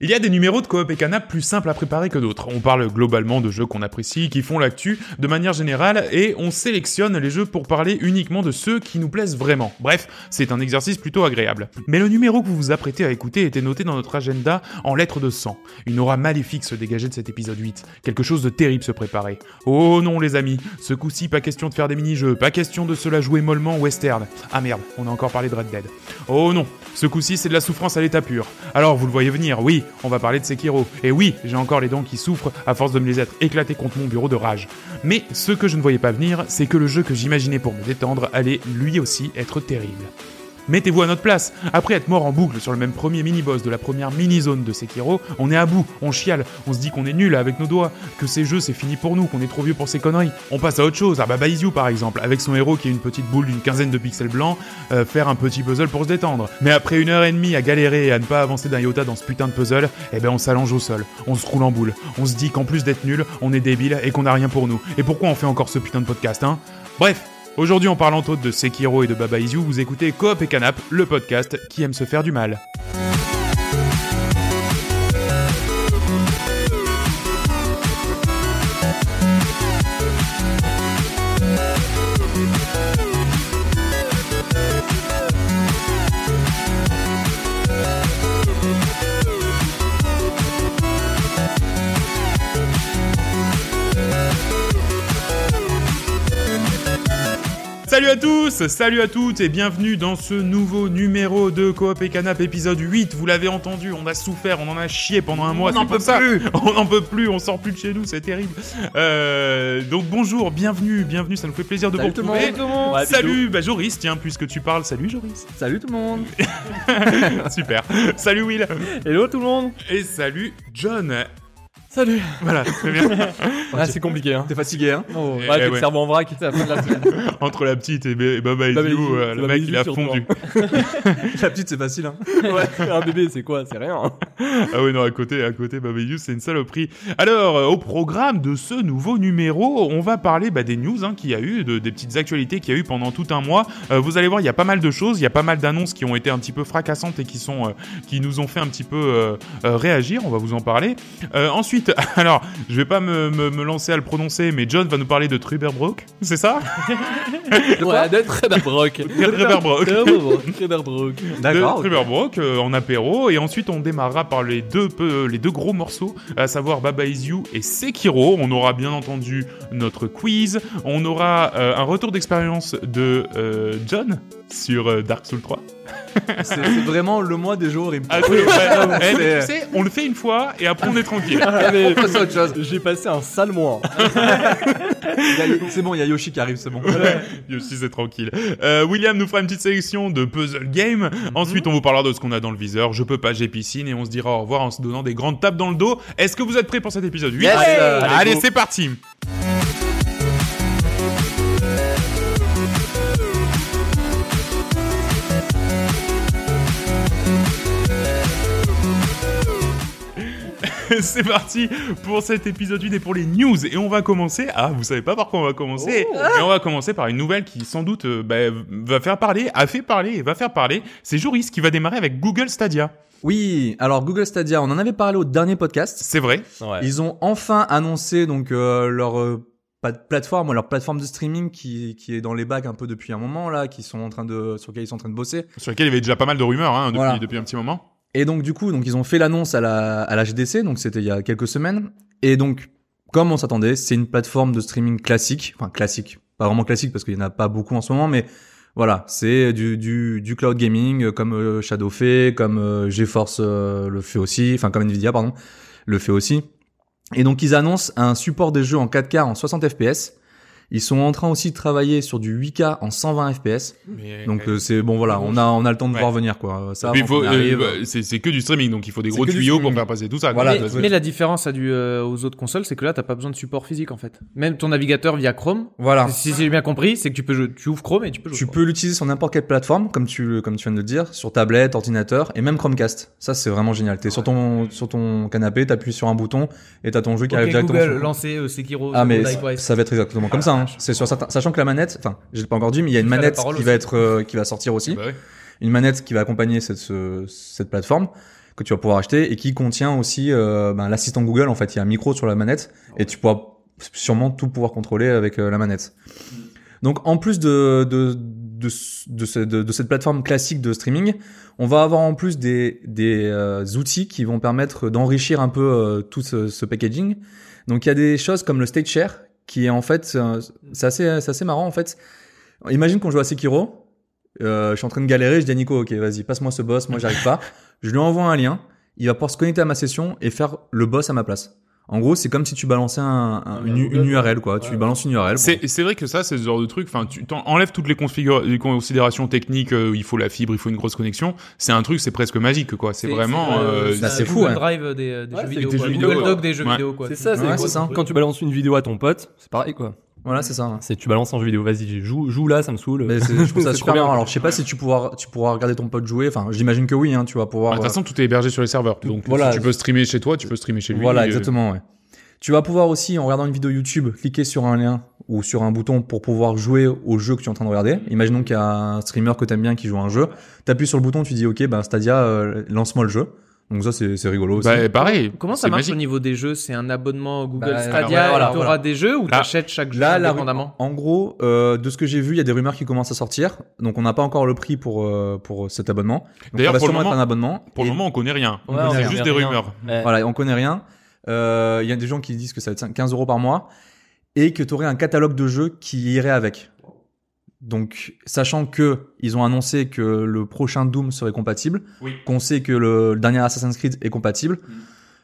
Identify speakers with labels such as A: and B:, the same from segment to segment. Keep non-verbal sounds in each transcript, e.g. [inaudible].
A: Il y a des numéros de Coop et Canap plus simples à préparer que d'autres. On parle globalement de jeux qu'on apprécie, qui font l'actu de manière générale, et on sélectionne les jeux pour parler uniquement de ceux qui nous plaisent vraiment. Bref, c'est un exercice plutôt agréable. Mais le numéro que vous vous apprêtez à écouter était noté dans notre agenda en lettres de sang. Une aura maléfique se dégageait de cet épisode 8. Quelque chose de terrible se préparait. Oh non les amis, ce coup-ci pas question de faire des mini-jeux, pas question de cela jouer mollement western. Ah merde, on a encore parlé de Red Dead. Oh non, ce coup-ci c'est de la souffrance à l'état pur. Alors vous le voyez venir, oui, on va parler de Sekiro. Et oui, j'ai encore les dents qui souffrent à force de me les être éclatées contre mon bureau de rage. Mais ce que je ne voyais pas venir, c'est que le jeu que j'imaginais pour me détendre allait lui aussi être terrible. Mettez-vous à notre place. Après être mort en boucle sur le même premier mini-boss de la première mini-zone de Sekiro, on est à bout, on chiale, on se dit qu'on est nul avec nos doigts, que ces jeux c'est fini pour nous, qu'on est trop vieux pour ces conneries. On passe à autre chose, à Baba Is You par exemple, avec son héros qui est une petite boule d'une quinzaine de pixels blancs, euh, faire un petit puzzle pour se détendre. Mais après une heure et demie à galérer et à ne pas avancer d'un iota dans ce putain de puzzle, eh ben on s'allonge au sol, on se roule en boule, on se dit qu'en plus d'être nul, on est débile et qu'on n'a rien pour nous. Et pourquoi on fait encore ce putain de podcast, hein Bref, Aujourd'hui, en parlant autres de Sekiro et de Baba Is You, vous écoutez Coop et Canap, le podcast qui aime se faire du mal. Salut à tous, salut à toutes et bienvenue dans ce nouveau numéro de Coop et Canap épisode 8. Vous l'avez entendu, on a souffert, on en a chié pendant un mois.
B: On
A: c'est
B: n'en peut
A: pour ça.
B: plus.
A: [laughs] On n'en peut plus, on sort plus de chez nous, c'est terrible. Euh, donc bonjour, bienvenue, bienvenue, ça nous fait plaisir de
B: Salut
A: vous
B: tout le
A: retrouver.
B: monde.
C: Ouais,
A: Salut, bah Joris, tiens, puisque tu parles, salut Joris. [laughs]
C: Salut tout le monde
A: Super. salut Will.
C: Hello tout le monde
A: Et salut John.
B: Salut.
A: Voilà, très
B: [laughs]
A: bien.
B: Ah, c'est compliqué, hein.
C: T'es fatigué hein
B: Oh,
A: Eh,
B: ouais, t'es
A: eh
B: le
A: ouais.
B: cerveau en vrac. C'est la fin de la semaine.
A: Entre la petite et, et Baba Is
B: Baba Is
A: You,
B: You,
A: euh, le
B: Baba
A: mec
B: Is
A: il
B: You
A: a
B: sur
A: fondu.
C: [laughs] La petite c'est facile hein
B: [laughs] ouais, un bébé, c'est quoi C'est rien.
A: Ah oui, non, à côté, à côté, Baba Is You, c'est une saloperie. Alors, euh, au programme de ce nouveau numéro, on va parler bah, des news hein, qu'il y a eu, de, des petites actualités qu'il y a eu pendant tout un mois. Euh, vous allez voir, il y a pas mal de choses, il y a pas mal d'annonces qui ont été un petit peu fracassantes et qui, sont, euh, qui nous ont fait un petit peu euh, euh, réagir, on va vous en parler. Euh, ensuite, [laughs] alors, je vais pas me, me- me lancer à le prononcer, mais John va nous parler de Truberbrook, c'est ça
B: Ouais, de Treberbrock.
A: Truberbrook.
B: Treberbrock.
C: D'accord
A: de Trevor Brock euh, en apéro et ensuite on démarrera par les deux peu- les deux gros morceaux à savoir Baba Is You et Sekiro on aura bien entendu notre quiz on aura euh, un retour d'expérience de euh, John sur euh, Dark Souls 3
C: C'est c'est vraiment le mois des jours horribles
A: Ah, c'est- ouais,
C: [laughs]
A: ouais. Eh, mais tu
C: c'est-
A: sais on le fait une fois et après on est tranquille
B: Ah, mais-
C: On passe à autre chose.
B: J'ai passé un sale mois.
C: [laughs] Il y a- C'est bon, il y a Yoshi qui arrive, c'est bon.
A: Yoshi c'est tranquille Euh, William nous fera une petite sélection de puzzle game ensuite on vous parlera de ce qu'on a dans le viseur je peux pas j'ai piscine et on se dira au revoir en se donnant des grandes tapes dans le dos est-ce que vous êtes prêts pour cet épisode 8
B: Yes
A: allez,
C: Allez,
A: c'est parti [laughs] C'est parti pour cet épisode 8 et pour les news. Et on va commencer. Ah, vous savez pas par quoi on va commencer.
C: Oh.
A: Et on va commencer par une nouvelle qui, sans doute, euh, bah, va faire parler, a fait parler et va faire parler. C'est Joris qui va démarrer avec Google Stadia.
C: Oui, alors Google Stadia, on en avait parlé au dernier podcast.
A: C'est vrai.
B: Ouais.
C: Ils ont enfin annoncé donc euh, leur euh, pas de plateforme, leur plateforme de streaming qui, qui est dans les bacs un peu depuis un moment là, qui sont en train de sur laquelle ils sont en train de bosser.
A: Sur lequel il y avait déjà pas mal de rumeurs hein, depuis,
C: Voilà.
A: depuis un petit moment.
C: Et donc du coup, donc ils ont fait l'annonce à la à la GDC, donc c'était il y a quelques semaines. Et donc comme on s'attendait, c'est une plateforme de streaming classique, enfin classique, pas vraiment classique parce qu'il y en a pas beaucoup en ce moment, mais voilà, c'est du du du cloud gaming euh, comme euh, Shadow fait, comme euh, GeForce euh, le fait aussi, enfin comme Nvidia pardon le fait aussi. Et donc ils annoncent un support des jeux en 4K en 60 FPS. Ils sont en train aussi de travailler sur du 8K en 120 FPS. Donc euh, c'est bon voilà, on a on a le temps de
A: Ouais.
C: voir venir quoi. Ça,
A: Mais
C: avant
A: faut,
C: qu'on
A: euh,
C: arrive.
A: bah, c'est c'est que du streaming, donc il faut des
C: C'est
A: gros
C: que du
A: tuyaux pour
C: streaming.
A: faire passer tout ça. euh,
C: Voilà,
A: quoi.
C: de toute
D: mais, mais la différence à du, euh, aux autres consoles, c'est que là, t'as pas besoin de support physique en fait. Même ton navigateur via Chrome,
C: voilà.
D: si j'ai bien compris, c'est que tu peux jouer- tu ouvres Chrome et tu peux jouer.
C: Ah. Tu
D: quoi.
C: peux l'utiliser sur n'importe quelle plateforme, comme tu, le- comme tu viens de le dire, sur tablette, ordinateur et même Chromecast. Ça, c'est vraiment génial. T'es sur ton, sur ton canapé, t'appuies sur un bouton et t'as ton jeu qui
D: Ok,
C: arrive directement.
D: Google,
C: sur-
D: lancer euh, Sekiro.
C: Ah, mais
D: Second
C: ça,
D: Life,
C: ça va être exactement comme ça. hein. C'est sur certains, sachant que la manette, enfin, je l'ai pas encore dit, mais il y a une
D: Ah, Tu as la
C: manette
D: parole Eh ben.
C: qui va être, euh, qui va sortir aussi.
A: Bah ouais.
C: Une manette qui va accompagner cette, ce- cette plateforme. que tu vas pouvoir acheter et qui contient aussi euh, ben, l'assistant Google. En fait, il y a un micro sur la manette et tu pourras sûrement tout pouvoir contrôler avec euh, la manette. Donc, en plus de de, de, de, ce- de- de cette plateforme classique de streaming, on va avoir en plus des, des euh, outils qui vont permettre d'enrichir un peu euh, tout ce, ce packaging. Donc, il y a des choses comme le Stage Share qui est en fait, euh, c'est assez, c'est assez marrant en fait. Imagine qu'on joue à Sekiro. Euh, je suis en train de galérer, je dis à Nico, ok, vas-y, passe-moi ce boss, moi j'arrive pas. je lui envoie un lien, il va pouvoir se connecter à ma session et faire le boss à ma place. En gros, c'est comme si tu balançais un- un-
B: Ah,
C: une,
B: mais
C: une
B: Google.
C: URL, quoi. Tu
B: Ouais.
C: balances une URL.
A: C'est c'est vrai que ça, c'est ce genre de truc. Enfin, tu t'en- enlèves toutes les, configura- les considérations techniques. euh, il faut la fibre, il faut une grosse connexion. C'est un truc, c'est presque magique, quoi. C'est vraiment.
D: c'est,
A: euh,
C: ça, c'est
D: Google
C: fou, ouais.
D: Drive euh, des, euh, des
B: Ouais,
D: jeux
B: c'est
D: vidéo.
A: des
D: quoi.
A: jeux
D: Google
A: vidéo,
D: Doc
A: ouais.
D: des jeux
A: Ouais.
D: vidéo, quoi.
B: C'est ça, c'est
C: Ouais,
B: quoi,
C: c'est ça.
B: Quand tu balances une vidéo à ton pote, c'est pareil quoi.
C: Voilà, c'est ça. hein.
B: C'est tu balances un jeu vidéo, vas-y, joue, joue là, ça me saoule.
C: Mais c'est- je trouve ça
B: C'est trop
C: super
B: bien.
C: marrant. Alors, je sais pas si tu pourras, tu pourras regarder ton pote jouer. Enfin, j'imagine que oui, hein, tu vas pouvoir.
A: Bah, Ah, De toute façon, tout est hébergé sur les serveurs. Donc,
C: Voilà.
A: si tu peux streamer chez toi, tu peux streamer chez lui.
C: Voilà,
A: euh,
C: exactement, ouais. Tu vas pouvoir aussi, en regardant une vidéo YouTube, cliquer sur un lien ou sur un bouton pour pouvoir jouer au jeu que tu es en train de regarder. Imaginons qu'il y a un streamer que t'aimes bien qui joue à un jeu. T'appuies sur le bouton, tu dis, OK, ben, Stadia, euh, lance-moi le jeu. Donc ça, c'est c'est rigolo aussi.
A: Bah, pareil.
D: Comment ça
A: c'est
D: marche
A: magique.
D: au niveau des jeux C'est un abonnement Google
C: Bah,
D: Stadia
C: voilà, voilà,
D: et t'auras
C: voilà.
D: des jeux ou
A: Là-
D: t'achètes chaque jeu
C: Là, la
D: indépendamment
C: En gros, euh, de ce que j'ai vu, il y a des rumeurs qui commencent à sortir. Donc, on n'a pas encore le prix pour, euh, pour cet abonnement. Donc,
A: D'ailleurs,
C: ça va
A: pour le
C: sûrement être
A: moment-
C: un abonnement.
A: Pour
C: Et
A: le moment, on connaît rien.
B: Ouais,
C: on
A: c'est
C: connaît
A: juste des
B: rien.
A: rumeurs.
B: Ouais.
C: Voilà, on connaît rien. Euh, Il y a des gens qui disent que ça va être 5 15 euros par mois et que tu aurais un catalogue de jeux qui irait avec. Donc, sachant que ils ont annoncé que le prochain Doom serait compatible,
A: Oui.
C: qu'on sait que le, le dernier Assassin's Creed est compatible.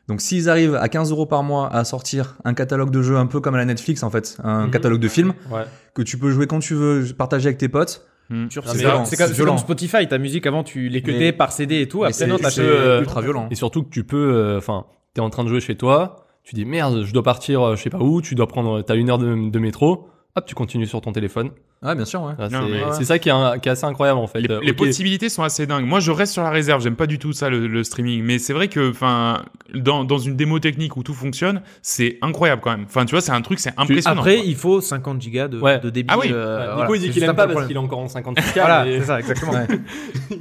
C: Donc, s'ils arrivent à 15 euros par mois à sortir un catalogue de jeux un peu comme à la Netflix en fait, un
B: Mhm.
C: catalogue de films
B: Ouais.
C: que tu peux jouer quand tu veux, partager avec tes potes.
A: Hmm.
D: Sur-
B: Non,
D: C'est
B: mais
D: comme-
C: violent,
D: c'est comme,
C: c'est
D: c'est comme
C: violent.
D: Spotify, ta musique avant tu
C: Mais-
D: l'écoutais par CD et tout.
C: Mais
D: Après, non,
C: c'est-
D: t'as
C: c'est
D: fait, euh,
C: ultra violent.
B: Et surtout que tu peux, euh, enfin, t'es en train de jouer chez toi, tu dis merde, je dois partir, euh, je sais pas où, tu dois prendre, t'as une heure de, de métro, hop, tu continues sur ton téléphone.
C: Ah, bien sûr, ouais.
B: Ah, c'est
A: Non, mais-
B: c'est ça qui est, un- qui est assez incroyable
C: bah,
B: en fait.
A: Les,
B: Euh,
A: les
B: ok,
A: possibilités sont assez dingues. Moi, je reste sur la réserve. J'aime pas du tout ça, le, le streaming. Mais c'est vrai que, enfin, dans, dans une démo technique où tout fonctionne, c'est incroyable quand même. Enfin, tu vois, c'est un truc, c'est impressionnant.
D: Après,
A: quoi.
D: il faut 50 gigas de,
B: Ouais.
D: de débit.
A: Ah oui.
D: euh,
B: Ouais, Nico il
D: voilà,
B: dit
D: c'est
B: qu'il
D: juste
B: aime
D: un
B: pas
D: peu le
B: parce
D: problème.
B: qu'il est encore en 56K.
D: Voilà,
B: mais
D: c'est ça, exactement.
C: Ouais.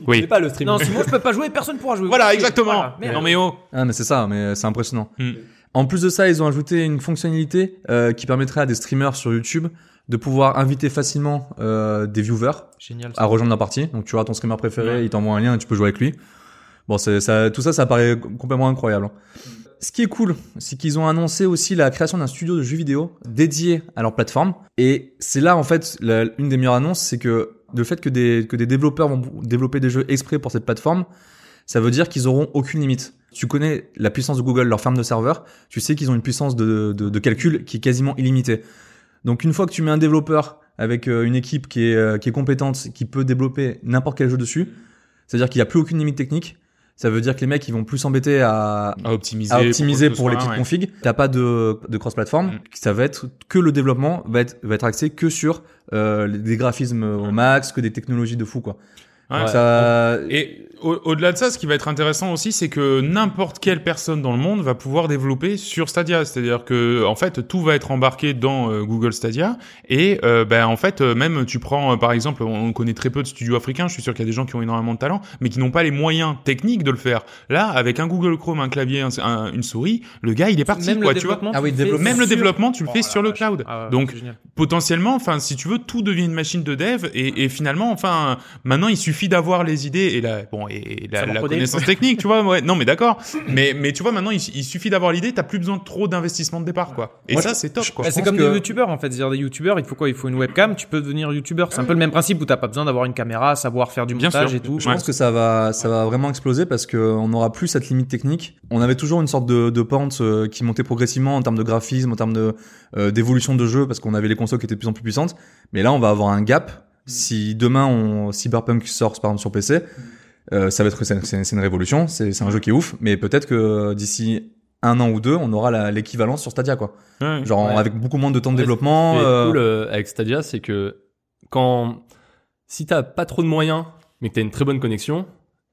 A: Oui.
B: C'est pas le stream.
D: [laughs] Non, sinon je peux pas jouer, personne pourra jouer.
A: Voilà,
D: Ok,
A: exactement.
D: voilà, merde.
A: non mais oh.
C: Ah, mais c'est ça, mais c'est impressionnant.
A: Mm.
C: En plus de ça, ils ont ajouté une fonctionnalité euh, qui permettrait à des streamers sur YouTube de pouvoir inviter facilement euh, des viewers
D: Génial. ça.
C: à rejoindre la partie. Donc tu vois ton streamer préféré, il t'envoie un lien et tu peux jouer avec lui. Bon, c'est ça, tout ça, ça paraît complètement incroyable. hein. Ce qui est cool, c'est qu'ils ont annoncé aussi la création d'un studio de jeux vidéo dédié à leur plateforme. Et c'est là, en fait, la- une des meilleures annonces, c'est que le fait que des, que des développeurs vont développer des jeux exprès pour cette plateforme, ça veut dire qu'ils auront aucune limite. Tu connais la puissance de Google, leur ferme de serveurs, tu sais qu'ils ont une puissance de, de, de calcul qui est quasiment illimitée. Donc une fois que tu mets un développeur avec euh, une équipe qui est, euh, qui est compétente, qui peut développer n'importe quel jeu dessus, c'est-à-dire qu'il n'y a plus aucune limite technique, ça veut dire que les mecs ils vont plus s'embêter à,
A: à optimiser,
C: à optimiser
A: que ce
C: pour les
A: soit,
C: petites
A: ouais.
C: configs. T'as pas de, de cross-platform,
A: Mm.
C: ça va être que le développement va être, va être axé que sur euh, des graphismes au max, que des technologies de fou quoi.
A: Ouais.
C: Donc, ça,
A: Et au- au-delà de ça, ce qui va être intéressant aussi, c'est que n'importe quelle personne dans le monde va pouvoir développer sur Stadia. C'est-à-dire que, en fait, tout va être embarqué dans euh, Google Stadia. Et, euh, ben, en fait, euh, même tu prends, euh, par exemple, on, on connaît très peu de studios africains. Je suis sûr qu'il y a des gens qui ont énormément de talent, mais qui n'ont pas les moyens techniques de le faire. Là, avec un Google Chrome, un clavier, un- un- une souris, le gars, il est parti,
D: Même
A: quoi,
D: le
A: tu vois.
D: développement,
C: Ah oui,
D: tu le fais
C: développement.
A: Même le
D: sur-
A: développement, tu le
D: Oh
A: fais
D: la
A: sur le
D: vache.
A: cloud.
D: Ah ouais,
A: Donc,
D: c'est génial.
A: potentiellement, enfin, si tu veux, tout devient une machine de dev et, et finalement, enfin, maintenant, il suffit d'avoir les idées et la, bon, et la,
D: Savoir
A: la
D: coder.
A: connaissance technique, tu vois, ouais, non, mais d'accord,
D: [laughs]
A: mais, mais tu vois, maintenant, il, il suffit d'avoir l'idée, t'as plus besoin de trop d'investissement de départ, quoi. Et
C: Moi,
A: ça, c'est top, quoi.
D: Bah, c'est
C: pense
D: comme
C: que-
D: des youtubeurs en fait. C'est-à-dire des youtubeurs, il faut quoi Il faut une webcam, tu peux devenir youtubeur. C'est un peu le même principe où t'as pas besoin d'avoir une caméra, savoir faire du
A: Bien
D: montage
A: sûr.
D: et tout.
C: Je pense que ça va, ça va vraiment exploser parce que on n'aura plus cette limite technique. On avait toujours une sorte de, de pente euh, qui montait progressivement en termes de graphisme, en termes de euh, d'évolution de jeu parce qu'on avait les consoles qui étaient de plus en plus puissantes. Mais là, on va avoir un gap. Si demain on Cyberpunk sort par exemple sur PC, euh, ça va être c'est c'est- c'est une révolution. C'est c'est un jeu qui est ouf, mais peut-être que d'ici un an ou deux, on aura la- l'équivalent sur Stadia quoi.
A: Ouais.
C: Genre
B: Ouais.
C: avec beaucoup moins de temps de
B: Ouais,
C: développement.
B: Ce qui est
C: euh,
B: cool euh, avec Stadia, c'est que quand si t'as pas trop de moyens, mais que t'as une très bonne connexion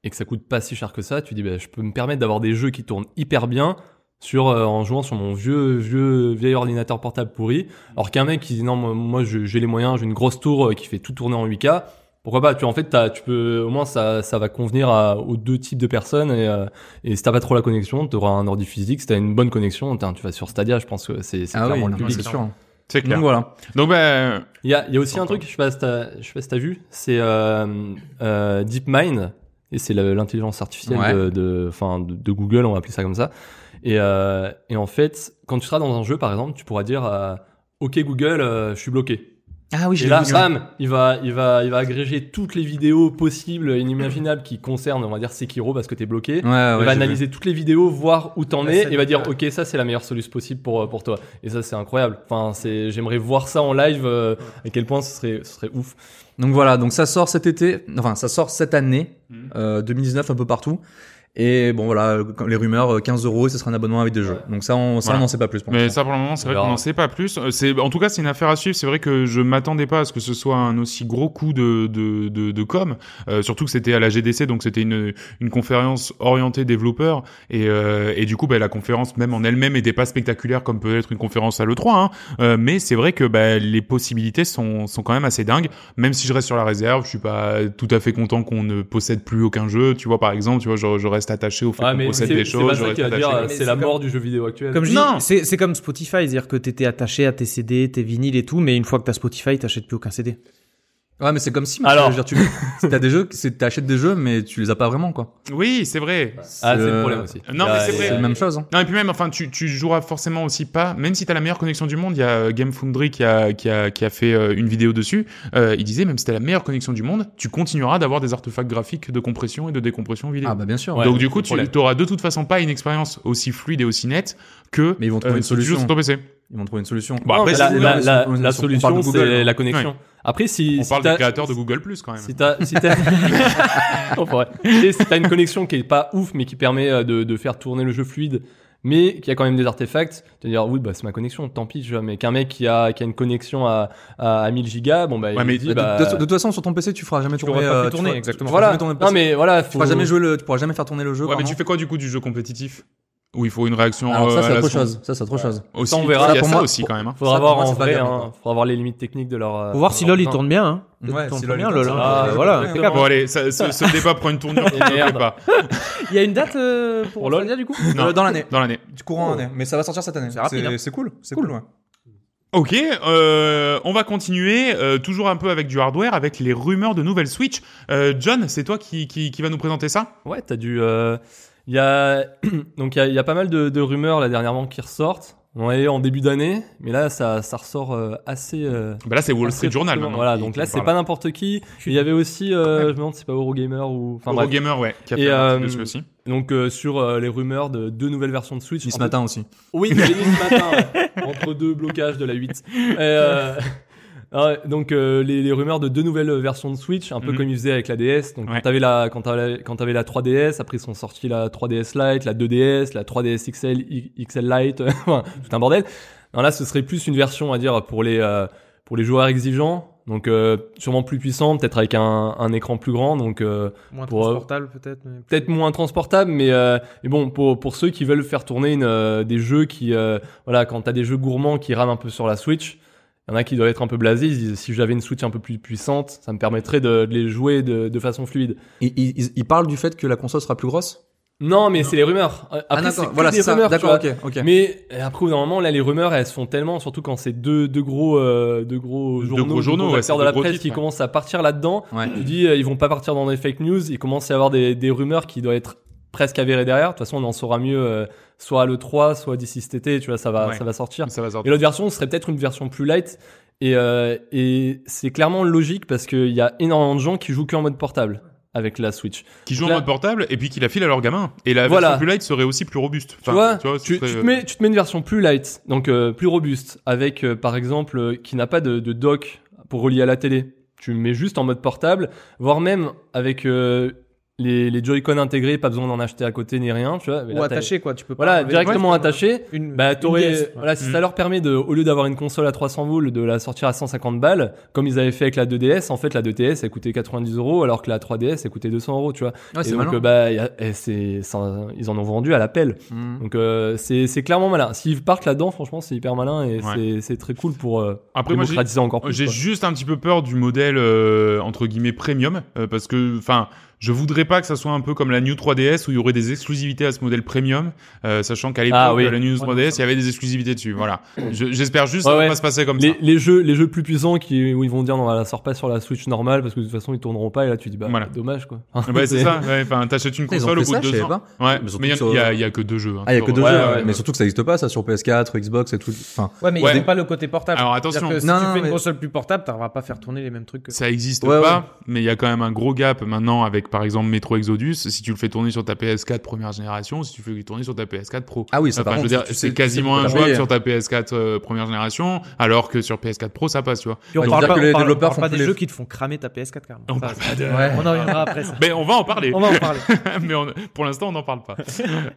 B: et que ça coûte pas si cher que ça, tu dis bah, je peux me permettre d'avoir des jeux qui tournent hyper bien sur euh, en jouant sur mon vieux vieux vieil ordinateur portable pourri. Alors qu'un mec qui dit non moi, moi, je- j'ai les moyens, j'ai une grosse tour euh, qui fait tout tourner en 8K. Pourquoi pas Tu en fait, t'as- tu peux au moins ça, ça va convenir à- aux deux types de personnes et, euh, et si t'as pas trop la connexion, t'auras un ordi physique. Si t'as une bonne connexion, t'as- tu vas sur Stadia. Je pense que c'est c'est
C: Ah oui,
B: clairement le
C: non,
B: public.
C: c'est sûr.
A: C'est
C: Donc
A: clair.
C: voilà.
A: Donc, ben,
B: Il y a, il y a aussi un
A: Encore.
B: truc, je sais pas si t'as, je sais pas si t'as vu, c'est euh, euh, DeepMind et c'est le- l'intelligence artificielle
C: Ouais.
B: de, de, enfin, de, de Google, on va appeler ça comme ça. Et, euh, et en fait, quand tu seras dans un jeu, par exemple, tu pourras dire euh, OK Google, euh, je suis bloqué.
C: Ah oui,
B: Et là, bam, il va, il va, il va agréger toutes les vidéos possibles et inimaginables qui concernent, on va dire, Sekiro parce que t'es bloqué.
C: Ouais, Ah ouais,
B: il va
C: j'ai vu.
B: analyser toutes les vidéos, voir où t'en
D: La
B: es,
D: scène,
B: et va dire,
D: ouais.
B: ok, ça c'est la meilleure solution possible pour euh, pour toi. Et ça c'est incroyable. Enfin, c'est, j'aimerais voir ça en live. euh, à quel point ce serait, ce serait ouf.
C: Donc voilà, donc ça sort cet été, enfin ça sort cette année,
A: Mhm.
C: euh, 2019 un peu partout. Et bon voilà, euh, quand- les rumeurs, euh, 15 euros et ce sera un abonnement avec des jeux. Donc ça, on ça,
A: Voilà.
C: on n'en sait pas plus. Pour
A: Mais
C: l'instant.
A: ça, pour le moment, c'est
B: On
A: vrai qu'on
B: verra.
A: n'en sait pas plus. Euh, C'est, en tout cas, c'est une affaire à suivre. C'est vrai que je m'attendais pas à ce que ce soit un aussi gros coup de, de, de, de com. Euh, surtout que c'était à la GDC, donc c'était une, une conférence orientée développeurs. Et, euh, et du coup, bah, la conférence même en elle-même était pas spectaculaire comme peut être une conférence à l'E3. hein. Euh, mais c'est vrai que bah, les possibilités sont, sont quand même assez dingues. Même si je reste sur la réserve, je suis pas tout à fait content qu'on ne possède plus aucun jeu. Tu vois, par exemple, tu vois, je, je reste attaché au fait
B: Ouais,
A: qu'on
B: Ah, mais
A: possède
B: c'est,
A: des
B: c'est pas
A: choses. je
B: ça
A: reste
B: qui va
A: attaché-
B: dire,
D: attaché.
B: euh,
D: Mais
B: c'est
D: c'est
B: la
D: comme-
B: mort du jeu vidéo actuel.
D: Comme je
A: Non.
D: dis, c'est- c'est comme Spotify, c'est-à-dire que t'étais attaché à tes CD, tes vinyles et tout, mais une fois que t'as Spotify, t'achètes plus aucun CD.
C: Ouais, mais c'est comme si.
B: Alors.
C: je veux dire, tu si t'as des jeux, c'est t'achètes des jeux, mais tu les as pas vraiment quoi.
B: euh,
A: Oui, c'est vrai.
B: Ah, c'est le
C: Euh,
B: problème aussi.
A: Non, mais
B: Ah,
A: c'est
B: et-
A: vrai.
C: C'est la même chose. hein.
A: Non, et puis même, enfin, tu, tu joueras forcément aussi pas, même si t'as la meilleure connexion du monde, il y a euh, Game Foundry qui a, qui a, qui a fait euh, une vidéo dessus, euh, il disait, même si t'as la meilleure connexion du monde, tu continueras d'avoir des artefacts graphiques de compression et de décompression vidéo.
C: Ah bah bien sûr.
B: Ouais.
A: Donc du
B: c'est
A: coup,
B: le
A: tu
B: problème.
A: t'auras de toute façon pas une expérience aussi fluide et aussi nette que
C: Mais ils vont
B: Euh,
C: trouver une
A: si tu joues
C: solution.
A: sur ton PC.
C: Ils vont trouver une solution.
A: Bon, après,
B: La-
A: si vous voulez,
B: la, la-
C: on- on-
B: la
C: on parle
B: solution,
C: de Google,
B: c'est
C: hein.
B: la connexion. Après, si,
A: On
B: si
A: parle
B: t'as-
A: des créateurs de Google Plus quand même.
B: Si t'as si t'as- Oh, pour vrai. Et si t'as une connexion qui est pas ouf mais qui permet euh, de, de faire tourner le jeu fluide mais qui a quand même des artefacts, te dire oui bah c'est ma connexion, tant pis je mais qu'un mec qui a qui a une connexion à à, à 1000 gigas bon bah
A: Ouais,
B: il
A: mais
B: dit
C: De,
B: bah
C: de- de toute façon, sur ton PC, tu feras jamais
D: Tu
C: tourner.
D: pourras pas
C: euh,
D: plus
C: tu
D: tourner,
C: feras-
D: exactement.
C: tu feras
B: voilà.
C: jamais tourner le
B: Non
C: PC.
B: mais voilà, faut
C: Tu pourras jamais jouer le, tu pourras jamais faire tourner le jeu.
A: Ouais, mais
C: pardon.
A: tu fais quoi du coup du jeu compétitif Où il faut une réaction
C: Alors
A: euh,
C: ça,
A: à
C: c'est
A: la
C: autre
A: seconde.
C: chose. Ça, c'est autre chose.
A: Aussi,
B: Ça, on
A: il
B: verra.
A: y a
C: Ça, pour
A: ça
C: moi,
A: aussi quand même. hein.
B: faudra
C: ça, pour
B: voir
C: moi,
B: en
C: c'est pas
B: vrai
C: gagné,
B: hein,
C: quoi.
B: faudra voir les limites techniques de leur euh,
D: Faut voir si
B: de leur
D: LOL il
B: plan.
D: tourne bien, hein.
C: Ouais,
D: Tourne
C: si
D: pas
C: LOL, il
D: bien,
C: tourne,
D: LOL.
C: ça
D: hein.
B: va.
D: Euh, Voilà,
B: Ouais,
D: impeccable.
A: Bon allez, ça- ce, ce débat prend une
C: [laughs]
A: tournure qui
B: Merde.
A: ne plaît pas.
D: Il y a une date euh, pour,
B: Pour LOL
D: Stadia, du coup
A: Non.
C: Euh, Dans l'année.
A: Dans l'année.
C: Du courant année. Mais ça va sortir cette année.
D: C'est rapide, hein.
C: C'est cool. C'est
D: Cool.
C: cool. ouais.
A: Ok, euh, on va continuer, euh, toujours un peu avec du hardware, avec les rumeurs de nouvelles Switch. Euh, John, c'est toi qui, qui, qui va nous présenter ça
B: Ouais, t'as dû. euh, Il y a [clears throat] donc il y a- il y, a pas mal de, de rumeurs là dernièrement qui ressortent. On est en début d'année, mais là ça ça ressort euh, assez. euh,
A: bah Là, c'est Wall
B: assez
A: Street Journal.
B: fortement.
A: maintenant
B: Voilà,
A: qui-
B: donc
A: qui
B: là
A: nous
B: c'est
A: parle.
B: pas n'importe qui. Il y avait aussi, euh, je me demande, c'est pas Eurogamer ou. Enfin bref.
A: Eurogamer, ouais, qui a
B: Et,
A: fait un article
B: euh,
A: dessus aussi.
B: Donc euh, sur euh, les rumeurs de deux nouvelles versions de Switch.
C: Ni ce
B: En
C: matin aussi.
B: oui,
A: [laughs]
B: il est ce matin, ouais. entre deux blocages de la 8. Et,
A: [laughs]
B: euh, ouais, donc euh, les, les rumeurs de deux nouvelles versions de Switch, un peu
A: Mhm.
B: comme ils faisaient avec la DS. Donc
A: Ouais.
B: quand t'avais la quand t'avais quand t'avais la 3DS, après ils sont sortis la 3DS Lite, la 2DS, la 3DS XL, I- XL Lite, [laughs] enfin, tout un bordel. Non, là, ce serait plus une version, on va dire, pour les euh, pour les joueurs exigeants. Donc euh, sûrement plus puissante, peut-être avec un, un écran plus grand. Donc euh,
D: Moins
B: Pour, euh,
D: transportable, peut-être. mais-
B: peut-être moins transportable, mais, euh, mais bon, pour, pour ceux qui veulent faire tourner une, euh, des jeux qui, euh, voilà, quand t'as des jeux gourmands qui rament un peu sur la Switch, il y en a qui doivent être un peu blasés, ils se disent, si j'avais une Switch un peu plus puissante, ça me permettrait de, de les jouer de, de façon fluide.
C: Il, il, il parle du fait que la console sera plus grosse.
B: Non, mais c'est les rumeurs. Euh, Après, c'est que
C: Voilà,
B: des
C: c'est ça.
B: rumeurs, tu
C: Ah, D'accord,
B: vois.
C: ok, ok.
B: Mais euh, après, au bout d'un moment, là, les rumeurs, elles se font tellement, surtout quand c'est deux, deux gros, euh, deux gros
A: Deux
B: journaux,
A: gros journaux, ouais,
B: acteurs
A: c'est
B: de
A: deux
B: la
A: gros
B: presse
A: titres,
B: qui
A: ouais.
B: commencent à partir là-dedans.
C: Ouais.
B: Tu dis, euh, ils vont pas partir dans des fake news. Il commence à y avoir des, des rumeurs qui doivent être presque avérées derrière. De toute façon, on en saura mieux, euh, soit à l'E3, soit d'ici cet été. Tu vois, ça va,
A: Ouais.
B: ça va sortir.
A: Ça va sortir.
B: Et l'autre version serait peut-être une version plus light. Et, euh, et c'est clairement logique parce qu'il y a énormément de gens qui jouent qu'en mode portable avec la Switch.
A: Qui jouent en
B: là-
A: mode portable et puis qui la filent à leur gamin. Et la
B: Voilà.
A: version plus light serait aussi plus robuste.
B: Tu
A: Enfin,
B: vois,
A: ce
B: tu,
A: serait- euh,
B: tu te mets, tu te mets une version plus light, donc euh, plus robuste, avec euh, par exemple euh, qui n'a pas de, de dock pour relier à la télé. Tu le mets juste en mode portable, voire même avec euh, les, les Joy-Con intégrés, pas besoin d'en acheter à côté ni rien, tu vois. mais
D: Ou
B: là, t'as-
D: attaché, quoi. Tu peux pas
B: Voilà,
D: enlever-
B: directement
D: Ouais,
B: attaché.
D: Une,
B: Bah,
D: une
B: t'aurais-
D: pièce, ouais.
B: voilà, si
A: Mm.
B: ça leur permet de, au lieu d'avoir une console à 300 boules, de la sortir à 150 balles, comme ils avaient fait avec la 2DS, en fait, la 2DS, elle coûtait 90 euros, alors que la 3DS, elle coûtait 200 euros, tu vois.
C: Ouais,
B: Et
C: c'est
B: donc,
C: malin.
B: euh, bah, y a- eh, c'est, ça- ils en ont vendu à l'appel.
C: Mm.
B: Donc, euh, c'est, c'est clairement malin. S'ils partent là-dedans, franchement, c'est hyper malin et
A: Ouais.
B: c'est, c'est très cool pour euh,
A: Après, moi, j'ai-
B: démocratiser encore plus.
A: J'ai
B: quoi.
A: juste un petit peu peur du modèle euh, entre guillemets premium euh, parce que enfin je voudrais pas que ça soit un peu comme la New 3DS où il y aurait des exclusivités à ce modèle premium euh, sachant qu'à l'époque
B: Ah oui.
A: la New 3DS il y avait des exclusivités dessus voilà Je- j'espère juste
B: Ouais,
A: que ça va
B: ouais.
A: pas se passer comme
B: Les,
A: ça
B: les jeux, les jeux plus puissants qui, où ils vont dire non, on la sort pas sur la Switch normale parce que de toute façon ils tourneront pas et là tu dis bah
A: Voilà.
B: dommage quoi.
A: Ouais,
B: [laughs]
A: c'est ça ouais, enfin t'achètes une
C: Ils ont
A: console au
C: fait
A: bout
C: ça,
A: de
C: je
A: deux
C: savais
A: ans
C: pas.
A: ouais
C: Mais surtout
A: mais il y,
C: sur-
A: a- il y a- il y a que deux jeux hein,
C: Ah, il y a
A: sur-
C: que deux
B: Ouais,
C: jeux,
B: ouais,
C: mais
B: ouais.
C: surtout que ça n'existe pas ça sur PS4, Xbox et tout. Enfin,
D: Ouais, mais
A: Ouais.
D: ils n'ont pas le côté portable.
A: alors
D: C'est-à-dire
A: attention
D: que si
C: Non,
D: tu fais
C: mais-
D: une console plus portable, t'arriveras pas à faire tourner les mêmes trucs. Que...
A: Ça existe
C: Ouais,
A: pas,
C: ouais.
A: mais il y a quand même un gros gap maintenant avec par exemple Metro Exodus. Si tu le fais tourner sur ta PS4 première génération, ou si tu le fais tourner sur ta PS4 Pro.
C: ah oui, ça
A: Enfin,
C: par
A: je veux
C: contre,
A: dire,
C: tu sais-
A: c'est
C: tu sais
A: quasiment
C: que t'as
A: injouable
C: payé.
A: sur ta PS4 euh, première génération, alors que sur PS4 Pro ça passe, tu vois.
D: Puis on
C: Ouais,
D: parle
C: dire
D: pas,
C: que
D: on
C: les
D: parle- on
C: développeurs
D: parle
C: font
D: pas
C: tous
D: des
C: les-
D: jeux qui te font cramer ta PS4 carrément.
A: On
D: Ça,
A: parle
D: c'est-
A: pas de-
D: On en reviendra après ça.
A: [laughs] Mais on va en parler,
D: On va en parler.
A: [laughs] mais on- pour l'instant on n'en parle pas.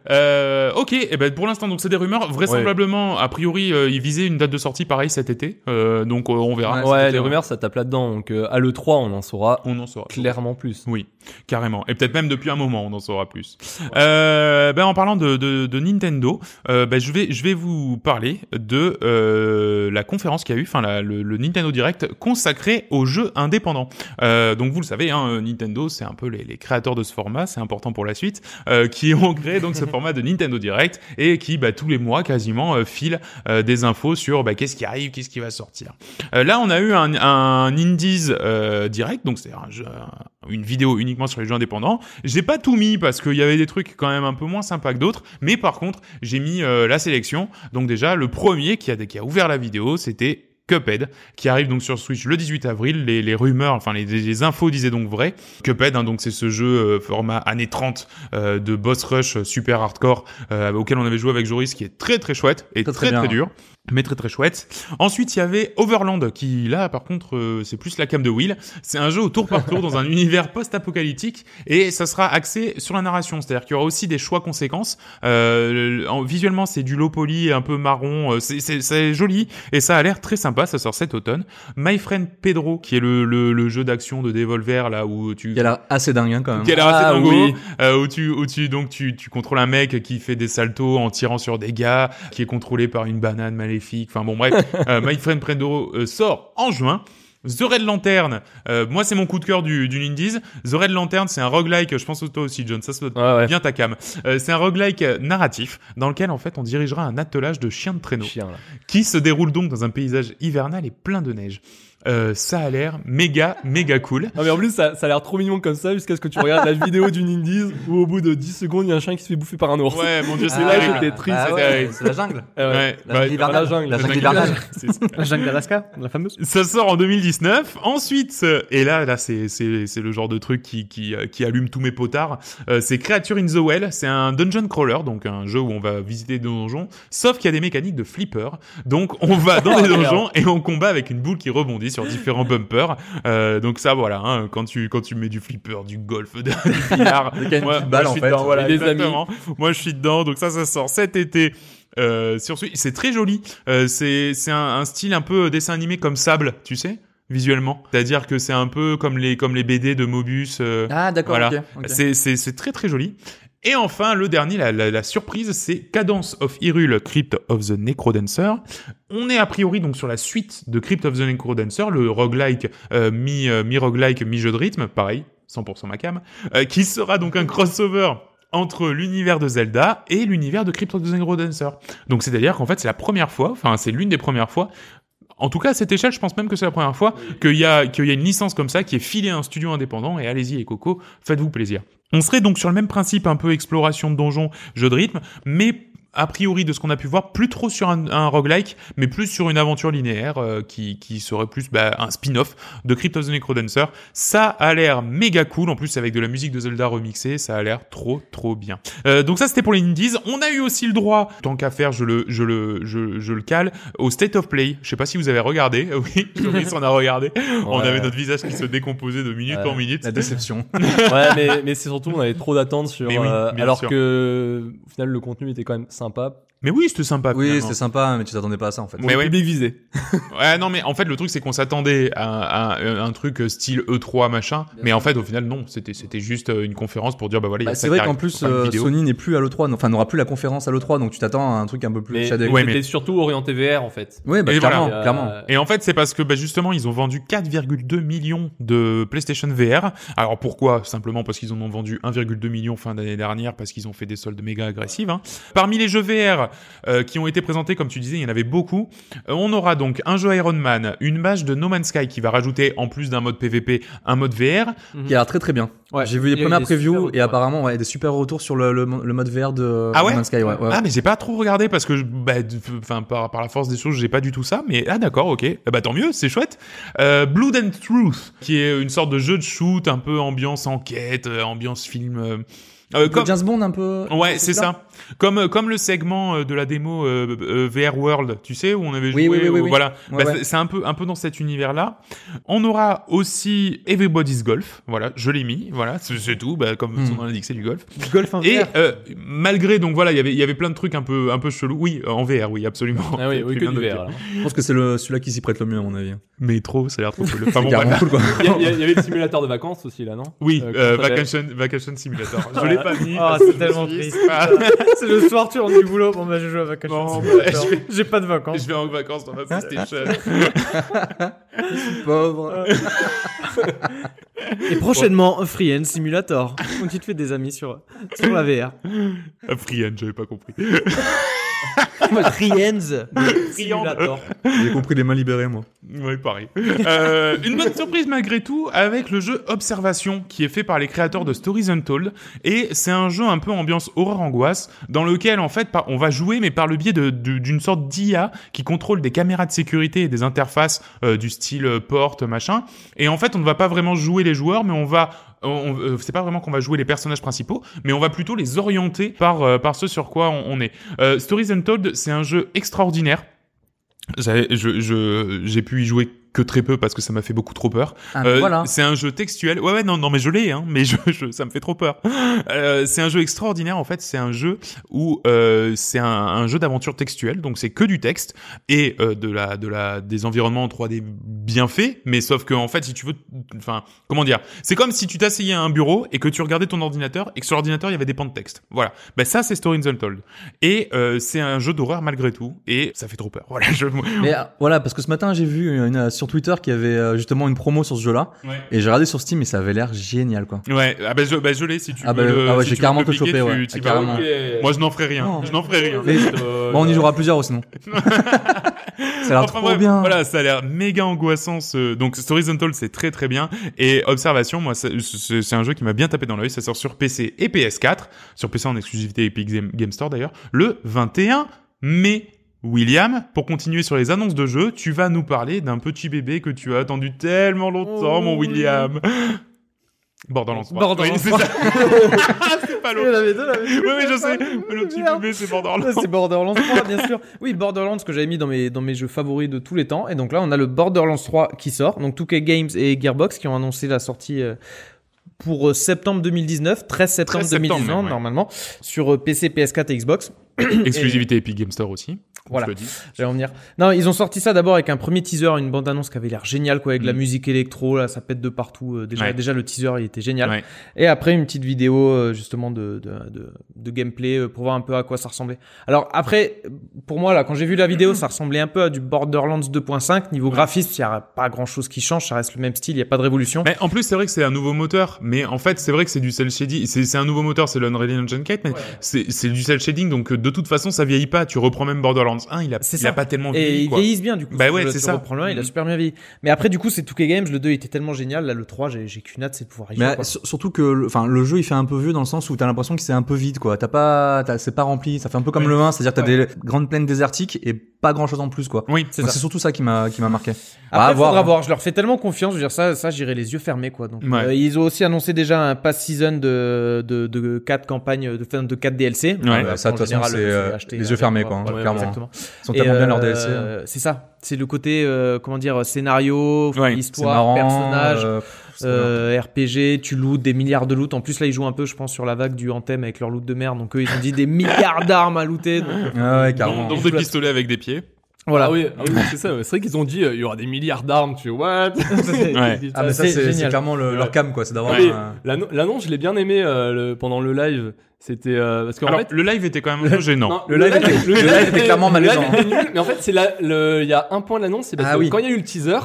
A: Euh, ok, et ben pour l'instant donc c'est des rumeurs. Vraisemblablement, a priori, euh, ils visaient une date de sortie pareil cet été, Euh, donc euh, on verra.
C: Ouais,
B: Ouais,
A: c'était-
B: les rumeurs ça tape là-dedans. Donc euh, à l'E3 on en saura
A: On en saura.
B: clairement plus.
A: Oui, carrément. Et peut-être même depuis un moment, on en saura plus. Euh, ben en parlant de, de, de Nintendo, euh, ben je vais je vais vous parler de euh, la conférence qu'il y a eu, enfin la- le, le Nintendo Direct consacré aux jeux indépendants. Euh, donc vous le savez, hein, euh, Nintendo, c'est un peu les, les créateurs de ce format, c'est important pour la suite, euh, qui ont [laughs] créé donc ce format de Nintendo Direct et qui bah, tous les mois quasiment euh, file euh, des infos sur bah, qu'est-ce qui arrive, qu'est-ce qui va sortir. Euh, là, on a eu un, un Indies euh, Direct, donc c'est un jeu- un- une vidéo uniquement sur les jeux indépendants. J'ai pas tout mis parce qu'il y avait des trucs quand même un peu moins sympas que d'autres, mais par contre, j'ai mis euh, la sélection. Donc déjà, le premier qui a, qui a ouvert la vidéo, c'était Cuphead, qui arrive donc sur Switch le 18 avril. Les, les rumeurs, enfin les, les infos disaient donc vrai. Cuphead, hein, donc c'est ce jeu euh, format années 30 euh, de boss rush euh, super hardcore euh, auquel on avait joué avec Joris, qui est très très chouette et
C: Très,
A: très
C: très
A: très,
C: bien.
A: dur, mais très très chouette. Ensuite, il y avait Overland, qui là par contre euh, c'est plus la cam de Will. C'est un jeu au tour par tour dans un [laughs] univers post-apocalyptique et ça sera axé sur la narration, c'est-à-dire qu'il y aura aussi des choix conséquences. Euh, en- visuellement, c'est du low poly, un peu marron, euh, c'est- c'est c'est joli et ça a l'air très sympa. Ça sort cet automne. My Friend Pedro, qui est le, le, le jeu d'action de Devolver là où tu
C: Il y a l'air assez dingue hein, quand même.
A: qui a l'air
B: Ah,
A: assez dingo,
B: oui.
A: euh, où tu, où tu, donc tu, tu contrôles un mec qui fait des saltos en tirant sur des gars, qui est contrôlé par une banane maléfique. Enfin bon, bref, euh, My Friend Prendo euh, sort en juin. The Red Lantern, euh, moi c'est mon coup de cœur du, du Indies. The Red Lantern, c'est un roguelike, je pense que toi aussi, John, ça se
B: Ouais, ouais.
A: bien ta cam. Euh, c'est un roguelike narratif dans lequel en fait on dirigera un attelage de chiens de traîneau
B: Chien, là.
A: qui se déroule donc dans un paysage hivernal et plein de neige. Euh, ça a l'air méga méga cool.
B: Non mais en plus ça, ça a l'air trop mignon comme ça jusqu'à ce que tu regardes la vidéo d'une indies où au bout de 10 secondes il y a un chien qui se fait bouffer par un ours.
A: Ouais, mon dieu, c'est
B: Ah,
A: vrai,
B: ouais.
A: j'étais triste.
C: Bah
A: c'était
C: ouais,
A: horrible.
C: c'est la jungle.
B: Eh ouais.
A: Ouais,
C: La
A: bah,
C: jungle hivernale.
B: la jungle. La
C: La jungle
A: jungle
C: hivernale.
A: [laughs] c'est ça.
D: [laughs] La jungle d'Alaska, la fameuse.
A: Ça sort en 2019. Ensuite, euh, et là, là, c'est c'est c'est le genre de truc qui qui euh, qui allume tous mes potards. Euh, c'est Creature in the Well. C'est un dungeon crawler, donc un jeu où on va visiter des donjons. Sauf qu'il y a des mécaniques de flipper. Donc on va [laughs] dans des donjons et on combat avec une boule qui rebondit sur différents bumpers. Euh, donc ça, voilà. hein, quand tu quand tu mets du flipper, du golf, de- du [laughs] billard,
C: Dès qu'il y a une
A: moi, moi,
C: petite balle,
A: je
C: en
A: suis
C: fait.
A: dedans, voilà,
B: Et des amis.
A: exactement. Moi, je suis dedans. Donc ça, ça sort cet été. Euh, sur Switch. c'est très joli. Euh, c'est c'est un, un style un peu dessin animé comme Sable, tu sais, visuellement. C'est-à-dire que c'est un peu comme les comme les BD de Mobius. euh,
C: Ah d'accord.
A: Voilà.
C: ok, ok.
A: C'est c'est c'est très très joli. Et enfin, le dernier, la, la, la surprise, c'est Cadence of Hyrule, Crypt of the Necrodancer. On est a priori donc sur la suite de Crypt of the Necrodancer, le roguelike, euh, mi, euh, mi-roguelike, mi-jeu de rythme, pareil, 100% ma cam, euh, qui sera donc un crossover entre l'univers de Zelda et l'univers de Crypt of the Necrodancer. Donc c'est-à-dire qu'en fait, c'est la première fois, enfin c'est l'une des premières fois, en tout cas à cette échelle, je pense même que c'est la première fois qu'il y, a, qu'il y a une licence comme ça qui est filée à un studio indépendant, et allez-y les cocos, faites-vous plaisir. On serait donc sur le même principe, un peu exploration de donjon, jeu de rythme, mais a priori de ce qu'on a pu voir, plus trop sur un, un roguelike, mais plus sur une aventure linéaire euh, qui, qui serait plus bah, un spin-off de Crypt of the Necrodancer. Ça a l'air méga cool, en plus avec de la musique de Zelda remixée, ça a l'air trop trop bien. Euh, donc ça c'était pour les indies. On a eu aussi le droit, tant qu'à faire, je le, je le, je, je le cale, au State of Play. Je sais pas si vous avez regardé. [laughs] Oui, Joris on a regardé. On
B: Ouais.
A: avait notre visage qui se décomposait de minute
B: Ouais.
A: en minute.
C: La déception.
B: ouais, mais, mais c'est surtout, on avait trop d'attentes sur.
A: Mais oui,
B: euh,
A: bien
B: alors
A: sûr.
B: que, au final, le contenu était quand même sympa.
A: Mais oui, c'était sympa.
C: oui,
A: finalement.
C: c'était sympa, mais tu t'attendais pas à ça en fait.
B: Pour
A: Mais
B: le
A: ouais.
B: public visé.
A: [laughs] Ouais, non, mais en fait, le truc, c'est qu'on s'attendait à, à un truc euh, style E3, machin.
B: Bien
A: mais
B: sûr.
A: en fait, au final, non. C'était, c'était juste euh, une conférence pour dire, bah voilà, il y a
C: Bah,
A: ça
C: c'est
A: qui
C: vrai
A: arrive,
C: qu'en plus,
A: pas de
C: euh,
A: vidéo.
C: Sony n'est plus à l'E3, enfin n'aura plus la conférence à l'E3, donc tu t'attends à un truc un peu plus
B: Mais
C: shadé.
B: c'était
A: Ouais, mais-
B: surtout orienté VR, en fait.
C: Ouais, bah,
A: Et voilà.
C: clairement,
B: Et, euh,
C: clairement.
A: Et en fait, c'est parce que bah, justement, ils ont vendu 4,2 millions de PlayStation VR. Alors pourquoi Simplement parce qu'ils en ont vendu 1,2 million fin d'année dernière, parce qu'ils ont fait des soldes méga agressives. hein. Parmi les jeux VR euh, qui ont été présentés, comme tu disais, il y en avait beaucoup. Euh, on aura donc un jeu Iron Man, une match de No Man's Sky qui va rajouter, en plus d'un mode PVP, un mode VR.
C: Qui a l'air très très bien.
D: Ouais.
C: J'ai vu
D: Il y
C: les
D: a eu
C: premières
D: des super
C: previews
D: retours,
C: et
D: ouais.
C: apparemment ouais, des super retours sur le, le, le mode VR de
A: Ah ouais
C: No Man's Sky. Ouais, ouais.
A: Ah mais j'ai pas trop regardé parce que je- bah, d- enfin par, par la force des choses j'ai pas du tout ça mais ah d'accord ok Ah bah tant mieux c'est chouette euh, Blood and Truth qui est une sorte de jeu de shoot un peu ambiance enquête euh, ambiance film euh, euh,
C: Un peu
A: comme
C: James Bond un peu.
A: ouais c'est
C: c'est
A: ça comme euh, comme le segment euh, de la démo euh, euh, VR World tu sais où on avait
C: Oui,
A: joué
C: oui, oui, oui,
A: où-
C: oui.
A: voilà
C: Ouais,
A: Bah,
C: ouais.
A: c'est- c'est un peu un peu dans cet univers là on aura aussi Everybody's Golf voilà je l'ai mis voilà c'est c'est tout bah, comme
C: Hmm.
A: son nom l'indique c'est du golf
D: Golf en
A: et
D: VR.
A: euh, malgré donc voilà, il y avait il y avait plein de trucs un peu un peu chelou. Oui, euh, en VR, oui, absolument.
B: Ah
A: [laughs]
B: oui,
A: Tu
B: oui, que
A: viens
B: du
A: de le
B: VR.
A: dire.
B: alors.
C: Je pense que c'est le celui-là qui s'y prête le mieux à mon avis.
A: Mais trop, ça a l'air trop
C: [laughs]
A: chelou. Enfin,
C: C'est
A: Ah bon, bah.
C: carrément
A: bref.
C: cool quoi.
B: Il y, a- il y a- il y avait le simulateur de vacances aussi, là, non
A: Oui,
B: Euh,
A: euh,
B: comment ça
A: vacation, vacation Simulator.
B: [laughs]
A: Je l'ai pas mis.
D: Ah,
A: parce que
D: c'est
A: je [laughs]
D: tellement
A: me suis dit,
D: triste.
A: c'est pas-
D: [laughs] c'est le soir, tu rentres du boulot. Bon, bah, je joue à Vacation
A: Bon, bah,
D: Simulator.
A: je vais-
D: J'ai pas de vacances.
A: Je vais en vacances dans ma
B: [laughs]
A: PlayStation.
C: Pauvre.
D: Et prochainement, un Free
A: [laughs]
D: Hand Simulator. Où tu te fais des amis sur, sur la VR.
A: Ah, Free End, j'avais pas compris.
D: Free Hands
A: [laughs]
D: Simulator.
C: J'ai compris les mains libérées moi.
A: Oui, pareil. [laughs] Euh, une bonne surprise malgré tout avec le jeu Observation qui est fait par les créateurs de Stories Untold et c'est un jeu un peu ambiance horreur angoisse dans lequel en fait par- on va jouer mais par le biais de- de- d'une sorte d'IA qui contrôle des caméras de sécurité et des interfaces euh, du style euh, porte machin et en fait on ne va pas vraiment jouer les joueurs mais on va on- on- euh, c'est pas vraiment qu'on va jouer les personnages principaux, mais on va plutôt les orienter par, euh, par ce sur quoi on, on est. Euh, Stories Untold, c'est un jeu extraordinaire j'avais- je- je- j'ai pu y jouer que très peu parce que ça m'a fait beaucoup trop peur.
C: Ah,
A: Euh,
C: voilà.
A: C'est un jeu textuel. Ouais, ouais, non, non, mais je l'ai, hein, mais je, je- ça me fait trop peur. Euh, c'est un jeu extraordinaire, en fait. C'est un jeu où euh, c'est un, un jeu d'aventure textuelle, donc c'est que du texte et euh, de la, de la, des environnements en 3D bien faits, mais sauf que, en fait, si tu veux, enfin, comment dire, c'est comme si tu t'asseyais à un bureau et que tu regardais ton ordinateur et que sur l'ordinateur il y avait des pans de texte. Voilà. Ben ça, c'est Stories Untold. Et euh, c'est un jeu d'horreur malgré tout, et ça fait trop peur. [laughs] Voilà, je,
C: Mais euh, voilà parce que ce matin j'ai vu une, euh, sur Twitter qu'il y avait euh, justement une promo sur ce jeu-là
A: Ouais.
C: et j'ai regardé sur Steam et ça avait l'air génial quoi.
A: Ouais, ah bah je, bah je l'ai si tu
C: Ah
A: veux.
C: bah,
A: le-
C: ah ouais,
A: si
C: j'ai
A: tu veux
C: carrément
A: le
C: te choper,
A: piquer, tu-
C: ouais.
A: tu
C: Ah,
A: y vas.
C: carrément.
A: Moi je n'en ferai rien.
C: Non.
A: Je n'en ferai rien.
C: Mais- Bon, on y jouera plusieurs sinon. ça a l'air
A: Enfin,
C: trop
A: bref,
C: bien.
A: Voilà, ça a l'air méga angoissant. ce- Donc Stories Untold, c'est très très bien. Et Observation, moi, ça- c'est c'est un jeu qui m'a bien tapé dans l'œil. Ça sort sur PC et PS4, sur PC en exclusivité Epic Game Game Store d'ailleurs, le 21 mai. William, pour continuer sur les annonces de jeux, tu vas nous parler d'un petit bébé que tu as attendu tellement longtemps,
D: Oh,
A: mon
D: oui.
A: William. Borderlands 3.
D: Borderlands
A: Oui, c'est
D: 3. [laughs]
A: ça. Ah, c'est pas
D: Il
A: l'autre.
D: y en avait deux, là. mais-
A: Oui, oui, je sais.
D: Merde.
A: Le petit bébé, c'est Borderlands.
D: Ouais, C'est Borderlands 3, bien sûr. [laughs] Oui, Borderlands que j'avais mis dans mes, dans mes jeux favoris de tous les temps. Et donc là, on a le Borderlands 3 qui sort. Donc 2K Games et Gearbox qui ont annoncé la sortie euh, pour euh, septembre 2019, 13 septembre
A: 13 septembre
D: 2019,
A: même, ouais.
D: normalement, sur euh, PC, PS4 et Xbox.
A: Exclusivité Epic Game Store aussi.
D: Voilà.
A: Je le dis.
D: J'allais en venir. Non, ils ont sorti ça d'abord avec un premier teaser, une bande-annonce qui avait l'air géniale, quoi, avec de la
A: Mm.
D: musique électro, là, ça pète de partout. euh, déjà,
A: Ouais.
D: déjà, le teaser, il était génial.
A: Ouais.
D: Et après, une petite vidéo, euh, justement, de, de, de, de gameplay euh, pour voir un peu à quoi ça ressemblait. Alors, après, euh, pour moi, là, quand j'ai vu la vidéo, ça ressemblait un peu à du Borderlands 2.5. Niveau graphisme, il n'y a pas grand-chose qui change, ça reste le même style, il n'y a pas de révolution.
A: Mais en plus, c'est vrai que c'est un nouveau moteur. Mais en fait, c'est vrai que c'est du cel shading. C'est c'est un nouveau moteur, c'est l'Unreal Engine 4, mais c'est c'est du cel shading. Donc, euh, de toute façon, ça vieillit pas. Tu reprends même Borderlands Borderlands 1, il a,
D: C'est
A: il a
D: ça.
A: pas tellement
D: Et
A: vieilli,
D: ils
A: quoi.
D: vieillissent bien du coup.
A: Bah
D: Si tu
A: ouais,
D: le-
A: c'est
D: tu
A: ça.
D: reprends le 1, il a
A: Mhm.
D: super bien vieilli. Mais après, du coup, c'est 2K Games. Le 2 était tellement génial. Là, le 3, j'ai j'ai qu'une hâte, c'est de pouvoir y jouer.
C: Mais
D: quoi.
C: sur- surtout que, le- enfin, le jeu il fait un peu vieux dans le sens où t'as l'impression que c'est un peu vide, quoi. T'as pas, t'as- c'est pas rempli. Ça fait un peu comme
A: Ouais.
C: le 1, c'est-à-dire que t'as des grandes plaines désertiques et pas grand chose en plus, quoi.
A: Oui,
D: C'est
C: Donc,
D: ça.
C: C'est surtout ça qui m'a, qui m'a marqué.
D: Après,
C: À voir,
D: faudra
C: hein.
D: voir. Je leur fais tellement confiance. Je veux dire, ça, ça j'irai les yeux fermés, quoi. Donc,
A: Ouais.
D: euh, ils ont aussi annoncé déjà un pass season de, de, de 4 campagnes, de, enfin, de 4 DLC.
A: Ouais.
D: Euh,
C: bah, Ça, de
D: en
C: toute façon,
D: général,
C: c'est,
D: le-
C: euh,
D: acheté,
C: les
D: euh,
C: yeux fermés, quoi, hein,
D: voilà,
C: clairement.
D: Exactement.
C: Ils sont tellement
D: Et,
C: bien leurs
D: euh,
C: DLC. hein.
D: C'est ça. C'est le côté, euh, comment dire, scénario,
A: Ouais,
C: C'est
D: histoire,
C: marrant.
D: personnage.
C: euh, pff, c'est
D: Euh, RPG, tu lootes des milliards de loot. En plus, là, ils jouent un peu, je pense, sur la vague du Anthem avec leur loot de merde. Donc, eux, ils ont dit des milliards d'armes à looter. Donc,
C: bien. Ah ouais,
A: donc,
C: carrément.
A: donc des pistolets avec des pieds.
D: voilà.
B: Ah oui, ah oui, c'est ça. ouais. C'est vrai qu'ils ont dit euh, il y aura des milliards d'armes. Tu vois what [laughs]
C: [laughs]
A: Ouais.
C: Ah, mais ça,
D: C'est
C: c'est,
D: génial.
C: c'est clairement le- leur cam, quoi. C'est d'avoir
A: Ouais.
C: un-
B: L'annon- L'annonce, je l'ai bien aimé euh, le- pendant le live. C'était euh, parce qu'en
A: Alors,
B: fait,
A: le live était quand même un peu gênant.
B: non,
C: Le live était- le live était clairement
B: le live
C: malaisant.
B: était nul, mais en fait, c'est la- le- il y a un point de l'annonce, c'est parce
C: Ah
B: que
C: oui.
B: quand il y a eu le teaser,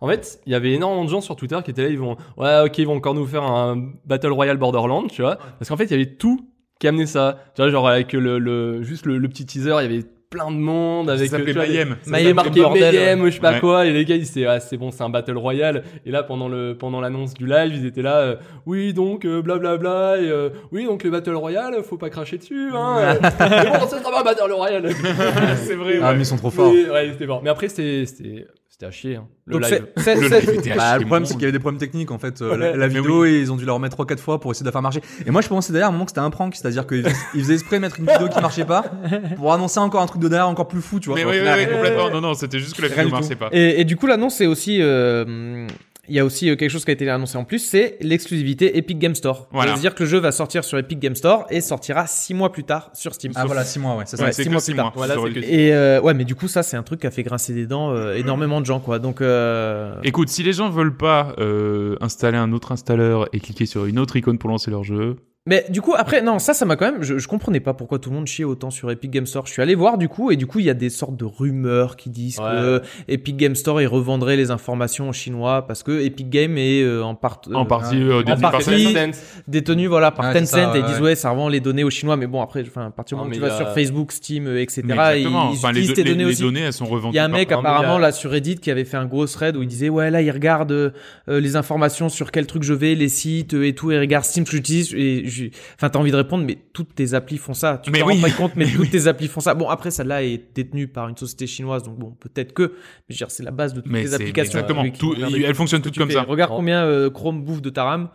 B: en fait, il y avait énormément de gens sur Twitter qui étaient là, ils vont, ouais, ok, ils vont encore nous faire un Battle Royale Borderlands, tu vois, parce qu'en fait, il y avait tout qui amenait ça, tu vois, genre avec le, le- juste le, le petit teaser, il y avait plein de monde
A: Ça
B: avec.
A: s'appelait
B: tu vois,
A: Mayhem.
B: Ça
D: Mayhem,
B: s'est marqué
D: le bordel,
B: Mayhem, je sais pas
A: Ouais.
B: quoi, et les gars ils disaient ah c'est bon c'est un battle royale et là pendant le pendant l'annonce du live ils étaient là euh, oui donc euh, blablabla et, euh, oui donc le battle royale faut pas cracher dessus hein euh, mais bon ça sera pas un battle royale
A: c'est vrai.
C: Ah, mais ils sont trop forts.
B: Mais, ouais, c'était fort mais après c'était c'était c'était à chier hein, le
D: Donc,
B: live
D: c'est- [laughs] c'est-
A: Le
D: c'est-
A: live était
C: Bah,
A: acheté
C: le problème, c'est
A: monde.
C: qu'il y avait des problèmes techniques en fait. Euh,
B: Ouais.
C: la, la
A: Mais
C: vidéo, et ils ont dû la remettre 3-4 fois pour essayer de la faire marcher. Et moi, je pensais d'ailleurs à un moment que c'était un prank, c'est-à-dire qu'ils ils faisaient exprès de mettre une vidéo qui marchait pas pour annoncer encore un truc de derrière encore plus fou, tu vois.
A: Mais
C: Au
A: oui, oui,
C: final,
A: oui,
C: rien.
A: complètement. Non, non, c'était juste que la
C: Rien
A: vidéo
C: du tout.
A: marchait pas.
D: Et, et du coup, l'annonce, c'est aussi. euh, Il y a aussi euh, quelque chose qui a été annoncé en plus, c'est l'exclusivité Epic Game Store.
A: Voilà.
D: C'est-à-dire que le jeu va sortir sur Epic Game Store et sortira six mois plus tard sur Steam.
C: Ah voilà, 6 mois, ouais, c'est ça.
A: Ouais,
D: Ouais,
A: c'est
D: six
A: que
D: mois
A: 6
D: plus tard.
A: mois.
B: Voilà,
A: Sur
B: c'est
A: le-
B: que-
D: Et euh, ouais, mais du coup, ça, c'est un truc qui a fait grincer des dents euh, énormément de gens, quoi. Donc, euh,
A: Écoute, si les gens veulent pas euh, installer un autre installeur et cliquer sur une autre icône pour lancer leur jeu,
D: Mais du coup, après, non, ça, ça m'a quand même. Je, je comprenais pas pourquoi tout le monde chiait autant sur Epic Game Store. Je suis allé voir du coup, et du coup, il y a des sortes de rumeurs qui disent
B: Ouais.
D: que Epic Game Store, ils revendraient les informations aux Chinois parce que Epic Game est euh, en, part,
A: en
D: euh,
A: partie euh,
B: Ah,
A: détenu
B: par
A: par
D: partie-
A: Tencent.
B: Tencent.
D: détenu voilà, par
C: Ouais, c'est
D: Tencent,
C: ça, ouais,
D: et ils disent
C: ouais.
D: ouais, ça revend les données aux Chinois. Mais bon, après, enfin, à partir du
B: Non,
D: moment où tu
B: mais
D: vas
B: il y a-
D: sur Facebook, Steam, euh, etc.,
A: Mais
D: ils,
A: Exactement.
D: ils
A: Enfin, les,
D: utilisent
A: do-
D: tes
A: les-
D: données
A: les
D: aussi.
A: données, elles sont revendues.
D: Il y a un
A: par-
D: mec
B: Non, mais
D: apparemment
B: il y a-
D: là sur Reddit qui avait fait un gros thread où il disait ouais là il regarde euh, euh, les informations sur quel truc je vais, les sites euh, et tout, et il regarde Steam que j'utilise et j'ai- enfin t'as envie de répondre mais toutes tes applis font ça. Tu
A: [laughs] Mais
D: t'en
A: oui.
D: rends pas compte mais, toutes tes applis font ça. Bon après celle-là est détenue par une société chinoise donc bon peut-être que mais je veux dire c'est la base de toutes
A: Mais
D: les
A: c'est
D: applications.
A: exactement.
D: Lui qui
A: Tout-
D: regarde-
A: elles fonctionnent toutes
D: tu
A: comme
D: fais,
A: ça.
D: Regarde combien euh, Chrome bouffe de
A: [laughs]
D: ta RAM.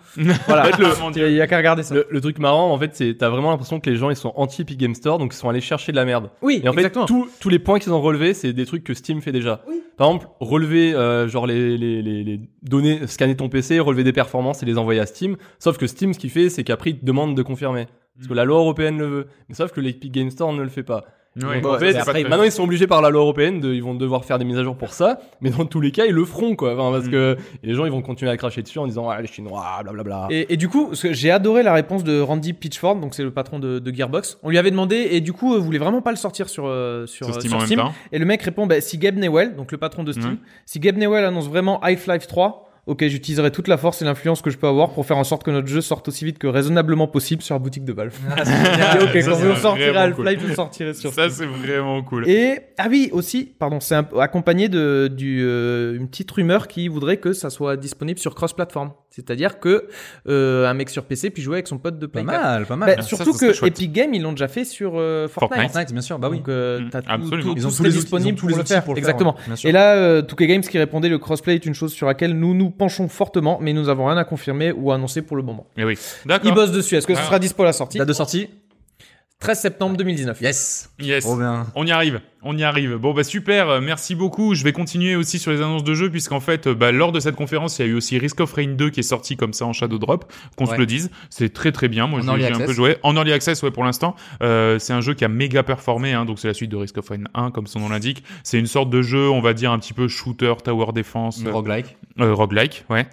D: voilà. Il y a qu'à regarder ça.
B: Le, le truc marrant, en fait, c'est t'as vraiment l'impression que les gens ils sont anti Epic Game Store, donc ils sont allés chercher de la merde.
D: Oui,
B: Et en fait,
D: exactement.
B: tous- tous les points qu'ils ont relevés, c'est des trucs que Steam fait déjà. Par exemple, relever euh, genre les, les, les, les données, scanner ton PC, relever des performances et les envoyer à Steam. Sauf que Steam, ce qu'il fait, c'est qu'après, il te demande de confirmer. Parce que la loi européenne le veut. Mais sauf que l'Epic Game Store ne le fait pas. Donc, en
D: Hmm. Ouais,
B: fait,
D: c'est après,
B: après, maintenant, ils sont obligés par la loi européenne, de, ils vont devoir faire des mises à jour pour ça. Mais dans tous les cas, ils le feront, quoi. Enfin,
D: Hmm.
B: parce
A: Mm.
B: que les gens, ils vont continuer à cracher dessus en disant, ah, les Chinois, blablabla.
D: Et, et du coup, parce que j'ai adoré la réponse de Randy Pitchford, donc c'est le patron de, de Gearbox. On lui avait demandé, et du coup, euh, voulait vraiment pas le sortir sur, euh, sur,
A: Sur
D: euh,
A: Steam
D: sur
A: en même
D: Steam.
A: temps. Mhm.
D: Et le mec répond, bah, si Gabe Newell, donc le patron de Steam,
A: Ouais.
D: si Gabe Newell annonce vraiment Half-Life 3, ok, j'utiliserai toute la force et l'influence que je peux avoir pour faire en sorte que notre jeu sorte aussi vite que raisonnablement possible sur la boutique de Valve. [laughs]
A: Ah,
D: Et ok,
A: Ça,
D: quand
A: c'est
D: on sortirait
A: vraiment cool.
D: Half-Life, je sortirai sur
A: Ça,
D: Steam.
A: c'est vraiment cool.
D: Et ah oui aussi, pardon, c'est un- accompagné de du, euh, une petite rumeur qui voudrait que ça soit disponible sur cross-platform, c'est-à-dire que euh, un mec sur PC puis jouer avec son pote de
C: Pas
D: Play 4.
C: mal, pas
D: Bah,
C: mal.
D: surtout
A: ça serait
D: que
A: chouette.
D: Epic Games ils l'ont déjà fait sur euh, Fortnite.
A: Fortnite.
C: Fortnite, bien sûr, bah oui.
D: Donc euh,
A: Mm,
D: t'as tout,
A: absolument.
D: tout-
C: Ils ont
D: tout
C: tous
D: est
C: les outils, ils ont
D: disponible
C: tous les
D: pour le
C: outils
D: faire.
C: pour le faire,
D: Exactement.
C: ouais, bien sûr.
D: Et là, euh, 2K Games qui répondait le crossplay est une chose sur laquelle nous nous penchons fortement, mais nous n'avons rien à confirmer ou à annoncer pour le moment.
A: Mais oui.
D: Ils
A: D'accord.
D: bossent dessus. Est-ce que ce
A: Ah.
D: sera dispo à la sortie
C: Date de sortie
D: 13 septembre 2019.
C: Yes.
A: Yes.
C: Trop bien.
A: On y arrive, on y arrive. Bon bah super, euh, merci beaucoup. Je vais continuer aussi sur les annonces de jeux puisqu'en fait, euh, bah, lors de cette conférence, il y a eu aussi Risk of Rain 2 qui est sorti comme ça en Shadow Drop. Qu'on se
C: Ouais.
A: le dise, c'est très très bien. Moi,
C: En
A: j'ai
C: early
A: j'ai un
C: access.
A: peu joué en early access, ouais, pour l'instant. Euh, c'est un jeu qui a méga performé, hein, donc c'est la suite de Risk of Rain 1 comme son nom l'indique. C'est une sorte de jeu, on va dire un petit peu shooter, tower defense,
C: Roguelike.
A: euh, roguelike, ouais.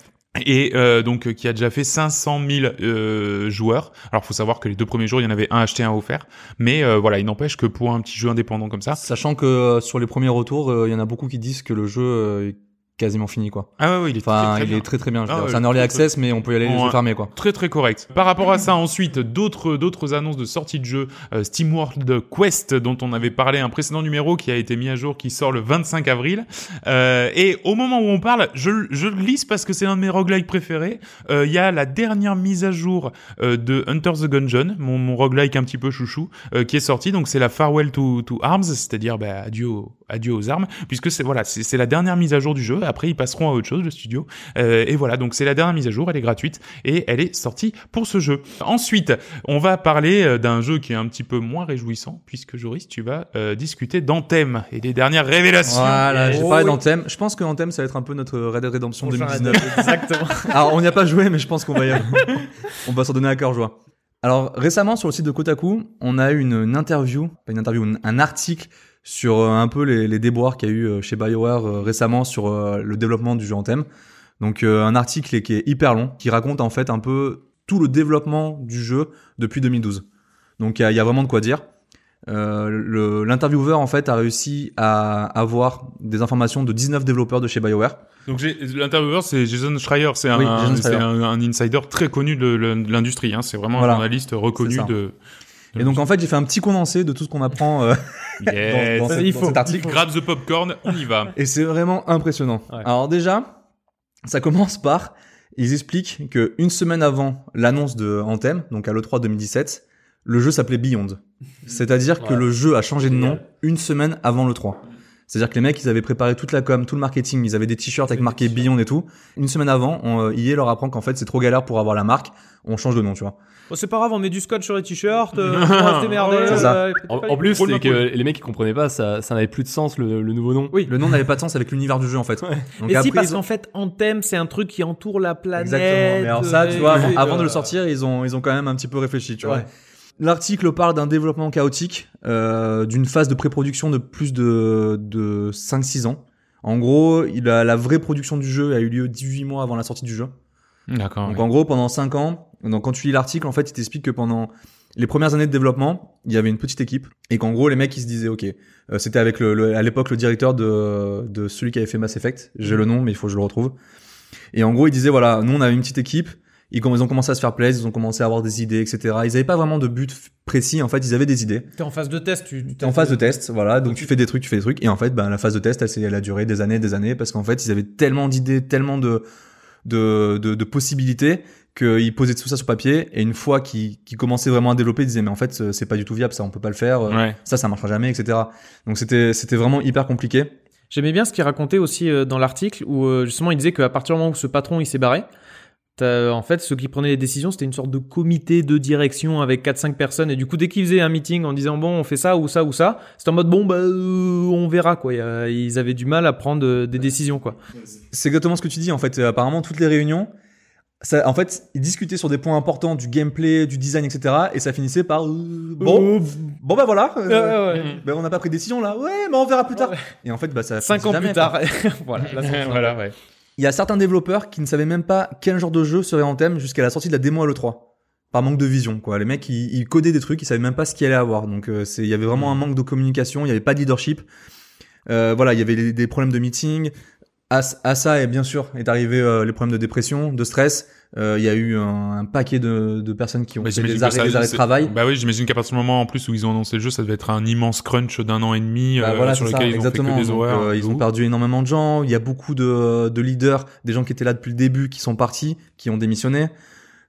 A: Et euh, donc euh, qui a déjà fait 500 000 euh, joueurs. Alors faut savoir que les deux premiers jours, il y en avait un acheté, un offert. Mais euh, voilà, il n'empêche que pour un petit jeu indépendant comme ça,
C: Sachant que euh, sur les premiers retours, euh, il y en a beaucoup qui disent que le jeu euh, quasiment fini, quoi.
A: Ah ouais, ouais, il est
C: Enfin,
A: très, très
C: il
A: bien.
C: est très très bien. je veux
A: Ah
C: dire.
A: ouais,
C: c'est un early
A: très,
C: access, mais on peut y aller les
A: Bon,
C: yeux
A: ouais.
C: fermés, quoi.
A: Très très correct. Par rapport à ça, ensuite, d'autres d'autres annonces de sortie de jeu. Euh, Steam World Quest, dont on avait parlé un précédent numéro qui a été mis à jour, qui sort le 25 avril. Euh, et au moment où on parle, je, je le glisse parce que c'est l'un de mes roguelikes préférés. Euh, Il y a la dernière mise à jour euh, de Hunter the Gungeon, mon, mon roguelike un petit peu chouchou, euh, qui est sorti. Donc c'est la Farewell to, to Arms, c'est-à-dire bah, adieu, aux- adieu aux armes, puisque c'est voilà, c'est c'est la dernière mise à jour du jeu. Après, ils passeront à autre chose, le studio. Euh, et voilà, donc c'est la dernière mise à jour, elle est gratuite et elle est sortie pour ce jeu. Ensuite, on va parler euh, d'un jeu qui est un petit peu moins réjouissant puisque Joris, tu vas euh, discuter d'Anthem et des dernières révélations.
C: Voilà, j'ai
D: Oh
C: parlé
D: oui.
C: d'Anthem. Je pense que Anthem, ça va être un peu notre Red Dead Redemption
D: Bonjour,
C: 2019.
D: Adam.
C: [laughs]
D: Exactement.
C: Alors, on n'y a pas joué, mais je pense qu'on va y on va s'en donner à cœur joie. Alors, récemment, sur le site de Kotaku, on a eu une, une interview, pas une interview, une- un article sur euh, un peu les, les déboires qu'il y a eu euh, chez BioWare euh, récemment sur euh, le développement du jeu Anthem. Donc, euh, un article qui est hyper long, qui raconte en fait un peu tout le développement du jeu depuis 2012. Donc, il y, a- il y a vraiment de quoi dire. Euh, le- L'intervieweur en fait a réussi à avoir des informations de 19 développeurs de chez BioWare.
A: Donc j'ai- l'intervieweur c'est Jason Schreier, c'est
C: Oui,
A: un,
C: Jason
A: c'est
C: Schreier.
A: un- un insider très connu de, le- de l'industrie. hein. C'est vraiment
C: Voilà.
A: un journaliste
C: C'est
A: reconnu
C: ça.
A: de.
C: Et donc en fait j'ai fait un petit condensé de tout ce qu'on apprend euh,
A: Yes.
C: [laughs] dans, dans cette-
D: Il
C: dans
D: faut.
C: cet article.
A: Grab the popcorn, on y va.
C: Et c'est vraiment impressionnant.
B: Ouais.
C: Alors déjà, ça commence par, ils expliquent que une semaine avant l'annonce de Anthem, donc à l'E3 2017, le jeu s'appelait Beyond. C'est-à-dire que
B: Ouais.
C: le jeu a changé de nom
B: Génial.
C: une semaine avant l'E3. C'est-à-dire que les mecs, ils avaient préparé toute la com, tout le marketing, ils avaient des t-shirts avec
B: Des
C: marqué
B: t-shirts.
C: Beyond et tout. Une semaine avant, on, euh, EA leur apprend qu'en fait c'est trop galère pour avoir la marque, on change de nom, tu vois.
D: Bon, c'est pas grave, on met du scotch sur les
C: [laughs]
D: t-shirts, euh, on va se démerder.
A: Ouais,
C: c'est ça.
D: euh,
B: En, en plus,
A: Drôle,
B: c'est
A: ma
B: que
A: poule.
B: les mecs qui comprenaient pas, ça, ça n'avait plus de sens le, le nouveau nom.
D: Oui.
C: Le nom n'avait pas de sens avec l'univers du jeu en fait.
B: Ouais.
C: Donc
D: Et
C: après,
D: si, parce
C: ils ont-
D: qu'en fait, Anthem, c'est un truc qui entoure la planète.
C: Exactement. Mais alors ça, tu
D: euh,
C: vois,
D: et,
C: avant, avant
D: euh,
C: de le sortir, ils ont, ils ont quand même un petit peu réfléchi, tu vois.
D: Ouais.
C: L'article parle d'un développement chaotique, euh, d'une phase de pré-production de plus de, de 5-6 ans. En gros, il a, la vraie production du jeu a eu lieu 18 mois avant la sortie du jeu.
A: [laughs] D'accord.
C: Donc en gros, pendant 5 ans, donc quand tu lis l'article, en fait, il t'explique que pendant les premières années de développement, il y avait une petite équipe et qu'en gros, les mecs, ils se disaient, ok, euh, c'était avec le, le- à l'époque le directeur de, de celui qui avait fait Mass Effect, j'ai le nom, mais il faut que je le retrouve. Et en gros, ils disaient, voilà, nous, on avait une petite équipe, ils, com- ils ont commencé à se faire plaisir, ils ont commencé à avoir des idées, etc. Ils n'avaient pas vraiment de but f- précis, en fait, ils avaient des idées.
D: T'es en phase de test, tu
C: T'es en phase de test, voilà, donc tu fais des trucs, tu fais des trucs, et en fait, ben, la phase de test, elle, s'est- elle a duré des années, des années, parce qu'en fait, ils avaient tellement d'idées, tellement de, de, de, de possibilités, qu'ils posaient tout ça sur papier, et une fois qu'ils qu'ils commençaient vraiment à développer, ils disaient, mais en fait, c'est- c'est pas du tout viable, ça, on peut pas le faire, euh,
A: Ouais.
C: ça, ça marchera jamais, etc. Donc c'était c'était vraiment hyper compliqué.
D: J'aimais bien ce qu'il racontait aussi euh, dans l'article où euh, justement il disait qu'à partir du moment où ce patron il s'est barré, t'as- euh, en fait ceux qui prenaient les décisions c'était une sorte de comité de direction avec 4-5 personnes et du coup dès qu'ils faisaient un meeting en disant bon on fait ça ou ça ou ça, c'était en mode bon bah euh, on verra quoi. Il y a- Ils avaient du mal à prendre euh, des décisions quoi.
C: C'est exactement ce que tu dis, en fait, Euh, apparemment, toutes les réunions, ça, en fait, ils discutaient sur des points importants du gameplay, du design, etc., et ça finissait par, euh, bon, bon, bah voilà, euh, Ben, on n'a pas pris de décision là. Ouais, mais on verra plus tard. Et en fait, bah, ça.
D: 5
C: finit
D: ans
C: jamais,
D: plus
C: quoi.
D: tard, [laughs] voilà.
A: [laughs]
D: là, c'est-
A: voilà, ouais.
C: Il y a certains développeurs qui ne savaient même pas quel genre de jeu serait en thème jusqu'à la sortie de la démo à l'E3. Par manque de vision, quoi. Les mecs, ils, ils codaient des trucs, ils savaient même pas ce qu'il allait avoir. Donc, euh, c'est, il y avait vraiment un manque de communication, il y avait pas de leadership. Euh, voilà, il y avait les- des problèmes de meeting. À, c- à ça, et bien sûr, est arrivé euh, les problèmes de dépression, de stress. Euh, il y a eu un, un paquet de, de personnes qui ont
A: Bah,
C: fait
A: j'imagine
C: des
A: que
C: arrêts,
A: ça-
C: des arrêts de
A: c'est-
C: travail.
A: Bah oui, j'imagine qu'à partir du moment en plus où ils ont annoncé le jeu, ça devait être un immense crunch d'un an et demi
C: Bah
A: euh,
C: voilà,
A: sur
C: c'est
A: lequel
C: ça,
A: ils ont
C: exactement.
A: fait que des
C: Donc,
A: horaires.
C: euh, ils ont perdu énormément de gens. Il y a beaucoup de, de leaders, des gens qui étaient là depuis le début, qui sont partis, qui ont démissionné.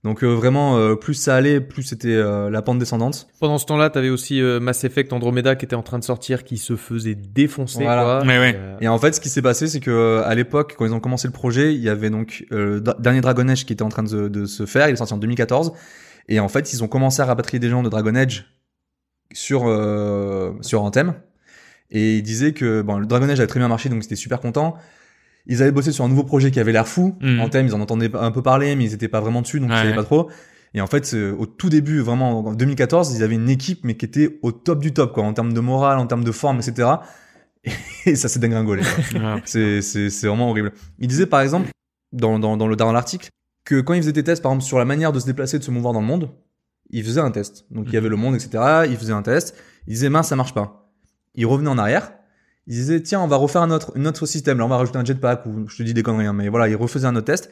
C: Donc euh, vraiment, euh, plus ça allait, plus c'était euh, la pente descendante.
D: Pendant ce temps-là, t'avais aussi euh, Mass Effect Andromeda qui était en train de sortir, qui se faisait défoncer.
C: Voilà.
D: quoi.
A: Mais ouais.
D: Euh,
C: Et en fait, ce qui s'est passé, c'est que euh, à l'époque, quand ils ont commencé le projet, il y avait donc euh, le da- dernier Dragon Age qui était en train de, se- de se faire. Il est sorti en 2014. Et en fait, ils ont commencé à rapatrier des gens de Dragon Age sur euh, sur Anthem. Et ils disaient que bon, le Dragon Age avait très bien marché, donc c'était super content. Ils avaient bossé sur un nouveau projet qui avait l'air fou.
A: Mhm.
C: Anthem, ils en entendaient un peu parler, mais ils étaient pas vraiment dessus, donc
A: Ouais,
C: ils savaient
A: ouais.
C: pas trop. Et en fait, euh, au tout début, vraiment en 2014, ils avaient une équipe, mais qui était au top du top, quoi, en termes de morale, en termes de forme, etc. Et [laughs] ça s'est dégringolé. quoi.
A: Ah,
C: [laughs] C'est, c'est, c'est vraiment horrible. Il disait par exemple, dans, dans, dans, le, dans l'article, que quand il faisait des tests, par exemple, sur la manière de se déplacer, de se mouvoir dans le monde, il faisait un
A: Mhm.
C: test. Donc il y avait le monde, etc. Il faisait un test. Il disait, mince, ça marche pas. Il revenait en arrière. Ils disaient, tiens, on va refaire un autre, un autre système. Là, on va rajouter un jetpack ou je te dis des conneries, hein, mais voilà, ils refaisaient un autre test.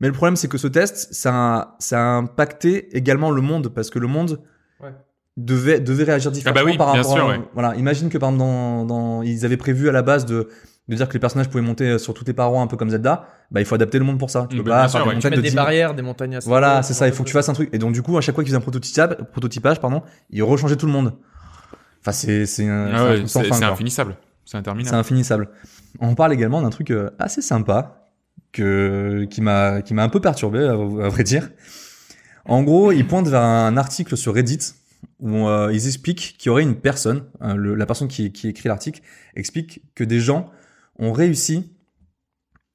C: Mais le problème, c'est que ce test, ça a, ça a impacté également le monde parce que le monde
D: Ouais.
C: devait, devait réagir différemment
A: Ah bah oui,
C: par
A: bien
C: rapport
A: sûr,
C: à-
A: ouais.
C: Voilà, imagine que par exemple, dans, dans- ils avaient prévu à la base de, de dire que les personnages pouvaient monter euh, sur toutes les parois un peu comme Zelda. Bah, il faut adapter le monde pour ça. Tu
A: Mm,
C: peux
A: bah,
C: pas
A: bien
C: faire
A: sûr,
C: des
A: ouais.
D: Tu
C: montagnes
D: mets
C: de
D: des
C: 10
D: barrières, des montagnes à saut,
C: voilà,
D: ce
C: c'est ça,
D: genre
C: il
D: de
C: faut que tu
D: trucs.
C: fasses un truc. Et donc, du coup, à chaque fois qu'ils faisaient un prototypage, prototypage pardon, ils rechangeaient tout le monde. Enfin, c'est c'est un-
A: Ah
C: c'est un
A: ouais,
C: truc sans
A: c'est
C: fin,
A: c'est
C: quoi.
A: infinissable. C'est
C: C'est
A: interminable.
C: infinissable. On parle également d'un truc euh, assez sympa que, qui m'a qui m'a un peu perturbé, à, à vrai dire. En gros, ils pointent vers un article sur Reddit où euh, ils expliquent qu'il y aurait une personne, euh, le- la personne qui, qui écrit l'article, explique que des gens ont réussi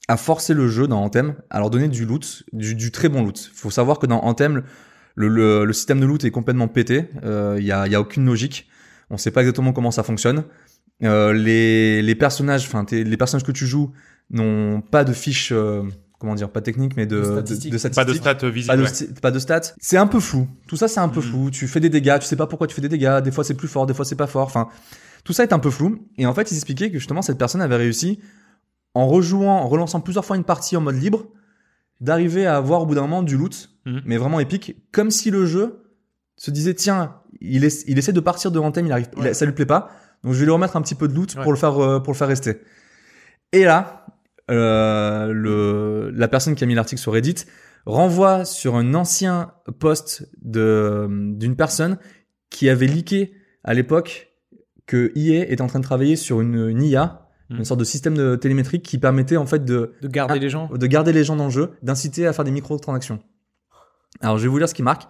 C: à forcer le jeu dans Anthem, à leur donner du loot, du, du très bon loot. faut savoir que dans Anthem, le, le, le système de loot est complètement pété, il n'y a, y a aucune logique, on sait pas exactement comment ça fonctionne. Euh, les, les personnages, enfin t'es- les personnages que tu joues n'ont pas de fiche, euh, comment dire, pas technique, mais de,
D: De
C: de,
D: statistiques.
C: de
A: Pas de
C: statistiques
A: stats euh,
C: pas
A: visibles.
C: de,
A: ouais.
C: sti- pas de stats. C'est un peu flou. Tout ça, c'est un peu
D: Mm.
A: Mhm.
C: flou. Tu fais des dégâts, tu sais pas pourquoi tu fais des dégâts. Des fois, c'est plus fort, des fois, c'est pas fort. Enfin, tout ça est un peu flou. Et en fait, ils expliquaient que justement, cette personne avait réussi, en rejouant, en relançant plusieurs fois une partie en mode libre, d'arriver à avoir au bout d'un moment du loot,
D: Mm.
A: Mhm.
C: mais vraiment épique, comme si le jeu se disait tiens, il, ess- il essaie de partir de Anthem, il arrive, il a-
D: Ouais.
C: ça lui plaît pas, donc je vais lui remettre un petit peu de loot
D: Ouais.
C: pour le faire euh, pour le faire rester. Et là, euh, le, la personne qui a mis l'article sur Reddit renvoie sur un ancien post de d'une personne qui avait leaké à l'époque que EA était en train de travailler sur une, une IA,
A: Mhm.
C: une sorte de système de télémétrique qui permettait en fait de
D: De garder
C: Ah.
D: les gens.
C: de garder les gens dans le jeu, d'inciter à faire des microtransactions. Alors je vais vous lire ce qu'il marque.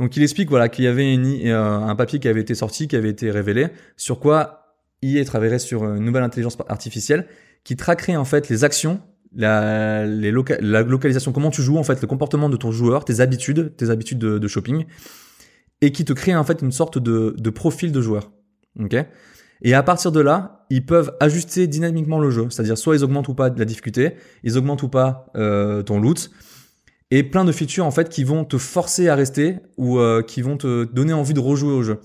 C: Donc il explique voilà qu'il y avait une i- euh, un papier qui avait été sorti, qui avait été révélé, sur quoi IA travaillerait sur une nouvelle intelligence par- artificielle qui traquerait en fait les actions, la, les loca- la localisation, comment tu joues en fait, le comportement de ton joueur, tes habitudes, tes habitudes de, de shopping, et qui te crée en fait une sorte de, de profil de joueur. Ok et à partir de là, ils peuvent ajuster dynamiquement le jeu, c'est-à-dire soit ils augmentent ou pas la difficulté, ils augmentent ou pas euh, ton loot et plein de features en fait qui vont te forcer à rester ou euh, qui vont te donner envie de rejouer au jeu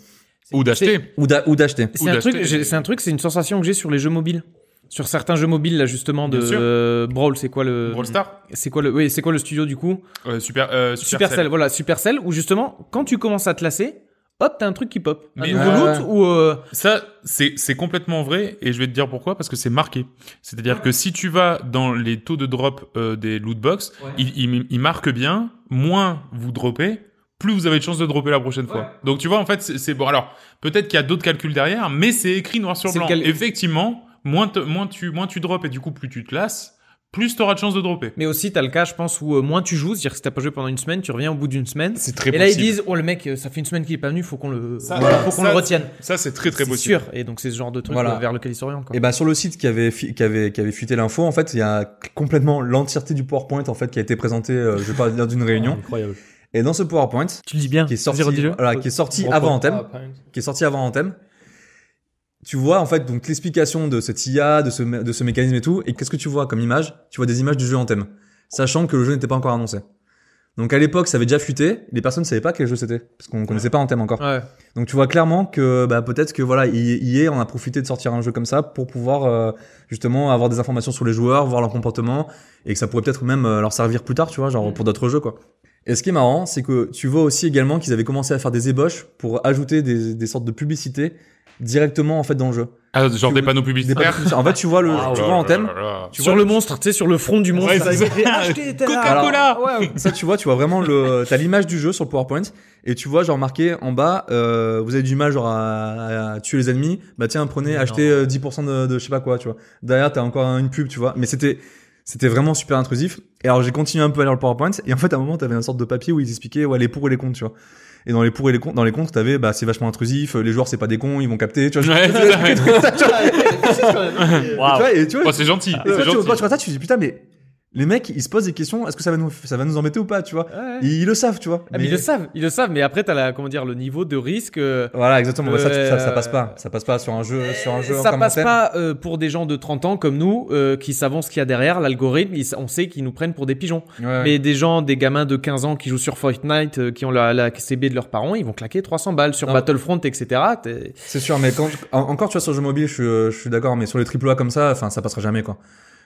A: Ou d'acheter.
C: ou d'a- ou d'acheter.
D: C'est un,
A: d'acheter
D: truc,
A: des-
D: j'ai- c'est un truc, c'est une sensation que j'ai sur les jeux mobiles. Sur certains jeux mobiles, là, justement, de
A: Bien sûr.
D: euh, Brawl, c'est quoi le.
A: Brawl Stars
D: C'est quoi le, oui, c'est quoi le studio du coup
A: Euh, Super, euh,
D: Supercell.
A: Supercell.
D: voilà, Supercell, où justement, quand tu commences à te lasser, hop, t'as un truc qui pop. Un
A: Mais-
D: nouveau
C: Ouais.
D: loot ou. euh,
A: Ça, c'est c'est complètement vrai et je vais te dire pourquoi parce que c'est marqué. C'est-à-dire que si tu vas dans les taux de drop euh, des loot box, ils il, il marquent bien moins vous dropez, plus vous avez de chances de dropper la prochaine fois. Donc tu vois en fait c'est c'est bon. Alors peut-être qu'il y a d'autres calculs derrière, mais c'est écrit noir sur
D: C'est
A: blanc.
D: le cal-
A: Effectivement, moins te- moins tu moins tu drops et du coup plus tu te lasses, plus t'auras de chances de dropper.
D: Mais aussi, t'as le cas, je pense, où euh, moins tu joues, c'est-à-dire que si t'as pas joué pendant une semaine, tu reviens au bout d'une semaine.
A: C'est très
D: Et là, ils disent, oh le mec, euh, ça fait une semaine qu'il est pas venu, faut qu'on le,
A: Ça,
D: voilà,
A: ça,
D: faut qu'on
A: ça,
D: le retienne.
A: ça c'est très très
D: C'est
A: possible.
D: sûr. Et donc, c'est ce genre de truc
C: Voilà.
D: euh, vers lequel ils s'orientent. quoi.
C: Et ben sur le site qui avait fi- qui avait qui avait fuité l'info en fait, il y a complètement l'entièreté du PowerPoint en fait qui a été présenté euh, je vais pas lors d'une réunion
B: Incroyable.
C: et dans ce PowerPoint
D: Tu le dis bien.
C: qui est sorti
D: Zéro digest.
C: voilà, qui est sorti avant
B: Ah,
C: Anthem, qui est sorti avant Anthem. Tu vois en fait donc l'explication de cette IA, de ce, mé- de ce mécanisme et tout, et qu'est-ce que tu vois comme image Tu vois des images du jeu Anthem, sachant que le jeu n'était pas encore annoncé. Donc à l'époque, ça avait déjà fuité, les personnes ne savaient pas quel jeu c'était, parce qu'on connaissait pas Anthem encore.
D: Ouais.
C: Donc tu vois clairement que bah, peut-être que voilà, hier on a profité de sortir un jeu comme ça pour pouvoir euh, justement avoir des informations sur les joueurs, voir leur comportement, et que ça pourrait peut-être même euh, leur servir plus tard, tu vois, genre pour d'autres jeux quoi. Et ce qui est marrant, c'est que tu vois aussi également qu'ils avaient commencé à faire des ébauches pour ajouter des, des sortes de publicités directement en fait dans le jeu.
A: Ah, genre
C: Tu-
A: des panneaux
C: Des
A: publicitaires.
C: publicités. en fait, tu vois le,
A: Oh
C: tu
A: là
C: vois en
A: là
C: thème,
A: là là.
C: tu
D: sur
C: vois
D: le monstre, tu sais, sur le front du monstre.
A: Ouais,
D: ça
A: ça,
D: dit,
A: c'est-
D: Achetez, t'as-
A: Coca-Cola.
D: Ouais, ouais.
C: ça tu vois, tu vois vraiment le, t'as l'image du jeu sur le PowerPoint et tu vois genre marqué en bas, euh, vous avez du mal genre à, à tuer les ennemis, bah tiens prenez,
D: Mais
C: achetez euh, 10% de, de je sais pas quoi, tu vois. Derrière t'as encore une pub, tu vois. Mais c'était, c'était vraiment super intrusif. Et alors j'ai continué un peu à lire le PowerPoint et en fait à un moment t'avais une sorte de papier où ils expliquaient ouais les pour et les contre, tu vois. Et dans les pour et les contre, dans les contre t'avais bah c'est vachement intrusif, les joueurs c'est pas des cons, ils vont capter, tu vois.
A: Ouais, c'est ça,
D: [laughs]
A: ouais.
C: Tu vois, et tu vois,
A: Oh, c'est gentil.
C: et
A: c'est
C: toi, tu,
A: gentil.
C: quand tu vois ça, tu te dis putain, mais les mecs, ils se posent des questions. Est-ce que ça va nous, ça va nous embêter ou pas, tu vois
D: Ouais.
C: Et Ils le savent, tu vois.
D: Ah, mais ils le savent, ils le savent, mais après, t'as la, comment dire, le niveau de risque. euh,
C: Voilà, exactement. Bah, ça,
D: Euh,
C: ça, ça passe pas. Ça passe pas sur un jeu, sur un jeu en
D: ça passe
C: quarantaine.
D: pas euh, pour des gens de 30 ans comme nous euh, qui savons ce qu'il y a derrière l'algorithme. ils- On sait qu'ils nous prennent pour des pigeons.
B: Ah
C: Ouais.
D: Mais des gens, des gamins de 15 ans qui jouent sur Fortnite, euh, qui ont la, la CB de leurs parents, ils vont claquer 300 balles sur
C: Non.
D: Battlefront, etc. T'es-
C: C'est sûr, mais quand en- encore tu vois sur le jeu mobile, je suis, euh, je suis d'accord, mais sur les AAA comme ça, enfin ça passera jamais quoi.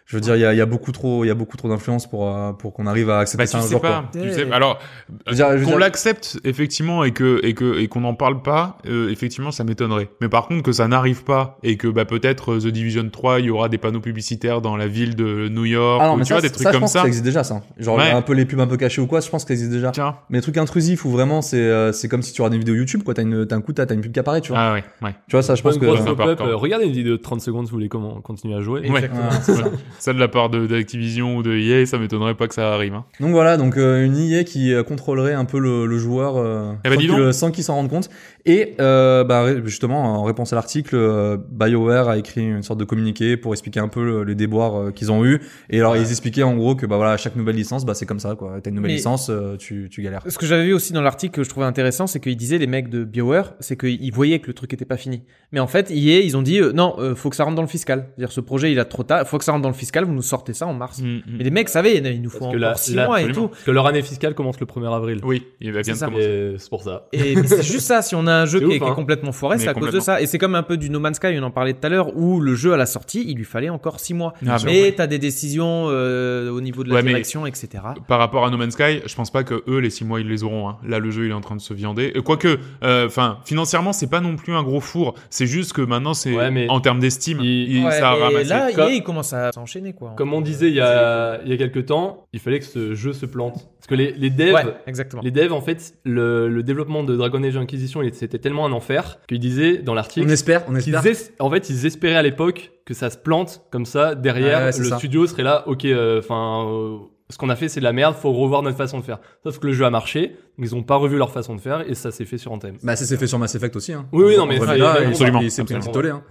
C: Je veux dire, il y a, il y a beaucoup trop, il y a beaucoup trop d'influence pour euh, pour qu'on arrive à accepter
A: Bah,
C: ça
A: tu
C: un
A: sais
C: jour.
A: pas.
C: quoi.
A: Tu sais, alors,
C: Je veux dire- je veux
A: qu'on
C: dire-
A: l'accepte, effectivement, et que et que et qu'on n'en parle pas, euh, effectivement, ça m'étonnerait. Mais par contre, que ça n'arrive pas et que bah peut-être euh, The Division 3, il y aura des panneaux publicitaires dans la ville de New York,
C: Ah non,
A: ou,
C: mais
A: tu
C: ça,
A: vois, des
C: ça,
A: trucs
C: je
A: comme
C: pense que
A: ça.
C: existe déjà ça. Genre
A: Ouais.
C: un peu les pubs un peu cachées ou quoi, je pense que ça existe déjà.
A: Tiens.
C: Mais les trucs intrusifs où vraiment c'est euh, c'est comme si tu regardes une vidéo YouTube quoi, t'as une t'as un coup t'as t'as une pub qui apparaît, tu vois.
A: Ah ouais, ouais.
C: Tu vois ça, je
B: Pas
C: pense
B: une
C: que
B: grosse
A: Ouais.
B: pop-up,
A: Encore.
B: euh, regardez une vidéo de 30 secondes si vous voulez comment continuer à jouer.
A: Ouais.
D: Exactement.
C: Ouais, c'est ça.
A: Ça de la part de- d'Activision ou de EA, ça m'étonnerait pas que ça arrive. Hein.
C: Donc voilà, donc euh, une IA qui euh, contrôlerait un peu le, le joueur euh,
A: Eh ben,
C: sans
A: dis
C: qu'il
A: donc.
C: le- sans qu'il s'en rende compte. Et euh, bah, ré- justement, en réponse à l'article, euh, BioWare a écrit une sorte de communiqué pour expliquer un peu le- les déboires euh, qu'ils ont eu. Et alors ils expliquaient en gros que bah voilà, chaque nouvelle licence, bah c'est comme ça quoi. T'as une nouvelle
D: Mais-
C: licence, euh, tu, tu galères.
D: Ce que j'avais vu aussi dans l'article que je trouvais intéressant, c'est qu'ils disaient, les mecs de BioWare, c'est qu'ils voyaient que le truc était pas fini. Mais en fait, EA, ils ont dit, euh, non, euh, faut que ça rentre dans le fiscal. C'est-à-dire, ce projet, il a trop tard, faut que ça rentre dans le fiscal, vous nous sortez ça en mars.
A: Mm, mm.
D: Mais les mecs savaient, il nous faut
B: Hmm. Parce que là-
D: encore 6
B: là,
D: mois et
A: absolument.
D: tout.
B: Parce que leur année fiscale commence le 1er avril.
A: Oui, il va bien
D: C'est ça.
A: commencer.
B: Et c'est pour ça.
D: Et mais c'est juste ça, si on a un jeu
B: C'est
D: qui, est,
B: ouf,
D: qui est
B: hein.
D: complètement foiré,
A: Mais
D: c'est à cause de
A: complètement.
D: ça. Et c'est comme un peu du No Man's Sky, on en parlait tout à l'heure, où le jeu à la sortie, il lui fallait encore 6 mois.
A: Ah, mais
D: mais t'as des décisions euh, au niveau de la
A: Ouais, mais-
D: direction, etc.
A: Par rapport à No Man's Sky, je pense pas que eux les six mois ils les auront. hein. Là le jeu il est en train de se viander. Euh, Quoique, enfin financièrement c'est pas non plus un gros four. C'est juste que maintenant c'est
B: Ouais, mais-
A: en termes d'estime,
B: Il-
A: il- ça a
D: et
A: ramassé.
D: là,
B: Comme-
D: EA, il commence à s'enchaîner, quoi. euh,
B: Comme on disait il y a, il y a quelques temps, il fallait que ce jeu se plante. Parce que les, les devs,
D: Ouais, exactement.
B: les devs en fait, le, le développement de Dragon Age Inquisition, il- c'était tellement un enfer qu'ils disaient dans
C: On
B: l'article
C: espère, on
B: qu'ils
C: espère.
B: es- en fait, ils espéraient à l'époque que ça se plante comme ça derrière
C: Ouais, ouais, c'est
B: le
C: ça.
B: studio serait là, ok, euh, enfin. ce qu'on a fait, c'est de la merde, faut revoir notre façon de faire. Sauf que le jeu a marché, ils ont pas revu leur façon de faire et ça s'est fait sur Anthem.
C: Bah ça s'est fait sur Mass Effect aussi. Hein.
B: Oui, oui, non, mais
C: Andromeda,
B: c'est-
C: il-
A: absolument,
C: il s'est pris un petit
B: absolument.
C: tollé. Hein.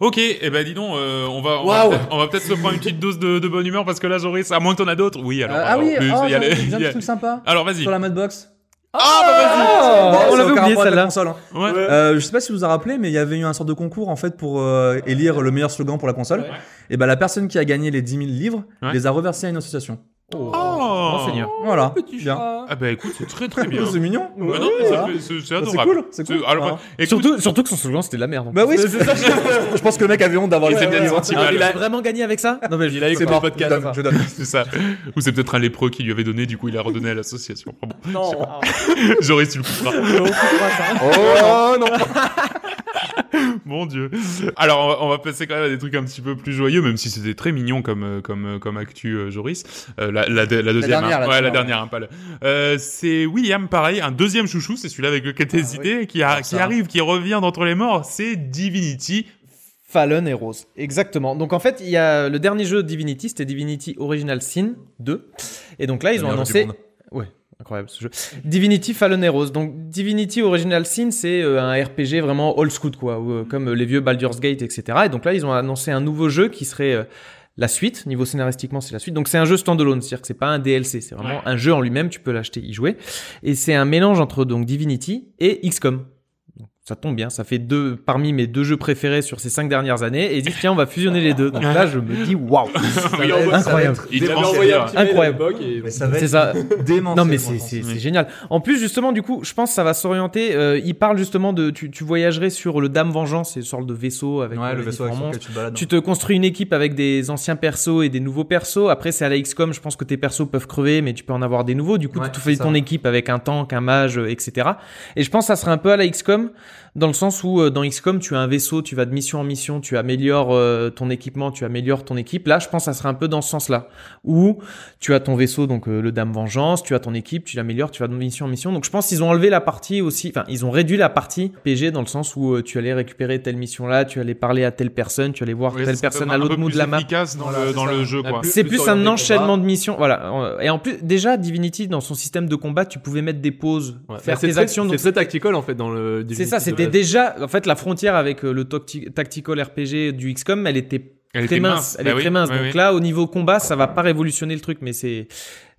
A: Ok, et eh ben dis donc, euh, on va, on va
C: Waouh.
A: peut-être- on va peut-être se prendre une petite dose de, de bonne humeur parce que là Joris, à moins que t'en as d'autres. Oui alors.
C: Euh, ah
A: alors,
C: oui,
A: plus,
C: oh,
A: il y a
C: j'ai
A: [laughs] les-
C: un- j'ai un
A: il y a-
C: petit truc sympa
A: Alors vas-y.
C: sur la Madbox. Euh,
A: Ah bah
D: Ah, on
C: C'est
D: l'avait
C: aucun
D: oublié
C: rapport avec la
D: celle-là.
C: console, hein.
A: vas-y. Ouais.
C: Euh, je sais pas si vous vous en rappelez, mais il y avait eu un sorte de concours en fait pour euh, élire le meilleur slogan pour la console.
A: Ouais.
C: Et ben la personne qui a gagné les 10 000 livres
A: Ouais.
C: les a reversés à une association.
D: Oh,
A: Oh.
D: Seigneur.
C: Voilà. Bien.
A: Ah bah écoute, c'est très
C: [laughs]
A: très bien.
C: C'est mignon.
A: Bah non, mais ça fait- c'est c'est
C: Bah, c'est
A: adorable.
C: cool, Hein. c'est cool.
A: C'est- alors, bah,
C: Voilà.
A: écoute,
D: Surtout, surtout que son slogan, c'était de la merde. en
C: Bah
D: plus.
C: oui, c'est- [laughs] je pense que le mec avait honte d'avoir
A: Il
C: les
A: s'est
C: 10 000
A: peut-être
C: livres.
A: senti mal.
D: Il a vraiment gagné avec ça Non, mais
B: Il a écouté
C: C'est mort.
B: le
C: Je
B: podcast.
C: donne, je donne.
A: C'est ça. Ou c'est peut-être un lépreux qui lui avait donné, du coup il a redonné à l'association. Enfin bon,
B: Non.
A: Joris, tu le couperas.
C: Oh non
A: Mon dieu. Alors, on va, on va passer quand même à des trucs un petit peu plus joyeux, même si c'était très mignon comme euh, comme euh, comme actu euh, Joris. Euh, la, la, de- la deuxième.
C: dernière,
A: hein.
C: la
A: ouais, la
C: dernière.
A: dernière, hein, pas le- Euh, c'est William, pareil, un deuxième chouchou, c'est celui-là avec lequel t'es hésité, qui, a-
C: Ah,
A: qui
C: ça.
A: arrive, qui revient d'entre les morts, c'est Divinity.
D: Fallen et Rose. Exactement. Donc en fait, il y a le dernier jeu Divinity, c'était Divinity Original Sin 2. Et donc là, ils ont
C: Meilleur jeu
D: annoncé
C: du monde.
D: incroyable ce jeu. Divinity Fallen Heroes. Donc Divinity Original Sin, c'est euh, un RPG vraiment old school quoi, où, euh, comme euh, les vieux Baldur's Gate, etc. Et donc là, ils ont annoncé un nouveau jeu qui serait euh, la suite. Niveau scénaristiquement, c'est la suite. Donc c'est un jeu standalone, c'est-à-dire que c'est pas un DLC, c'est vraiment
A: Ouais.
D: un jeu en lui-même. Tu peux l'acheter, y jouer. Et c'est un mélange entre donc Divinity et XCOM. Donc, Ça tombe bien, ça fait deux parmi mes deux jeux préférés sur ces cinq dernières années et dit tiens on va fusionner les deux. Donc là je me dis waouh,
A: Oui, on voit-
D: incroyable,
A: Il
B: Ils
A: te
B: avaient
A: rend
B: envoyé
A: sévère.
B: un petit mail à
D: Incroyable.
B: l'époque et-
C: Mais [laughs] ça va
D: c'est
C: être
D: ça.
C: démentiel.
D: Non mais c'est
C: franchement.
D: c'est- c'est
A: Oui.
D: génial. En plus justement du coup, je pense que ça va s'orienter. euh, il parle justement de tu, tu voyagerais sur le Dame Vengeance, c'est une sorte de vaisseau avec euh,
C: Ouais, le
D: les
C: vaisseau
D: différents
C: avec lequel
D: monstres.
C: tu te balades.
D: Tu te construis une équipe avec des anciens persos et des nouveaux persos. Après, c'est à la XCOM, je pense que tes persos peuvent crever, mais tu peux en avoir des nouveaux. Du coup,
C: Ouais,
D: tu te fais
C: c'est
D: ton
C: ça.
D: équipe avec un tank, un mage, euh, etc. Et je pense que ça serait un peu à la XCOM, dans le sens où euh, dans XCOM, tu as un vaisseau, tu vas de mission en mission, tu améliores euh, ton équipement, tu améliores ton équipe. Là, je pense que ça serait un peu dans ce sens-là, où tu as ton vaisseau, donc euh, le Dame Vengeance, tu as ton équipe, tu l'améliores, tu vas de mission en mission. Donc je pense qu'ils ont enlevé la partie aussi, enfin ils ont réduit la partie PG dans le sens où euh, tu allais récupérer telle mission là, tu allais parler à telle personne, tu allais voir
A: Ouais,
D: telle
A: c'est
D: personne
A: un
D: à l'autre
A: peu
D: bout de
A: plus
D: la map.
A: efficace dans
B: Voilà,
A: le
B: c'est
A: dans
B: ça.
A: le jeu
B: La
A: quoi.
B: plus-
D: C'est plus un
B: orienté
D: enchaînement
B: combat.
D: de missions, voilà. Et en plus, déjà Divinity dans son système de combat, tu pouvais mettre des pauses,
B: Ouais.
D: faire
B: Bah, c'est
D: tes
B: très-
D: actions.
B: C'est
D: donc
B: très tactical en fait dans le. Divinity
D: c'est ça,
B: de
D: c'était
B: base.
D: déjà en fait la frontière avec euh, le tacti- tactical RPG du XCOM, elle était
A: Elle
D: très
A: était
D: mince. Elle
A: Bah
D: est
A: oui,
D: très mince.
A: oui,
D: Donc
A: oui.
D: là, au niveau combat, ça va pas révolutionner le truc, mais c'est.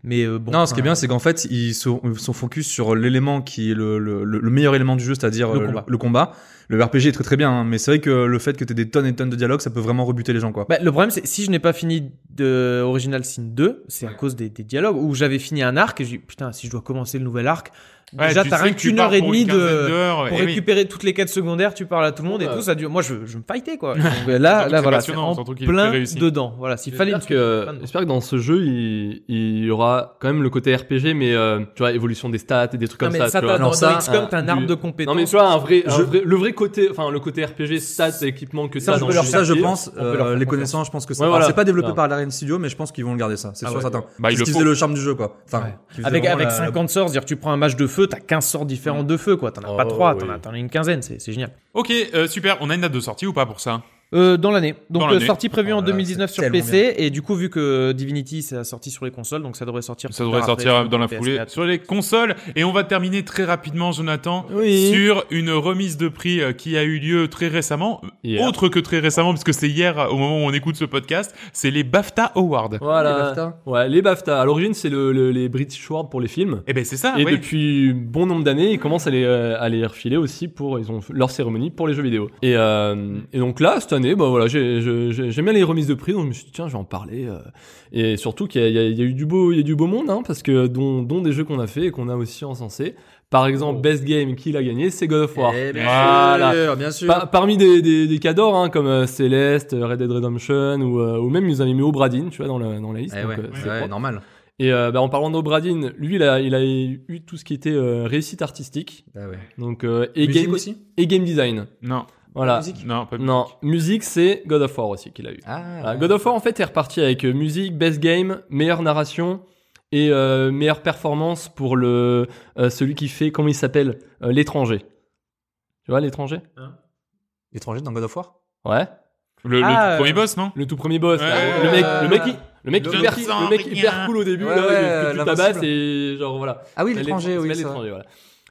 D: Mais euh, bon.
C: non, ce qui est
D: enfin,
C: bien, c'est qu'en fait, ils sont, ils sont focus sur l'élément qui est le, le, le- le meilleur élément du jeu, c'est-à-dire
D: Le
C: euh,
D: combat.
C: le combat. Le RPG est très très bien, hein, mais c'est vrai que le fait que t'aies des tonnes et des tonnes de dialogues, ça peut vraiment rebuter les gens, quoi.
D: Bah, le problème, c'est si je n'ai pas fini de Original Sin 2, c'est à cause des, des dialogues où j'avais fini un arc et j'ai dit, putain, si je dois commencer le nouvel arc,
A: Ouais,
D: déjà
A: tu
D: t'as
A: sais
D: rien
A: que tu
D: qu'une
A: pars
D: heure et
A: pour
D: demie
A: une quinzaine
D: de
A: d'heures,
D: pour
A: et oui.
D: récupérer toutes les quêtes secondaires, tu parles à tout le monde et
B: Ouais.
D: tout ça dure. Moi, je, je me
A: [laughs]
D: fightais quoi. Donc, euh, là,
A: que
D: là
A: c'est
D: voilà, c'est
A: passionnant,
D: en
A: surtout qu'il est
D: plein
A: très réussi.
D: dedans. Voilà, s'il fallait.
B: J'espère que, euh,
D: plein de-
B: j'espère que dans ce jeu, il, il y aura quand même le côté RPG, mais euh, tu vois, évolution des stats et des trucs
D: Non,
B: comme
D: mais
B: ça.
D: ça,
B: tu
D: t'as-
B: vois.
D: dans,
B: Alors ça,
D: dans XCOM, t'as un
B: du-
D: arbre de compétences.
B: Non mais tu vois un vrai, un
C: Je-
B: vrai- le vrai côté, enfin le côté RPG, stats, équipement que
D: Ça,
B: t'as
D: je
B: dans
D: peux
B: le
D: leur
B: jeu.
C: ça, je
B: Et-
C: pense,
D: peut leur
C: euh,
D: faire
C: les
D: confiance.
C: connaissants, je pense que ça.
B: Ouais,
C: alors,
B: voilà.
C: c'est pas développé
B: Voilà.
C: par l'Ariane Studio, mais je pense qu'ils vont le garder ça, c'est
D: Ah
C: sûr
D: ouais.
C: certain.
A: Bah, il
C: Parce
A: le
C: qu'ils
A: faut.
C: faisaient le charme du jeu, quoi. Enfin,
D: Ouais.
C: qu'ils faisaient
D: Avec,
C: vraiment
D: avec
C: la-
D: 50 sorts, dire tu prends un match de feu, t'as 15 sorts différents
A: Mm.
D: de feu quoi. T'en as pas
B: Oh,
D: trois, t'en
B: oui.
D: as, t'en as une quinzaine, c'est c'est génial.
A: Ok, euh, super. On a une date de sortie ou pas pour ça hein
D: Euh, dans l'année. Donc
A: Dans
D: euh,
A: l'année. Ah,
D: sortie prévue
C: Oh là
D: en
C: là,
D: 2019 sur
C: c'est
D: PC et du coup vu que Divinity c'est sorti sur les consoles donc ça devrait sortir.
A: Ça
D: plus
A: devrait
D: tard après
A: sortir
D: sur Ah.
A: dans la
D: PS4.
A: foulée sur les consoles. Et on va terminer très rapidement, Jonathan,
B: Oui.
A: sur une remise de prix euh, qui a eu lieu très récemment.
B: Hier.
A: Autre que très récemment, puisque c'est hier euh, au moment où on écoute ce podcast. C'est les BAFTA Awards.
B: Voilà.
C: Les BAFTA.
B: Ouais, les BAFTA. À l'origine, c'est le, le- les British Awards pour les films.
A: Eh ben c'est ça,
C: Ah
B: et
A: oui.
B: depuis bon nombre d'années, ils commencent à les, euh, à les refiler aussi pour ils ont leur cérémonie pour les jeux vidéo. Et, euh, et donc là, cette année, bah voilà, j'ai- je- j'ai- j'aime bien les remises de prix, donc je me suis dit tiens, je vais en parler. euh. Et surtout qu'il y, a- il y a- il y a eu du beau, il y a du beau monde, hein, parce que dont, dont des jeux qu'on a fait et qu'on a aussi encensé. Par exemple, Best Game qui l'a gagné, c'est God of War.
C: Oh. Eh bien
B: Voilà.
C: sûr, bien sûr.
B: Par- parmi des, des, des cadors hein, comme euh, Celeste, euh, Red Dead Redemption ou, euh, ou même ils avaient mis Obradine tu vois dans la, dans la liste
C: Eh
B: donc,
C: ouais,
B: euh, c'est
C: ouais,
B: propre.
C: normal.
B: et euh, bah, en parlant d'Obradine lui il a, il a eu tout ce qui était euh, réussite artistique
C: Ah ouais.
B: donc euh, et,
C: Musique
B: game,
C: aussi
B: et game design
A: Non,
B: voilà
C: Musique euh,
A: non, pas
B: non musique c'est God of War aussi qu'il a eu
C: Ah,
B: Voilà, God of War en fait est reparti avec euh, musique best game meilleure narration et euh, meilleure performance pour le euh, celui qui fait comment il s'appelle Euh, l'étranger tu vois l'étranger
C: Étranger dans God of War
B: ouais
A: Le, le
D: Ah,
A: tout premier
D: euh,
A: boss, non
B: Le tout premier boss. là.
A: Ouais.
B: le mec, le mec, il- le mec,
C: Le
B: hyper,
A: sang,
B: le mec
A: rien.
B: hyper cool au début,
C: Ouais,
B: là,
C: ouais,
B: que tu tabasses
C: l'invincible.
B: et genre voilà.
C: Ah oui,
B: Elle est-
C: l'étranger, oui.
B: elle est
C: ça.
B: l'étranger, voilà.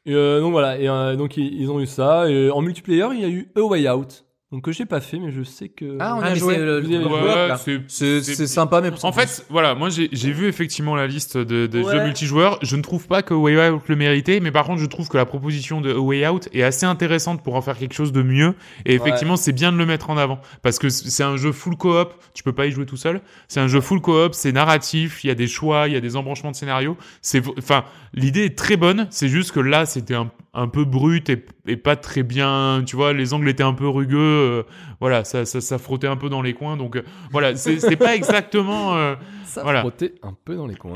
B: Et, euh, donc voilà, et euh, donc ils, ils ont eu ça. Et, euh, en multiplayer, il y a eu A Way Out, donc que j'ai pas fait, mais je sais que.
C: Ah, on
D: Ah,
C: a
D: mais
C: joué.
D: c'est le-
B: Vous y avez
D: le
B: joué
D: co-op,
A: Ouais,
D: là.
A: c'est
C: C'est c'est sympa, mais
A: En fait, voilà, moi j'ai j'ai vu effectivement la liste de, de
B: Ouais.
A: jeux multijoueurs. Je ne trouve pas que A Way Out le méritait, mais par contre, je trouve que la proposition de A Way Out est assez intéressante pour en faire quelque chose de mieux. Et effectivement, c'est bien de le mettre en avant parce que c'est un jeu full coop. Tu peux pas y jouer tout seul. C'est un jeu full coop, c'est narratif. Il y a des choix, il y a des embranchements de scénario. C'est enfin, l'idée est très bonne. C'est juste que là, c'était un, un peu brut et, et pas très bien. Tu vois, les angles étaient un peu rugueux. euh, voilà, ça, ça, ça frottait un peu dans les coins. Donc euh, voilà, c'est c'est pas exactement. euh,
B: Ça
A: voilà.
B: frottait Ah, un peu dans les coins.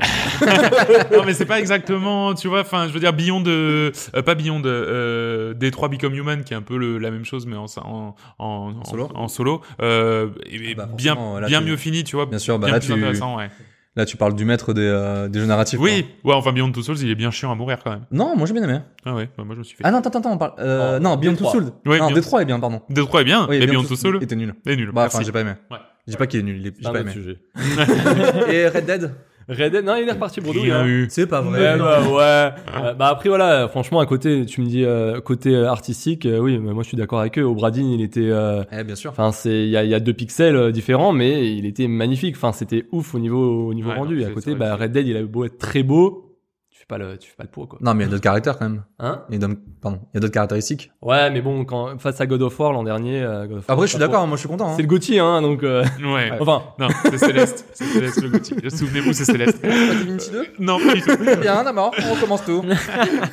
A: non mais c'est pas exactement tu vois enfin je veux dire Beyond de pas Beyond euh, Détroit Become Human qui est un peu le- la même chose mais en en en en
C: Solo.
A: en solo euh, et- et
C: bah,
A: bien
C: forcément, là,
A: bien
C: tu-
A: mieux fini tu vois
C: Bien sûr, bah,
A: bien
C: là,
A: plus
C: tu-
A: intéressant ouais.
C: Là, tu parles du maître des, euh, des jeux narratifs.
A: oui ouais enfin Beyond Two Souls il est bien chiant à mourir quand même
C: quoi. Non, moi j'ai bien aimé. hein.
A: ah ouais bah, moi je me suis fait
C: Ah non, attends, attends, on parle. euh,
B: Oh,
C: non, Beyond Two
B: Détroit.
C: Souls.
A: Ouais,
C: non,
A: Beyond-
C: Détroit est bien, pardon.
A: Détroit est bien
C: Oui,
A: et Beyond Two Souls
C: était nul.
A: est nul
C: Bah, enfin,
A: merci
C: j'ai pas aimé.
A: Ouais.
C: J'ai pas qu'il est nul, il est- j'ai
B: C'est un
C: pas
B: autre
C: aimé.
B: sujet.
C: Ah, Et Red Dead
B: Red Dead, non, il est reparti pour
A: rien eu
C: C'est pas
B: Ouais, bah, ouais. Euh, bah après voilà, euh, franchement à côté, tu me dis euh, côté euh, artistique, euh, oui, mais moi je suis d'accord avec eux. Obradine, il était, euh,
C: Eh, bien sûr.
B: enfin c'est, il y a, il y a deux pixels euh, différents, mais il était magnifique. Enfin c'était ouf au niveau au niveau
A: Ouais,
B: rendu.
A: non,
B: Et à
A: c'est-
B: côté,
A: c'est
B: bah
A: vrai que-
B: Red Dead, il a beau être très beau, tu fais pas le, tu fais pas le poids quoi.
C: Non, mais il y a d'autres caractères quand même.
B: Hein
C: Il y a d'autres- pardon, il y a d'autres caractéristiques.
B: Ouais, mais bon, quand face à God of War l'an dernier, euh, God of War,
C: Après, je suis
B: pas
C: d'accord, moi je suis
B: trop.
C: content. hein.
B: C'est le Gauthier, hein, donc euh,
A: ouais
B: [laughs]
C: [laughs]
B: enfin.
A: non c'est Céleste c'est Céleste le Gauthier souvenez-vous c'est Céleste
C: Pas Divinity [laughs] 2
A: non pas du tout
C: Bien, d'abord, on recommence tout. Oh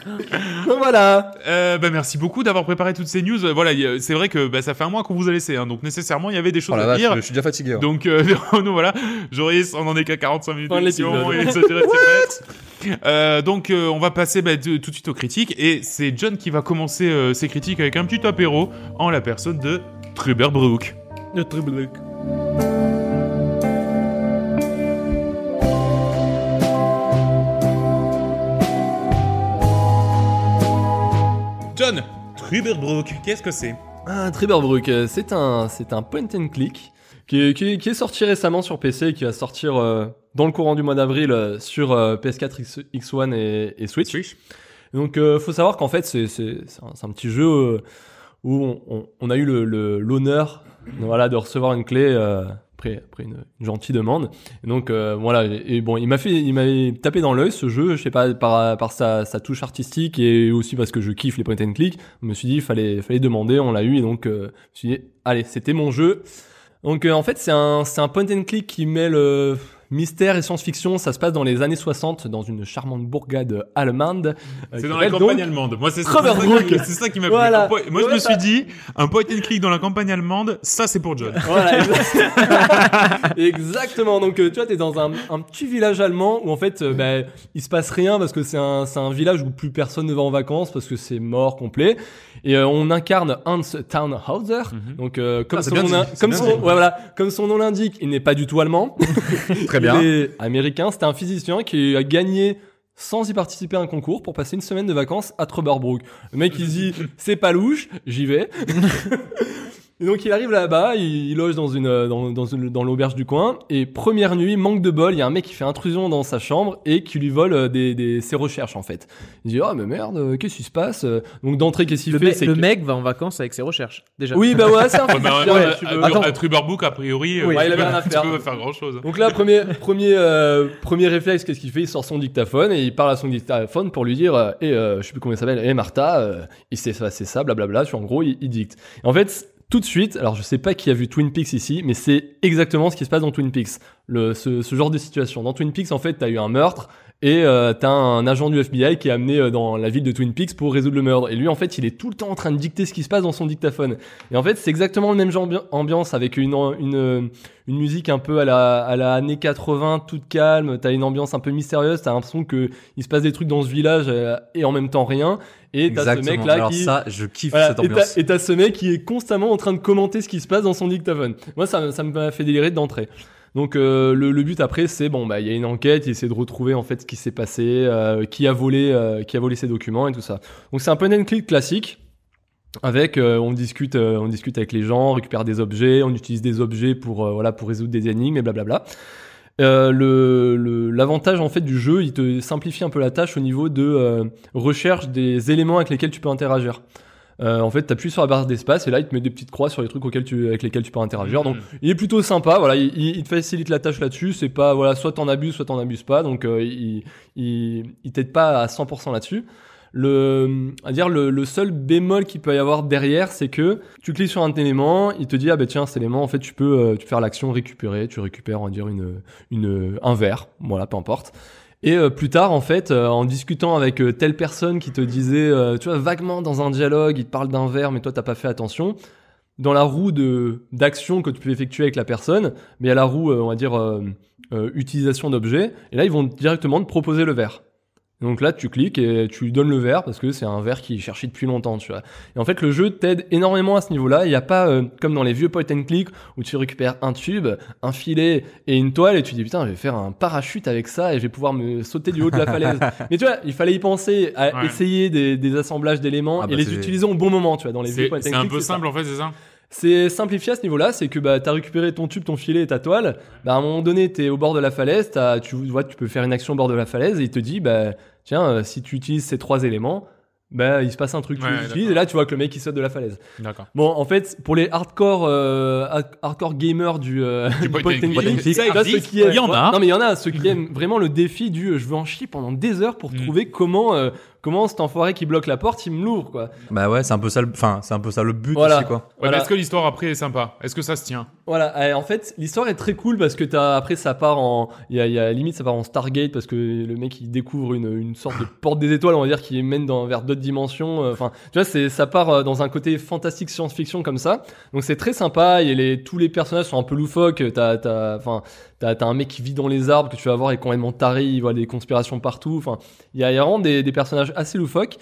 B: Donc voilà.
A: Euh, bah, merci beaucoup d'avoir préparé toutes ces news. Euh, Voilà, y a- c'est vrai que bah, ça fait un mois qu'on vous a laissé, hein, donc nécessairement il y avait des choses
C: Oh la
A: à
C: vache,
A: dire.
C: je suis déjà fatigué. ouais.
A: Donc euh, [laughs] nous voilà, Joris, on en est qu'à 45 minutes
B: Fin de
A: d'émission
B: l'épisode.
A: et ça dirait de s'y mettre. Euh, donc euh, on va passer bah, de- tout de suite aux critiques et c'est John qui va commencer euh, ses critiques avec un petit apéro en la personne de Trubert Brook.
D: Le triple truc.
A: John Trubert Brook, qu'est-ce que c'est
B: Ah, Triggerbrook, euh, c'est un, c'est un point and click qui est, qui est- qui est sorti récemment sur PC et qui va sortir euh, dans le courant du mois d'avril euh, sur euh, PS4, X, X1 et, et Switch. Donc, euh, faut savoir qu'en fait, c'est, c'est, c'est un, c'est un petit jeu euh, où on, on- on a eu le, le- l'honneur voilà, de recevoir une clé euh, après, après une, une gentille demande. Et donc euh, voilà, et, et bon, il m'a fait, il m'avait tapé dans l'œil ce jeu, je sais pas, par, par sa, sa touche artistique et aussi parce que je kiffe les point and click. Je me suis dit, fallait, fallait demander, on l'a eu, et donc euh, je me suis dit, allez, c'était mon jeu. Donc euh, en fait, c'est un, c'est un point and click qui mêle euh, mystère et science-fiction. Ça se passe dans les années 60, dans une charmante bourgade allemande. euh,
A: C'est
B: qui
A: dans la
B: s'appelle
A: campagne
B: donc-
A: allemande. Moi, c'est c'est
B: Robert
A: ça qui-
B: Brooke.
A: [laughs] c'est ça qui m'a
B: Voilà.
A: plu. Un po- Moi, je
B: Ouais,
A: me suis dit, un point and click dans la campagne allemande, ça, c'est
B: [laughs]
A: pour John.
B: Voilà,
C: [laughs]
B: exactement. Donc, euh, tu vois, t'es dans un, un petit village allemand où en fait, euh, bah, il se passe rien parce que c'est un, c'est un village où plus personne ne va en vacances parce que c'est mort complet. Et euh, on incarne Hans Townhauser.
A: Mhm.
B: Donc, euh, comme,
C: Ah, c'est
B: son
C: bien
B: nom,
C: dit,
B: l'in-
C: c'est
B: comme,
C: bien
B: son,
C: dit.
B: ouais, voilà, comme son nom l'indique, il n'est pas du tout allemand.
C: [laughs] Très
B: Il est américain. C'était un physicien qui a gagné sans y participer à un concours pour passer une semaine de vacances à Trubberbrook. Le mec, il se dit, c'est pas louche, j'y vais. Et donc, il arrive là-bas, il, il loge dans une, euh, dans, dans une- dans l'auberge du coin, et première nuit, manque de bol, il y a un mec qui fait intrusion dans sa chambre et qui lui vole euh, des, des- ses recherches, en fait. Il dit, ah, mais merde, euh, qu'est-ce qui se passe? Donc, d'entrée, qu'est-ce qu'il
D: Le,
B: fait?
D: mec-
B: c'est
D: le
B: que-
D: mec va en vacances avec ses recherches. Déjà.
B: Oui, bah ouais, c'est un
A: Ouais, mais en même
B: physicien,
A: temps,
B: tu
A: à-
B: veux-
A: à-
D: Attends.
A: à Trubberbrook, euh, a priori, euh,
B: Oui,
A: tu
B: il avait
A: peux-
B: rien à faire.
A: tu peux pas faire [laughs] grand-chose.
B: Donc là, premier, premier, euh, premier réflexe, qu'est-ce qu'il fait Il sort son dictaphone et il parle à son dictaphone pour lui dire euh, Eh, euh, je sais plus comment il s'appelle, eh Martha, euh, il s'est passé ça, blablabla. Sur en gros, il, il dicte. Et en fait, tout de suite, alors je sais pas qui a vu Twin Peaks ici, mais c'est exactement ce qui se passe dans Twin Peaks. Le, ce, ce genre de situation. Dans Twin Peaks, en fait, t'as eu un meurtre et euh, t'as un agent du FBI qui est amené euh, dans la ville de Twin Peaks pour résoudre le meurtre. Et lui, en fait, il est tout le temps en train de dicter ce qui se passe dans son dictaphone. Et en fait, c'est exactement le même genre ambi- ambiance avec une, une, euh, une musique un peu à la, à la année 80, toute calme, t'as une ambiance un peu mystérieuse, t'as l'impression que il se passe des trucs dans ce village euh, et en même temps rien. Et t'as ce
C: Exactement.
B: mec là
C: Alors
B: qui...
C: ça, je kiffe
B: Voilà,
C: cette
B: et
C: ambiance.
B: t'as- et t'as ce mec qui est constamment en train de commenter ce qui se passe dans son dictaphone. Moi, ça, me- ça m'a fait délirer d'entrée. Donc euh, le, le but après, c'est bon, bah il y a une enquête, il essaie de retrouver en fait ce qui s'est passé, euh, qui a volé, euh, qui a volé ses documents et tout ça. Donc c'est un point and click classique. Avec, euh, on discute, euh, on discute avec les gens, on récupère des objets, on utilise des objets pour euh, voilà pour résoudre des énigmes et blablabla. Euh, le- le- L'avantage en fait du jeu, il te simplifie un peu la tâche au niveau de euh, recherche des éléments avec lesquels tu peux interagir. Euh, en fait, t'appuies sur la barre d'espace et là, il te met des petites croix sur les trucs auxquels tu, avec lesquels tu peux interagir. Ah, Donc, il est plutôt sympa. Voilà, il, il- il te facilite la tâche là-dessus. C'est pas voilà, soit t'en abuses, soit t'en abuses pas. Donc, euh, il, il, il t'aide pas à 100% là-dessus. Le, à dire le, le seul bémol qu'il peut y avoir derrière, c'est que tu cliques sur un élément, il te dit ah ben tiens cet élément, en fait tu peux, euh, tu peux faire l'action récupérer, tu récupères on va dire une, une un verre, voilà peu importe. Et euh, plus tard, en fait, euh, en discutant avec euh, telle personne qui te disait, euh, tu vois, vaguement dans un dialogue, il te parle d'un verre, mais toi, t'as pas fait attention. Dans la roue de d'action que tu peux effectuer avec la personne, mais à la roue, euh, on va dire euh, euh, utilisation d'objets, et là, ils vont directement te proposer le verre. Donc là, tu cliques et tu lui donnes le verre parce que c'est un verre qui cherchait depuis longtemps, tu vois. Et en fait, le jeu t'aide énormément à ce niveau-là. Il n'y a pas euh, comme dans les vieux point and click où tu récupères un tube, un filet et une toile et tu dis putain, je vais faire un parachute avec ça et je vais pouvoir me sauter du haut de la
C: [laughs]
B: falaise. Mais tu vois, il fallait y penser à
A: Ouais.
B: essayer des, des assemblages d'éléments
C: Ah
B: et
C: bah,
B: les
C: c'est-
B: utiliser au bon moment, tu vois. Dans les vieux
A: C'est
B: point and
A: c'est un
B: click,
A: peu
B: ça.
A: simple, en fait, c'est ça
B: C'est simplifié à ce niveau-là, c'est que bah t'as récupéré ton tube, ton filet et ta toile. Bah à un moment donné, t'es au bord de la falaise, t'as- tu vois, tu peux faire une action au bord de la falaise et il te dit bah tiens, euh, si tu utilises ces trois éléments, bah il se passe un truc, tu
A: Ouais,
B: les utilises et là tu vois que le mec il saute de la falaise.
A: D'accord.
B: Bon, en fait, pour les hardcore euh, ha- hardcore gamers du, euh,
A: Du
B: [laughs]
A: point and click. Ça
B: ça,
A: existe,
B: ceux qui aiment-
A: Ah, il y en a.
B: Non mais il y en a
A: [laughs]
B: ceux qui aiment vraiment le défi du euh, je veux en chier pendant des heures pour
A: Mm.
B: trouver comment euh, comment cet enfoiré qui bloque la porte, il me l'ouvre quoi.
C: Bah ouais, c'est un peu ça. le- Enfin, c'est un peu ça le but
B: Voilà.
C: aussi, quoi.
A: Ouais, mais
B: Voilà.
A: Est-ce que l'histoire après est sympa Est-ce que ça se tient
B: Voilà, euh, en fait, l'histoire est très cool parce que t'as après ça part en, il y a, il y a- limite ça part en Stargate parce que le mec il découvre une, une sorte de porte des étoiles, on va dire, qui mène dans, vers d'autres dimensions. euh, Enfin, tu vois, c'est ça part euh, dans un côté fantastique science-fiction comme ça. Donc c'est très sympa. Et les tous les personnages sont un peu loufoques. euh, T'as t'as enfin t'as t'as un mec qui vit dans les arbres que tu vas voir est complètement taré, il voit des conspirations partout. Enfin, il y a, il y a vraiment des, des personnages assez loufoques.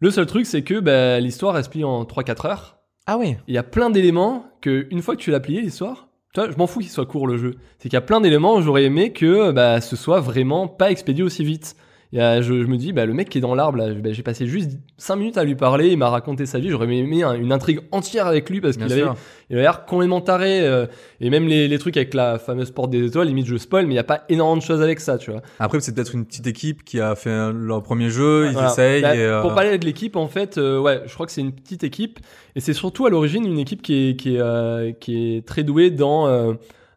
B: Le seul truc c'est que bah, l'histoire elle se plie en 3-4 heures.
C: Ah oui.
B: Il y a plein d'éléments que, une fois que tu l'as plié l'histoire, tu vois, je m'en fous qu'il soit court le jeu. C'est qu'il y a plein d'éléments, j'aurais aimé que bah, ce soit vraiment pas expédié aussi vite. Il y a- je, je me dis, bah, le mec qui est dans l'arbre, là, bah, j'ai passé juste 5 minutes à lui parler, il m'a raconté sa vie, j'aurais aimé un- une intrigue entière avec lui parce
C: Bien
B: qu'il avait,
C: sûr.
B: il a l'air complètement taré. euh, et même les, les trucs avec la fameuse porte des étoiles, limite je spoil, mais il n'y a pas énormément de choses avec ça, tu vois.
C: Après, c'est peut-être une petite équipe qui a fait leur premier jeu, ils
B: Voilà.
C: essayent.
B: Bah,
C: et, euh,
B: Pour parler de l'équipe, en fait, euh, ouais, je crois que c'est une petite équipe et c'est surtout à l'origine une équipe qui est qui est euh, qui est très douée dans euh,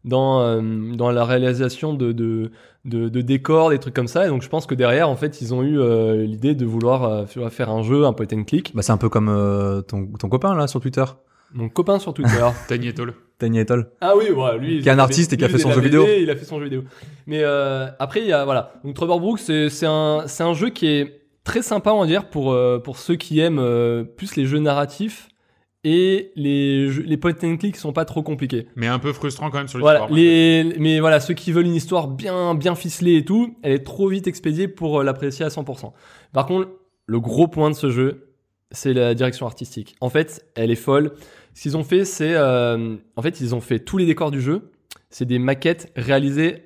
B: dans, euh, dans la réalisation de, de, de, de décors, des trucs comme ça. Et donc je pense que derrière, en fait, ils ont eu euh, l'idée de vouloir euh, tu vois, faire un jeu, un point and click.
C: Bah, c'est un peu comme euh, ton, ton copain là sur Twitter,
B: Mon copain sur Twitter.
A: Tiny Atoll.
C: Tiny Atoll.
B: Ah oui, ouais, lui.
C: Qui
B: il
C: est un
B: avait-
C: artiste et qui a
B: lui,
C: fait
B: il
C: son
B: la
C: jeu
B: BD,
C: vidéo.
B: Il a fait son jeu vidéo. Mais euh, après, il y a, voilà. Donc Trevor Brooks, c'est c'est un, c'est un jeu qui est très sympa, on va dire, pour, euh, pour ceux qui aiment euh, plus les jeux narratifs et les, jeux, les point and click qui sont pas trop compliqués.
A: Mais un peu frustrant quand même sur
B: Voilà,
A: l'histoire.
B: les, mais voilà, ceux qui veulent une histoire bien, bien ficelée et tout, elle est trop vite expédiée pour euh, l'apprécier à 100%. Par contre, le gros point de ce jeu, c'est la direction artistique. En fait, elle est folle. Ce qu'ils ont fait, c'est, euh, en fait, ils ont fait tous les décors du jeu. C'est des maquettes réalisées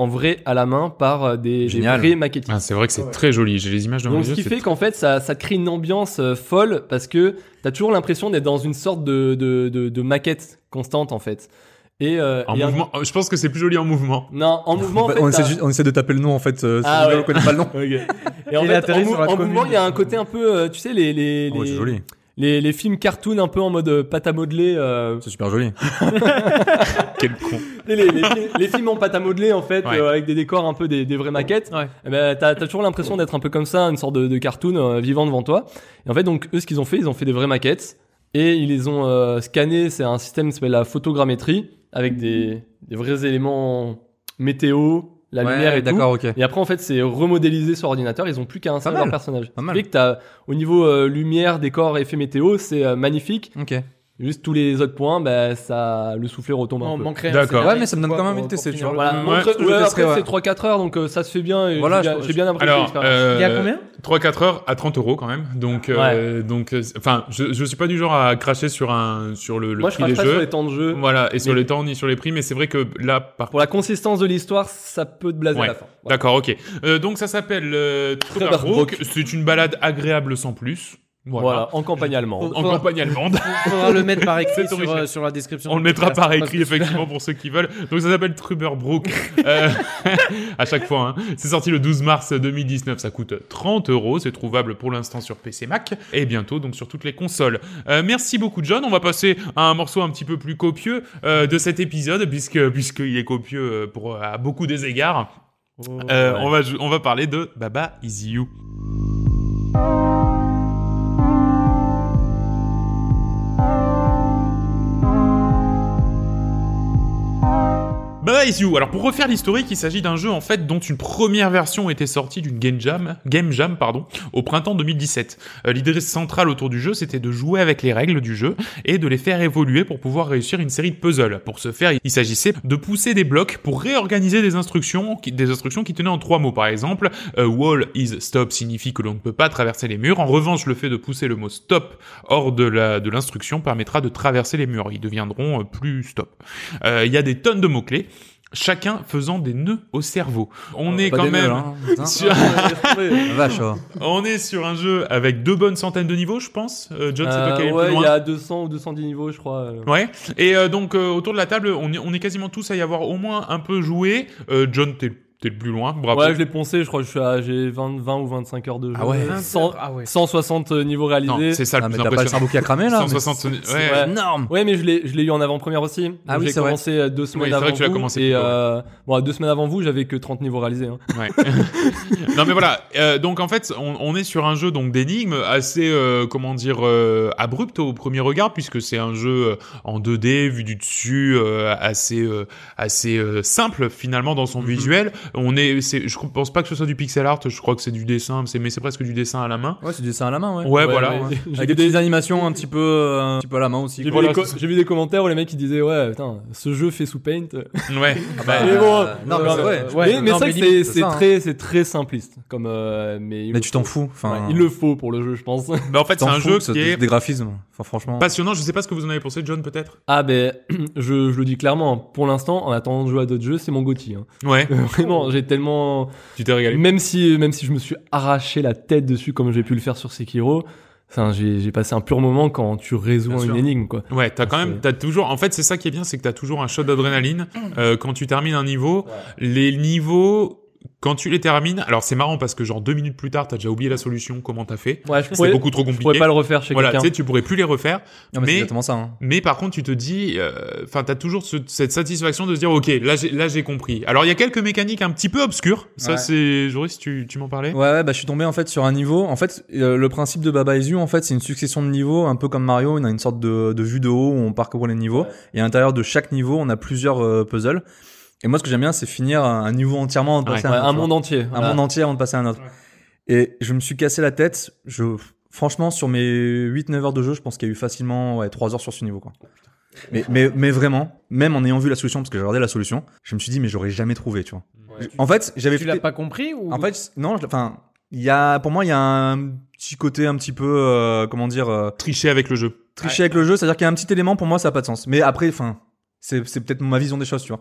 B: en vrai à la main par euh, des, des
C: Génial.
B: vrais maquettistes.
A: Ah, c'est vrai que c'est très joli. J'ai les images dans
B: Donc,
A: les
B: ce
A: yeux.
B: qui
A: c'est
B: fait qu'en fait, ça, ça crée une ambiance euh, folle parce que t'as toujours l'impression d'être dans une sorte de, de, de, de maquette constante en fait. Et, euh,
A: En
B: et un-
A: mouvement. Je pense que c'est plus joli en mouvement.
B: non,
C: [laughs]
B: en mouvement, en fait,
C: Bah, on, essaie,
B: t'as- [laughs]
C: juste- on essaie de taper le nom en fait. euh,
B: Ah
C: sur le jeu,
B: ouais.
C: on connaît pas
B: [laughs]
C: le nom.
B: Et en,
D: Il
B: fait,
D: atterrit
B: en mou-
D: sur la
B: en mouvement,
D: commune.
B: il y a un côté un peu, euh, tu sais, les les,
C: Oh,
B: les,
C: c'est joli,
B: les les films cartoon un peu en mode euh, pâte à modeler, euh,
C: c'est super joli.
A: [laughs] Quel con.
B: tu sais, les, les, films- les films en pâte à modeler en fait,
A: Ouais.
B: euh, avec des décors un peu des, des vraies maquettes.
D: Ouais.
B: Eh ben, t'as t'as toujours l'impression d'être un peu comme ça, une sorte de, de cartoon euh, vivant devant toi. Et en fait, donc eux, ce qu'ils ont fait, ils ont fait des vraies maquettes et ils les ont euh, scannées. C'est un système qui s'appelle la photogrammétrie avec des des vrais éléments météo, la lumière et tout.
C: d'accord, ok.
B: Et après, en fait, c'est remodélisé sur ordinateur. Ils ont plus qu'à installer leur
C: mal.
B: personnage.
C: Pas mal.
B: Ce qui fait que t'as, au niveau euh, lumière, décor, effet météo, c'est euh, magnifique.
C: Ok.
B: Juste tous les autres points, bah, ça, le soufflet retombe un
D: On
B: peu.
D: manquerait un
A: D'accord.
D: scénario
C: Ouais, mais ça me donne
D: pour-
C: quand même
D: pour-
C: envie de tester,
D: pour
C: tu
D: finir
C: vois.
B: Voilà.
A: Ouais,
B: Donc,
C: je
B: ouais,
C: le
B: après,
C: testerai, ouais.
B: c'est 3-4 heures, donc euh, ça se fait bien. Et
C: Voilà,
B: j'ai,
C: je-
B: bien-
C: je-
B: j'ai bien apprécié
A: Alors,
B: l'expérience.
D: le- Il y a
A: euh,
D: combien
A: 3-4 heures à 30 euros quand même. Donc, euh, donc, euh, enfin, je, je suis pas du genre à cracher sur un, sur le, le
B: Moi, je
A: prix
B: crache
A: des
B: pas
A: jeux.
B: sur les temps de jeu.
A: Voilà, et sur
B: Mais-
A: les temps ni sur les prix, mais c'est vrai que là, par
B: Pour la consistance de l'histoire, ça peut te blaser
A: Ouais.
B: à la fin. Voilà.
A: D'accord, ok. Euh, donc ça s'appelle euh, Trevor
B: Trevor
A: Brook. C'est une balade agréable sans plus. Voilà.
B: Voilà, en campagne [laughs] allemande.
A: En campagne allemande.
D: Faudra le mettre par écrit
A: [laughs] C'est
D: sur,
A: original.
D: euh, sur la description.
A: On le
D: du
A: mettra
D: podcast.
A: par écrit, effectivement, pour ceux qui veulent. Donc ça s'appelle Trevor Brook. Euh, [laughs] à chaque fois. hein. C'est sorti le 12 mars 2019. Ça coûte 30 euros. C'est trouvable pour l'instant sur PC Mac et bientôt donc sur toutes les consoles. Euh, merci beaucoup, John. On va passer à un morceau un petit peu plus copieux euh, de cet épisode, puisque puisqu'il est copieux euh, pour euh, à beaucoup des égards.
D: Oh,
A: Euh, on, va, jou- on va parler de Baba Is You. Baba Is You. Alors pour refaire l'historique, il s'agit d'un jeu en fait dont une première version était sortie d'une game jam, game jam pardon, au printemps 2017. Euh, L'idée centrale autour du jeu, c'était de jouer avec les règles du jeu et de les faire évoluer pour pouvoir réussir une série de puzzles. Pour ce faire, il s'agissait de pousser des blocs pour réorganiser des instructions, qui- des instructions qui tenaient en trois mots par exemple. euh, wall is stop signifie que l'on ne peut pas traverser les murs. En revanche, le fait de pousser le mot stop hors de la- de l'instruction permettra de traverser les murs. Ils deviendront euh, plus stop. Euh, Il y a des tonnes de mots clés. Chacun faisant des nœuds au cerveau. On est
C: Pas
A: quand
C: des
A: même
C: meules, hein,
A: [laughs]
C: putain. [laughs]
A: sur-
C: La Vache.
A: Ah,
C: oh.
A: on est sur un jeu avec deux bonnes centaines de niveaux, je pense. Euh, John, c'est toi qui allais
B: Euh,
A: le
B: ouais,
A: plus
B: il
A: loin.
B: y a 200 ou 210 niveaux, je crois. euh.
A: Ouais. Et euh, donc euh, autour de la table, on est, on est quasiment tous à y avoir au moins un peu joué. Euh, John, t'es t'es le plus loin. Bravo.
B: Ouais, je l'ai poncé, je crois que je suis à- j'ai 20, 20 ou 25 heures de jeu.
C: Ah ouais.
B: Euh,
D: Cent-
B: 100
D: Ah ouais.
B: 160 euh, niveaux réalisés.
A: non, c'est ça
C: Ah,
A: le
C: mais
A: plus
C: t'as pas le
A: impressionnant.
C: cerveau qui a cramé là mais
A: 160
C: c'est-
A: ouais.
C: C'est énorme.
B: Ouais, mais je l'ai, je l'ai eu en avant-première aussi.
C: Ah
B: Donc,
C: oui,
B: j'ai
C: c'est vrai.
B: commencé euh, deux semaines
A: Oui, c'est
B: avant
A: vrai que tu l'as
B: vous,
A: commencé
B: Et
A: plus tôt, ouais.
B: euh, bon, à deux semaines avant vous, j'avais que 30 niveaux réalisés. hein.
A: Ouais. [laughs] non mais voilà. Euh, donc en fait, on, on est sur un jeu donc d'énigmes assez euh, comment dire euh, abrupt au premier regard puisque c'est un jeu euh, en 2D vu du dessus euh, assez euh, assez euh, simple finalement dans son visuel. On est, c'est, je pense pas que ce soit du pixel art. Je crois que c'est du dessin, c'est- mais c'est presque du dessin à la main.
C: Ouais, c'est du dessin à la main, ouais.
A: Ouais, Ah, voilà.
B: ouais. J'ai
C: Avec des
B: vu
C: petites animations un petit peu, euh, un petit peu à la main aussi.
B: j'ai vu,
C: quoi.
B: des co- j'ai vu des commentaires où les mecs ils disaient ouais putain ce jeu fait sous paint.
A: [laughs] Ouais.
C: bah,
B: mais bon,
C: euh, non, mais c'est vrai.
B: [laughs] mais-
D: Ouais,
B: mais
D: non,
B: ça
D: mais
B: c'est,
D: limite,
C: c'est
B: c'est
C: ça, hein.
B: très c'est très simpliste comme euh, mais il
C: Mais
B: le
C: tu t'en
B: faut.
C: fous. Enfin,
B: Ouais, il le faut pour le jeu je pense. [laughs]
A: Mais bah, en fait, c'est
C: t'en
A: un
C: fous
A: jeu
C: que ce-
A: qui est
C: des graphismes. Enfin, franchement.
A: passionnant. Je sais pas ce que vous en avez pensé, John, peut-être.
B: ah ben [clears throat] je, je le dis clairement hein. pour l'instant en attendant de jouer à d'autres jeux c'est mon Gotti. Hein. [laughs]
A: Ouais.
B: Vraiment j'ai tellement
A: tu t'es régalé.
B: Même si, même si je me suis arraché la tête dessus comme j'ai pu le faire sur Sekiro, enfin, j'ai j'ai passé un pur moment quand tu résous
C: Bien
B: une
C: sûr.
B: énigme, quoi.
A: Ouais, t'as quand même, t'as toujours. En fait, c'est ça qui est bien, c'est que t'as toujours un shot d'adrénaline euh, quand tu termines un niveau. Les niveaux Quand tu les termines, alors c'est marrant parce que genre deux minutes plus tard, t'as déjà oublié la solution, comment t'as fait.
B: Ouais, je
A: C'est
B: pourrais,
A: beaucoup trop
B: je pourrais
A: compliqué.
B: pas le refaire chez
A: Voilà, tu sais,
B: quelqu'un.
A: tu pourrais plus les refaire.
C: Non, mais, c'est
A: Mais-
C: exactement ça. hein.
A: Mais par contre, tu te dis, euh, enfin, t'as toujours ce- cette satisfaction de se dire, ok, là, j'ai- là, j'ai compris. Alors, il y a quelques mécaniques un petit peu obscures. Ça,
C: Ouais.
A: c'est Joris, tu, tu m'en parlais.
C: Ouais, ouais, bah je suis tombé en fait sur un niveau. En fait, euh, le principe de Baba Is You, en fait, c'est une succession de niveaux, un peu comme Mario. On a une sorte de, de vue de haut où on parcourt les niveaux. Et à l'intérieur de chaque niveau, on a plusieurs euh, puzzles. Et moi, ce que j'aime bien, c'est finir un un niveau entièrement avant de
A: Ouais.
C: passer à
B: Ouais,
C: un, autre,
B: un
C: tu vois.
B: monde entier.
C: un
B: voilà.
C: monde entier avant de passer à un autre. Et je me suis cassé la tête. Je, franchement, sur mes 8-9 heures de jeu, je pense qu'il y a eu facilement ouais, 3 heures sur ce niveau. Quoi. Mais, mais, mais vraiment, même en ayant vu la solution, parce que j'ai regardé la solution, je me suis dit, mais j'aurais jamais trouvé, tu vois.
D: Ouais.
C: En fait, j'avais
D: Tu l'as
C: fait-
D: pas compris ou
B: Mhm.
C: En fait, c- non, je- enfin, il y a, pour moi, il y a un petit côté un petit peu, euh, comment dire, euh,
A: Tricher avec le jeu.
C: tricher avec le jeu, c'est-à-dire qu'il y a un petit élément, pour moi, ça n'a pas de sens. Mais après, enfin, c'est c'est peut-être ma vision des choses, tu vois.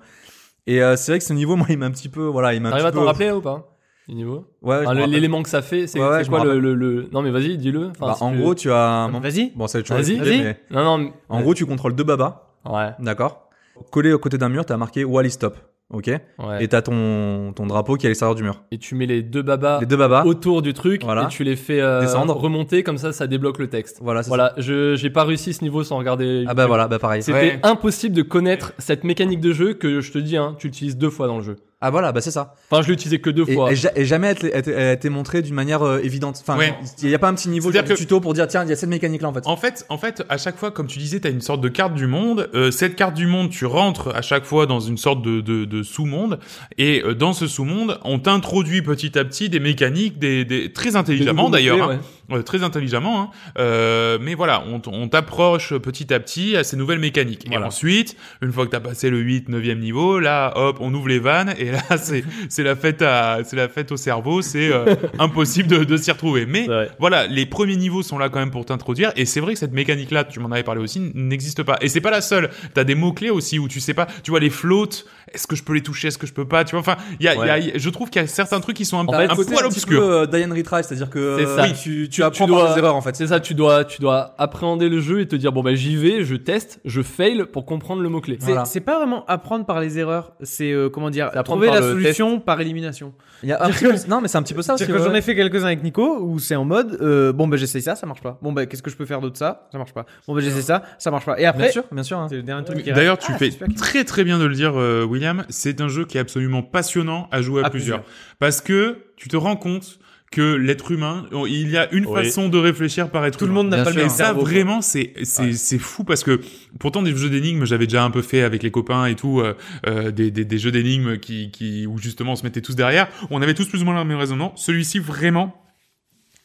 C: Et euh, c'est vrai que ce niveau, [laughs] moi, il m'a un petit peu, voilà, il m'a un
B: T'arrives à
C: petit peu.
B: t'en rappeler ou pas du niveau
C: Ouais, je
B: Enfin,
C: me
B: le-
C: rappelle.
B: L'élément que ça fait, c'est
C: Ouais, ouais,
B: c'est
C: je
B: quoi
C: me
B: le, le, le- Non mais vas-y, dis-le. Enfin,
C: Bah,
B: si
C: en
B: tu-
C: gros, tu as. un moment-
D: vas-y.
C: Bon, ça va être toujours
B: Vas-y,
C: expliqué,
D: vas-y.
C: mais
B: Non, non.
C: En gros, tu contrôles deux babas,
B: Ouais,
C: d'accord Collé aux côtés d'un mur, t'as marqué Wally Stop, ok
B: ouais.
C: Et t'as ton, ton drapeau qui est à l'extérieur du mur.
B: Et tu mets les deux babas
C: Les deux babas,
B: autour du truc
C: Voilà.
B: et tu les fais euh,
C: Descendre.
B: remonter, comme ça, ça débloque le texte.
C: voilà, c'est
B: Voilà, je j'ai pas réussi ce niveau sans regarder.
C: ça. Ah
B: YouTube.
C: bah voilà, bah pareil.
B: C'était
A: Ouais.
B: impossible de connaître cette mécanique de jeu que je te dis, hein, tu l'utilises deux fois dans le jeu.
C: Ah voilà, bah c'est ça.
B: Enfin, je l'utilisais que deux
C: Et,
B: fois.
C: et ja- et jamais elle a été- elle a été montrée d'une manière euh, évidente. Enfin,
A: Ouais.
C: il n'y a pas un petit niveau genre,
A: C'est-à-dire
C: de
A: que-
C: tuto pour dire tiens, il y a cette mécanique là en fait.
A: En fait, en fait, à chaque fois, comme tu disais, t'as une sorte de carte du monde. Euh, cette carte du monde, tu rentres à chaque fois dans une sorte de, de, de sous-monde. Et euh, dans ce sous-monde, on t'introduit petit à petit des mécaniques, des, des très
B: Des
A: intelligemment
B: nouveaux
A: d'ailleurs,
B: mots-clés,
A: Euh, très intelligemment. hein. Euh, mais voilà, on, t- on t'approche petit à petit à ces nouvelles mécaniques. Et
B: Voilà.
A: ensuite, une fois que t'as passé le 8, 9e niveau, là, hop, on ouvre les vannes et là, [laughs] c'est c'est la fête à, c'est la fête au cerveau, c'est euh, impossible de, de s'y retrouver. Mais
B: ouais. Ouais.
A: voilà, les premiers niveaux sont là quand même pour t'introduire, et c'est vrai que cette mécanique-là, tu m'en avais parlé aussi, n- n'existe pas. Et c'est pas la seule. T'as des mots-clés aussi où tu sais pas, tu vois, les flottes, est-ce que je peux les toucher, est-ce que je peux pas, tu vois, enfin, il y a, il y a- il y a- je trouve qu'il y a certains trucs qui sont un,
B: En fait,
A: un
C: Côté
A: poil
C: petit
A: obscurs.
C: peu, euh, Diane Retry, c'est-à-dire que
B: C'est
C: euh,
B: ça.
C: oui, tu, tu apprends
B: dois-
C: par tes erreurs en
B: [laughs]
C: fait.
B: C'est ça, tu dois, tu dois appréhender le jeu et te dire bon bah j'y vais, je teste, je fail pour comprendre le mot clé.
D: C'est
C: Voilà.
D: c'est pas vraiment apprendre par les erreurs, c'est euh, comment dire,
B: C'est apprendre
D: trouver
B: par
D: la
B: le
D: solution par élimination.
B: Ah,
C: Il y a un petit peu- Non, mais c'est un petit peu ça. euh,
D: C'est-à-dire
C: aussi,
D: que
C: ouais.
D: j'en ai fait quelques-uns avec Nico où c'est en mode euh, bon ben j'essaye ça, ça marche pas. Bon ben qu'est-ce que je peux faire d'autre ça, ça marche pas. Bon ben j'essaye ça, ça marche pas. Et après,
C: Bien sûr, bien sûr. hein.
D: c'est le dernier truc qui reste.
A: D'ailleurs, tu
D: Ah,
A: fais
D: super qu'il-
A: très très bien de le dire, euh, William. C'est un jeu qui est absolument passionnant à jouer à,
D: À
A: plusieurs. parce que tu te rends compte que l'être humain, il y a une
B: Oui.
A: façon de réfléchir par être
D: tout le
A: humain.
D: monde n'a
C: Bien
D: pas le
C: sûr.
A: Et
D: même
A: ça,
D: cerveau. quoi.
A: vraiment, c'est c'est
B: Ouais.
A: c'est fou parce que pourtant des jeux d'énigmes, j'avais déjà un peu fait avec les copains et tout, euh, euh, des, des, des jeux d'énigmes qui qui où justement on se mettait tous derrière, on avait tous plus ou moins le même raisonnement. Celui-ci, vraiment,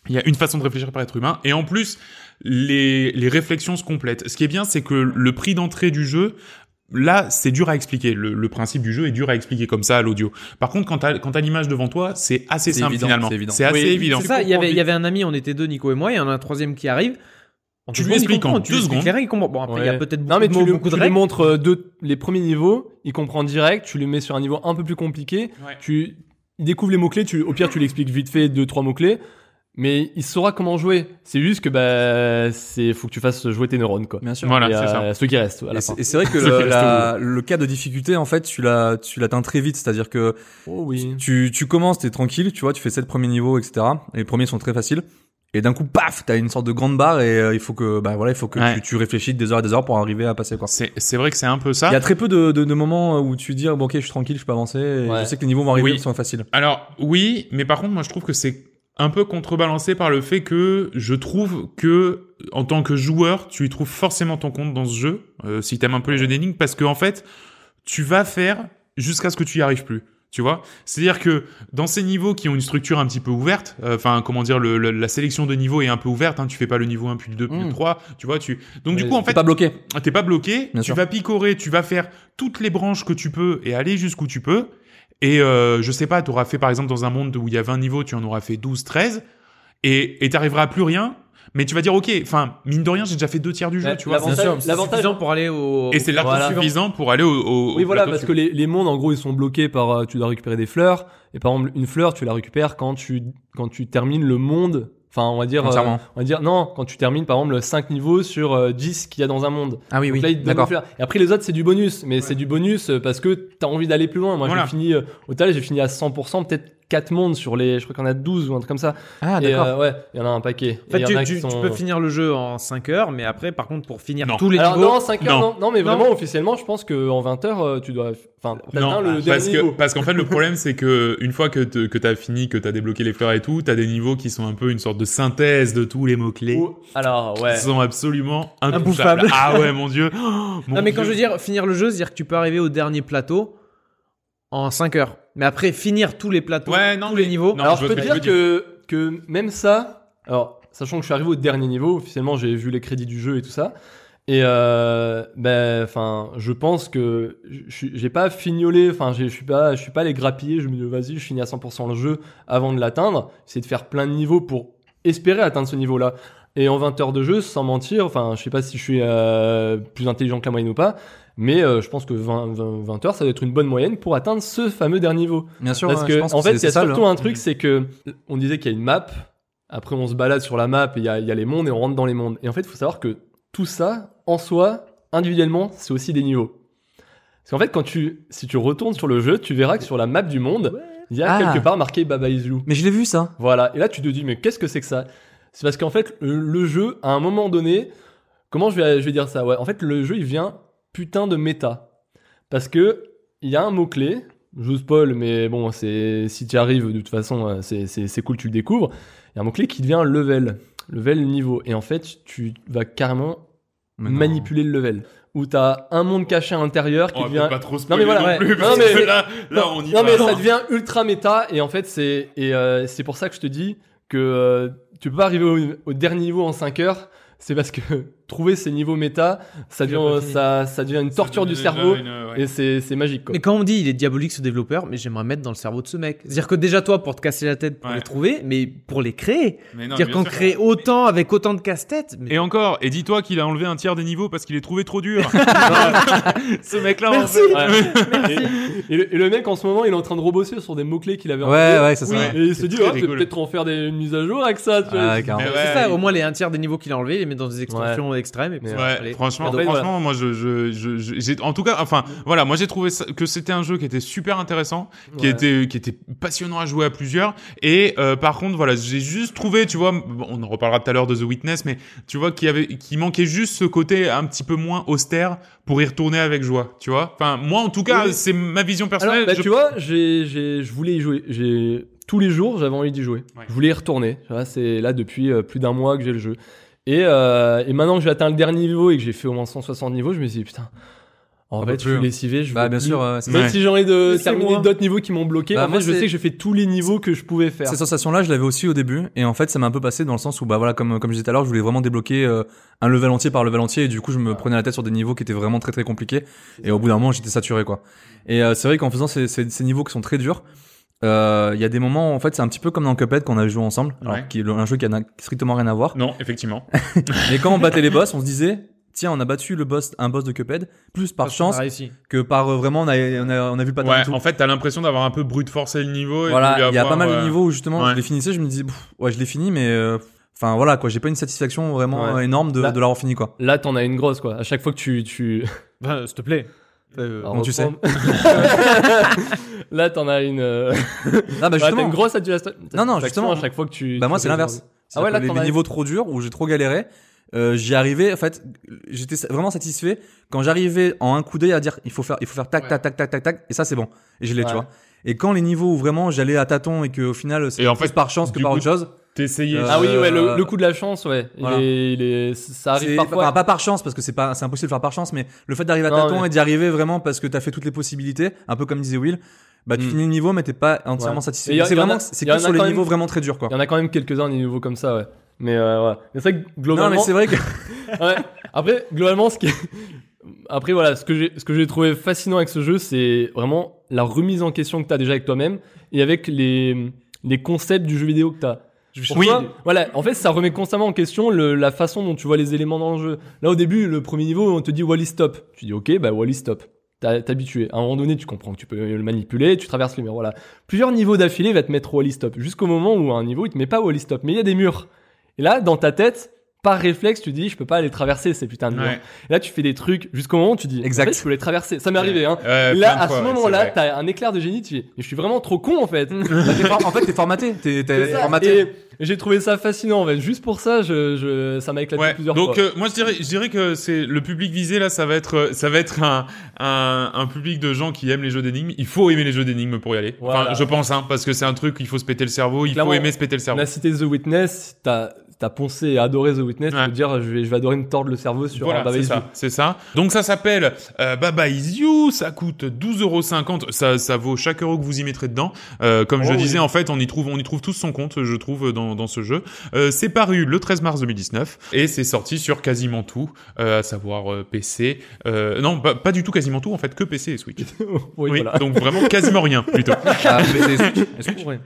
A: il y a une façon de réfléchir par être humain et en plus les les réflexions se complètent. Ce qui est bien, c'est que le prix d'entrée du jeu Là, c'est dur à expliquer. Le, le principe du jeu est dur à expliquer comme ça à l'audio. Par contre, quand t'as, quand t'as l'image devant toi, c'est assez
C: C'est
A: simple
C: évident,
A: finalement.
C: c'est évident.
A: assez
B: Oui,
A: évident.
D: C'est ça, il y,
B: comprends
D: avait, il
B: vite.
D: y avait un ami, on était deux, Nico et moi, il y en a un troisième qui arrive. En
A: Tu
D: deux
A: lui
D: secondes, il
A: expliques en
D: comprend, tu lui
A: deux
D: expliques
A: secondes.
D: les règles, il comprend. Bon, après, il y a
B: Ouais.
D: peut-être beaucoup,
B: Non mais
D: de
B: tu,
D: mots,
B: lui,
D: beaucoup de
B: tu lui
D: règles.
B: montres euh, deux, les premiers niveaux, il comprend direct, tu le mets sur un niveau un peu plus compliqué,
A: Ouais.
B: tu il découvre les mots clés, tu au pire tu l'expliques vite fait deux trois mots clés, mais il saura comment jouer. C'est juste que bah c'est faut que tu fasses jouer tes neurones quoi.
C: Bien sûr.
A: Voilà,
B: Et,
A: c'est ça.
B: euh, ceux qui restent à la
C: Et
B: fin.
C: c'est- et c'est vrai que
A: Ce qui
C: le,
A: reste
C: la- le cas de difficulté, en fait, tu l'as- tu l'atteins très vite. C'est-à-dire que
B: Oh oui.
C: tu, tu commences, t'es tranquille, tu vois, tu fais sept premiers niveaux, etc. Les premiers sont très faciles. Et d'un coup, paf, t'as une sorte de grande barre et euh, il faut que, bah voilà, il faut que
A: Ouais.
C: tu, tu réfléchisses des heures et des heures pour arriver à passer, quoi.
A: C'est, c'est vrai que c'est un peu ça.
C: Il y a très peu de, de, de moments où tu dis, bon, ok, je suis tranquille, je peux avancer, et
B: Ouais.
C: je sais que les niveaux vont arriver,
A: Oui.
C: ils sont faciles.
A: Alors oui, mais par contre, moi je trouve que c'est un peu contrebalancé par le fait que je trouve que en tant que joueur, tu y trouves forcément ton compte dans ce jeu, euh, si t'aimes un peu les jeux d'énigmes, parce que en fait, tu vas faire jusqu'à ce que tu y arrives plus. Tu vois, c'est-à-dire que dans ces niveaux qui ont une structure un petit peu ouverte, euh, enfin comment dire, le- le- la sélection de niveaux est un peu ouverte. Hein, tu fais pas le niveau 1 puis le 2 puis le
C: Mm.
A: 3, tu vois. Tu donc du
B: Mais
A: coup en
C: T'es
A: fait
C: pas bloqué.
A: Ah, t'es pas bloqué,
C: Bien
A: tu
C: sûr.
A: vas picorer, tu vas faire toutes les branches que tu peux et aller jusqu'où tu peux. Et euh, je sais pas, t'auras fait par exemple dans un monde où il y a 20 niveaux, tu en auras fait 12, 13 et et t'arriveras à plus rien, mais tu vas dire OK, enfin mine de rien, j'ai déjà fait deux tiers du jeu,
B: Ouais,
A: tu vois.
B: l'avantage-
A: c'est-
D: L'avantage
B: l'avantage-
D: suffisant pour aller au.
A: Et c'est l'arc
B: Voilà.
A: suffisant pour aller au, au-
B: Oui,
A: au
B: voilà,
A: plateau
B: parce que
A: suivant.
B: les, les mondes, en gros, ils sont bloqués par. euh, tu dois récupérer des fleurs. Et par exemple, une fleur, tu la récupères quand tu, quand tu termines le monde. Enfin, on va dire, euh,
C: Entièrement.
B: on va dire non, quand tu termines par exemple 5 niveaux sur euh, 10 qu'il y a dans un monde.
C: Ah oui,
B: Donc
C: oui.
B: là, il te donne
C: D'accord.
B: le faire. Et après, les autres, c'est du bonus. Mais c'est du bonus euh, parce que t'as envie d'aller plus loin. Moi,
A: Voilà.
B: j'ai fini, euh, au total, j'ai fini à 100%, peut-être 4 mondes sur les, je crois qu'on a 12 ou un truc comme ça.
C: Ah,
B: Et,
C: d'accord.
B: euh, ouais, il y en a un paquet.
D: En fait,
B: Et il y en
D: tu,
B: a qui
D: tu- tu
B: sont-
D: peux finir le jeu en 5 heures, mais après, par contre, pour finir
A: Non.
D: tous les
B: Alors,
D: niveaux.
B: non, 5 heures, non. Non, mais
D: Non.
B: vraiment, officiellement, je pense qu'en 20 heures, euh, tu dois,
A: Non,
B: enfin, t'atteins le
A: parce
B: dernier
A: que
B: niveau.
A: parce qu'en fait le problème c'est que une fois que te- que t'as fini, que t'as débloqué les fleurs et tout, t'as des niveaux qui sont un peu une sorte de synthèse de tous les mots clés.
B: Ou- Alors, ouais.
A: Ils sont absolument
D: Imbouffables.
A: imbouffables. Ah ouais mon dieu. Oh, mon
D: Non, mais quand je
A: Dieu.
D: veux dire finir le jeu, c'est-à-dire que tu peux arriver au dernier plateau en 5 heures. Mais après, finir tous les plateaux,
A: Ouais, non,
D: tous les
A: mais-
D: niveaux.
A: non.
B: Alors,
A: je
B: je
A: veux
B: peux te
A: bien,
B: dire que, que même ça, alors, sachant que je suis arrivé au dernier niveau, officiellement, j'ai vu les crédits du jeu et tout ça. Et, euh, ben, enfin, je pense que je suis- j'ai pas fignolé, enfin, j'ai- je suis pas, je suis pas les grappiller, je me dis, vas-y, je finis à 100% le jeu avant de l'atteindre. C'est de faire plein de niveaux pour espérer atteindre ce niveau-là. Et en 20 heures de jeu, sans mentir, enfin, je sais pas si je suis euh, plus intelligent que la moyenne ou pas, mais euh, je pense que 20, 20 20 heures, ça doit être une bonne moyenne pour atteindre ce fameux dernier niveau.
C: Bien sûr.
B: Parce
C: ouais,
B: que,
C: je pense
B: en
C: c'est-
B: fait, il y
C: c'est
B: a
C: ça, le-
B: surtout un truc, c'est que on disait qu'il y a une map. Après, on se balade sur la map et il y a, il y a les mondes et on rentre dans les mondes. Et en fait, il faut savoir que tout ça, en soi, individuellement, c'est aussi des niveaux. Parce qu'en fait, quand tu, si tu retournes sur le jeu, tu verras que sur la map du monde, il y a
C: Ah.
B: quelque part marqué Baba Is You.
C: Mais je l'ai vu ça.
B: Voilà. Et là, tu te dis, mais qu'est-ce que c'est que ça C'est parce qu'en fait, le, le jeu, à un moment donné, comment je vais, je vais dire ça Ouais, en fait, le jeu, il vient putain de méta. Parce que il y a un mot-clé, je vous spoil, mais bon, c'est si tu arrives, de toute façon, euh, c'est- c'est c'est cool, tu le découvres. Il y a un mot-clé qui devient level, level niveau. Et en fait, tu vas carrément
C: Mais non.
B: manipuler le level. Où t'as un monde caché à l'intérieur qui
A: On va
B: devient
A: peut-être pas trop se
B: mais voilà,
A: non
B: ouais.
A: plus,
B: Non,
A: parce
B: mais-
A: que là, là,
B: non,
A: on y va.
B: non, mais ça devient ultra méta et en fait c'est et euh, c'est pour ça que je te dis que euh, tu peux pas arriver au, au dernier niveau en 5 heures. C'est parce que [laughs] trouver ces niveaux méta, ça
D: Il a pas
B: devient
D: fini.
B: ça ça devient une torture du cerveau
A: Ouais.
B: et c'est c'est
A: [laughs]
B: magique quoi.
D: Mais quand on dit il est diabolique ce développeur, mais j'aimerais mettre dans le cerveau de ce mec. C'est-à-dire que déjà toi pour te casser la tête pour
A: Ouais.
D: les trouver, mais pour les créer.
A: Mais non,
D: C'est-à-dire
A: bien
D: qu'on
A: sûr.
D: crée autant avec autant de casse-tête. mais-
A: Et encore, et dis-toi qu'il a enlevé un tiers des niveaux parce qu'il est trouvé trop
B: [laughs]
A: dur. Ce mec-là, en
D: Merci.
A: fait-
B: Ouais. et, et le, et le mec en ce moment il est en train de rebosser sur des mots clés qu'il avait.
C: Ouais,
B: enlevés.
C: ouais, c'est ça.
A: Oui.
B: Et il se
A: C'est
B: dit
A: très
B: oh, je vais
A: rigolo.
B: peut-être en faire des mises à jour avec ça. Tu vois.
C: Ah, carrément.
A: Mais ouais,
D: C'est ça,
A: il-
D: au moins les un tiers des niveaux qu'il a enlevés, il les met dans des extensions extrêmes. Et puis
B: Ouais,
A: Ouais,
D: allez.
A: franchement,
B: Cadeau.
A: franchement, moi, je, je, je- je- j'ai, en tout cas, enfin, voilà, moi, j'ai trouvé ça- que c'était un jeu qui était super intéressant, qui
B: Ouais.
A: était, qui était passionnant à jouer à plusieurs. Et euh, par contre, voilà, j'ai juste trouvé, tu vois, bon, on en reparlera tout à l'heure de The Witness, mais tu vois qu'il y avait, qu'il manquait juste ce côté un petit peu moins austère pour y retourner avec joie, tu vois. Enfin, moi, en tout cas,
B: Oui.
A: c'est ma vision
B: Alors,
A: personnelle.
B: bah,
A: je-
B: tu vois, j'ai, j'ai, je voulais y jouer. J'ai tous les jours, j'avais envie d'y jouer.
A: Ouais.
B: Je voulais y retourner. Tu vois, c'est là depuis euh, plus d'un mois que j'ai le jeu. Et, euh, et maintenant que j'ai atteint le dernier niveau et que j'ai fait au moins 160 niveaux, je me suis dit putain. En
C: On
B: fait,
C: peut
B: je
C: plus,
B: suis
C: hein.
B: lessivé. Je
C: Bah,
B: veux
C: bien
B: plus.
C: sûr, ouais, c'est
A: Mais-
B: Même
A: Ouais.
B: si j'ai envie de
D: Laissez-moi.
B: terminer d'autres niveaux qui m'ont bloqué,
C: Bah,
B: en
C: moi,
B: fait, je
C: c'est-
B: sais que j'ai fait tous les niveaux que je pouvais faire.
C: Cette sensation-là, je l'avais aussi au début, et en fait, ça m'a un peu passé dans le sens où, bah voilà, comme comme je disais tout à l'heure, je voulais vraiment débloquer euh, un level entier par level entier, et du coup, je me prenais la tête sur des niveaux qui étaient vraiment très très compliqués, et au bout d'un moment, j'étais saturé quoi. Et euh, c'est vrai qu'en faisant ces, ces, ces niveaux qui sont très durs, euh, il y a des moments, en fait, c'est un petit peu comme dans Cuphead qu'on a joué ensemble,
A: Ouais.
C: alors qui est le- un jeu qui n'a strictement rien à voir.
A: Non, effectivement.
C: Mais quand on
A: [laughs]
C: battait les boss, on se disait. Tiens, on a battu le boss, un boss de Cuphead, plus par
D: Parce qu'on a
C: chance
D: réussi.
C: que par euh, vraiment on a, on a, on a vu le pattern et
A: Ouais,
C: tout.
A: en fait, t'as l'impression d'avoir un peu brute forcé le niveau. et de lui
C: Voilà, il y a
A: avoir,
C: pas mal
A: euh,
C: de niveaux où justement
A: ouais.
C: je les finissais, je me disais, pff, ouais, je l'ai fini, mais euh, enfin voilà quoi, j'ai pas une satisfaction vraiment
B: Ouais. Bah
C: euh, énorme de,
B: Là-
C: de l'avoir fini quoi.
B: Là, t'en as une grosse quoi. À chaque fois que tu, tu...
D: Ben, s'il te plaît.
B: [laughs]
D: Euh,
B: Alors,
C: Euh, tu sais.
B: là, t'en as une. euh,
C: Ah bah
B: bah, [laughs] t'as
C: justement,
B: une grosse satisfaction.
C: Non, non,
B: satisfaction
C: justement.
B: À chaque fois que tu.
C: bah
B: tu
C: moi
B: fais
C: c'est
B: des-
C: l'inverse. C'est-à-dire
B: Ah ouais,
C: que
B: là,
C: les,
B: t'en
C: les
B: as-
C: niveaux trop durs où j'ai trop galéré, euh, j'y arrivais en fait, j'étais sa- vraiment satisfait quand j'arrivais en un coup d'œil à dire il faut faire il faut faire tac tac tac tac tac tac et ça c'est bon et je l'ai tu
B: Ouais.
C: vois. Et quand les niveaux où vraiment j'allais à tâtons et que au final
A: Et
C: c'était
A: en
C: plus
A: fait,
C: par chance que
A: du
C: par
A: coup,
C: autre chose,
A: T'essayais.
C: Euh,
B: Ah oui, ouais, le, le coup de la chance, ouais. Il
C: voilà.
B: est, il est- ça
C: C'est-
B: arrive parfois.
C: enfin, pas par chance parce que c'est pas c'est impossible de faire par chance mais le fait d'arriver à
B: Non,
C: tâtons
B: mais-
C: et d'y arriver vraiment parce que t'as fait toutes les possibilités un peu comme disait Will bah tu
B: Mm.
C: finis le niveau mais t'es pas entièrement
B: Ouais.
C: satisfait
B: Et y a-
C: c'est
B: y en a-
C: vraiment c'est
B: y en
C: que
B: a
C: sur les
B: quand même-
C: niveaux vraiment très durs quoi
B: Il y en a quand même quelques-uns des niveaux comme ça, ouais. Mais euh, ouais. Mais c'est vrai que
C: non
B: [laughs] globalement.
C: mais c'est
B: [laughs]
C: vrai que
B: Ouais. Après, globalement, ce qui est- Après, voilà, ce que j'ai, ce que j'ai trouvé fascinant avec ce jeu, c'est vraiment la remise en question que t'as déjà avec toi-même et avec les, les concepts du jeu vidéo que t'as. Pour
A: Oui.
B: toi, Voilà. En fait, ça remet constamment en question le- la façon dont tu vois les éléments dans le jeu. Là, au début, le premier niveau, on te dit Wally stop. Tu dis OK, bah Wally stop. T'as- T'es habitué. À un moment donné, tu comprends que tu peux le manipuler, tu traverses les murs. Voilà. Plusieurs niveaux d'affilée va te mettre Wally stop. Jusqu'au moment où à un niveau, il te met pas Wally stop. Mais il y a des murs. Et là, dans ta tête, par réflexe, tu dis, je peux pas aller traverser ces putains de murs.
A: Ouais.
B: Et là, tu fais des trucs jusqu'au moment où tu dis,
C: Exact.
B: en fait, je peux les traverser. Ça m'est arrivé, hein.
A: Ouais, Euh, plein
B: là,
A: de
B: à
A: fois,
B: ce
A: ouais, c'est
B: moment-là,
A: vrai.
B: t'as un éclair de génie, tu dis, mais je suis vraiment trop con, en
C: [laughs]
B: fait.
C: Bah, t'es for- en fait, t'es formaté. T'es, t'es
B: C'est ça.
C: formaté.
B: Et j'ai trouvé ça fascinant, en fait. Juste pour ça, je, je- ça m'a éclaté
A: Ouais.
B: plusieurs
A: Donc
B: fois.
A: euh, moi je dirais, je dirais que c'est le public visé là, ça va être, euh, ça va être un, un, un public de gens qui aiment les jeux d'énigmes. Il faut aimer les jeux d'énigmes pour y aller. Enfin,
B: Voilà.
A: je pense, hein, parce que c'est un truc il faut se péter le cerveau. Il
B: Clairement,
A: faut aimer se péter le
B: On
A: cerveau.
B: a cité The Witness, t'as, t'as poncé et adoré The Witness,
A: Ouais.
B: tu peux dire, je vais, je vais adorer me tordre le cerveau sur un
A: Voilà,
B: Baba
A: c'est
B: Is You.
A: ça, c'est ça. Donc ça s'appelle euh, Baba Is You, ça coûte 12,50€, ça, ça vaut chaque euro que vous y mettrez dedans. Euh, comme je
B: Oh oui.
A: disais, en fait, on y trouve, on y trouve tous son compte, je trouve, dans, dans ce jeu. Euh, c'est paru le 13 mars 2019 et c'est sorti sur quasiment tout, euh, à savoir euh, PC, euh, non, pas, pas du tout quasiment tout, en fait, que PC et Switch.
B: oui,
A: Oui,
B: voilà.
A: donc vraiment quasiment rien,
B: [laughs]
A: plutôt.
C: Ah, mais c'est-
A: Oui,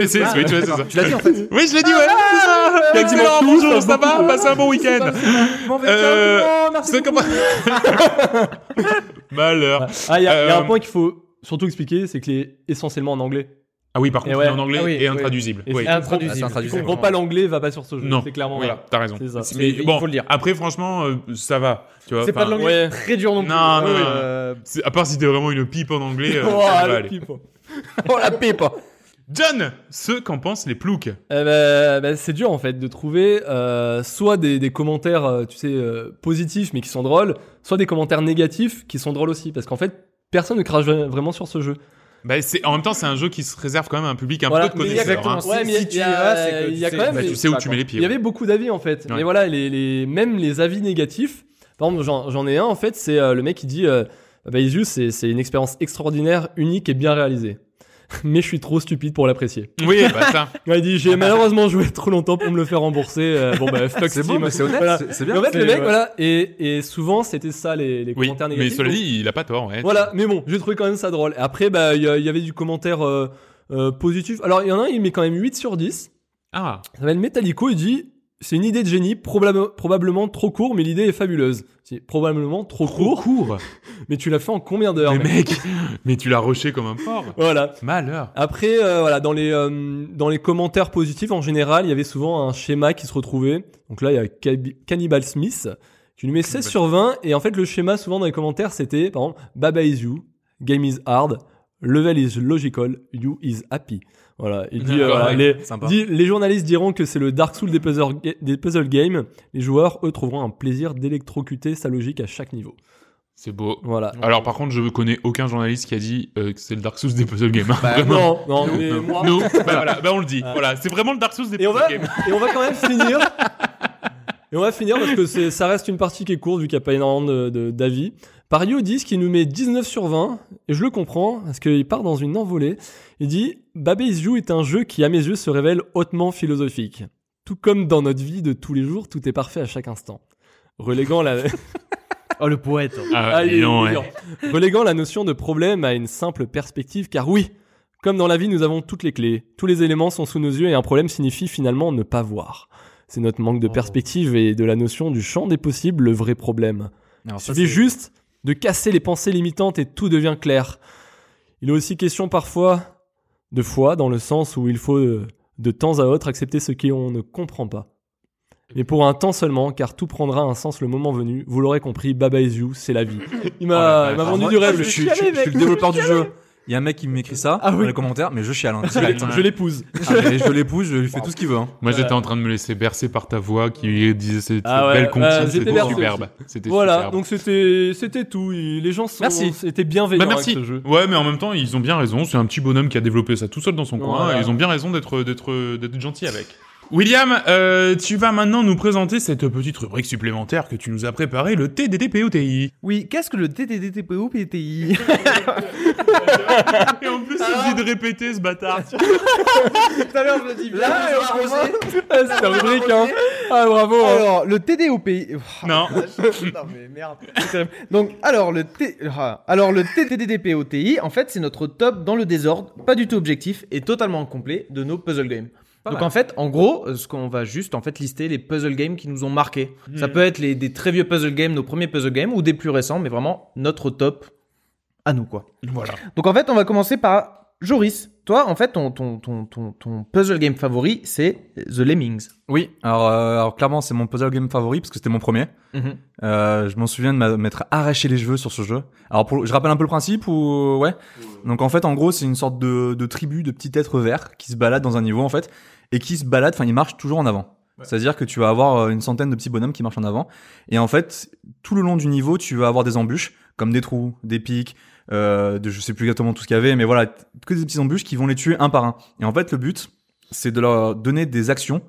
A: PC et
B: Switch.
A: Switch, ouais, c'est ça.
C: tu l'as dit en fait.
A: Oui, je l'ai dit, Ah, ouais, c'est ça. Excellent,
B: tout,
A: bonjour,
B: ça,
A: ça va,
B: beaucoup.
A: passez un bon week-end. Euh, C'est comment... [laughs] Malheur.
B: Ah, il y, a il y a un
A: Euh,
B: point qu'il faut surtout expliquer, c'est qu'il est essentiellement en anglais.
A: Ah oui, par contre,
B: Et ouais.
A: il est en anglais
D: Ah oui,
A: et
D: oui.
A: intraduisible.
B: Et
A: oui.
B: c'est
D: Intraduisible.
C: Ah, c'est intraduisible.
B: Tu comprends pas l'anglais, va pas sur ce jeu.
A: Non.
B: C'est clairement,
A: Oui,
B: voilà.
A: T'as raison.
B: C'est ça.
A: C'est-
D: C'est-
A: Mais
D: il
A: bon,
D: faut le dire.
A: après, franchement, euh, ça va. Tu vois,
D: C'est pas de
A: enfin,
D: l'anglais
B: ouais.
D: [laughs] très dur non plus.
A: Non, non,
D: Ouais,
A: non.
D: euh,
A: c'est- À part si t'es vraiment une pipe en anglais, euh,
B: [laughs] Oh,
A: ça va
B: le
A: aller. [laughs]
B: pipe.
C: Oh la pipe
A: John, ce qu'en pensent les ploucs.
B: Eh ben, ben, c'est dur en fait de trouver euh, soit des, des commentaires, euh, tu sais, euh, positifs mais qui sont drôles, soit des commentaires négatifs qui sont drôles aussi, parce qu'en fait, personne ne crache vra- vraiment sur ce jeu.
A: Bah, c'est- en même temps, c'est un jeu qui se réserve quand même à un public un
B: Voilà,
A: peu de
B: mais
A: connaisseurs.
D: exactement.
A: hein.
D: Si-
B: Ouais, mais
D: si
B: il
D: tu
B: y
D: y
B: a-
D: vas, c'est que
B: il y a
D: sais-
B: quand même
D: bah,
B: des-
A: Tu sais où
D: pas,
A: tu
D: quoi.
A: mets les pieds.
B: Il y avait beaucoup d'avis en fait.
A: Ouais.
B: Mais voilà, les, les- même les avis négatifs. Par exemple, j'en j'en ai un en fait, c'est euh, le mec qui dit euh, bah, Isius, c'est c'est une expérience extraordinaire, unique et bien réalisée. [laughs] Mais je suis trop stupide pour l'apprécier.
A: Oui, bah
B: [laughs]
A: ça.
B: Ouais, il dit J'ai malheureusement joué trop longtemps pour me le faire rembourser. Euh, bon, bah fuck
C: C'est bon,
B: Steam.
C: mais c'est honnête,
B: Voilà.
C: c'est, c'est
B: Et
C: bien.
B: en fait, le
D: c'est-
B: mec,
D: ouais.
B: voilà, et, et souvent c'était ça les, les
A: Oui,
B: commentaires
A: mais
B: négatifs.
A: cela
B: Donc,
A: dit, il a pas tort. ouais.
B: voilà, mais bon, j'ai trouvé quand même ça drôle. Après, bah, il y, a- il y avait du commentaire euh, euh, positif. Alors, il y en a un, il met quand même 8 sur 10.
A: Ah,
B: Ça s'appelle Metallico, il dit C'est une idée de génie, probable- probablement trop court, mais l'idée est fabuleuse. C'est probablement trop
A: trop
B: court,
A: court.
B: [laughs] mais tu l'as fait en combien d'heures
A: Mais
B: mec
A: mec, [laughs] mais tu l'as rushé comme un porc.
B: Voilà.
A: Malheur.
B: Après, euh, voilà, dans les, euh, dans les commentaires positifs, en général, il y avait souvent un schéma qui se retrouvait. Donc là, il y a Cabi- Cannibal Smith. Tu lui mets 16 sur 20, et en fait, le schéma, souvent dans les commentaires, c'était, par exemple, Baba is you, game is hard, level is logical, you is happy. Voilà. Il dit, euh,
A: D'accord,
B: voilà,
A: ouais.
B: les,
C: [laughs] Sympa.
B: Dit, les journalistes diront que c'est le Dark Souls des puzzle, ga- des puzzle games. Les joueurs, eux, trouveront un plaisir d'électrocuter sa logique à chaque niveau.
A: C'est beau.
B: Voilà.
A: Alors par contre, je connais aucun journaliste qui a dit euh, que c'est le Dark Souls des puzzle games. hein. [laughs]
C: Bah,
A: Vraiment.
B: Non, non, mais
A: Nous,
B: moi-
A: nous,
B: [laughs]
A: bah voilà, bah on le dit.
B: Ah.
A: Voilà, c'est vraiment le Dark Souls des
B: Et on,
A: puzzle
B: va,
A: games.
B: et on va quand
A: [laughs]
B: même finir. Et on va finir parce que c'est- ça reste une partie qui est courte vu qu'il n'y a pas énormément de- de- d'avis. Pario 10 qui nous met 19 sur 20, et je le comprends parce qu'il part dans une envolée. Il dit Babé is You est un jeu qui, à mes yeux, se révèle hautement philosophique. Tout comme dans notre vie de tous les jours, tout est parfait à chaque instant. Reléguant la,
D: Oh, le poète.
A: Ah,
B: Ah, il est-
A: dis donc,
B: il est
A: ouais.
B: dur. Reléguant la notion de problème à une simple perspective, car oui, comme dans la vie, nous avons toutes les clés. Tous les éléments sont sous nos yeux et un problème signifie finalement ne pas voir. C'est notre manque de
D: Oh.
B: perspective et de la notion du champ des possibles le vrai problème. Il
C: Alors, ça,
B: suffit
C: c'est-
B: juste de casser les pensées limitantes et tout devient clair. Il est aussi question parfois de foi, dans le sens où il faut euh, de temps à autre accepter ce qu'on ne comprend pas. Mais pour un temps seulement, car tout prendra un sens le moment venu. Vous l'aurez compris, Baba is you, c'est la vie. Il
A: Oh la
B: m'a il m'a
A: vache.
B: vendu
C: Moi,
B: du rêve.
C: Ah, Je suis je suis- je suis le développeur du jeu. Il y a un mec qui m'écrit ça
B: Ah oui.
C: dans les commentaires, mais je chiale.
B: [laughs] Je
C: hein.
B: l'ai- je l'épouse.
C: Ah, mais je l'épouse, je lui fais tout ce qu'il veut. hein.
A: Moi, j'étais en train de me laisser bercer par ta voix qui disait cette
B: Ah ouais,
A: belle
B: euh,
A: comptine,
B: j'étais
A: c'était
B: bercé
A: superbe. C'était
B: Voilà,
A: superbe.
B: donc c'était c'était tout. Il- Les gens sont,
C: Merci.
B: étaient bienveillants
A: Bah, merci.
B: avec ce jeu. [laughs]
A: Ouais, mais en même temps, ils ont bien raison. C'est un petit bonhomme qui a développé ça tout seul dans son coin.
B: Voilà.
A: et Ils ont bien raison d'être d'être d'être gentils avec. William, euh, tu vas maintenant nous présenter cette petite rubrique supplémentaire que tu nous as préparée, le TDDPOTI.
D: Oui, qu'est-ce que le TTTPO PTI
A: Et en plus, il dit de répéter ce [laughs] bâtard.
D: Tout à l'heure, je le dis bien. et on commence.
B: Ah, c'est la rubrique, hein. Ah, bravo. hein.
D: Alors, le TDOPI.
A: Non.
D: non mais merde. C'est terrible. Donc alors le T ah. alors le TTDDPOTI en fait c'est notre top dans le désordre, pas du tout objectif et totalement complet de nos puzzle games.
C: Pas
D: Donc
C: mal.
D: en fait, en gros, euh, ce qu'on va juste en fait lister les puzzle games qui nous ont marqués.
A: Hmm.
D: Ça peut être les des très vieux puzzle games, nos premiers puzzle games ou des plus récents, mais vraiment notre top à nous quoi.
A: voilà.
D: Donc en fait, on va commencer par Joris, toi, en fait, ton, ton, ton, ton, ton puzzle game favori, c'est The Lemmings.
C: Oui, alors, euh, alors clairement, c'est mon puzzle game favori parce que c'était mon premier. Euh, je m'en souviens de m'a- m'être arraché les cheveux sur ce jeu. Alors, pour, je rappelle un peu le principe ou euh, ouais. Donc en fait, en gros, c'est une sorte de, de tribu de petits êtres verts qui se baladent dans un niveau en fait et qui se baladent. Enfin, ils marchent toujours en avant. C'est-à-dire que tu vas avoir euh, une centaine de petits bonhommes qui marchent en avant et en fait, tout le long du niveau, tu vas avoir des embûches comme des trous, des pics. Euh, de, je sais plus exactement tout ce qu'il y avait, mais voilà, t- que des petites embûches qui vont les tuer un par un. Et en fait, le but, c'est de leur donner des actions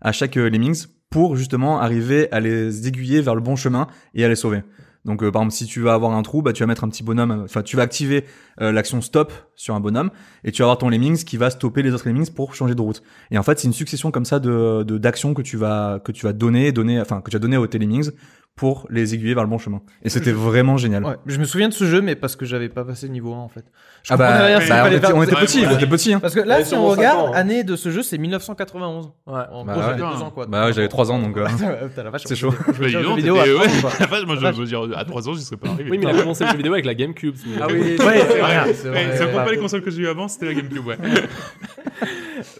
C: à chaque euh, Lemmings pour justement arriver à les aiguiller vers le bon chemin et à les sauver. Donc euh, par exemple si tu vas avoir un trou, bah tu vas mettre un petit bonhomme, euh, enfin tu vas activer euh, l'action stop sur un bonhomme et tu vas avoir ton lemmings qui va stopper les autres lemmings pour changer de route. Et en fait c'est une succession comme ça de de- d'actions que tu vas que tu vas donner donner enfin que tu as donné aux tes lemmings pour les aiguiller vers le bon chemin. Et c'était vraiment génial.
D: Ouais, je me souviens de ce jeu, mais parce que j'avais pas passé le niveau 1, en fait. Je
C: Ah bah,
D: comprenais rien,
C: bah,
D: c'est pas
C: on
D: les
C: était, on
D: verbes.
C: était
A: Ouais,
C: petits,
A: voilà.
C: on était petits. hein.
D: Parce que là,
E: Ouais,
D: si
E: sur
D: on
E: mon cinq
D: regarde,
E: ans, hein.
D: année de ce jeu, c'est 1991.
B: Ouais.
D: En
C: Bah
D: gros, j'avais
A: ouais.
D: deux ans, quoi. Ah,
C: Bah ouais, j'avais
D: [laughs]
C: 3 ans donc euh,
D: Putain, la vache,
C: c'est chaud.
D: on peut jouer aux
A: Bah, dis
D: jeux
A: donc,
D: vidéo
A: t'étais-
D: à
A: ouais. [laughs]
D: fond, quoi.
A: La vache, moi, je
D: Vache.
A: veux dire, oh, à 3 ans, j'y serais pas arrivé.
B: Oui, mais il a commencé le jeu vidéo avec la GameCube.
C: Ah oui.
D: [laughs] Ouais, c'est
A: Ouais,
D: vrai, c'est
A: ouais,
D: vrai.
A: Eh, ça prend pas les consoles que j'ai eu avant, c'était la GameCube, ouais.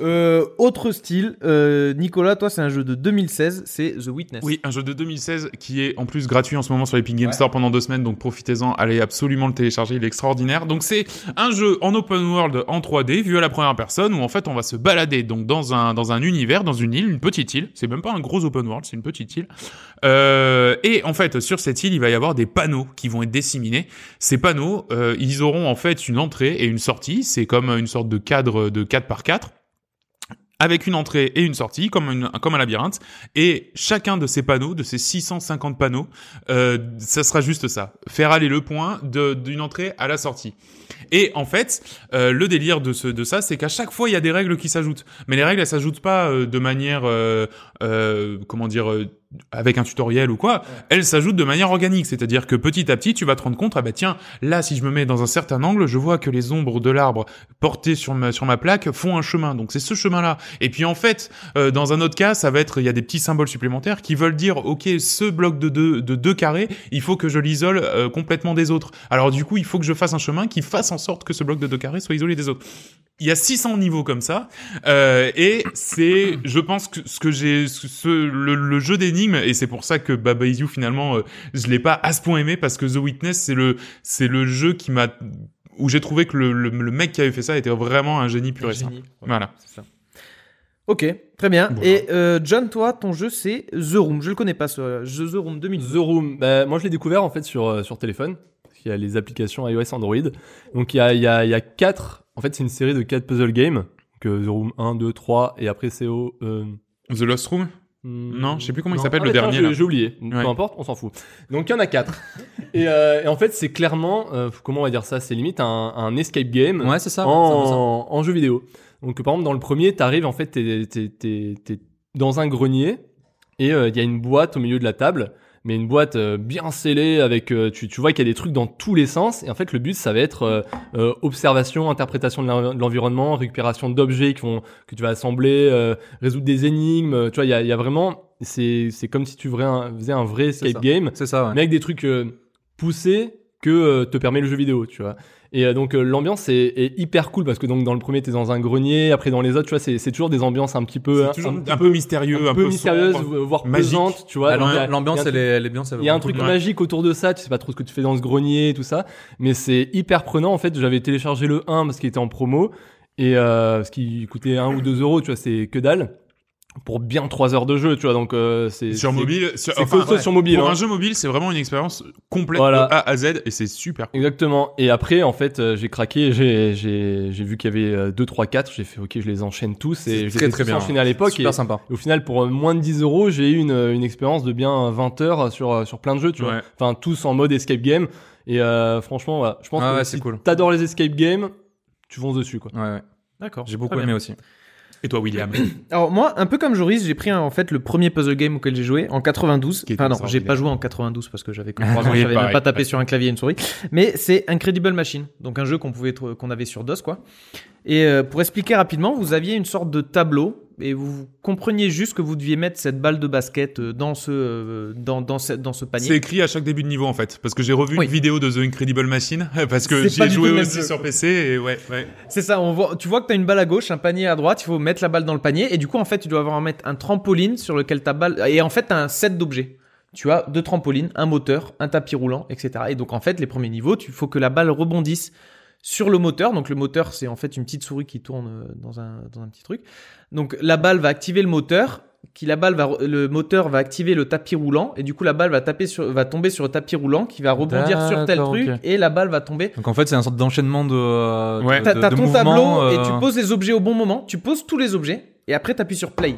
D: Euh, autre style, euh, Nicolas, toi, c'est un jeu de 2016, c'est The Witness.
A: Oui, un jeu de 2016 qui est en plus gratuit en ce moment sur l'Epic Game Store pendant deux semaines, donc profitez-en, allez absolument le télécharger, il est extraordinaire. Donc c'est un jeu en open world en 3D, vu à la première personne, où en fait on va se balader donc dans un dans un univers, dans une île, une petite île. C'est même pas un gros open world, c'est une petite île. Euh, et en fait sur cette île, il va y avoir des panneaux qui vont être disséminés. Ces panneaux, euh, ils auront en fait une entrée et une sortie. C'est comme une sorte de cadre de 4 par 4 avec une entrée et une sortie, comme, une, comme un labyrinthe. Et chacun de ces panneaux, de ces 650 panneaux, euh, ça sera juste ça. Faire aller le point de- d'une entrée à la sortie. Et en fait, euh, le délire de, ce, de ça, c'est qu'à chaque fois, il y a des règles qui s'ajoutent. Mais les règles, elles s'ajoutent pas euh, de manière, euh, euh, comment dire, euh, avec un tutoriel ou quoi. Elles s'ajoutent de manière organique. C'est-à-dire que petit à petit, tu vas te rendre compte, ah bah tiens, là, si je me mets dans un certain angle, je vois que les ombres de l'arbre portées sur ma, sur ma plaque font un chemin. Donc c'est ce chemin-là. Et puis en fait, euh, dans un autre cas, ça va être, il y a des petits symboles supplémentaires qui veulent dire, ok, ce bloc de deux, de deux carrés, il faut que je l'isole euh, complètement des autres. Alors du coup, il faut que je fasse un chemin qui fasse en sorte que ce bloc de deux carrés soit isolé des autres. Il y a 600 niveaux comme ça, euh, et c'est, je pense que ce que j'ai, ce- ce- le, le jeu d'énigmes, et c'est pour ça que Baba Is You finalement, euh, je l'ai pas à ce point aimé parce que The Witness, c'est le, c'est le jeu qui m'a, où j'ai trouvé que le, le, le mec qui avait fait ça était vraiment un génie pur et simple.
D: Génie.
A: Voilà.
D: C'est ça. Ok, très bien.
A: Voilà.
D: Et euh, John, toi, ton jeu, c'est The Room. Je le connais pas, ce jeu The Room 2000.
B: The Room, bah, moi je l'ai découvert en fait sur, euh, sur téléphone, parce qu'il y a les applications iOS Android. Donc il y a, il y, a, il y a quatre, en fait c'est une série de quatre puzzle games, que The Room 1, 2, 3, et après c'est au... euh, hmm, Ah,
A: The Lost Room. Non, je sais plus comment il s'appelle, le
B: mais attends,
A: dernier,
B: j'ai-
A: là.
B: J'ai oublié.
A: Ouais.
B: Peu importe, on s'en fout. Donc il y en a quatre. et, euh, et en fait, c'est clairement, euh, comment on va dire ça, c'est limite un, un escape game
C: Ouais, c'est ça.
B: Oh.
C: c'est un peu ça.
B: en, en jeu vidéo. Donc par exemple, dans le premier, t'arrives en fait, t'es t'es- t'es- t'es dans un grenier et euh, il y a une boîte au milieu de la table, mais une boîte euh, bien scellée avec, euh, tu, tu vois qu'il y a des trucs dans tous les sens. Et en fait, le but, ça va être euh, euh, observation, interprétation de l'en- de l'environnement, récupération d'objets qui vont que tu vas assembler, euh, résoudre des énigmes. euh, Tu vois, il y a, il y a vraiment, c'est c'est comme si tu vrais un- faisais un vrai
C: C'est ça.
B: escape game
C: C'est ça, ouais.
B: mais avec des trucs euh, poussés que euh, te permet le jeu vidéo, tu vois. Et euh, donc euh, l'ambiance est, est hyper cool parce que donc dans le premier t'es dans un grenier, après dans les autres tu vois c'est c'est toujours des ambiances un petit peu hein,
A: C'est toujours
B: un,
A: un, peu mystérieux, un peu,
B: mystérieuses
A: sombre.
B: vo- voire
A: magique.
B: pesantes, tu vois.
C: Bah,
B: Donc, il y
C: l'ambi-
B: a-
C: L'ambiance,
B: il y a un
C: elle
B: truc-
C: est, elle est bien. ça va
B: il y a un
C: beaucoup
B: truc
C: de-
B: magique autour de ça, tu sais pas trop ce que tu fais dans ce grenier et tout ça, mais c'est hyper prenant en fait. J'avais téléchargé le 1 parce qu'il était en promo et euh, ce qui coûtait 1 ou 2 euros, tu vois, c'est que dalle pour bien 3 heures de jeu, tu vois. Donc euh, c'est
A: Sur
B: c'est-
A: mobile, sur,
B: c'est
A: enfin,
B: costaud sur mobile.
A: pour
B: hein.
A: un jeu mobile, c'est vraiment une expérience complète
B: Voilà.
A: de A à Z et c'est super.
B: Exactement. Et après, en fait, euh, j'ai craqué, j'ai, j'ai, j'ai vu qu'il y avait euh, 2, 3, 4. J'ai fait, ok, je les enchaîne tous.
C: C'est
B: Et je
C: très,
B: les ai
C: très
B: tous
C: bien.
B: enchaînés à l'époque. Et,
C: Super sympa.
B: et au final, pour euh, moins de 10 euros, j'ai eu une, euh, une expérience de bien 20 heures sur, euh, sur plein de jeux, tu
A: Ouais.
B: vois. Enfin, tous en mode escape game. Et euh, franchement, voilà. Je pense
C: Ah
B: que
C: ouais,
B: si
C: c'est cool.
B: t'adores les escape games, tu fonces dessus, quoi.
C: Ouais, ouais.
D: D'accord.
C: J'ai beaucoup
D: Très bien.
C: aimé aussi.
A: Et toi, William
D: Alors moi, un peu comme Joris, j'ai pris en fait le premier puzzle game auquel j'ai joué en 92.
A: Qui était
D: Enfin non, j'ai
A: extraordinaire.
D: pas joué en 92 parce
A: [laughs]
D: que j'avais que trois ans,
A: Oui,
D: j'avais même
A: pareil,
D: pas tapé
A: ouais.
D: sur un clavier et une souris. Mais c'est Incredible Machine, donc un jeu qu'on pouvait tr- qu'on avait sur DOS quoi. Et euh, pour expliquer rapidement, vous aviez une sorte de tableau et vous, vous compreniez juste que vous deviez mettre cette balle de basket euh, dans ce, euh, dans, dans ce, dans ce
A: C'est
D: panier.
A: écrit à chaque début de niveau en fait, parce que j'ai revu
D: Oui.
A: une vidéo de The Incredible Machine, [laughs] parce que
D: C'est
A: j'y
D: pas
A: ai
D: du
A: joué
D: tout le même
A: aussi
D: jeu.
A: sur PC, et ouais, ouais.
D: C'est ça, on voit, tu vois que tu as une balle à gauche, un panier à droite, il faut mettre la balle dans le panier et du coup en fait tu dois avoir à mettre un trampoline sur lequel ta balle et en fait t'as un set d'objets. Tu as deux trampolines, un moteur, un tapis roulant, etc. Et donc en fait les premiers niveaux, tu faut que la balle rebondisse sur le moteur. Donc le moteur c'est en fait une petite souris qui tourne euh, dans un, dans un petit truc. Donc la balle va activer le moteur, qui la balle va re- le moteur va activer le tapis roulant et du coup la balle va taper sur va tomber sur le tapis roulant qui va rebondir sur tel
C: D'accord,
D: truc
C: ok.
D: et la balle va tomber
C: Donc en fait, c'est un sorte d'enchaînement de. euh,
A: Ouais.
C: de-
D: T'as
C: de-
D: t'as
C: de
D: ton
C: mouvements,
D: tableau
C: euh,
D: et tu poses les objets au bon moment. Tu poses tous les objets et après t'appuies sur play.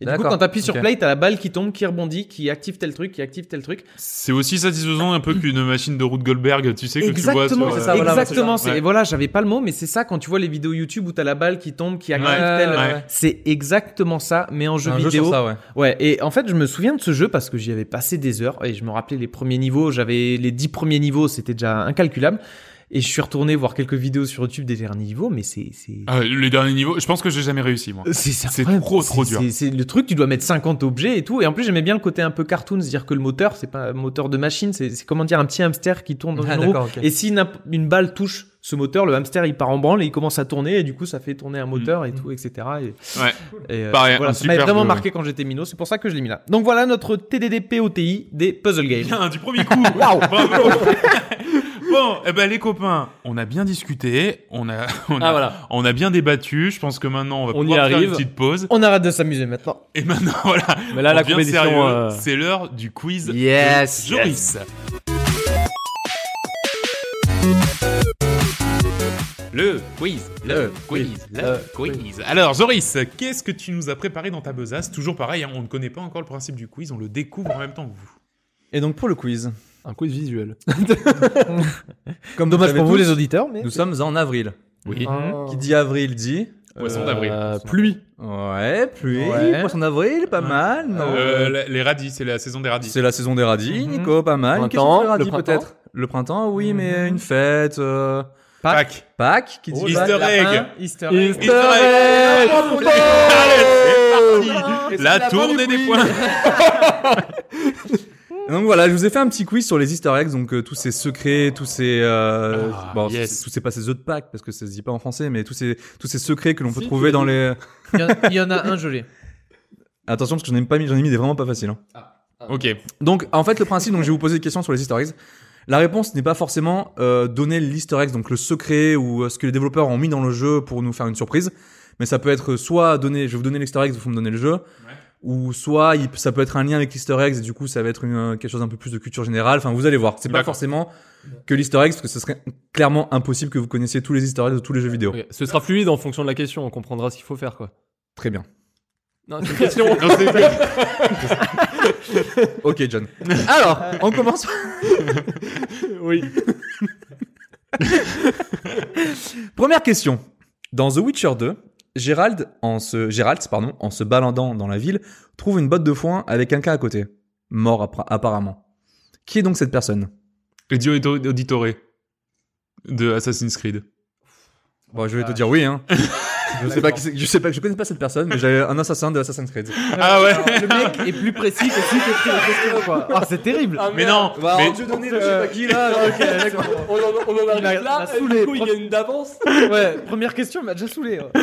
D: Et du coup,
C: D'accord,
D: quand t'appuies sur
C: ok.
D: play, t'as la balle qui tombe, qui rebondit, qui active tel truc, qui active tel truc.
A: C'est aussi satisfaisant un peu qu'une machine de route Goldberg, tu sais, que tu
D: exactement,
A: vois. sur, euh,
C: c'est ça, voilà,
D: exactement.
A: c'est ça.
D: c'est-
A: Ouais.
D: Et voilà, j'avais pas le mot, mais c'est ça quand tu vois les vidéos YouTube où t'as la balle qui tombe, qui active
A: Ouais,
D: tel.
A: ouais.
D: C'est exactement ça, mais en jeu
C: un jeu
D: vidéo.
C: sur ça, ouais.
D: Ouais, et en fait, je me souviens de ce jeu parce que j'y avais passé des heures et je me rappelais les premiers niveaux. J'avais les dix premiers niveaux, c'était déjà incalculable. Et je suis retourné voir quelques vidéos sur YouTube des derniers niveaux, mais c'est. c'est-
A: Ah, les derniers niveaux, je pense que j'ai jamais réussi moi.
D: C'est c'est
A: C'est
D: incroyable.
A: trop, trop
D: Euh, C'est-
A: dur.
D: c'est- C'est le truc, tu dois mettre 50 objets et tout. Et en plus, j'aimais bien le côté un peu cartoon, c'est-à-dire que le moteur, c'est pas un moteur de machine, c'est c'est comment dire un petit hamster qui tourne dans
C: Ah,
D: une roue.
C: d'accord, ok.
D: Et si n'imp- une balle touche ce moteur, le hamster il part en branle et il commence à tourner et du coup ça fait tourner un moteur et tout, etc. Et,
A: Ouais.
D: et, euh,
A: Pareil, un
D: voilà, ça m'avait
A: super
D: vraiment
A: jeu.
D: marqué quand j'étais minot, c'est pour ça que je l'ai mis là. Donc voilà notre TDDPOTI des puzzle games. [laughs]
A: Bien, du premier coup. Bravo. [laughs] bon, eh ben les copains, on a bien discuté, on a, on a,
B: Ah voilà.
A: on a bien débattu. Je pense que maintenant on va
B: On y
A: pouvoir faire
B: arrive.
A: une petite pause.
D: On arrête de s'amuser maintenant.
A: Et maintenant [laughs] voilà,
B: Mais là,
A: on
B: la
A: devient
B: compétition.
A: sérieux.
B: euh,
A: C'est l'heure du quiz.
C: Yes,
A: de Joris. Le quiz,
C: Le
A: le quiz. Alors, Joris, qu'est-ce que tu nous as préparé dans ta besace Toujours pareil, hein, on ne connaît pas encore le principe du quiz, on le découvre en même temps que vous.
C: Et donc pour le quiz,
B: Un quiz visuel.
C: comme
D: Dommage pour vous les
C: autres,
D: auditeurs, mais
C: nous sommes en avril.
A: Oui.
C: Qui dit avril dit
A: Poisson d'avril.
B: Euh, pluie.
C: Ouais, pluie,
D: Ouais.
C: poisson d'avril, pas
A: Ouais.
C: mal. non
A: Euh, la- les radis, c'est la saison des radis.
C: C'est la saison des radis,
D: Mhm.
C: Nico, pas mal.
B: Printemps,
C: Une question sur les radis,
B: le printemps.
C: peut-être. Le printemps, oui,
D: Mhm.
C: mais une fête. euh,
A: Pâques.
C: Pâques,
D: Oh
B: Oh,
C: qui dit
A: Easter
C: Pâques
A: egg.
D: Lapin, Easter egg.
A: Easter egg. Allez, c'est parti.
C: Et c'est
A: La
C: la fin
A: tournée
C: du
A: des
C: quiz.
A: points.
C: Donc voilà, je vous ai fait un petit quiz sur les Easter eggs, donc euh, tous ces secrets, tous ces, euh,
A: Ah,
C: bon,
A: yes.
C: c'est- tous ces pas ces œufs de Pâques parce que ça se dit pas en français, mais tous ces tous ces secrets que l'on peut
B: Si,
C: trouver dans les.
D: Il y en a- il y en a un gelé.
C: Attention parce que j'en ai pas mis, j'en ai mis des vraiment pas faciles. hein.
A: Ok.
C: Donc en fait le principe, donc je vais vous poser des questions sur les Easter eggs. La réponse n'est pas forcément euh, donner l'Easter egg, donc le secret ou euh, ce que les développeurs ont mis dans le jeu pour nous faire une surprise, mais ça peut être soit donner, je vais vous donner l'Easter egg, vous me donner le jeu, ou soit il- ça peut être un lien avec l'Easter eggs et du coup ça va être une, euh, quelque chose un peu plus de culture générale. Enfin vous allez voir, c'est pas
A: D'accord.
C: forcément que l'Easter eggs parce que ce serait clairement impossible que vous connaissiez tous les Easter eggs de tous les jeux vidéo.
B: Ok, Ce sera fluide en fonction de la question. On comprendra ce qu'il faut faire, quoi.
C: Très bien.
B: Non, c'est une question.
A: Non, c'est-
C: Ok John. Alors on commence.
B: oui.
C: Première question. Dans The Witcher 2, Gérald, en se, Gérald, pardon, en se baladant dans la ville, trouve une botte de foin avec un cas à côté. Mort appara- apparemment. Qui est donc cette personne
A: Edio et Auditore de Assassin's Creed.
C: Bon, [laughs] je vais te dire oui, hein. je sais pas, qui c'est- je sais pas, je connais pas cette personne, mais j'avais un assassin de Assassin's Creed.
A: Ah ouais.
D: Alors, le mec est plus précis que celui qui a écrit la question, quoi. Ah, c'est terrible.
A: Mais non,
C: Bah,
A: mais
C: donner
D: je sais pas
C: qui là.
D: [laughs]
B: On en, on en
D: arrive m'a- là, m'a et du saoulé. coup, il y a
B: une d'avance.
D: Ouais, première question, elle m'a déjà saoulé. hein.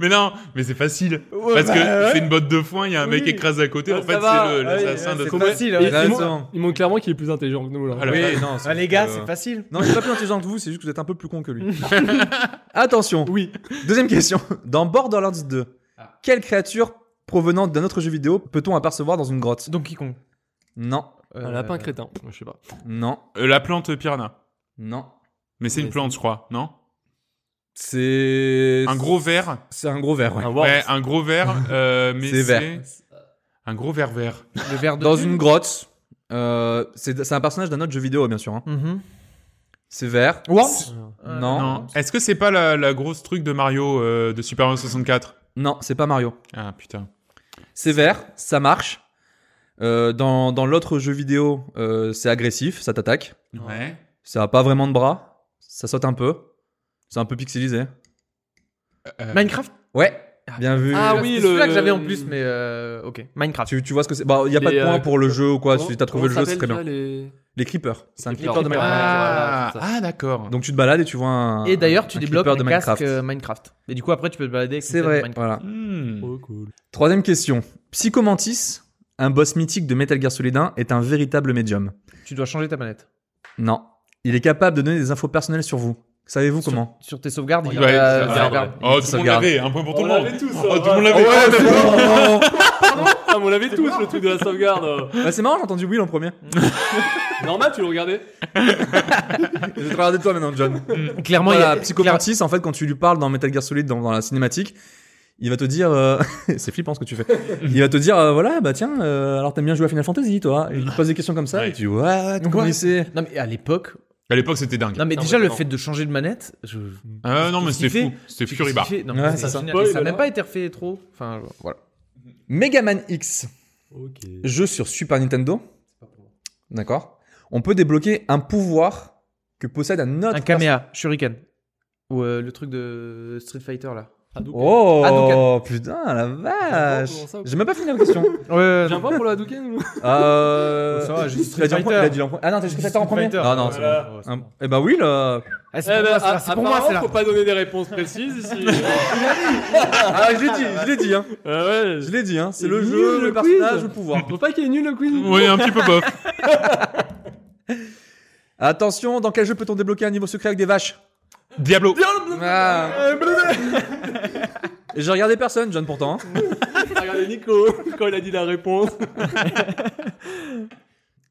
A: Mais non, mais c'est facile. Parce que c'est une botte de foin, il y a un mec
D: bah, Oui.
A: écrasé à côté.
B: Ah,
A: en
B: ça
A: fait,
B: va.
A: c'est le-
B: Ah oui,
A: l'assassin de
D: C'est facile.
B: Et-
D: ouais.
B: et moi- Il montre clairement qu'il est plus intelligent que nous, là.
A: Ah, la
C: Oui,
A: vache.
C: non,
D: Ah, les gars, c'est facile.
C: euh, Non, il est pas plus intelligent que vous, c'est juste que vous êtes un peu plus con que lui. [laughs] Attention.
B: Oui.
C: Deuxième question. Dans Borderlands 2, quelle créature provenant d'un autre jeu vidéo peut-on apercevoir dans une grotte
D: Donkey Kong.
C: Non,
D: Euh,
B: Un lapin crétin. euh, Je sais pas.
C: non,
A: Euh, la plante piranha.
C: non.
A: Mais c'est une
B: Mais
A: plante, je crois, non
C: C'est
A: Un gros verre.
C: C'est un gros verre. ouais.
B: Un worm.
A: Ouais, un gros verre. euh, mais
C: C'est
A: c'est
C: vert.
A: Un gros verre vert.
D: Le verre de
C: Dans
D: thune.
C: une grotte. Euh, c'est c'est un personnage d'un autre jeu vidéo, bien sûr. hein.
D: Mhm.
C: C'est vert.
D: Worms
C: Non.
A: Non. Est-ce que c'est pas la, la grosse truc de Mario euh, de Super Mario 64
C: Non, c'est pas Mario.
A: Ah putain.
C: C'est vert, ça marche. Euh, dans dans l'autre jeu vidéo, euh, c'est agressif, ça t'attaque.
A: Ouais.
C: Ça a pas vraiment de bras. Ça saute un peu. C'est un peu pixelisé.
A: Euh,
D: Minecraft
C: Ouais. Bien vu.
D: Ah
B: Là,
D: oui,
B: c'est
D: le...
B: celui-là
D: que j'avais en plus, mais euh, ok. Minecraft.
C: Tu, tu vois ce que c'est Bah, il n'y a pas
B: Les,
C: de point
B: euh,
C: pour le jeu ou quoi.
B: Comment-
C: Si t'as trouvé le
B: comment
C: jeu, c'est très bien.
B: s'appellent déjà les-
C: Les creepers. C'est un
B: Les
C: creeper
B: creepers
C: de
B: de
C: Minecraft.
A: Ah,
B: Voilà, c'est ça.
A: ah, d'accord.
C: Donc tu te balades et tu vois un.
D: Et d'ailleurs, tu
C: un
D: débloques
C: creeper
D: un
C: de
D: casque
C: Minecraft.
D: euh, Minecraft. Et du coup, après, tu peux te balader avec
C: C'est
D: une tête de
C: vrai.
D: Minecraft.
C: Voilà.
A: Hmm.
B: Oh, cool.
C: Troisième question. Psychomantis, un boss mythique de Metal Gear Solid 1, est un véritable médium.
D: Tu dois changer ta manette.
C: Non. Il est capable de donner des infos personnelles sur vous. Savez-vous
D: Sur-
C: comment
D: Sur tes sauvegardes, il y a-
A: Ouais,
D: euh,
A: ça,
B: sauvegarde,
D: regarde.
B: ouais.
A: Oh,
C: Ça
A: tout le monde
C: garde.
A: l'avait, un point pour tout
B: On
A: le monde.
B: l'avait tous,
A: Oh,
B: hein,
A: tout le monde
B: ouais.
A: l'avait.
C: mais
B: [laughs]
D: Oh
C: bon
B: Ah, mais on l'avait tous le truc de la sauvegarde.
C: Bah, C'est marrant, j'ai entendu Will en premier.
B: Normal, tu le regardais
C: Je vais te regarder toi maintenant, John.
D: Clairement, il y
C: Voilà,
D: a
C: Psychomantis, en fait, quand tu lui parles dans Metal Gear Solid, dans, dans la cinématique, il va te dire, euh, [laughs] c'est flippant ce que tu fais. Il va te dire, euh, voilà, bah tiens, euh, alors t'aimes bien jouer à Final Fantasy, toi Et Il te pose des questions comme ça,
A: Ouais.
C: et tu vois, tu
D: Ouais.
C: connaissais.
D: Non mais à l'époque,
A: À l'époque, c'était dingue.
D: non mais
B: Non,
D: déjà
B: mais
D: le
B: non.
D: fait de changer de manette, je
A: Ah, non, mais
D: Qu'est-ce qu'il
A: c'était
D: fait
A: fou. C'était Furibar.
D: J'ai kiffé. Non,
C: Ouais,
D: mais
C: c'est
D: c'est
C: ça.
D: génial. Et ça.
B: Spoil,
D: a même
B: là.
D: pas été refait trop. Enfin je- voilà.
C: Megaman X,
B: Ok.
C: jeu sur Super Nintendo. D'accord. On peut débloquer un pouvoir que possède un autre.
D: Un caméa, shuriken ou euh, le truc de Street Fighter là.
C: perso-
B: Hadouken.
C: Oh
D: Hadouken.
C: putain la
B: Ah,
C: vache.
B: bon, ça,
C: J'ai même pas fini la question.
D: Ouais.
B: J'ai un point pour le Hadouken ou
C: euh...
D: Ça va, j'ai dit
C: il a dit en
D: Street
C: premier- il a
D: Fighter.
C: dit en premier. Ah non, t'as juste fait en premier.
D: Fighter.
C: Ah non, c'est
B: Voilà.
C: bon. Un- Eh ben oui là.
D: Ah,
B: Eh
D: c'est pour
B: ben,
D: moi, c'est là,
B: a-
D: c'est pour moi,
B: apparemment,
D: c'est là.
B: faut pas donner des réponses précises ici.
C: Ah je l'ai dit, je l'ai dit hein.
B: Euh,
C: Je
B: ouais.
C: l'ai dit hein. C'est
B: Il
C: le
B: est
C: jeu,
B: nul,
C: le
B: le quiz.
C: personnage, le pouvoir.
B: Faut pas qu'il y ait nul le quiz.
A: Oui, un petit peu bof.
C: Attention, dans quel jeu peut-on débloquer un niveau secret avec des vaches
A: Diablo.
C: Ah. Et J'ai regardé personne, John pourtant. hein.
B: Regardez Nico quand il a dit la réponse.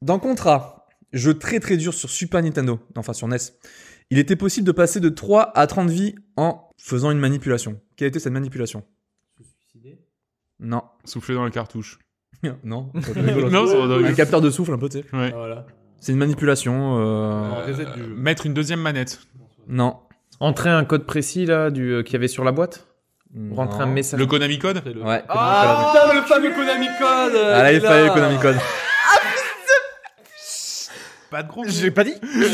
C: Dans Contra, jeu très très dur sur Super Nintendo, enfin sur NES, il était possible de passer de 3 à 30 vies en faisant une manipulation. Quelle était cette manipulation Non. [laughs]
A: Souffler dans la cartouche.
C: non.
A: Non, ça va dans
C: un
A: la-
C: capteur de souffle un peu, tu sais.
A: Ouais.
B: voilà.
C: C'est une manipulation. euh,
B: En reset du jeu.
A: Mettre une deuxième manette.
C: Non.
D: Entrer un code précis là du euh, qu'il y avait sur la boîte,
C: Non.
D: pour entrer un message.
A: Le Konami Code
C: Ouais.
B: Ah putain, le fameux Konami Code
C: ah là, il fallait le Konami Code.
A: Pas de gros.
C: J'ai pas dit
A: Oui,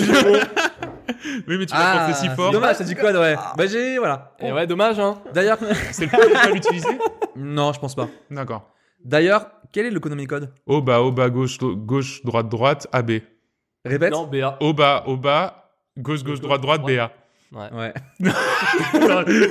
A: mais tu l'as
C: Ah,
A: porté si
C: c'est
A: fort.
C: dommage, t'as dit code, ouais. Bah j'ai, voilà.
B: Et ouais, dommage hein.
C: D'ailleurs, [laughs]
A: C'est le point de pas l'utiliser
C: non, je pense pas.
A: D'accord.
C: D'ailleurs, quel est le Konami Code
A: Au bas, au bas, gauche, do- gauche, droite, droite, AB.
C: Répète
B: Non, BA.
A: Au bas, au bas, gauche, gauche, droite, droite, BA.
C: Ouais.
A: [laughs]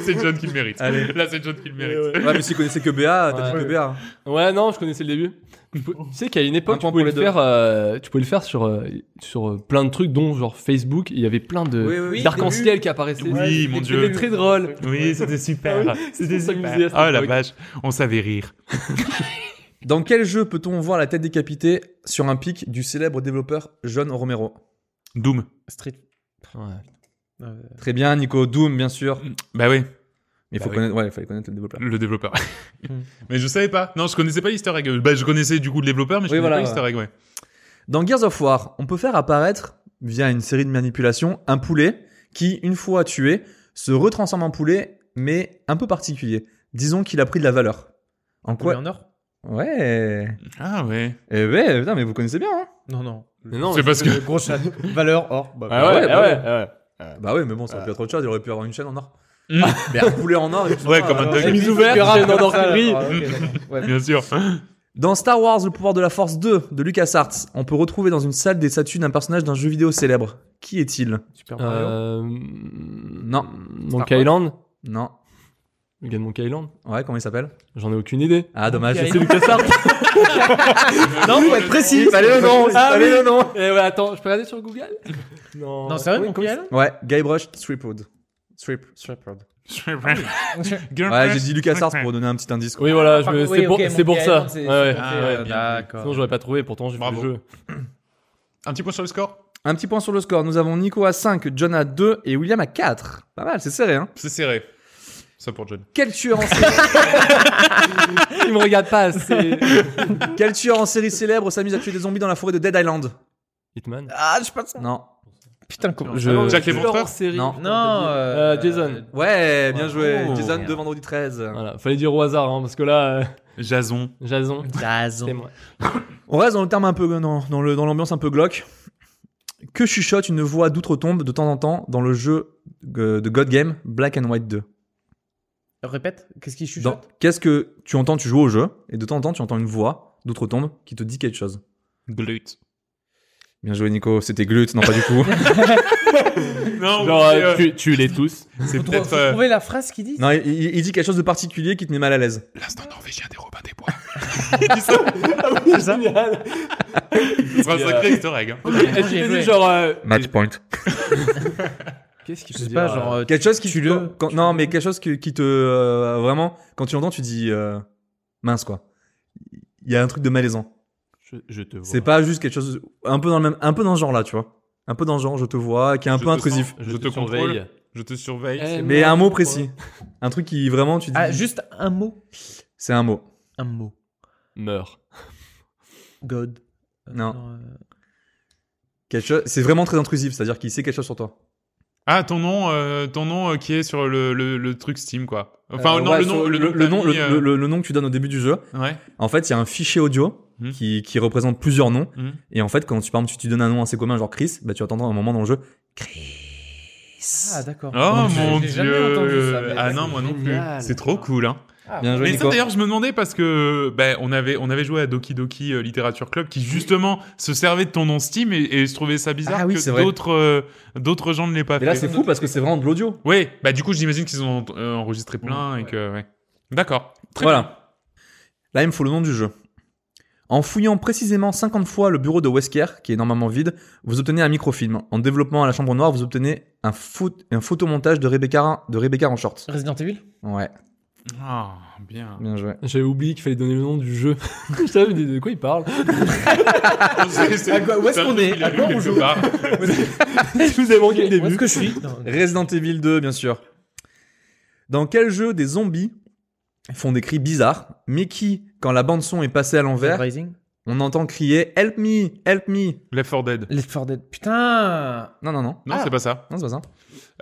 A: c'est John qui le mérite.
C: Allez.
A: Là, c'est John qui le mérite.
B: Ouais, ouais.
C: Ouais, mais si connaissait que BA, t'as
B: Ouais.
C: dit que hein. BA.
B: Ouais, non, je connaissais le début. Tu peux- tu sais qu'à une
C: Un
B: époque,
C: point
B: tu pouvais, le
C: pour les deux.
B: faire, euh, tu pouvais le faire sur, euh, sur euh, plein de trucs, dont genre Facebook. Il y avait plein de
C: Oui, oui, oui,
B: d'arc-en-ciel qui apparaissaient.
A: Oui, mon
B: c'était-
A: Dieu.
B: C'était très drôle.
D: Eh
A: Oui, c'était super. C'était
B: On
A: super.
B: s'amusait à cette
A: Oh la
B: époque.
A: vache, on savait rire.
C: Dans quel jeu peut-on voir la tête décapitée sur un pic du célèbre développeur John Romero
A: Doom.
D: Street.
B: Ouais.
D: Euh,
C: Très bien, Nico. Doom, bien sûr.
A: Bah oui,
C: Mais
A: Bah
C: faut
A: oui.
C: connaître, ouais, il fallait connaître le développeur.
A: le [laughs] développeur. Mm.
D: Hmm.
A: mais je savais pas. Non, je connaissais pas l'easter egg. Bah, je connaissais du coup le développeur, mais je
C: Oui,
A: connaissais
C: voilà,
A: pas l'easter egg, ouais.
C: Dans Gears of War, on peut faire apparaître, via une série de manipulations, un poulet qui, une fois tué, se retransforme en poulet, mais un peu particulier. Disons qu'il a pris de la valeur. En
D: Poulet
C: quoi
D: en or
C: Ouais.
A: Ah ouais.
C: Eh ouais, putain, mais vous connaissez bien, hein
D: Non non.
B: Mais non,
A: C'est
B: mais-
A: parce que.
D: Le Gros chat. Valeur or. Bah,
B: Ah ouais,
C: Ouais,
B: ah
C: bah
B: ouais, ah ouais.
C: Bah ouais, mais bon, ça aurait pu être autre chose. Il aurait pu avoir une chaîne en or. [laughs]
A: Mm.
C: mais un poulet en or. et tout
A: [laughs] Ouais,
C: ça,
A: comme un
C: euh,
A: dog.
C: ouais.
B: Mise ouverte, chaîne en or gris.
A: [laughs] Mm, Bien sûr.
C: Dans Star Wars, le pouvoir de la Force 2 de LucasArts, on peut retrouver dans une salle des statues d'un personnage d'un jeu vidéo célèbre. Qui est-il
D: Super Mario.
B: Euh,
C: Non.
B: Monkey Island
C: Non.
B: Le gars de Monkey Island
C: Ouais, comment il s'appelle
B: J'en ai aucune idée.
C: Ah, dommage.
D: Ok.
C: je sais-
B: C'est Lucas Hart.
D: Non, faut
A: [laughs]
D: être précis.
C: Il fallait le nom, il
B: Ah
C: fallait
B: oui.
C: le nom.
B: Eh ouais, attends, je peux regarder sur Google Non.
D: Non, sérieux, Monkey
B: comment-
D: Island
C: [laughs] Ouais, Guybrush Threepwood. Strip.
D: Ah,
C: Ouais, j'ai dit LucasArts pour donner un petit indice. quoi.
B: Oui, voilà, je me-
D: Ah, Oui,
B: c'est pour,
D: ok,
B: c'est pour
D: Monkey
B: ça.
D: Island,
B: Ouais,
D: c'est-
B: ouais.
D: c'est-
A: Ah,
D: c'est-
A: ouais, bien.
D: euh,
B: Sinon,
D: D'accord.
B: j'aurais pas trouvé, pourtant j'ai fait
A: Bravo.
B: le jeu.
A: Un petit point sur le score
C: Un petit point sur le score. Nous avons Nico à 5, John à 2 et William à 4. Pas mal, c'est serré, hein.
A: C'est serré. Ça pour John.
C: Quel tueur en série,
B: Il me regarde pas assez.
C: [laughs] quel tueur en série célèbre s'amuse à tuer des zombies dans la forêt de Dead Island
B: Hitman
D: Ah, je sais pas de son.
C: Non.
D: Putain, comment.
A: Je- Euh, Jack
B: Tueur
A: l'Éventreur
B: en série.
C: Non.
B: putain,
D: Non.
B: j'ai dit.
D: euh,
B: Euh, Jason.
C: Ouais, bien
A: Oh.
C: joué. Jason
A: Merde.
C: de vendredi 13.
B: Voilà, fallait dire au hasard, hein, parce que là, euh,
A: Jason.
D: Ah
B: Jason, c'est
D: Jason.
B: moi.
C: On reste dans le terme un peu dans, dans le dans l'ambiance un peu glauque. Que chuchote une voix d'outre-tombe de temps en temps dans le jeu euh, de God Game Black and White 2
D: Répète, qu'est-ce qui chuchote
C: Dans- Qu'est-ce que tu entends Tu joues au jeu et de temps en temps tu entends une voix d'outre-tombe qui te dit quelque chose.
A: Glute.
C: Bien joué Nico, c'était Glut, non pas du tout.
A: Non,
B: Genre,
A: mais,
B: euh,
A: euh,
B: tu, tu les tous.
A: c'est
D: Faut trou-
A: peut-être
D: faut
A: euh,
D: trouver la phrase qui dit.
C: [laughs] non, il, il- il dit quelque chose de particulier qui te met mal à l'aise.
A: l'instant norvégien des Robins des Bois. Il dit ça.
B: C'est ça
A: Ce sera un sacré easter egg. hein.
D: Moi, j'ai joué.
B: genre. euh,
C: Match point.
B: Qu'est-ce qui
D: Je sais pas, genre. euh,
C: Quelque chose qui
D: Tu le-
C: quand- quand- non mais quelque chose que- qui te euh, vraiment quand tu l'entends tu dis euh, mince quoi. Il y a un truc de malaisant.
B: euh, Je, je te vois.
C: C'est pas juste quelque chose un peu dans le même un peu dans ce genre là, tu vois. Un peu dans le genre je te vois qui est un
A: Je
C: peu
A: te
C: intrusif.
A: sens. Je te
B: surveille.
A: contrôle. Je te surveille.
B: Eh,
A: c'est-
C: Mais un mot précis. Un truc qui vraiment tu dis
D: ah, juste un mot.
C: c'est un mot.
D: Un mot.
B: Meurs.
D: God. Euh,
C: Non.
D: euh,
C: Quelque chose c'est vraiment très intrusif, c'est-à-dire qu'il sait quelque chose sur toi.
A: Ah, ton nom, euh, ton nom euh, qui est sur le, le, le truc Steam, quoi. Enfin,
C: Euh,
A: non,
C: ouais,
A: le
C: sur-
A: nom, le, nom de
C: le
A: ta
C: nom,
A: vie,
C: le-
A: euh,
C: le- le- le nom que tu donnes au début du jeu.
A: Ouais.
C: En fait, il y a un fichier audio
A: Hmm.
C: qui, qui représente plusieurs noms.
A: Hmm.
C: Et en fait, quand tu, par exemple, tu, tu donnes un nom assez commun, genre Chris, bah, tu attendras un moment dans le jeu.
D: Ah, d'accord.
A: Oh
D: J'ai-
A: mon
D: j'ai
A: dieu.
D: jamais entendu ça, mais
A: ah
D: c'est
A: non, moi non plus.
B: génial.
A: C'est trop cool, hein.
D: Ah,
C: Bien joué,
A: Mais ça
C: Nico.
A: d'ailleurs, je me demandais parce que ben, on avait on avait joué à Doki Doki euh, Literature Club qui justement se servait de ton nom Steam et, et je trouvais ça bizarre
C: Ah oui, c'est
A: que
C: vrai.
A: d'autres euh, d'autres gens ne l'aient pas
C: Mais là,
A: fait.
C: c'est fou parce que c'est vraiment de l'audio.
A: Oui, bah du coup, j'imagine qu'ils ont euh, enregistré plein et que ouais. D'accord. Très
C: Voilà.
A: bien.
C: Là, il me faut le nom du jeu. En fouillant précisément 50 fois le bureau de Wesker, qui est normalement vide, vous obtenez un microfilm. En développement à la chambre noire, vous obtenez un, pho- un photomontage de Rebecca, de Rebecca en short.
D: Resident Evil
C: Ouais,
A: Ah, bien.
C: [laughs] bien joué.
B: J'avais oublié qu'il fallait donner le nom du jeu. [laughs] je savais de, de quoi il parle.
A: C'est- c'est-
D: À quoi- où est-ce
A: c'est un
D: qu'on
A: truc
D: est
A: qu'il a
D: À
A: lu
D: quoi on
A: quelque
D: joue
A: part.
B: je vous ai manqué le
D: Où est-ce
B: début.
D: que je suis Non.
C: Resident Evil 2, bien sûr. Dans quel jeu des zombies font des cris bizarres Mickey, quand la bande-son est passée à l'envers,
D: Rising
C: on entend crier Help me, help me.
A: Left 4 Dead.
D: Left 4 Dead. Putain
C: Non, non, non.
A: Non,
D: Ah.
A: c'est pas ça.
C: Non, c'est pas ça.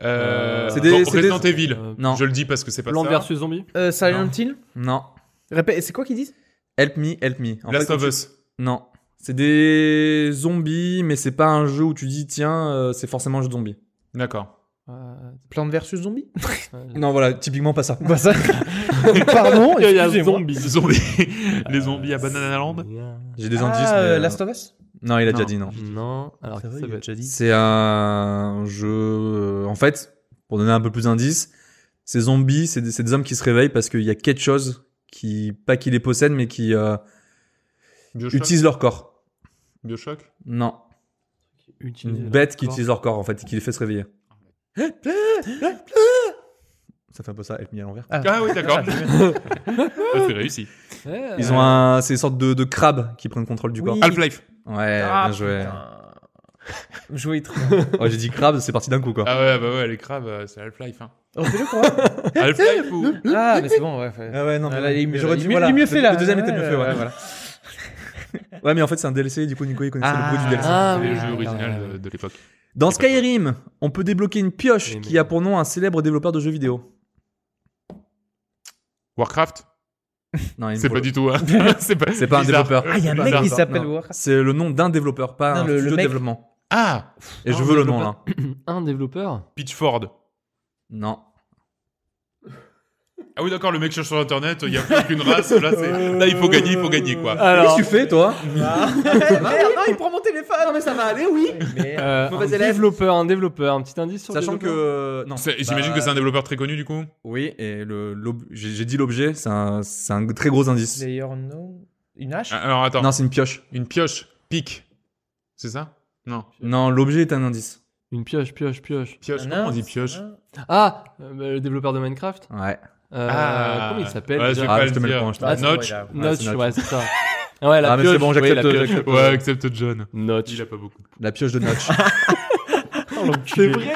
A: Euh,
C: C'est des-
A: bon,
C: c'est des-
A: Resident Evil.
B: Euh,
C: Non,
A: Je le dis parce que c'est pas
B: Plante
A: ça.
B: versus zombie.
D: Euh, Silent
A: Non.
D: Hill
C: non.
D: Répète, c'est quoi qu'ils disent
C: Help me, help me. En
A: Last
C: fait,
A: of Us.
C: Non. C'est des zombies, mais c'est pas un jeu où tu dis tiens, euh, c'est forcément un jeu de zombies.
A: D'accord.
D: Plante versus zombie
C: Mm. Non, voilà, typiquement pas ça.
D: Bah ça. [laughs] Pardon,
B: Il y a
D: excusez-moi.
B: zombie.
A: Les zombies, les [laughs] zombies à Banana Land.
C: J'ai des
D: Ah,
C: indices. mais,
D: euh,
C: euh,
D: Last of Us
C: Non, il a déjà
A: Non.
C: dit non.
B: Non. Alors, ça va être-
D: déjà dit.
C: C'est un jeu. euh, En fait, pour donner un peu plus d'indices, ces zombies, c'est des, c'est des hommes qui se réveillent parce qu'il y a quelque chose qui, pas qui les possède, mais qui euh,
A: Bioshock.
C: utilise leur corps.
A: Bioshock.
C: Non,
B: Utiliser
C: une
B: leur
C: bête qui
B: corps.
C: utilise leur corps en fait et qui les fait se réveiller. Ça fait un peu ça, être mis à l'envers.
A: Ah oui, d'accord. Ah, C'est réussi.
B: Ouais.
C: Ils ont un, c'est une sorte de, de crabes qui prennent contrôle du
D: Oui.
C: corps.
A: Half-Life.
C: Ouais,
D: Ah,
C: bien joué.
D: putain. Jouez trop.
C: Oh, j'ai dit crabe, c'est parti d'un coup quoi.
A: Ah ouais, bah ouais, les crabes, euh, c'est Half-Life. Hein.
D: Refais-le [laughs] pour moi.
A: Half-Life ou
D: Ah, mais c'est bon, ouais. fait-
C: Ah ouais, non,
D: Ah,
C: mais
D: là, il-
C: mais
D: J'aurais
C: il-
D: dû
C: voilà,
D: mieux fait là.
C: Le deuxième était
D: Ouais,
C: mieux fait, ouais.
D: voilà.
C: [laughs] Ouais, mais en fait, c'est un DLC, du coup, Nico, il connaissait le bruit du DLC.
B: Ah,
A: les
B: oui,
A: jeux
B: oui,
A: original
B: oui.
A: de, de l'époque
C: Dans Skyrim, on peut débloquer une pioche
B: Oui, mais-
C: qui a pour nom un célèbre développeur de jeux vidéo.
A: Warcraft
C: Non, il me
A: C'est
C: faut
A: pas
C: le-
A: du tout. hein. [laughs] c'est pas,
C: C'est pas un
A: bizarre.
C: développeur.
D: Ah, il y a un
A: Bizarre,
D: mec qui
A: ça.
D: s'appelle
C: Non. [laughs]
D: Warcraft.
C: C'est le nom d'un développeur, pas
D: Non,
C: un
D: le- le
C: studio de
D: mec-
C: développement.
A: Ah
C: Et je
B: un
C: veux le nom
B: développeur.
C: là.
B: Un développeur
A: Pitchford.
C: Non.
A: Ah oui, d'accord, le mec cherche sur internet, il y a plus qu'une race. Là, c'est- là, il faut gagner, il faut gagner quoi.
C: Qu'est-ce
B: Alors,
C: que tu fais, toi
D: Ah, Merde, non, il prend mon téléphone. Non, mais ça va aller, oui.
B: euh, un
C: Mauvais élève.
B: développeur, un développeur, un petit indice sur le
C: Sachant
B: développeur
C: que. Non.
A: C'est- J'imagine
C: Bah,
A: que c'est un développeur très connu du coup.
C: Oui, et le, l'ob- j'ai j'ai dit l'objet, c'est un, c'est un très gros indice.
D: Player no. Une hache
A: Ah, Alors attends,
C: Non, c'est une pioche.
A: une pioche, pique. C'est ça Non.
C: Non, l'objet est un indice.
B: Une pioche, pioche, pioche.
A: Pioche,
D: Un
A: comment on
D: inde,
A: dit pioche
D: un-
B: Ah, euh, bah, le développeur de Minecraft.
C: Ouais.
B: Euh,
A: Ah.
B: Comment il s'appelle
A: Ouais,
B: déjà
A: c'est pas
C: Ah,
A: le
C: je te mets le
A: dire.
C: point, je te
B: Ah,
C: mets le
D: c'est
A: Notch.
D: bon, il a-
B: Notch,
C: Notch.
B: ouais, c'est ça. Ouais, la
C: Ah, mais
B: pioche.
C: c'est bon,
B: oui, la
C: j'accepte,
B: pioche.
C: j'accepte.
A: Ouais, accepte John. Il
B: Notch.
A: a pas beaucoup.
C: point. La pioche de Notch.
B: C'est vrai.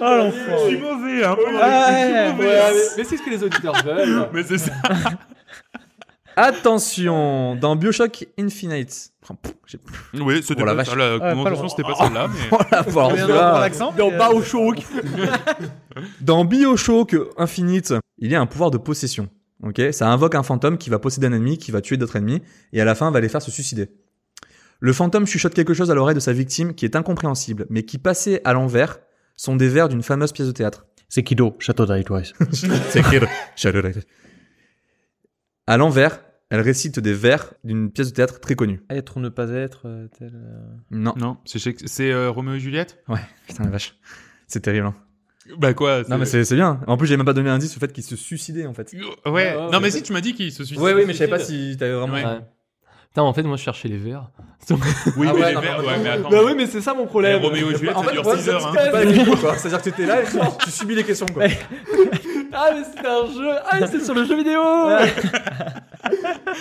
D: Ah, l'enfant.
A: Je suis mauvais, hein.
D: Ouais,
B: Ouais, mais- mais c'est ce que les auditeurs
A: [laughs]
B: veulent.
A: Mais c'est ça.
C: [laughs] Attention, dans Bioshock Infinite. J'ai-
A: Oui, c'était
C: Oh la
A: pas
C: vache.
A: ça. La
D: pas
A: convention,
D: loin.
A: c'était pas celle-là, mais.
C: [laughs] Oh la force,
D: Reviendra
C: là.
D: pour l'accent,
B: Dans
D: mais, euh,
B: Bioshock.
C: Dans Bioshock Infinite, il y a un pouvoir de possession. Ok, ça invoque un fantôme qui va posséder un ennemi, qui va tuer d'autres ennemis, et à la fin va les faire se suicider. Le fantôme chuchote quelque chose à l'oreille de sa victime qui est incompréhensible, mais qui passé à l'envers sont des vers d'une fameuse pièce de théâtre.
D: Sekido, Shadow Die Twice.
C: Sekiro, Shadow Knight. À l'envers, elle récite des vers d'une pièce de théâtre très connue.
D: Être ou ne pas être, euh, tel. euh,
C: Non,
A: Non, c'est, Shakespeare- c'est euh, Roméo et Juliette
C: putain la vache. C'est terrible. hein.
A: Bah quoi
C: Non mais c'est c'est bien. hein. En plus, j'ai même pas donné l'indice au fait qu'il se suicidait en fait.
A: Ouais,
B: Ouais,
A: non
B: ouais,
A: mais
B: ouais.
A: si tu m'as dit qu'il se suicide.
C: Ouais, oui, mais je savais pas si t'avais vraiment.
A: Ouais.
B: Ouais. Putain, en fait, moi, je cherchais les verres.
A: Oui,
C: Ah
A: mais
C: ouais,
A: les
C: non,
A: verts,
C: mais
A: ouais, mais attends.
B: Bah oui, mais c'est ça mon
A: Les
B: problème.
A: Roméo et Juliette,
C: En
A: ça
C: fait,
A: dure
C: moi,
A: 6
C: ça,
A: heures.
C: c'est
A: hein.
C: pas avec vous, quoi. C'est-à-dire que t'étais là et tu, tu subis les questions quoi.
B: Ah, mais c'était un jeu. Ah, c'est sur le jeu vidéo. ah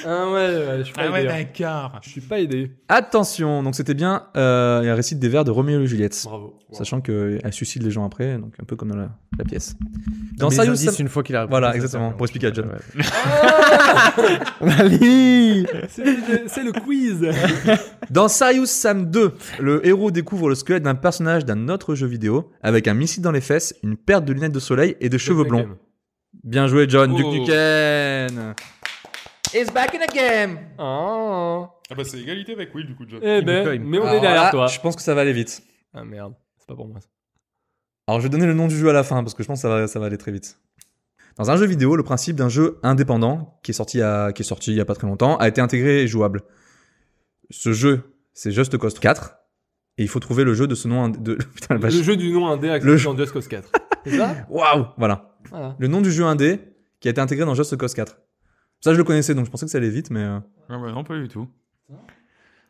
B: ouais, ouais, je suis pas
A: Ah ouais,
B: aidé. hein.
A: d'accord.
B: Je suis pas aidé.
C: Attention, donc c'était bien. Euh, elle récite des vers de Roméo et Juliette.
B: Bravo.
C: Sachant qu'elle suicide les gens après, donc un peu comme dans la, la pièce. Dans
D: Dans
C: Sayus
D: Sayus,
C: Sam-
D: une fois qu'il a.
C: Voilà, exactement, pour expliquer à John.
D: Ah [laughs] Allez
B: C'est c'est le quiz.
C: Dans Serious Sam 2, le héros découvre le squelette d'un personnage d'un autre jeu vidéo avec un missile dans les fesses, une paire de lunettes de soleil et de cheveux blonds. Bien joué, John, Duke
A: Oh.
C: Nukem. It's back in the game.
B: Ah.
A: Ah bah c'est égalité avec Will du coup, John.
B: Eh
D: Il me
B: ben,
D: cogne.
B: mais on
C: Alors
B: est derrière
C: là,
B: toi.
C: Bah, Je pense que ça va aller vite.
B: Ah merde, c'est pas pour moi. ça.
C: Alors, je vais donner le nom du jeu à la fin parce que je pense que ça va, ça va aller très vite. Dans un jeu vidéo, le principe d'un jeu indépendant qui est sorti à, qui est sorti il y a pas très longtemps a été intégré et jouable. Ce jeu, c'est Just Cause 4 et il faut trouver le jeu de ce nom ind- de [laughs] putain la vache.
B: Le jeu du nom indé
C: Bah, Le
B: accessible
C: jeu-
B: dans Just Cause 4. [laughs] C'est ça
C: Waouh, voilà.
B: Voilà.
C: Le nom du jeu indé qui a été intégré dans Just Cause 4. Ça, je le connaissais donc je pensais que ça allait vite, mais euh,
A: Ah bah non, pas du tout.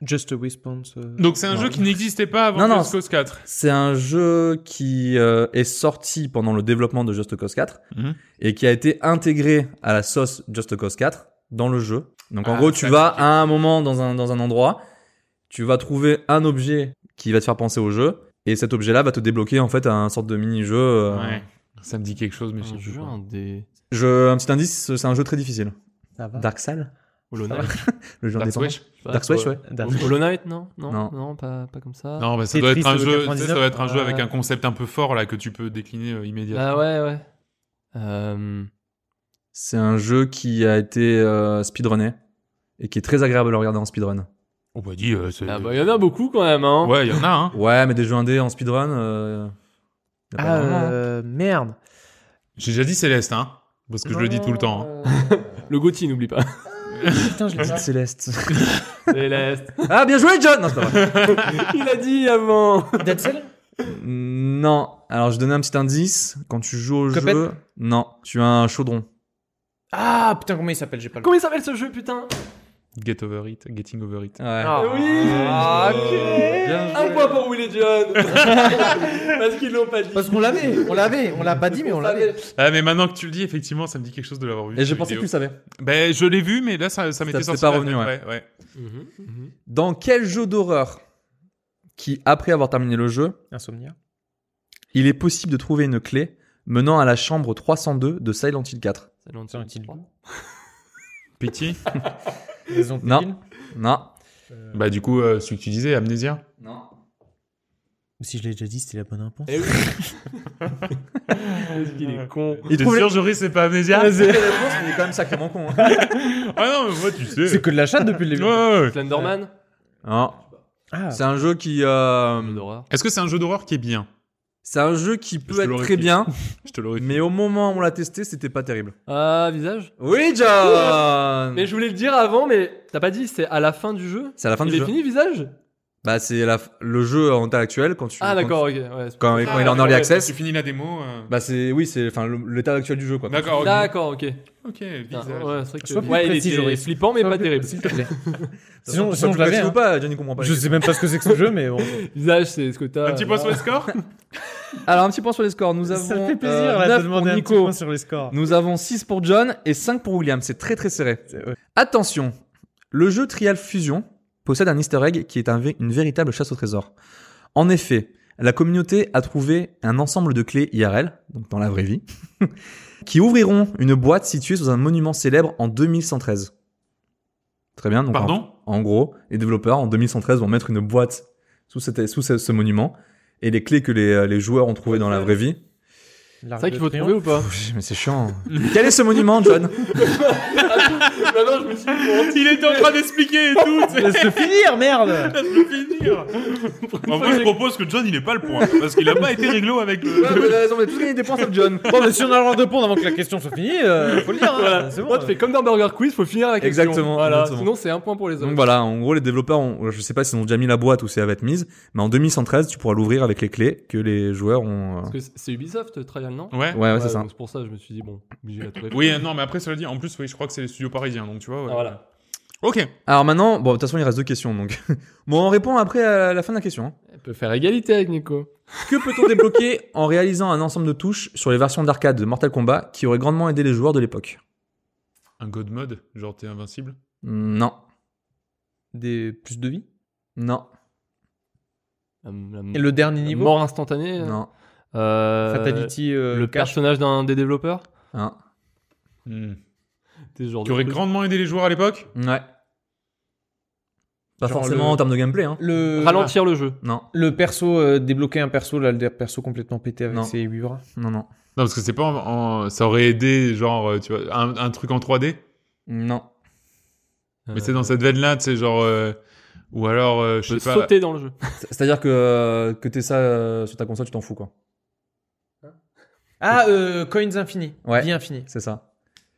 D: Just a response. euh,
A: Donc c'est un
C: Non.
A: jeu qui n'existait pas avant
C: Non, non,
A: Just Cause 4.
C: c'est un jeu qui euh, est sorti pendant le développement de Just Cause 4
A: Mhm.
C: et qui a été intégré à la sauce Just Cause 4 dans le jeu. Donc en
A: Ah,
C: gros, tu
A: ça,
C: vas
A: c'est-
C: à un moment dans un dans un endroit, tu vas trouver un objet qui va te faire penser au jeu et cet objet-là va te débloquer en fait un sorte de mini-jeu. euh,
A: Ouais. Ça me dit quelque chose, mais je sais
B: Un
A: plus
B: jeu
A: quoi.
B: indé.
C: Je, un petit indice, c'est un jeu très difficile.
D: Ça va.
C: Dark Sal,
B: Hollow
D: Ça
B: Knight.
C: [laughs] le jeu
A: Dark
C: indépendant.
A: Swish
B: je sais pas,
C: Dark Switch,
B: toi.
C: ouais.
D: Dark-
B: Hollow Knight, non non,
C: Non.
B: non, pas, pas comme ça.
A: Non, bah ça doit
D: Tetris
A: être un
D: de
A: jeu, tu sais, ça
D: 99,
A: doit être un jeu avec
D: euh,
A: un concept un peu fort là que tu peux décliner euh, immédiatement.
B: Ah ouais, ouais. Euh,
C: C'est un jeu qui a été euh, speedrunné et qui est très agréable à regarder en speedrun.
A: On m'a dit euh, c'est-
B: ah bah, il y en a beaucoup quand même, hein.
A: Ouais, il y en a hein.
C: Ouais, mais des jeux indés en speedrun. Euh... y a pas
D: Ah,
C: énormément.
D: euh, merde.
A: J'ai déjà dit Céleste hein parce que je le dis tout le temps. hein.
B: Le Gauthier, n'oublie pas.
D: Oh. Putain, je l'ai pas.
C: euh, Céleste.
B: [laughs] Céleste.
C: [laughs] ah, bien joué, John Non, c'est pas vrai. [laughs]
B: Il a dit avant.
D: [laughs] Dead Cell
C: non, alors je donnais un petit indice. Quand tu joues au
D: Cuphead
C: jeu. Non, tu as un chaudron.
D: Ah, putain, comment il s'appelle J'ai pas
B: [laughs]
D: le.
B: Comment il s'appelle ce jeu, putain
A: Get over it, getting over it.
C: Ouais.
D: Ah.
B: Oui
D: Ah,
B: ok.
C: bien joué.
B: Un point pour Will et [laughs] John. Parce qu'ils l'ont pas dit.
D: Parce qu'on l'avait, on l'avait, on l'a pas dit, mais on l'avait.
A: Ah mais maintenant que tu le dis, effectivement, ça me dit quelque chose de l'avoir vu.
C: Et
A: cette
C: je pensais que
A: vidéo.
C: tu le savais.
A: Ben je l'ai vu, mais là ça, ça m'était
C: t'est
A: sorti.
C: pas
A: de la
C: revenu,
A: tête, ouais.
B: Mhm, mhm.
C: Dans quel jeu d'horreur qui, après avoir terminé le jeu,
D: Insomnia.
C: il est possible de trouver une clé menant à la chambre 302 de Silent Hill 4
B: Ça l'a
D: Silent Hill.
A: Pity.
D: Les ondes
C: Non.
D: pépiles.
C: Non.
D: Euh,
A: bah du coup, euh, ce que tu disais, Amnésia.
C: Non.
D: Si je l'ai déjà dit, c'était la bonne réponse.
B: Eh oui. Parce qu'il est con.
C: Il
A: T'es
C: trouve
A: sûr, Joris, c'est pas Amnésia Ah
C: [laughs] la réponse, mais il est quand même sacrément con. hein.
A: non, mais moi tu sais.
D: C'est que de la chatte depuis le
A: Ouais,
D: début.
A: ouais, ouais.
B: Slenderman
C: Non.
D: Ah,
C: C'est un jeu qui. euh,
B: Jeu d'horreur.
A: Est-ce que c'est un jeu d'horreur qui est bien
C: C'est un jeu qui
A: Je l'aurais
C: peut être très
A: dit.
C: bien,
A: Je te l'aurais dit.
C: mais au moment où on l'a testé, c'était pas terrible.
B: Ah, visage
C: Oui, John
B: Mais je voulais le dire avant, mais t'as pas dit, c'est à la fin du jeu
C: C'est à la fin
B: Il
C: du
B: est
C: jeu.
B: fini, visage
C: Bah, c'est la f- le jeu en temps actuel quand tu.
B: Ah,
C: quand-
B: d'accord, ok. ouais, c'est-
C: Quand,
A: Ah,
C: quand il est en
A: d'accord,
C: early
A: ouais,
C: access.
A: Tu finis la démo. euh,
C: Bah, c'est. Oui, c'est enfin, le- l'état actuel du jeu, quoi.
A: D'accord. ok.
B: D'accord, ok.
A: Ok.
B: Putain,
A: visage.
B: ouais, c'est vrai que-
D: Sois plus
B: ouais, il
D: précis,
B: était
D: Joris.
B: flippant, mais
D: Sois
B: pas
D: plus-
B: terrible.
D: S'il te plaît.
C: Ça-
D: [laughs] sinon-
C: ça-
D: sinon, je
C: ça-
D: l'avais,
C: ça-
D: hein.
C: ou pas, John, il comprend pas.
D: Je sais même pas ce que c'est que ce jeu, mais bon.
B: Visage, c'est ce que t'as. euh,
A: Un petit point sur le score
C: Alors, un petit point sur les scores. Nous avons.
D: Ça fait plaisir
C: euh,
D: là,
C: neuf
D: de demander
C: pour
D: un
C: Nico.
D: point sur les scores.
C: Nous avons 6 pour John et 5 pour William. C'est très très serré.
D: C'est- ouais.
C: Attention, le jeu Trial Fusion possède un easter egg qui est un vé- une véritable chasse au trésor. En effet, la communauté a trouvé un ensemble de clés IRL, donc dans la vraie vie, [laughs] qui ouvriront une boîte située sous un monument célèbre en 2113. Très bien, donc en-
A: Pardon
C: en gros, les développeurs en 2113 vont mettre une boîte sous, cette- sous ce, ce monument et les clés que les, les joueurs ont trouvées dans la vraie vie.
B: C'est vrai qu'il faut trouver ou pas
C: [laughs] Mais c'est chiant. Quel est ce monument, John
B: Ah, [laughs] non, je me suis
A: [laughs]
B: dit,
A: Il était en train d'expliquer et tout. tu sais.
D: Laisse-le finir, merde
A: En vrai, je propose que John il ait pas le point parce qu'il a pas été réglo avec. le-
C: Ouais, mais t'as raison, on a tous gagné des points sauf John.
D: Bon, mais si on a le droit de répondre avant que la question soit finie, euh, faut le dire, hein,
B: Voilà.
D: c'est bon.
B: Moi, tu fais comme dans Burger Quiz, faut finir la question.
C: Exactement,
B: Voilà.
C: exactement.
B: Sinon, c'est un point pour les autres.
C: Donc voilà, en gros, les développeurs, ont, je sais pas s'ils ont déjà mis la boîte ou si elle va être mise, mais en 2113, tu pourras l'ouvrir avec les clés que les joueurs ont. euh,
B: Parce que c'est- c'est Ubisoft, Trial, non
A: Ouais.
C: Ouais, ouais, c'est ça.
B: donc C'est pour ça que je me suis dit, bon, obligé à trouver.
A: Oui, euh, non, mais après, cela dit, en plus, oui, je crois que c'est les studios parisiens, donc tu vois. ouais.
B: Ah, voilà.
A: Ok.
C: Alors maintenant, bon, de toute façon, il reste deux questions, donc. [laughs] bon, on répond après à la fin de la question. hein.
B: Elle peut faire égalité avec Nico.
C: Que peut-on débloquer en réalisant un ensemble de touches sur les versions d'arcade de Mortal Kombat qui auraient grandement aidé les joueurs de l'époque
A: Un God Mode, genre t'es invincible.
C: Non,
D: Des plus de vie.
C: non,
B: La- la-
D: Et le dernier
B: la
D: niveau
B: Mort instantanée. euh,
C: non.
B: euh,
D: Fatality euh,
B: Le
D: cache.
B: personnage d'un des développeurs.
C: hein.
A: Hmm.
B: Des genres
A: Qui
B: de
A: aurait
B: trucs.
A: grandement aidé les joueurs à l'époque
C: Ouais. Pas
D: Genre
C: forcément
D: le-
C: en termes de gameplay, hein.
D: Le...
B: Ralentir le jeu.
C: Non,
D: Le perso, euh, débloquer un perso, là, le perso complètement pété avec
C: Non.
D: ses 8 bras.
C: non, non,
A: Non, parce que c'est pas en, en- Ça aurait aidé, genre, euh, tu vois, un, un truc en 3D.
C: non.
B: Euh,
A: Mais c'est dans cette veine-là, tu sais, genre. euh, ou alors, euh, je
B: Je
A: sais pas.
B: sauter dans le jeu.
C: C'est- C'est-à-dire que euh, que t'aies ça euh, sur ta console, tu t'en fous, quoi.
D: Ah, euh, Coins Infini.
C: Ouais.
D: Vie Infini.
C: C'est ça.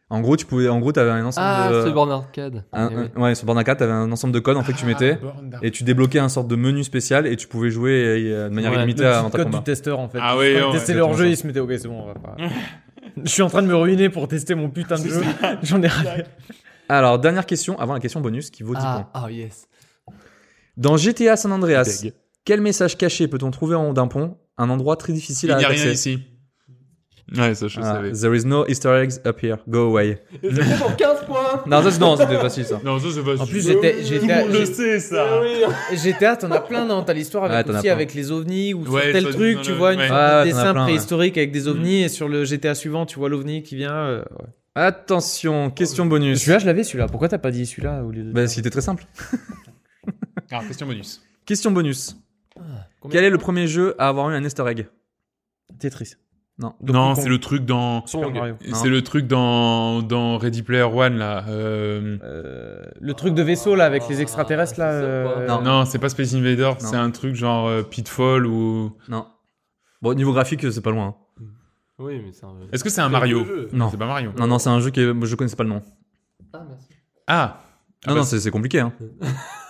C: En gros, tu pouvais, en gros, t'avais un ensemble
B: Ah,
C: de.
B: c'est Born Arcade.
C: un-
B: Eh
C: un-
B: ouais.
C: ouais, sur Born Arcade, t'avais un ensemble de codes en fait que tu mettais.
D: Ah,
C: Et tu débloquais un sorte de menu spécial et tu pouvais jouer euh, de manière
B: Ouais,
C: illimitée
D: Le
C: à
D: petit
C: Mortal
D: code
C: Kombat.
D: du testeur, en fait.
A: Ah ouais,
D: Quand
A: ouais,
D: ils testaient leur
C: exactement
D: jeu,
C: ça.
D: ils se mettaient, ok, c'est bon, on va pas... [laughs] Je suis en train de me ruiner pour tester mon putain de jeu. J'en ai râlé.
C: Alors, dernière question avant la question bonus qui vaut 10 points.
B: Ah, ah, yes.
C: Dans GTA San Andreas,
B: Deg.
C: Quel message caché peut-on trouver en haut d'un pont Un endroit très difficile
A: Il
C: à
A: n'y a rien
C: accéder.
A: ici. Ouais, ça, je
C: Ah,
A: savais.
C: there is no Easter eggs up here. Go away.
B: Et [laughs] c'est pour 15 points.
C: Non, ça c'est- non, c'était facile ça.
A: Non, ça, c'est pas
D: En plus,
A: tout
D: j'étais,
A: le monde le
D: j'étais,
A: sait, ça. [laughs]
B: Eh oui.
D: GTA, t'en as plein dans t'as l'histoire
C: Ouais,
D: avec
C: t'en as
D: aussi
C: plein.
D: avec les ovnis ou
A: Ouais,
D: sur tel
A: sur-
D: truc,
A: non,
D: tu
A: non,
D: vois une
A: ouais. Mm.
D: sorte
C: Ouais,
D: de
C: t'en as
D: dessin
C: plein, ouais.
D: préhistorique avec des ovnis et sur le GTA suivant, tu vois l'ovni qui vient. euh, ouais.
C: Attention, question bonus.
D: je l'avais celui-là. Pourquoi t'as pas dit celui-là au lieu de
C: Bah, ce qui était très simple.
A: Alors, Ah, question bonus.
C: Question bonus.
B: Combien
C: Quel est le premier jeu à avoir eu un Easter egg
D: Tetris
A: non, c'est le truc dans.
D: Super Mario.
C: Non.
A: C'est le truc dans, dans Ready Player One, là. Euh,
D: Euh, le truc de vaisseau là avec les extraterrestres là.
B: Ah, c'est ça,
D: euh,
B: quoi.
C: Non.
A: Non, c'est pas Space Invader,
C: Non.
A: c'est un truc genre euh, Pitfall ou.
C: Non. Bon, niveau graphique, c'est pas loin. hein.
B: Oui, mais c'est un. Ah,
A: Est-ce que c'est un Mario
B: jeu.
C: Non.
A: C'est pas Mario.
C: Non, non, c'est un jeu que je connaissais pas le nom.
B: Ah, merci.
A: Ah Ah
C: Non,
A: bah,
C: non, c'est c'est compliqué. Hein.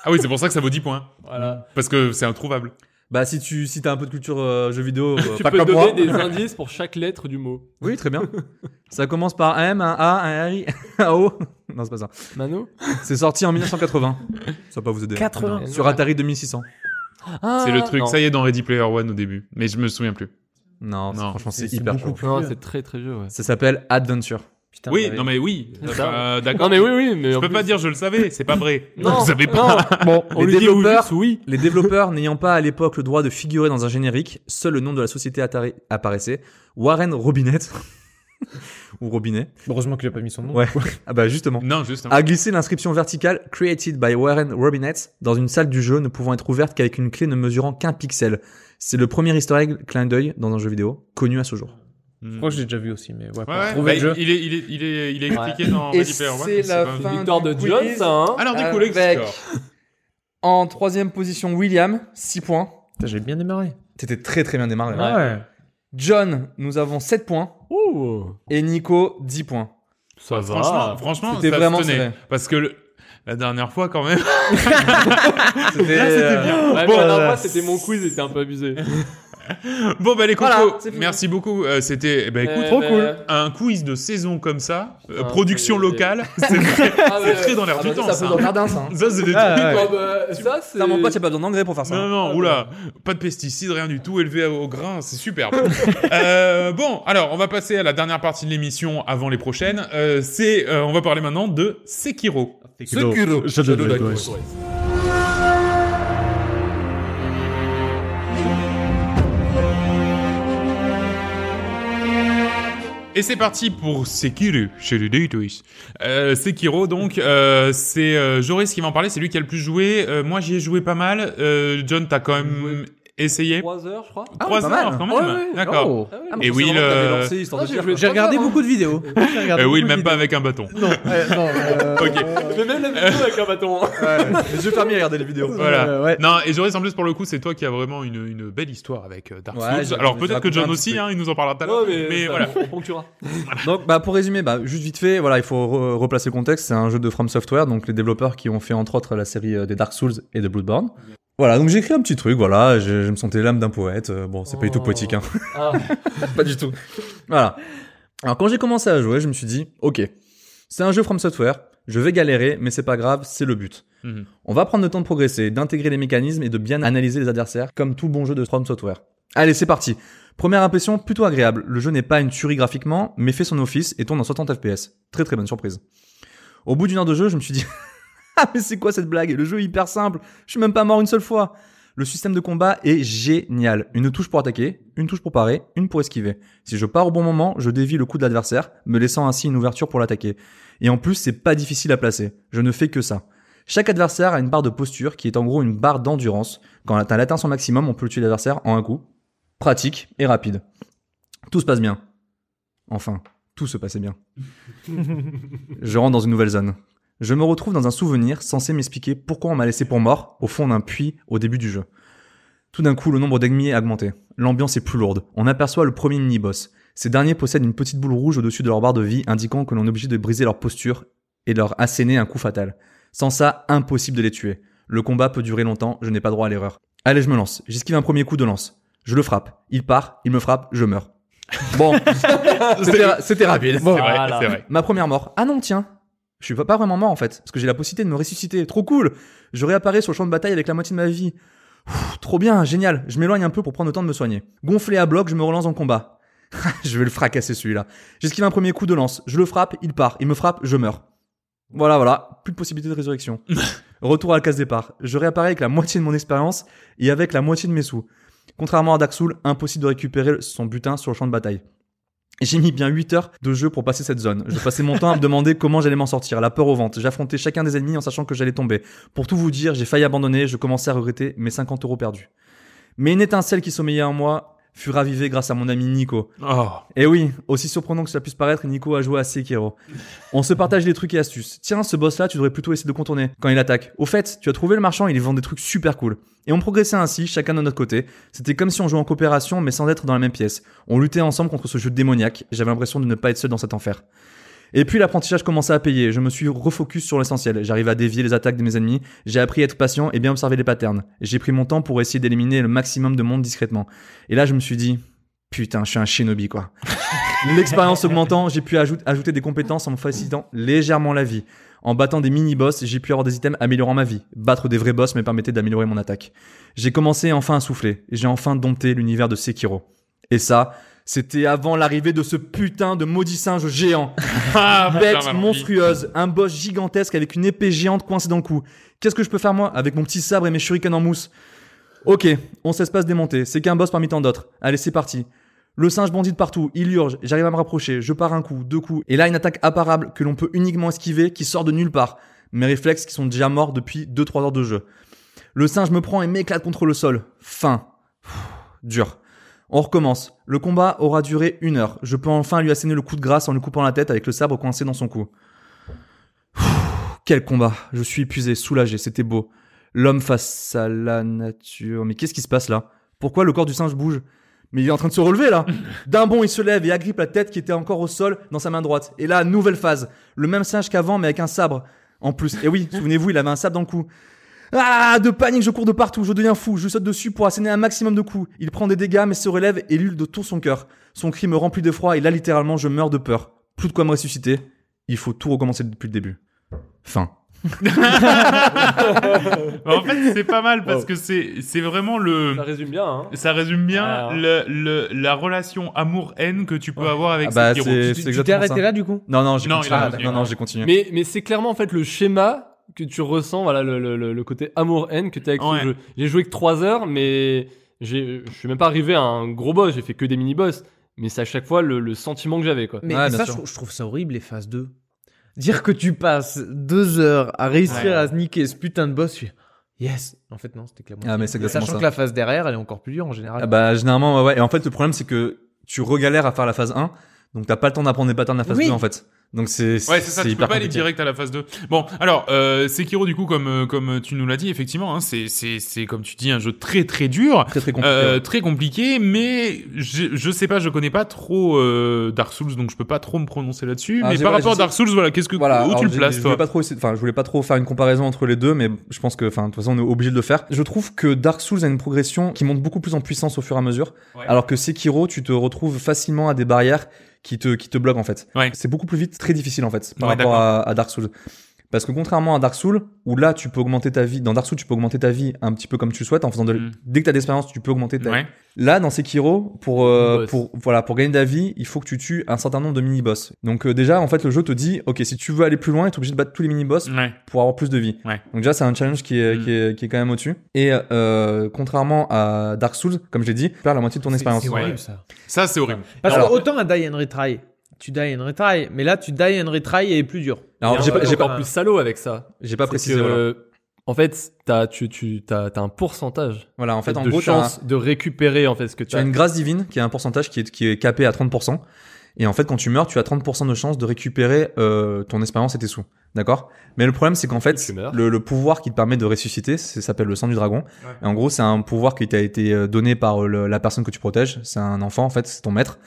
A: Ah oui, c'est pour ça que ça vaut 10 points.
B: Voilà.
A: Parce que c'est introuvable.
C: Bah, si tu si t'as un peu de culture euh, jeu vidéo, euh,
B: Tu
C: pas
B: peux
C: comme
B: donner
C: moi.
A: [laughs]
B: des indices pour chaque lettre du mot.
C: Oui, très bien. ça commence par un M, un A, un R, [laughs] un O. Non, c'est pas ça.
B: Mano
C: C'est sorti en 1980. Ça va pas vous aider.
D: 80.
C: Sur Atari 2600.
A: c'est le truc, ça y est, dans Ready Player One au début. Mais je me souviens plus.
C: Non,
A: Non,
C: franchement, c'est
D: c'est
C: hyper
D: beaucoup
C: chaud.
D: plus-
B: Non, c'est très très vieux, ouais.
C: Ça s'appelle Adventure.
D: Putain, bah
A: oui,
D: j'avais-
A: non mais oui.
B: Ça.
A: Euh, D'accord.
B: Non, mais oui, oui, mais.
A: Je
B: en
A: peux
B: plus-
A: pas dire Ah, je le savais, c'est pas vrai.
B: Non,
A: Vous savez pas. [laughs]
C: Bon,
B: On
C: les
B: lui dit au
C: développeurs,
B: juste, oui.
C: les développeurs [laughs] n'ayant pas à l'époque le droit de figurer dans un générique, seul le nom de la société Atari apparaissait. Warren Robinette [laughs] ou Robinet.
D: Heureusement qu'il a pas mis son nom.
C: Ouais. Ah bah justement.
A: Non, juste. un-
C: A glissé l'inscription verticale Created by Warren Robinette dans une salle du jeu ne pouvant être ouverte qu'avec une clé ne mesurant qu'un pixel. C'est le premier easter egg clin d'œil dans un jeu vidéo connu à ce jour.
D: Je
A: Mm.
D: crois que j'ai déjà vu aussi, mais ouais. pour
A: Ouais, ouais.
D: trouver
A: Bah,
D: le jeu.
A: il est, il est, il est, il est expliqué dans
C: Et
A: Ready Player One.
C: c'est la
A: pas-
C: fin.
B: C'est une victoire
C: du
B: de
C: quiz.
B: John, ça, hein.
A: Alors du coup, le
C: Avec-
A: score.
C: En troisième position, William, 6 points.
D: Putain, J'ai bien démarré.
C: T'étais très très bien démarré. hein.
D: Ouais.
C: là. John, nous avons 7 points.
B: Ouh.
C: Et Nico, 10 points.
B: Ça va.
A: Franchement, franchement,
C: C'était
A: ça
C: vraiment
A: se tenait.
C: serré.
A: Parce que le- la dernière fois, quand même. [laughs]
C: C'était
A: Bon,
B: Ouais,
C: euh,
B: mais la dernière
A: voilà.
B: fois, c'était mon quiz et c'était un
A: [laughs]
B: peu abusé.
A: Bon bah les cocos,
C: Voilà, c'est fini.
A: merci beaucoup. Euh, C'était eh ben, écoute,
B: Eh Trop ben. cool.
A: Un quiz de saison comme ça, euh,
B: Putain,
A: production
B: c'est-
A: [laughs] locale, c'est très,
B: Ah,
A: c'est
B: ouais.
A: très dans l'air
C: ah
A: du
C: bah,
A: temps.
C: ça,
A: Ça,
C: ça peut dans le jardin, ça. hein.
A: Ça, c'est des
D: Ah,
A: trucs.
D: ouais.
B: Ah, bah, ça, c'est.
C: Ça, mon pote, y a pas besoin d'engrais pour faire ça.
A: Non,
C: hein.
A: non, oula, pas de pesticides, rien du tout, élevé au grain, c'est
C: [laughs]
A: superbe. Euh, bon, alors, on va passer à la dernière partie de l'émission avant les prochaines. Euh, c'est, euh, on va parler maintenant de Sekiro.
B: Sekiro.
D: Shadow of the
B: Shadow
D: Ghost.
A: Et c'est parti pour Sekiro, chez les Daytoys. Euh, Sekiro, donc, euh, c'est euh, Joris qui va en parler, c'est lui qui a le plus joué. Euh, moi, j'y ai joué pas mal. Euh, John, t'as quand même essayé
B: 3 heures, je crois.
C: Ah,
A: Trois
C: pas mal.
A: heures, quand même.
C: Ouais, ouais.
A: D'accord.
C: Oh.
B: Ah oui. Ah,
A: Et Will, euh,
D: J'ai regardé
B: hein.
D: beaucoup de vidéos. J'ai regardé
A: Euh, Will,
D: beaucoup de
A: même pas avec un
C: [laughs]
A: bâton.
D: vidéos. Non,
A: [laughs]
D: euh, non, euh,
A: Ok.
B: Mais même la vidéo avec un
C: [laughs]
B: bâton.
C: Les yeux fermés à regarder les vidéos.
A: Voilà.
D: euh, ouais.
A: Non, et Joris, en plus, pour le coup, c'est toi qui as vraiment une, une belle histoire avec euh, Dark
C: Ouais,
A: Souls.
C: j'ai-
A: Alors
C: j'ai
A: peut-être que
C: raconté
A: John
C: un
A: aussi,
C: petit peu.
A: hein, il nous en parlera tout à l'heure.
B: Non, mais,
A: mais voilà.
B: On tuera.
C: Donc, bah, pour résumer, bah, juste vite fait, voilà, il faut re- replacer le contexte. C'est un jeu de From Software, donc les développeurs qui ont fait entre autres la série euh, des Dark Souls et de Bloodborne. Voilà, donc j'ai écrit un petit truc, voilà, je, je me sentais l'âme d'un poète. euh, Bon, c'est pas du tout
B: Oh.
C: poétique, hein. [laughs]
B: Ah,
C: pas du tout. Voilà. Alors quand j'ai commencé à jouer, je me suis dit, ok, c'est un jeu From Software, je vais galérer, mais c'est pas grave, c'est le but.
A: Mhm.
C: On va prendre le temps de progresser, d'intégrer les mécanismes et de bien analyser les adversaires, comme tout bon jeu de From Software. Allez, c'est parti. Première impression plutôt agréable. Le jeu n'est pas une tuerie graphiquement, mais fait son office et tourne en 60 FPS. Très très bonne surprise. Au bout d'une heure de jeu, je me suis dit [laughs] Ah, mais c'est quoi cette blague Le jeu est hyper simple. Je suis même pas mort une seule fois. Le système de combat est génial. Une touche pour attaquer, une touche pour parer, une pour esquiver. Si je pars au bon moment, je dévie le coup de l'adversaire, me laissant ainsi une ouverture pour l'attaquer. Et en plus, c'est pas difficile à placer. Je ne fais que ça. Chaque adversaire a une barre de posture qui est en gros une barre d'endurance. Quand elle atteint son maximum, on peut tuer l'adversaire en un coup. Pratique et rapide. Tout se passe bien. Enfin, tout se passait bien. je rentre dans une nouvelle zone. Je me retrouve dans un souvenir censé m'expliquer pourquoi on m'a laissé pour mort au fond d'un puits au début du jeu. Tout d'un coup, le nombre d'ennemis est augmenté. L'ambiance est plus lourde. On aperçoit le premier mini-boss. Ces derniers possèdent une petite boule rouge au-dessus de leur barre de vie indiquant que l'on est obligé de briser leur posture et leur asséner un coup fatal. Sans ça, impossible de les tuer. Le combat peut durer longtemps, je n'ai pas droit à l'erreur. Allez, je me lance. J'esquive un premier coup de lance. Je le frappe. Il part, il me frappe, je meurs. Bon, c'était ra- c'était rapide.
A: C'est vrai,
B: Voilà.
C: [laughs]
A: c'est vrai.
C: Ma première mort. Ah non, tiens. Je suis pas- pas vraiment mort en fait, parce que j'ai la possibilité de me ressusciter. Trop cool Je réapparais sur le champ de bataille avec la moitié de ma vie. Ouf, trop bien, génial. Je m'éloigne un peu pour prendre le temps de me soigner. Gonflé à bloc, je me relance en combat. [laughs] je vais le fracasser celui-là. J'esquive un premier coup de lance. Je le frappe, il part. Il me frappe, je meurs. Voilà, voilà. Plus de possibilité de résurrection. Retour à la case départ. Je réapparais avec la moitié de mon expérience et avec la moitié de mes sous. Contrairement à Dark Souls, impossible de récupérer son butin sur le champ de bataille. J'ai mis bien 8 heures de jeu pour passer cette zone. Je passais mon temps à me demander comment j'allais m'en sortir, la peur au ventre. J'affrontais chacun des ennemis en sachant que j'allais tomber. Pour tout vous dire, j'ai failli abandonner, je commençais à regretter mes 50 euros perdus. Mais une étincelle qui sommeillait en moi fut ravivée grâce à mon ami Nico.
A: Oh.
C: Et Eh oui, aussi surprenant que cela puisse paraître, Nico a joué à Sekiro. On se partage des trucs et astuces. Tiens, ce boss-là, tu devrais plutôt essayer de contourner quand il attaque. Au fait, tu as trouvé le marchand, il vend des trucs super cool. Et on progressait ainsi, chacun de notre côté. C'était comme si on jouait en coopération, mais sans être dans la même pièce. On luttait ensemble contre ce jeu démoniaque. J'avais l'impression de ne pas être seul dans cet enfer. Et puis l'apprentissage commençait à payer. Je me suis refocus sur l'essentiel. J'arrive à dévier les attaques de mes ennemis. J'ai appris à être patient et bien observer les patterns. J'ai pris mon temps pour essayer d'éliminer le maximum de monde discrètement. Et là, je me suis dit, putain, je suis un shinobi quoi. L'expérience augmentant, j'ai pu ajout- ajouter des compétences en me facilitant légèrement la vie. En battant des mini-boss, j'ai pu avoir des items améliorant ma vie. Battre des vrais boss me permettait d'améliorer mon attaque. J'ai commencé enfin à souffler. J'ai enfin dompté l'univers de Sekiro. Et ça, c'était avant l'arrivée de ce putain de maudit singe géant.
A: Ah, putain,
C: Bête
A: Valentin.
C: monstrueuse, un boss gigantesque avec une épée géante coincée dans le cou. Qu'est-ce que je peux faire moi avec mon petit sabre et mes shurikens en mousse Ok, on se laisse pas se démonter, c'est qu'un boss parmi tant d'autres. Allez, c'est parti. Le singe bandit de partout, il urge, j'arrive à me rapprocher, je pars un coup, deux coups, et là une attaque apparable que l'on peut uniquement esquiver qui sort de nulle part. Mes réflexes qui sont déjà morts depuis 2-3 heures de jeu. Le singe me prend et m'éclate contre le sol. Fin. Pff, dur. On recommence. Le combat aura duré une heure. Je peux enfin lui asséner le coup de grâce en lui coupant la tête avec le sabre coincé dans son cou. Pff, Quel combat. Je suis épuisé, soulagé, c'était beau. L'homme face à la nature. Mais qu'est-ce qui se passe là Pourquoi le corps du singe bouge Mais il est en train de se relever là D'un bond, il se lève et agrippe la tête qui était encore au sol dans sa main droite. Et là, nouvelle phase. Le même singe qu'avant, mais avec un sabre. En plus. Et oui, souvenez-vous, il avait un sabre dans le cou. Ah, de panique, je cours de partout, je deviens fou, je saute dessus pour asséner un maximum de coups. Il prend des dégâts mais se relève et lutte de tout son cœur. Son cri me remplit d'effroi et là littéralement je meurs de peur. Plus de quoi me ressusciter. Il faut tout recommencer depuis le début. Fin.
A: En fait, c'est pas mal parce
C: Oh.
B: Wow.
A: que c'est c'est vraiment le.
B: ça résume bien, hein.
A: Ça résume bien
B: Ah.
A: le, le- la relation amour-haine que tu peux avoir avec
C: Ah bah,
A: Sekiro.
C: c'est-
D: Tu-
C: c'est
D: Tu t'es
C: exactement
D: arrêté
C: ça.
D: là du coup
C: Non non, j'ai
A: Non,
C: continué.
A: il a
C: non,
A: continué.
C: non, j'ai continué.
B: Mais, mais c'est clairement en fait le schéma que tu ressens, voilà le, le- le- le côté amour-haine que tu as avec
A: Ouais.
B: ce jeu. J'ai joué que 3 heures, mais j'ai- je suis même pas arrivé à un gros boss, j'ai fait que des mini-boss. Mais c'est à chaque fois le, le sentiment que j'avais quoi.
D: Mais
C: Ouais, bien
D: ça, je,
C: sûr.
D: trouve- je trouve ça horrible, les phases 2. Dire que tu passes deux heures à réussir
A: Ouais.
D: à niquer ce putain de boss, je suis- Yes. En fait, non, c'était que la moitié.
C: Ah, mais c'est exactement
D: Sachant
C: ça.
D: que la phase derrière, elle est encore plus dure en général.
C: Ah bah, généralement, ouais, ouais. Et en fait, le problème, c'est que tu regalères à faire la phase 1, donc t'as pas le temps d'apprendre des patterns de la phase
D: Oui.
C: 2, en fait. Donc c'est
A: Ouais, c'est ça, tu peux
C: hyper
A: pas aller
C: compliqué.
A: direct à la phase 2. Bon, alors, euh, Sekiro, du coup, comme, euh, comme tu nous l'as dit, effectivement, hein, c'est, c'est, c'est, comme tu dis, un jeu très très dur.
C: Très, très compliqué.
A: Euh,
C: ouais.
A: très compliqué, mais je, je sais pas, je connais pas trop euh, Dark Souls, donc je peux pas trop me prononcer là-dessus.
C: Ah,
A: mais
C: j'ai-
A: par
C: voilà,
A: rapport à
C: je
A: Dark Souls, voilà, qu'est-ce que
C: Voilà,
A: où
C: alors,
A: tu le
C: j'ai-
A: places
C: je
A: toi
C: voulais pas trop essayer- enfin, je voulais pas trop faire une comparaison entre les deux, mais je pense que, enfin, de toute façon, on est obligé de le faire. Je trouve que Dark Souls a une progression qui monte beaucoup plus en puissance au fur et à mesure,
A: Ouais.
C: alors que Sekiro, tu te retrouves facilement à des barrières qui te, qui te bloquent, en fait.
A: Ouais.
C: C'est beaucoup plus vite, très difficile, en fait, par
A: Ouais,
C: rapport à, à Dark Souls. Parce que contrairement à Dark Souls, où là, tu peux augmenter ta vie, dans Dark Souls, tu peux augmenter ta vie un petit peu comme tu le souhaites, en faisant de,
A: Mm.
C: dès que t'as de l'expérience, tu peux augmenter ta,
A: Ouais.
C: Là, dans Sekiro, pour, euh,
B: Boss.
C: pour, voilà, pour gagner de la vie, il faut que tu tues un certain nombre de mini-boss. Donc euh, déjà, en fait, le jeu te dit, ok, si tu veux aller plus loin, tu es obligé de battre tous les mini-boss
A: Ouais.
C: pour avoir plus de vie.
A: Ouais.
C: Donc déjà, c'est un challenge qui est,
A: Mm.
C: qui est, qui est quand même au-dessus. Et euh, contrairement à Dark Souls, comme je l'ai dit, tu perds la moitié de ton
D: C'est-
C: expérience.
D: c'est
A: ouais.
D: horrible, ça.
A: Ça, c'est horrible.
D: Parce
C: Alors-
D: que autant à die and retry, tu die and retry, mais là tu die and retry et est plus dur.
C: Alors,
B: Et
C: j'ai
B: un
C: pas,
B: truc
C: j'ai pas,
B: encore plus salaud avec ça.
C: j'ai pas
B: c'est
C: précisé.
B: que,
C: Voilà.
B: En fait, t'as, tu, tu, t'as, t'as un pourcentage
C: Voilà, en fait, en
B: de
C: gros, tu as,
B: chance de récupérer en fait ce que tu as.
C: une grâce divine qui a un pourcentage qui est, qui est capé à 30%. Et en fait, quand tu meurs, tu as 30% de chance de récupérer euh, ton expérience et tes sous. D'accord Mais le problème, c'est qu'en fait,
B: tu meurs.
C: le, le pouvoir qui te permet de ressusciter, c'est- ça s'appelle le sang du dragon. Et en gros, c'est un pouvoir qui t'a été euh, donné par euh, le- la personne que tu protèges. C'est un enfant, en fait, c'est ton maître,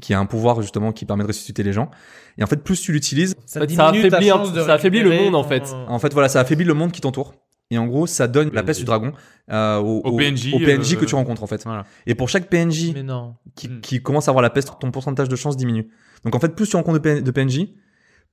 C: qui a un pouvoir justement qui permet de ressusciter les gens. Et en fait, plus tu l'utilises,
D: Ça,
B: En fait,
D: diminue
B: ça
D: ta
B: affaiblit un-
D: chance de
B: ça affaiblit le
D: récupérer
B: monde, en
D: ton-
B: fait.
C: en fait, voilà, ça affaiblit le monde qui t'entoure. Et en gros, ça donne la
B: Oui.
C: peste du dragon euh, au,
A: Au PNJ,
C: au PNJ
A: euh,
C: que tu rencontres, en fait.
A: voilà.
C: Et pour chaque PNJ
D: Mais non.
C: qui,
B: Hmm.
A: Mm.
C: qui commence à avoir la peste, ton pourcentage de chance diminue. Donc en fait, plus tu rencontres de, PN de PNJ,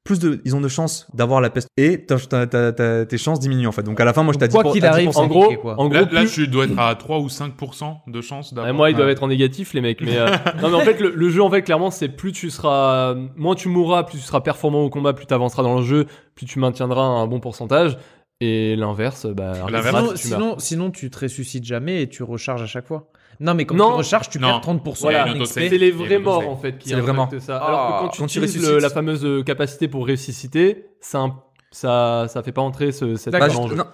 C: plus de, ils ont de chances d'avoir la peste et t'as- t'as- t'as- t'as- tes chances diminuent en fait. Donc à la fin, moi je
D: Donc,
C: t'ai dit
D: quoi
C: pour-
D: qu'il
C: t'as
D: arrive,
C: 10%.
B: En gros,
D: compliqué, quoi.
B: en gros,
A: Là, là,
B: plus-
A: tu dois être à 3 ou 5% de chance
B: Ouais,
A: d'avoir.
B: moi, ils doivent
C: Ouais.
B: être en négatif, les mecs. Mais
A: [laughs]
B: euh, non, mais en fait, le, le jeu, en fait, clairement, c'est plus tu seras, moins tu mourras, plus tu seras performant au combat, plus tu avanceras dans le jeu, plus tu maintiendras un bon pourcentage. Et l'inverse, bah,
A: L'inverse,
B: inverse,
D: Sinon,
B: tu meurs.
D: sinon, sinon, tu te ressuscites jamais et tu recharges à chaque fois. Non, mais quand
B: Non.
D: tu recharges, tu
A: Non.
D: perds 30%
A: Voilà,
D: de
A: c'est-
D: XP.
B: c'est les
A: c'est-
B: vrais morts
A: c'est-
B: en fait qui
C: c'est les vrais
B: impactent ça.
A: Ah,
B: Alors que quand tu
C: Quand tu
B: utilises
C: ressuscites-
B: le- la fameuse euh, capacité pour ressusciter, ça, imp- ça, ça fait pas entrer ce, cette
C: Bah,
B: part
C: juste-
B: en jeu.
C: non.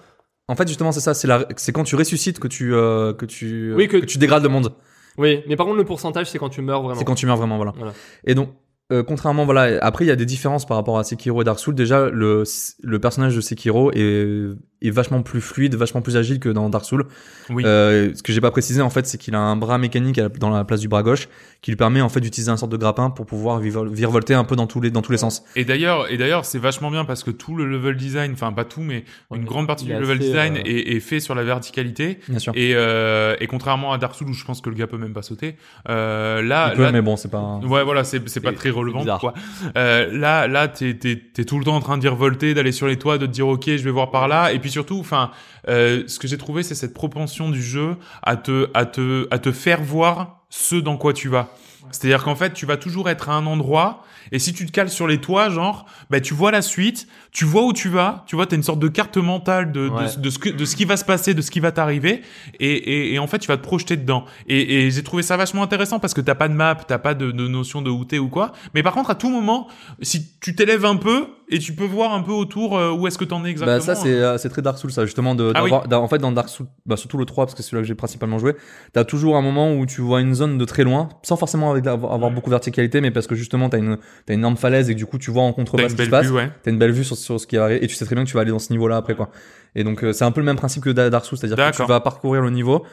C: En fait, justement, c'est ça. C'est la- c'est quand tu ressuscites que tu euh, que tu
B: Oui, que-
C: tu dégrades le monde.
B: Oui, mais par contre le pourcentage c'est quand tu meurs vraiment.
C: C'est quand tu meurs vraiment, voilà.
B: Voilà.
C: Et donc, euh, contrairement, voilà. Après, il y a des différences par rapport à Sekiro et Dark Souls. Déjà, le le personnage de Sekiro est est vachement plus fluide, vachement plus agile que dans Dark Souls.
A: Oui.
C: Euh, ce que j'ai pas précisé en fait, c'est qu'il a un bras mécanique à la- dans la place du bras gauche qui lui permet en fait d'utiliser un sorte de grappin pour pouvoir vivol- virevolter un peu dans tous les dans tous les sens.
A: Et d'ailleurs, et d'ailleurs, c'est vachement bien parce que tout le level design, enfin pas tout, mais une
B: Ouais,
A: grande partie
B: il
A: du
B: est
A: level
B: assez,
A: design
B: euh,
A: est, est fait sur la verticalité.
C: Bien sûr.
A: Et, euh, et contrairement à Dark Souls où je pense que le gars peut même pas sauter, euh, là,
C: Il peut,
A: là,
C: mais bon, c'est pas.
A: Ouais, voilà, c'est c'est pas
B: C'est-
A: très relevant.
B: bizarre.
A: Quoi. Euh, là, là, t'es t'es t'es tout le temps en train d'y revolter, d'aller sur les toits, de te dire ok, je vais voir par là. Et puis surtout, enfin, euh, ce que j'ai trouvé, c'est cette propension du jeu à te à te à te faire voir ce dans quoi tu vas. C'est-à-dire qu'en fait, tu vas toujours être à un endroit, et si tu te cales sur les toits, genre, bah, tu vois la suite, tu vois où tu vas, tu vois, t'as une sorte de carte mentale de, de-
B: Ouais.
A: de, ce que, de ce qui va se passer, de ce qui va t'arriver, et, et, et en fait, tu vas te projeter dedans. Et, et j'ai trouvé ça vachement intéressant parce que t'as pas de map, t'as pas de, de notion de où t'es ou quoi, mais par contre, à tout moment, si tu t'élèves un peu, et tu peux voir un peu autour euh, où est-ce que t'en es exactement. hein.
C: Bah ça c'est euh, c'est très Dark Souls ça justement de
A: Ah oui.
C: d'avoir- d'a- en fait dans Dark Souls bah surtout le 3 parce que c'est celui-là que j'ai principalement joué t'as toujours un moment où tu vois une zone de très loin sans forcément avec- avoir, avoir beaucoup de verticalité mais parce que justement t'as une t'as une énorme falaise et que du coup tu vois en
A: T'as
C: contrebas
A: une
C: ce qui se
A: belle
C: passe
A: vue, ouais.
C: t'as une belle vue sur, sur ce qui arrive et tu sais très bien que tu vas aller dans ce niveau-là après quoi et donc euh, c'est un peu le même principe que Da- Dark Souls c'est-à-dire que tu
A: D'accord.
C: vas parcourir le niveau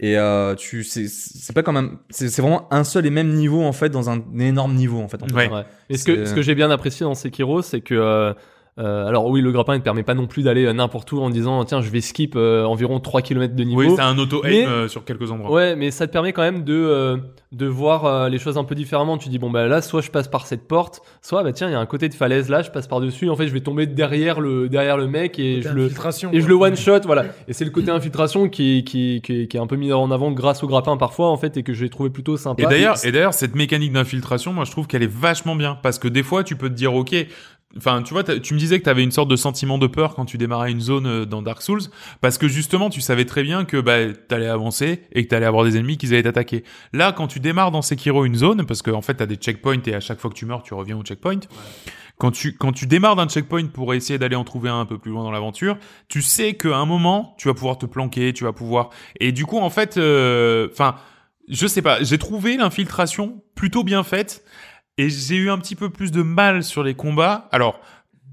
C: et euh, tu c'est c'est pas quand même c'est c'est vraiment un seul et même niveau en fait dans un énorme niveau en fait en fait.
A: Ouais.
B: Ouais. Mais ce
C: C'est-
B: que, ce que j'ai bien apprécié dans Sekiro, c'est que. euh, euh, alors oui, le grappin ne te permet pas non plus d'aller euh, n'importe où en disant tiens, je vais skip euh, environ 3 km de niveau.
A: Oui, c'est un auto-aim
B: Mais-
A: euh, sur quelques endroits.
B: Ouais, mais ça te permet quand même de, euh, de voir euh, les choses un peu différemment. Tu dis, bon, bah là, soit je passe par cette porte, soit, bah tiens, il y a un côté de falaise là, je passe par-dessus. En fait, je vais tomber derrière le, derrière le mec et je le, et je le one-shot, voilà. Et c'est le côté infiltration qui, qui, qui, qui est un peu mis en avant grâce au grappin parfois, en fait, et que j'ai trouvé plutôt sympa.
A: Et d'ailleurs, et d'ailleurs, cette mécanique d'infiltration, moi, je trouve qu'elle est vachement bien parce que des fois, tu peux te dire, ok, Enfin, tu vois, t'as- tu me disais que tu avais une sorte de sentiment de peur quand tu démarrais une zone euh, dans Dark Souls, parce que justement, tu savais très bien que bah, t'allais avancer et que t'allais avoir des ennemis qui allaient t'attaquer. Là, quand tu démarres dans Sekiro une zone, parce qu'en en fait, t'as des checkpoints et à chaque fois que tu meurs, tu reviens au checkpoint. Quand tu, quand tu démarres d'un checkpoint pour essayer d'aller en trouver un un peu plus loin dans l'aventure, tu sais qu'à un moment, tu vas pouvoir te planquer, tu vas pouvoir. Et du coup, en fait, euh, enfin, je sais pas, j'ai trouvé l'infiltration plutôt bien faite et j'ai eu un petit peu plus de mal sur les combats. Alors.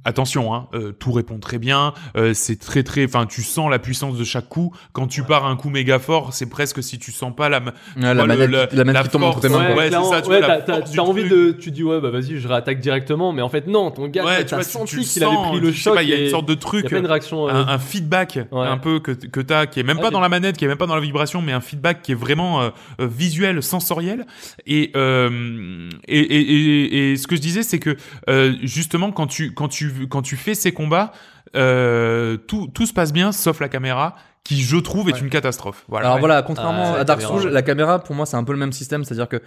A: Attention, hein, euh, tout répond très bien. euh, c'est très très, enfin, tu sens la puissance de chaque coup. Quand tu pars un coup méga fort, c'est presque si tu sens pas la, m- vois,
C: Ouais, la,
A: le-
C: manette,
A: la-
C: la manette
A: la
C: qui tombe entre tes
A: force,
C: mains. quoi.
A: ouais, c'est
B: clairement,
A: ça, tu vois,
B: ouais,
A: la
B: t'as- t'as
A: force du
B: t'as envie
A: truc.
B: de, tu dis ouais, bah vas-y, je réattaque directement, mais en fait non, ton gars,
A: ouais,
B: t'as-
A: tu
B: t'as
A: vois, tu, tu
B: senti
A: le
B: qu'il avait
A: sens, euh,
B: pris le
A: je sais
B: choc.
A: pas, Il y a
B: et
A: une sorte de
B: il y
A: truc.
B: a pas une réaction. euh,
A: un, un feedback
B: Ouais.
A: un peu que, que t'as qui est même
B: Ouais,
A: pas
D: Ah,
B: j'ai-
A: dans la manette qui est même pas dans la vibration mais un feedback qui est vraiment euh, euh, visuel sensoriel et, euh, et, et, et- et ce que je disais c'est que euh, justement quand tu quand tu quand tu fais ces combats euh, tout tout se passe bien sauf la caméra qui je trouve est
D: Ouais.
A: une catastrophe voilà
C: Alors voilà, contrairement
B: Ah, la
C: à Dark
B: caméra,
C: Souls,
B: ouais.
C: la caméra pour moi c'est un peu le même système, c'est-à-dire que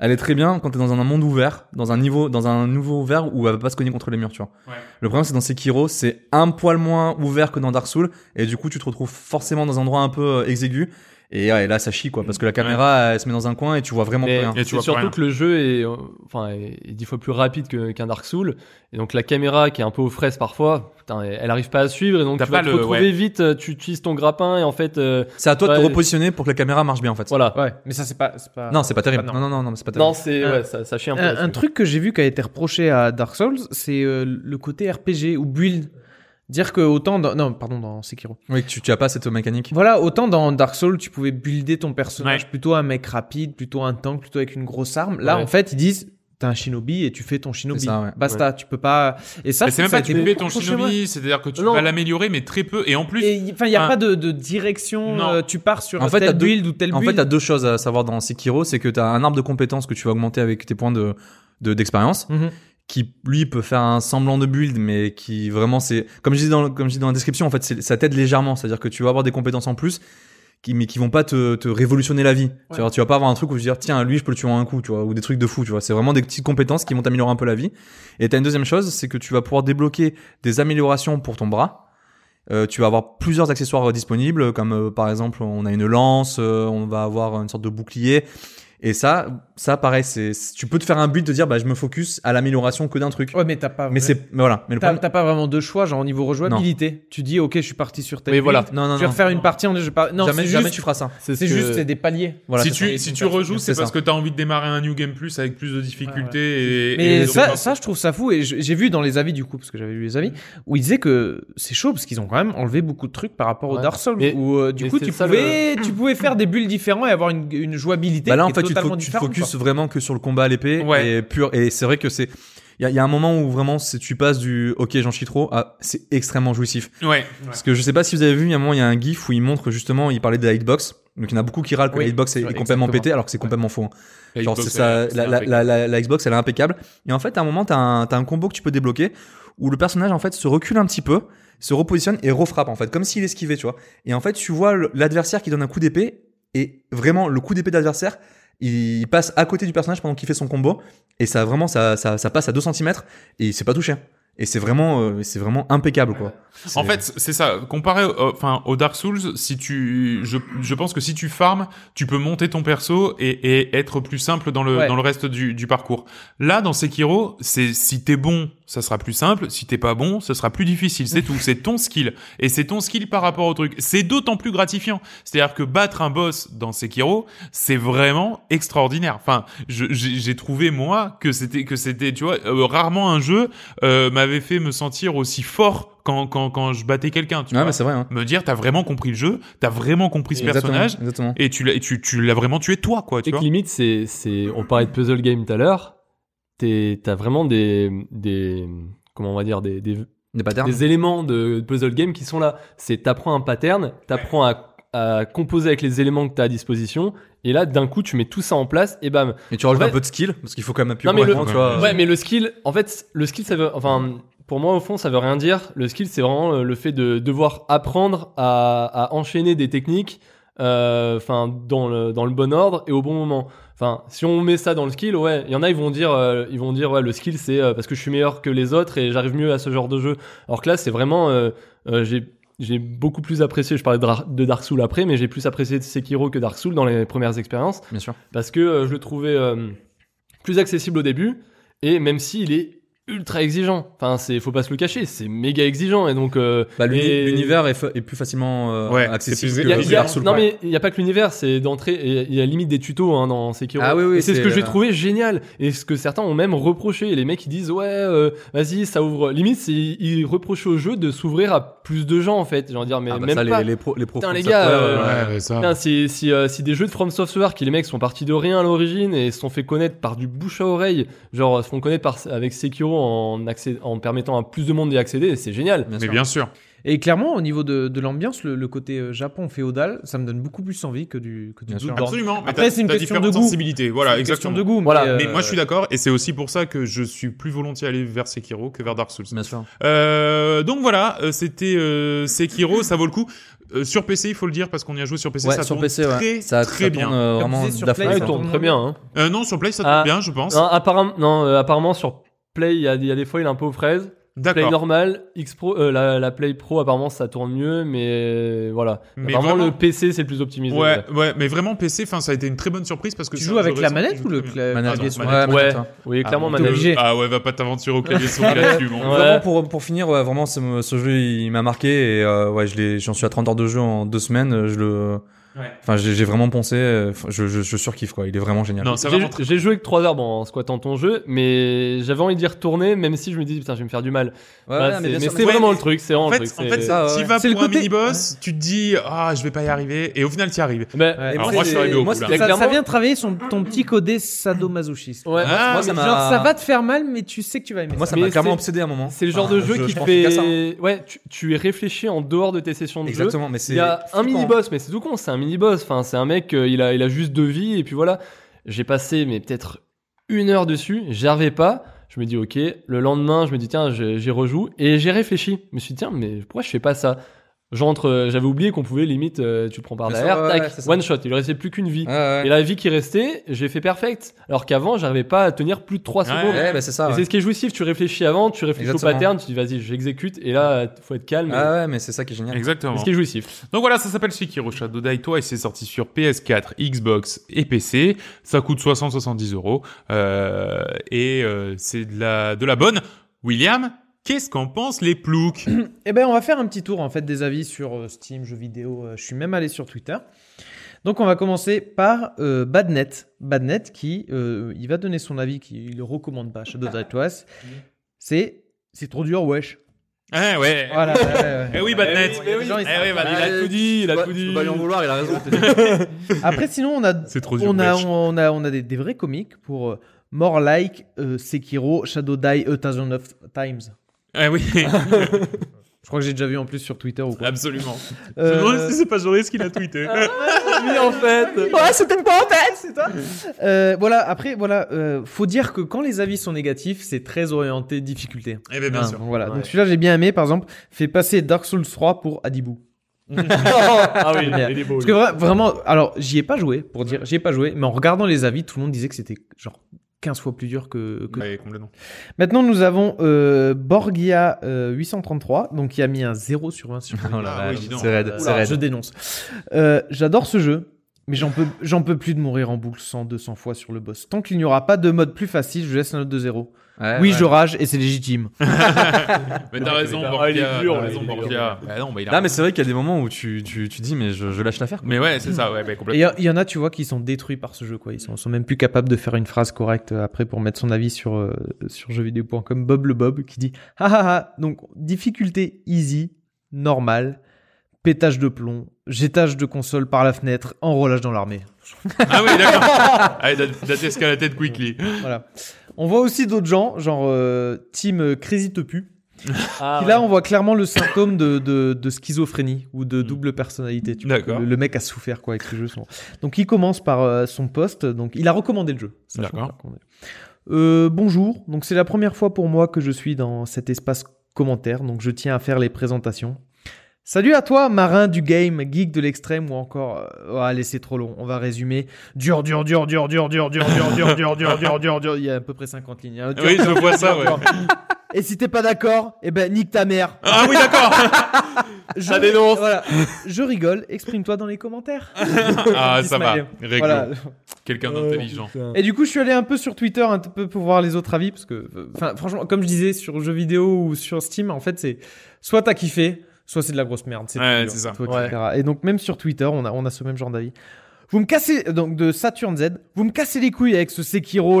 C: elle est très bien quand t'es dans un monde ouvert, dans un niveau, dans un nouveau ouvert où elle va pas se cogner contre les murs, tu vois.
A: Ouais.
C: Le problème c'est dans Sekiro, c'est un poil moins ouvert que dans Dark Souls, et du coup tu te retrouves forcément dans un endroit un peu euh, exigu. Et, ouais, là ça chie quoi, parce que la caméra elle se met dans un coin et tu vois vraiment
B: Mais
C: rien.
A: Et tu vois
B: c'est
A: plus
B: surtout
A: rien.
B: que le jeu est, euh, enfin, est est dix fois plus rapide que- qu'un Dark Souls. Et donc la caméra qui est un peu aux fraises parfois, putain, elle arrive pas à suivre. Et donc
A: T'as
B: tu vas
A: pas
B: te
A: le-
B: retrouver
A: ouais.
B: vite, euh, tu utilises ton grappin et en fait, euh,
C: C'est à toi de
B: Ouais.
C: te repositionner pour que la caméra marche bien en fait.
B: voilà.
D: Ouais, mais ça c'est pas, c'est pas.
C: Non, c'est pas terrible.
D: Ah,
C: non, non, non, non, c'est pas terrible.
B: Non, c'est
D: Un-
B: ouais, ça, ça chie un peu.
D: Un, un
B: là-dessus.
D: truc que j'ai vu qui a été reproché à Dark Souls, c'est euh, le côté RPG ou build. Dire que autant dans... Non, pardon, dans Sekiro.
C: Oui, tu, tu as pas cette mécanique.
D: Voilà, autant dans Dark Souls, tu pouvais builder ton personnage plutôt un mec rapide, plutôt un tank, plutôt avec une grosse arme. Là,
B: Ouais.
D: en fait, ils disent t'as un shinobi et tu fais ton shinobi.
C: C'est ça, ouais.
D: Basta, tu peux pas. Et ça,
A: Mais c'est même
D: ça a
A: pas tu
D: été
A: fais
D: beaucoup
A: ton
D: reproché, ouais.
A: shinobi c'est-à-dire que tu
B: Non.
A: vas l'améliorer mais très peu et en plus
D: Et y- Enfin, il n'y a
A: Enfin,
D: pas de, de direction.
A: non.
D: euh, tu pars sur
C: En fait, t'as
D: tel
C: deux-
D: build ou tel
C: En fait,
D: build.
C: t'as deux choses à savoir dans Sekiro, c'est que t'as un arbre de compétences que tu vas augmenter avec tes points de de- d'expérience.
D: Mhm.
C: qui lui peut faire un semblant de build mais qui vraiment c'est comme je dis dans le- comme je dis dans la description en fait c'est- ça t'aide légèrement c'est à dire que tu vas avoir des compétences en plus qui mais qui vont pas te, te révolutionner la vie tu, vois, tu vas pas avoir un truc où tu vas dire tiens lui je peux le tuer en un coup tu vois ou des trucs de fou tu vois c'est vraiment des petites compétences qui vont t'améliorer un peu la vie et t'as une deuxième chose c'est que tu vas pouvoir débloquer des améliorations pour ton bras Euh, tu vas avoir plusieurs accessoires euh, disponibles comme euh, par exemple on a une lance euh, on va avoir une sorte de bouclier et ça, ça pareil, c'est c'est- tu peux te faire un but de dire bah je me focus à l'amélioration que d'un truc.
D: Ouais, mais t'as pas.
C: mais c'est mais voilà, mais le
D: T'as
C: problème
D: t'as pas vraiment de choix, genre au niveau rejouabilité. Tu dis, ok, je suis parti sur tel
B: Oui,
D: build,
B: voilà.
C: non non
D: Je vais
C: non.
D: refaire une partie en je vais pas. Non,
C: jamais
D: c'est
C: jamais
D: juste,
C: tu feras ça.
B: C'est ce
D: c'est
B: que-
D: juste, c'est des paliers.
C: Voilà.
A: si
C: c'est
A: tu,
D: ça.
A: si tu rejoues, c'est
C: C'est
A: parce que
C: ça.
A: t'as envie de démarrer un New Game Plus avec plus de difficultés. et-
D: Mais
A: et
D: ça, ça, je trouve ça fou. Et je- j'ai vu dans les avis, du coup, parce que j'avais lu les avis, où ils disaient que c'est chaud parce qu'ils ont quand même enlevé beaucoup de trucs par rapport au
B: Ouais.
D: Dark Souls.
B: Mais-
D: où euh, du
B: mais
D: coup,
B: c'est
D: tu
B: ça,
D: pouvais, tu pouvais faire des bulles différentes et avoir une, une jouabilité.
C: Bah là en
D: qui est
C: fait tu te, fo-
D: totalement
C: tu te
D: différente,
C: focus
D: quoi.
C: vraiment que sur le combat à l'épée
A: Ouais.
C: et pur et c'est vrai que c'est il y a, il y a un moment où vraiment c'est- tu passes du ok j'en chie trop à c'est extrêmement jouissif.
A: Ouais. ouais.
C: Parce que je sais pas si vous avez vu, il y a un moment il y a un gif où il montre justement il parlait de la hitbox. Donc il y en a beaucoup qui râlent que
D: Oui,
C: la hitbox est, est
D: ouais,
C: complètement
D: exactement.
C: pétée alors que c'est complètement faux. hein.
A: La
C: Genre,
A: Xbox,
C: c'est ça,
A: elle-
C: la,
A: c'est
C: la,
A: impeccable.
C: la, la- la Xbox, elle est impeccable. Et en fait, à un moment, t'as un, t'as un combo que tu peux débloquer où le personnage, en fait, se recule un petit peu, se repositionne et refrappe, en fait, comme s'il esquivait, tu vois. Et en fait, tu vois le- l'adversaire qui donne un coup d'épée et vraiment, le coup d'épée d'adversaire, il passe à côté du personnage pendant qu'il fait son combo et ça, vraiment, ça, ça, ça passe à 2 cm et il s'est pas touché. hein. Et c'est vraiment, euh, c'est vraiment impeccable, quoi.
A: En
C: C'est-
A: fait, c'est ça. Comparé, au- enfin, au Dark Souls, si tu, je, je pense que si tu farmes, tu peux monter ton perso et, et être plus simple dans le
D: Ouais.
A: dans le reste du, du parcours. Là, dans Sekiro, c'est si t'es bon, ça sera plus simple. Si t'es pas bon, ça sera plus difficile. C'est tout. C'est ton skill et c'est ton skill par rapport au truc. C'est d'autant plus gratifiant. C'est-à-dire que battre un boss dans Sekiro, c'est vraiment extraordinaire. Enfin, je- j'ai j'ai trouvé moi que c'était que c'était, tu vois, euh, rarement un jeu euh, m'avait fait me sentir aussi fort quand quand quand je battais quelqu'un. Tu
C: Ouais,
A: vois.
C: mais c'est vrai, hein.
A: Me dire, t'as vraiment compris le jeu, t'as vraiment compris ce
C: Exactement,
A: personnage.
C: Exactement.
A: Et tu l'as, et tu, tu l'as vraiment tué toi, quoi, tu
B: Et que
A: vois.
B: limite, c'est, c'est, on parlait de puzzle game tout à l'heure. t'es- T'as vraiment des, des, comment on va dire, des, des,
C: Des patterns.
B: des éléments de puzzle game qui sont là. C'est t'apprends un pattern, t'apprends à, à composer avec les éléments que t'as à disposition, et là d'un coup tu mets tout ça en place et bam.
C: Et tu rajoutes
B: En
C: un
B: fait-
C: peu de skill parce qu'il faut quand même appuyer
B: Non, mais
C: au
B: le-
C: bouton, tu vois.
B: Ouais, mais le skill, en fait, le skill ça veut, enfin, pour moi au fond ça veut rien dire. Le skill c'est vraiment euh, le fait de devoir apprendre à, à enchaîner des techniques, euh, enfin dans le dans le bon ordre et au bon moment. Enfin, si on met ça dans le skill, ouais, il y en a, ils vont dire, euh, ils vont dire, ouais, le skill, c'est euh, parce que je suis meilleur que les autres et j'arrive mieux à ce genre de jeu. Alors que là, c'est vraiment, euh, euh, j'ai, j'ai beaucoup plus apprécié. Je parlais de, Ra- de Dark Souls après, mais j'ai plus apprécié Sekiro que Dark Souls dans les premières expériences
C: Bien sûr.
B: parce que euh, je le trouvais euh, plus accessible au début et même s'il est ultra exigeant. Enfin, c'est, faut pas se le cacher, c'est méga exigeant et donc. euh,
C: Bah, l'uni-
B: et-
C: l'univers est, fa- est plus facilement euh,
A: Ouais,
C: accessible
A: c'est plus-
C: que
B: il y a-
A: le
B: il y a-
C: Dark Souls.
B: non
C: ouais.
B: mais il n'y a pas que l'univers, c'est d'entrée, et il y a limite des tutos hein, dans Sekiro.
C: Ah oui, oui,
B: Et c'est ce
C: c'est,
B: que j'ai
C: euh,
B: trouvé génial et ce que certains ont même reproché. Et les mecs ils disent ouais, euh, vas-y, ça ouvre. Limite, c'est- ils reprochent au jeu de s'ouvrir à plus de gens en fait. J'ai envie de dire mais
C: Ah bah
B: même
C: ça, les-
B: pas.
C: les, pro- les pros
B: Putain,
C: font
B: les
C: ça.
B: gars,
C: Ouais,
B: euh,
C: ouais, ouais.
A: Ah ouais, ça.
B: Putain, si, si, euh, si des jeux de From Software qui les mecs sont partis de rien à l'origine et se sont fait connaître par du bouche à oreille, genre se font connaître par, avec Sekiro en, accé- en permettant à plus de monde d'y accéder, c'est génial.
A: mais bien sûr.
D: Et clairement, au niveau de, de l'ambiance, le, le côté euh, Japon féodal, ça me donne beaucoup plus envie que du, que du
C: Bien sûr.
D: Bloodborne.
A: Absolument. Mais
D: Après,
A: t'as-
D: c'est une
A: t'as
D: question de
A: différentes
D: goût.
A: sensibilités. Voilà,
D: C'est une question
A: exactement.
D: de goût.
B: Voilà,
A: Mais moi, je suis
D: euh,
A: d'accord, et c'est aussi pour ça que je suis plus volontiers allé vers Sekiro que vers Dark Souls.
C: Bien sûr.
A: Euh, donc voilà, euh, c'était euh, Sekiro, ça vaut le coup. Euh, sur PC, il faut le dire, parce qu'on y a joué sur PC,
C: Ouais,
A: ça
C: sur
A: tourne
C: PC, ouais.
A: très,
C: Ça,
A: très
C: ça
A: bien.
C: tourne, euh,
D: Comme
C: vraiment
D: disait sur
C: d'afflect.
B: Ah,
D: Play,
B: il
D: ça
B: tourne
D: tourne
B: très bien. hein.
A: Euh, non, sur Play, ça tourne
B: Ah.
A: bien, je pense.
B: Non, apparemment, non, euh, apparemment sur Play, il y, a des- il y a des fois il est un peu aux fraises. Play
A: D'accord.
B: normal, X Pro, euh, la, la Play Pro apparemment ça tourne mieux, mais euh, voilà.
A: Mais
B: apparemment
A: vraiment-
B: le PC c'est le plus optimisé.
A: Ouais, ouais, mais vraiment PC, enfin, ça a été une très bonne surprise parce que
D: Tu
A: c'est
D: joues
A: un
D: avec
A: jeu
D: la
A: récent qui
D: manette
A: joue
D: ou le Ah,
A: très bien.
D: clavier
C: Manette,
A: Pardon,
C: manette,
A: manette.
B: Ouais,
C: manette,
B: ouais.
C: hein.
B: Oui,
C: Ah,
B: clairement,
C: bon,
B: manette.
D: t'es obligé.
A: Ah ouais, va pas t'aventurer au clavier
D: [laughs]
A: souris là-dessus, mon.
B: Ouais.
C: Vraiment pour, pour finir, ouais, vraiment ce, me- ce jeu il m'a marqué et euh, ouais, je l'ai- j'en suis à 30 heures de jeu en deux semaines. euh, Je le,
A: Ouais.
C: enfin j'ai j'ai vraiment pensé, euh, je, je, je surkiffe quoi. Il est vraiment génial.
A: Non, c'est
B: J'ai-
A: vraiment très...
B: J'ai joué que 3 heures bon, en squattant ton jeu, mais j'avais envie d'y retourner, même si je me dis putain, je vais me faire du mal.
C: Ouais,
B: Voilà,
C: ouais,
B: Bah, c'est- mais
C: bien sûr,
B: c'est
A: mais-
B: vraiment le truc, c'est vraiment
A: En fait,
B: le truc.
A: en
B: c'est-
A: fait,
C: ça, ouais,
A: t'y
C: ouais.
A: vas
D: Ah C'est
A: pour
D: le
A: un
D: côté-
A: mini-boss, tu te dis, ah, je vais pas y arriver, et au final, t'y arrives.
B: Mais-
D: Ouais.
A: Alors
D: moi,
A: moi, je suis
D: c'est-
A: arrivé au
C: moi,
A: bout,
C: c'était
A: là.
D: Ça,
B: Clairement-
D: ça vient travailler son, ton petit codé sadomasochiste.
B: ouais.
A: Ah,
C: Moi, ça m'a-
D: Genre, ça va te faire mal, mais tu sais que tu vas aimer.
C: Moi ça
B: Mais
C: m'a
B: c'est-
C: clairement obsédé à un moment.
B: C'est le genre de
C: Ah,
B: jeu
C: je-
B: qui
C: je
B: te
C: pense qu'il y a ça,
B: fait. Ouais, tu, tu es réfléchi en dehors de tes sessions de jeu.
C: Exactement, mais c'est.
B: Il y a un
C: flippant. hein.
B: mini-boss, mais c'est tout con, c'est un mini-boss. Enfin, c'est un mec, euh, il, a, il a juste deux vies, et puis voilà. J'ai passé, mais peut-être une heure dessus, j'arrivais pas. Je me dis, ok, le lendemain, je me dis, tiens, je- j'y rejoue, et j'ai réfléchi. Je me suis dit, tiens, mais pourquoi je fais pas ça J'entre, euh, j'avais oublié qu'on pouvait limite, euh, tu le prends par
C: Bien
B: derrière,
C: sûr, ouais, ouais,
B: tac,
C: c'est ça.
B: one shot, il restait plus qu'une vie.
C: Ouais, ouais.
B: Et la vie qui restait, j'ai fait perfect. Alors qu'avant, j'arrivais pas à tenir plus de 3
A: Ouais.
B: secondes.
C: Ouais, bah, c'est
B: Et
C: ça. ouais.
B: c'est ce qui est jouissif, tu réfléchis avant, tu réfléchis
C: Exactement.
B: au pattern, tu dis vas-y, j'exécute, et là, faut être calme.
C: Ah ouais, mais c'est ça qui est génial.
A: Exactement.
B: C'est ce qui est jouissif.
A: Donc voilà, ça s'appelle Sekiro Shadow Die Twice, c'est sorti sur PS4, Xbox et PC. Ça coûte 60-70 euros. Euh, et euh, c'est de la, de la bonne. William, qu'est-ce qu'en pensent les ploucs
D: Eh ben, on va faire un petit tour en fait des avis sur euh, Steam, jeux vidéo. euh, je suis même allé sur Twitter. Donc, on va commencer par euh, Badnet. Badnet qui, euh, il va donner son avis, qui il le recommande pas. Shadow Die Twice. C'est, c'est trop dur, wesh.
A: Ah ouais.
D: Voilà. ouais, ouais, ouais.
A: Eh oui, Badnet.
D: Eh oui, les gens, ils
A: Eh
D: savent
A: oui,
D: pas. bah,
A: Badnet.
B: il a tout dit, il a tout
A: Bah,
B: dit.
C: vouloir, il a raison.
D: Après, sinon, on a
A: C'est trop dur.
D: on a,
A: wesh.
D: on a, on a des, des vrais comiques pour euh, More Like, euh, Sekiro, Shadow Die, A Thousand of Times.
A: Eh oui, [laughs]
D: Je crois que j'ai déjà vu en plus sur Twitter ou quoi.
A: absolument. Je me demande
D: Euh,
A: si c'est pas Joris qui l'a tweeté.
B: Oui, en fait.
D: Ouais, c'était pas en tête, c'est toi. Euh, voilà, après, voilà, euh, faut dire que quand les avis sont négatifs, c'est très orienté difficulté.
A: eh bien, bien
D: Hein,
A: sûr.
D: Voilà.
B: Ouais.
D: Donc celui-là, j'ai bien aimé, par exemple, fait passer Dark Souls 3 pour
A: [laughs]
D: Adibou.
B: ah [laughs] oui,
D: Bien.
B: il est beau.
D: Parce que vra- vraiment, alors, j'y ai pas joué, pour dire, j'y ai pas joué, mais en regardant les avis, tout le monde disait que c'était genre 15 fois plus dur que, que
A: Ouais, complètement.
D: Maintenant, nous avons euh, Borgia euh, 833, donc qui a mis un 0 sur 20 sur 20.
A: Ah oui, dis donc.
C: Oh C'est raide,
D: Oula,
C: c'est
D: je
C: raide.
D: dénonce. Euh, J'adore ce jeu, mais j'en peux, j'en peux plus de mourir en boucle 100, 200 fois sur le boss. Tant qu'il n'y aura pas de mode plus facile, je laisse la note de 0.
C: Ouais,
D: oui,
C: Ah, ouais.
D: je rage et c'est légitime.
A: Mais t'as raison,
B: Ah,
A: Borgia.
B: il est dur,
A: t'as
B: il est
A: raison,
B: dur.
A: Borgia. Bah non, bah, il a
C: Non, mais c'est vrai qu'il y a des moments où tu, tu, tu dis, mais je, je lâche l'affaire. quoi.
A: Mais ouais, c'est ça, ouais, bah,
D: Et il
A: complètement.
D: y a- il y, en a, tu vois, qui sont détruits par ce jeu, quoi. Ils sont, sont même plus capables de faire une phrase correcte euh, après pour mettre son avis sur, euh, sur jeuxvideo.com. Bob le Bob qui dit Ah ah ah, donc difficulté easy, normal, pétage de plomb, jetage de console par la fenêtre, enrôlage dans l'armée.
A: Ah oui, d'accord. Ah, Allez, datesque à la tête quickly.
D: Voilà. On voit aussi d'autres gens, genre euh, Team euh, Crazy Te Pue.
B: Ah, ouais.
D: Et
B: Mm.
D: Là, on voit clairement le symptôme de, de, de schizophrénie ou de double personnalité. tu vois,
A: D'accord.
D: que Le, le mec a souffert quoi avec ce jeu. son- Donc, il commence par euh, son poste. Donc, il a recommandé le jeu. sachant
A: D'accord.
D: qu'il a recommandé. Euh, bonjour. Donc, c'est la première fois pour moi que je suis dans cet espace commentaire. Donc, je tiens à faire les présentations. Salut à toi, marin du game, geek de l'extrême ou encore. euh, oh, allez, c'est trop long, on va résumer. Dur, dur, dur, dur, dur, dur, dur, dur, dur, dur, dur, dur, dur, dur. Il y a à peu près 50 lignes. hein. Dur,
A: Oui,
D: dur,
A: je vois ça, ouais.
D: Et si t'es pas d'accord, eh ben nique ta mère.
A: Ah oui, d'accord
D: Je,
A: Ça dénonce.
D: voilà. je rigole, exprime-toi dans les commentaires. [laughs]
A: Ah,
D: Petit
A: ça va.
D: smiley.
A: Réglo.
D: Voilà.
A: Quelqu'un
B: Euh,
A: d'intelligent.
D: Et du coup, je suis allé un peu sur Twitter un peu pour voir les autres avis parce que, euh, enfin, franchement, comme je disais sur jeux vidéo ou sur Steam, en fait, c'est soit t'as kiffé, soit c'est de la grosse merde. C'est
A: Ouais,
D: tout,
A: c'est
D: genre.
A: ça.
D: Toi, tu
B: Ouais.
D: verras. Et donc même sur Twitter, on a on a ce même genre d'avis. Vous me cassez donc de Saturn Z, vous me cassez les couilles avec ce Sekiro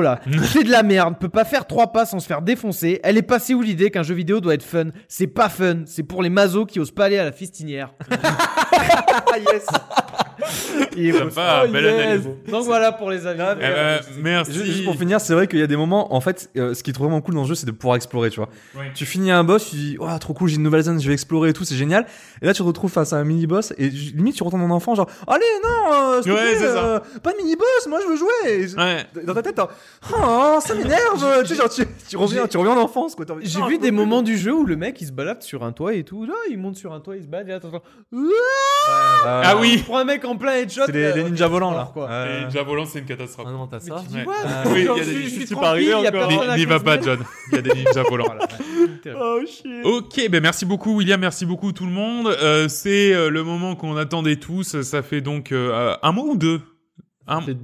A: [laughs]
D: là. c'est de la merde, peut pas faire trois pas sans se faire défoncer. Elle est passée où l'idée qu'un jeu vidéo doit être fun C'est pas fun, c'est pour les mazos qui osent pas aller à la fistinière. yes. Il est
A: Ça
D: beau.
A: va,
D: Oh,
A: belle
D: yes.
A: analyse.
D: Donc voilà pour les avis.
A: Eh ben, merci.
C: Ju- Juste pour finir, c'est vrai qu'il y a des moments, en fait, euh, ce qui est vraiment cool dans le jeu, c'est de pouvoir explorer, tu vois.
A: Ouais.
C: Tu finis un boss, tu dis, oh, trop cool, j'ai une nouvelle zone, je vais explorer et tout, c'est génial. Et là, tu te retrouves face à un mini-boss, et ju- limite, tu retournes en enfant, genre, allez, non, euh, s'il
A: Ouais,
C: te plaît,
A: c'est ça.
C: euh, pas de mini-boss, moi, je veux jouer. Et je-
A: Ouais.
C: Dans ta tête, t'as, oh, ça m'énerve, tu sais, genre, tu, tu reviens,
D: j'ai-
C: tu reviens en enfance, quoi. t'as envie-
D: J'ai
C: Non,
D: vu
C: je
D: des
C: peux plus.
D: moments du jeu où le mec il se balade sur un toit et tout. Là, il monte sur un toit, il se balade et là, t'entends.
C: Euh,
A: Ah oui
D: Il prend un mec en plein headshot.
C: C'est les,
D: euh,
C: les ninjas volants,
D: alors,
C: là.
D: quoi.
A: Et Ninja Volant, c'est une catastrophe.
B: Ah non, t'as ça.
D: tu dis,
A: Ouais.
D: ouais,
A: Ah.
D: [laughs]
A: Oui,
D: genre,
A: il y a
D: je
A: des-
D: suis-
A: je
D: je suis
A: suis
D: tranquille,
A: pas arrivé
D: il y a
A: encore.
D: personne à
A: N'y va
D: cause
A: pas,
D: de-
A: John. Il y a des ninjas volants.
C: Oh, shit.
A: Ok, ben merci beaucoup William, merci beaucoup tout le monde. Euh, c'est euh, le moment qu'on attendait tous. Ça fait donc euh, un mois ou deux Un-
B: Ça fait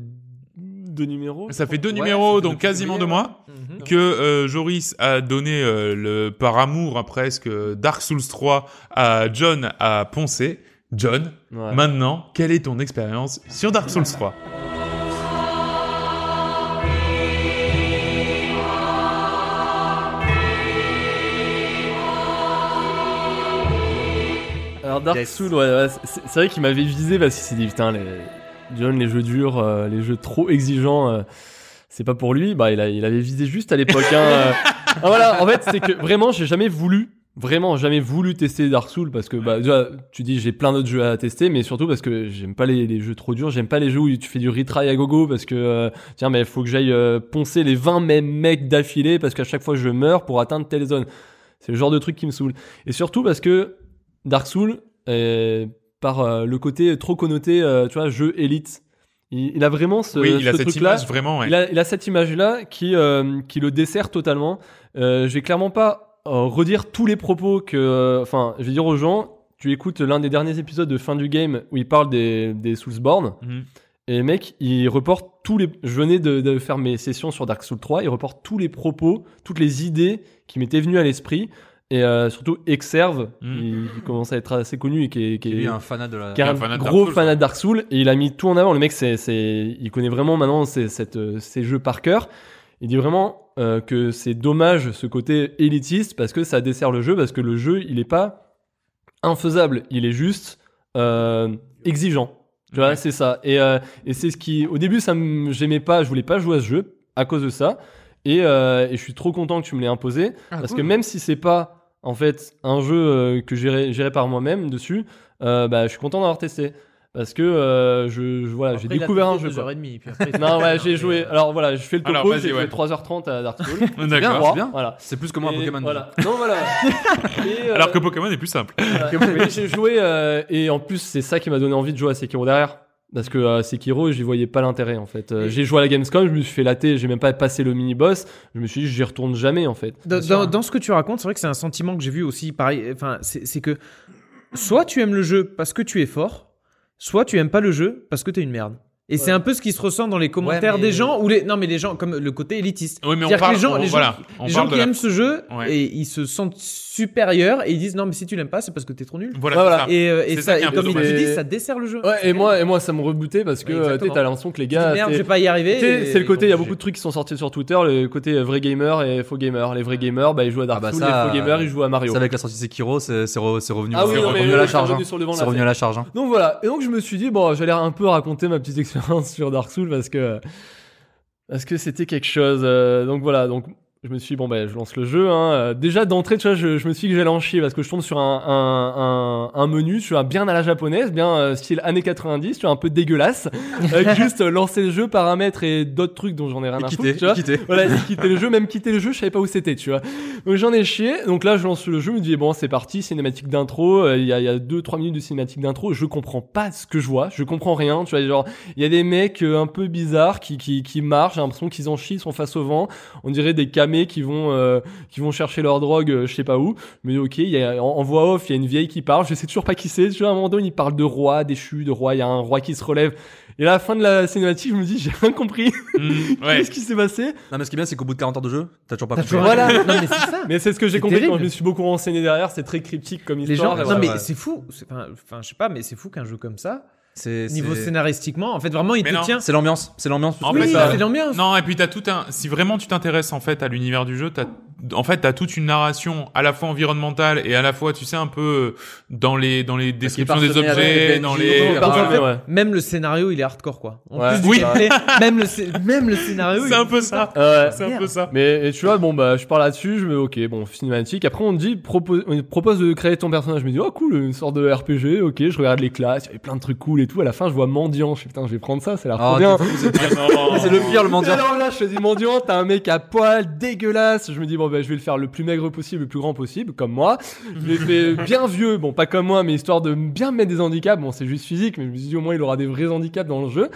B: deux numéros.
A: Ça fait deux
B: Ouais, ça
A: numéros,
B: fait
A: donc
B: depuis
A: quasiment deux
B: juillet,
A: mois.
B: Mhm.
A: que euh, Joris a donné euh, le par amour à presque euh, Dark Souls 3 à John à poncer. John,
B: Ouais.
A: maintenant, quelle est ton expérience sur Dark Souls 3
B: Alors Dark
D: Yes.
B: Souls, ouais, ouais, c'est c'est vrai qu'il m'avait visé parce qu'il s'est dit putain les John, les jeux durs, euh, les jeux trop exigeants, euh, c'est pas pour lui. Bah il, a- il avait visé juste à l'époque. hein, euh. Ah, voilà, en fait c'est que vraiment j'ai jamais voulu, vraiment jamais voulu tester Dark Souls parce que bah déjà tu dis j'ai plein d'autres jeux à tester, mais surtout parce que j'aime pas les, les jeux trop durs, j'aime pas les jeux où tu fais du retry à gogo parce que euh, tiens mais faut que j'aille euh, poncer les 20 mêmes mecs d'affilée parce qu'à chaque fois je meurs pour atteindre telle zone. C'est le genre de truc qui me saoule. Et surtout parce que Dark Souls, euh, par euh, le côté trop connoté, euh, tu vois, jeu élite, il, il a vraiment ce,
A: Oui, il a
B: ce
A: cette
B: truc-là.
A: image vraiment. ouais.
B: Il, a, il a cette image-là qui, euh, qui le dessert totalement. Euh, je vais clairement pas euh, redire tous les propos que. euh, Enfin, je vais dire aux gens, tu écoutes l'un des derniers épisodes de fin du game où il parle des, des Soulsborne.
A: Mhm.
B: Et mec, il reporte tous les. Je venais de, de faire mes sessions sur Dark Souls 3. Il reporte tous les propos, toutes les idées qui m'étaient venues à l'esprit. Et euh, surtout, Exerve,
A: Mhm.
B: qui, qui commence à être assez connu et qui est. qui est-
C: Lui, un fanat de la.
B: qui est
A: Et un
B: un,
A: fanat de Dark
B: gros
A: Souls, hein.
B: fanat de Dark Souls et il a mis tout en avant. Le mec, c'est, c'est, il connaît vraiment maintenant ces, cette, euh, ces jeux par cœur. Il dit vraiment euh, que c'est dommage ce côté élitiste parce que ça dessert le jeu, parce que le jeu, il est pas infaisable, il est juste euh, exigeant. Tu vois,
A: Ouais.
B: c'est ça. Et, euh, et c'est ce qui, au début, ça me- j'aimais pas, je voulais pas jouer à ce jeu à cause de ça. Et, euh, et je suis trop content que tu me l'aies imposé
C: Ah,
B: parce que même si c'est pas en fait un jeu euh, que j'irai j'irai par moi-même dessus, euh, bah, je suis content d'avoir testé parce que euh, je, je- voilà, j'ai découvert un jeu. quoi. Non,
D: [laughs]
B: ouais, j'ai joué.
D: Euh,
B: Alors voilà, je fais le
A: Alors,
B: topo,
A: vas-y,
B: j'ai
A: ouais.
B: fait 3h30 à Dark
A: [laughs]
B: Souls.
A: D'accord.
B: Voir,
C: c'est bien.
B: Voilà.
C: C'est plus que moi, un
B: Et
C: Pokémon.
B: Voilà. Non,
A: [laughs]
B: voilà. Et, euh,
A: Alors que Pokémon est plus simple.
B: voilà. Mais j'ai joué euh, et en plus, c'est ça qui m'a donné envie de jouer à Sekiro derrière. Parce que euh, Sekiro, j'y voyais pas l'intérêt en fait. Euh, j'ai joué à la Gamescom, je me suis fait latter, j'ai même pas passé le mini-boss. Je me suis dit, j'y retourne jamais en fait.
D: Dans, dans- dans ce que tu racontes, c'est vrai que c'est un sentiment que j'ai vu aussi. Pareil, enfin, c'est c'est que soit tu aimes le jeu parce que tu es fort, soit tu aimes pas le jeu parce que t'es une merde. Et c'est un peu ce qui se ressent dans les commentaires
C: mais-
D: des gens ou les non mais les gens comme le côté élitiste.
A: Oui, mais on
D: C'est-à-dire que
A: parle.
D: les gens,
A: on-
D: les gens
A: voilà, on
D: les gens
A: parle
D: qui
A: de la-
D: aiment ce jeu
A: Ouais.
D: et ils se sentent supérieurs et ils disent non mais si tu l'aimes pas c'est parce que t'es trop nul.
A: Voilà,
B: Voilà.
A: c'est ça.
D: Et, euh, et
A: C'est ça
D: ça,
A: qui est
D: et
A: un peu
D: comme ils
B: dommage.
D: disent
B: Et-
D: ça dessert le jeu.
B: Ouais, et moi, et moi, ça me rebootait parce que
D: Ouais,
B: euh,
D: exactement.
B: t'sais, t'as l'impression que les
D: Tu te dis,
B: gars.
D: merde
B: t'es-
D: je vais pas y arriver.
B: t'sais,
D: et-
B: C'est le côté, il y a
D: bon,
B: beaucoup de trucs qui sont sortis sur Twitter, le côté euh, vrai gamer et faux gamer. Les vrais gamers, bah, ils jouent à Dark
C: Ah bah
B: Souls,
C: ça,
B: les faux gamers, ils jouent à Mario.
C: C'est avec la sortie de Sekiro, c'est c'est re- c'est revenu,
B: ah oui,
C: c'est
B: non, mais
C: revenu
B: euh,
C: à la
B: c'est
C: charge.
B: revenu
C: hein.
B: sur le devant de
C: C'est
B: la
C: revenu à la charge. hein.
B: Donc voilà, et donc je me suis dit, bon, j'allais un peu raconter ma petite [laughs] expérience sur Dark Souls parce que parce que c'était quelque chose. euh, donc voilà, donc je me suis dit, bon, bah, je lance le jeu. Hein. Euh, Déjà, d'entrée, tu vois, je, je me suis dit que j'allais en chier parce que je tombe sur un, un, un, un menu, tu vois, bien à la japonaise, bien euh, style années 90, tu vois, un peu dégueulasse. [laughs] Avec juste euh, lancer le jeu, paramètres et d'autres trucs dont j'en ai rien à foutre,
C: Quitter,
B: tu vois.
C: quitter.
B: Voilà, j'ai quitté le jeu, même quitter le jeu, je savais pas où c'était, tu vois. Donc j'en ai chié. Donc là, je lance le jeu, je me dis bon, c'est parti, cinématique d'intro. Euh, Il y a, il y a deux, trois minutes de cinématique d'intro. Je comprends pas ce que je vois, je comprends rien. Tu vois, genre il y a des mecs euh, un peu bizarres qui qui, qui marchent. J'ai l'impression qu'ils en chient, ils sont face au vent. On dirait des camés qui vont euh, qui vont chercher leur drogue, euh, je sais pas où. Mais ok, il y a, en, en voix off, il y a une vieille qui parle. Je sais toujours pas qui c'est. Tu vois, à un moment donné, il parle de roi déchu, de roi. Il y a un roi qui se relève. Et à la fin de la cinématique, je me dis j'ai rien compris.
A: Mm, ouais.
B: [laughs] Qu'est-ce qui s'est passé
C: Non, mais ce qui est bien, c'est qu'au bout de 40 heures de jeu, t'as toujours pas compris.
B: Voilà.
D: non, mais c'est ça.
B: Mais c'est ce que j'ai
D: C'est
B: compris quand
D: terrible.
B: je me suis beaucoup renseigné derrière, c'est très cryptique comme
D: Les
B: histoire.
D: gens, non,
B: Ouais,
D: mais
B: ouais.
D: c'est fou. C'est- Enfin, enfin, je sais pas, mais c'est fou qu'un jeu comme ça,
C: C'est,
D: niveau
C: c'est-
D: scénaristiquement, en fait, vraiment, il
A: Mais
D: te
A: non.
D: tient.
C: c'est l'ambiance. C'est l'ambiance.
A: En
D: oui,
A: fait, ça-
D: c'est l'ambiance.
A: Non, et puis t'as tout un. Si vraiment tu t'intéresses en fait à l'univers du jeu, t'as en fait t'as toute une narration à la fois environnementale et à la fois tu sais un peu euh, dans les dans les descriptions des
C: parsemé avec
A: objets,
C: des
A: dans
C: PNJ,
A: les.
C: donc,
B: Par
A: voilà.
B: contre, Ah, mais ouais.
D: Même le scénario, il est hardcore, quoi. En
B: Ouais.
D: plus du
A: Oui.
D: gameplay, [laughs] même le, scé- même le scénario. il
A: C'est un
D: est-
A: peu ça.
B: Ouais.
A: C'est un peu
B: [laughs]
A: ça.
B: Mais et tu vois, bon bah je parle là-dessus, je me ok, bon cinématique. Après on dit propose, on propose de créer ton personnage, je me dis oh cool, une sorte de RPG, ok, je regarde les classes, il y avait plein de trucs cool et tout. À la fin je vois mendiant, je fais putain je vais prendre ça, ça a l'air trop
C: Ah,
B: bien.
C: t'es fou, c'est-
A: Oh.
C: c'est le pire, le mendiant.
B: Alors là, je faisais mendiant, t'as un mec à poil, dégueulasse. Je me dis, bon, bah, je vais le faire le plus maigre possible, le plus grand possible, comme moi. Je l'ai fait bien vieux, bon, pas comme moi, mais histoire de bien mettre des handicaps. Bon, c'est juste physique, mais je me suis dit, au moins, il aura des vrais handicaps dans le jeu.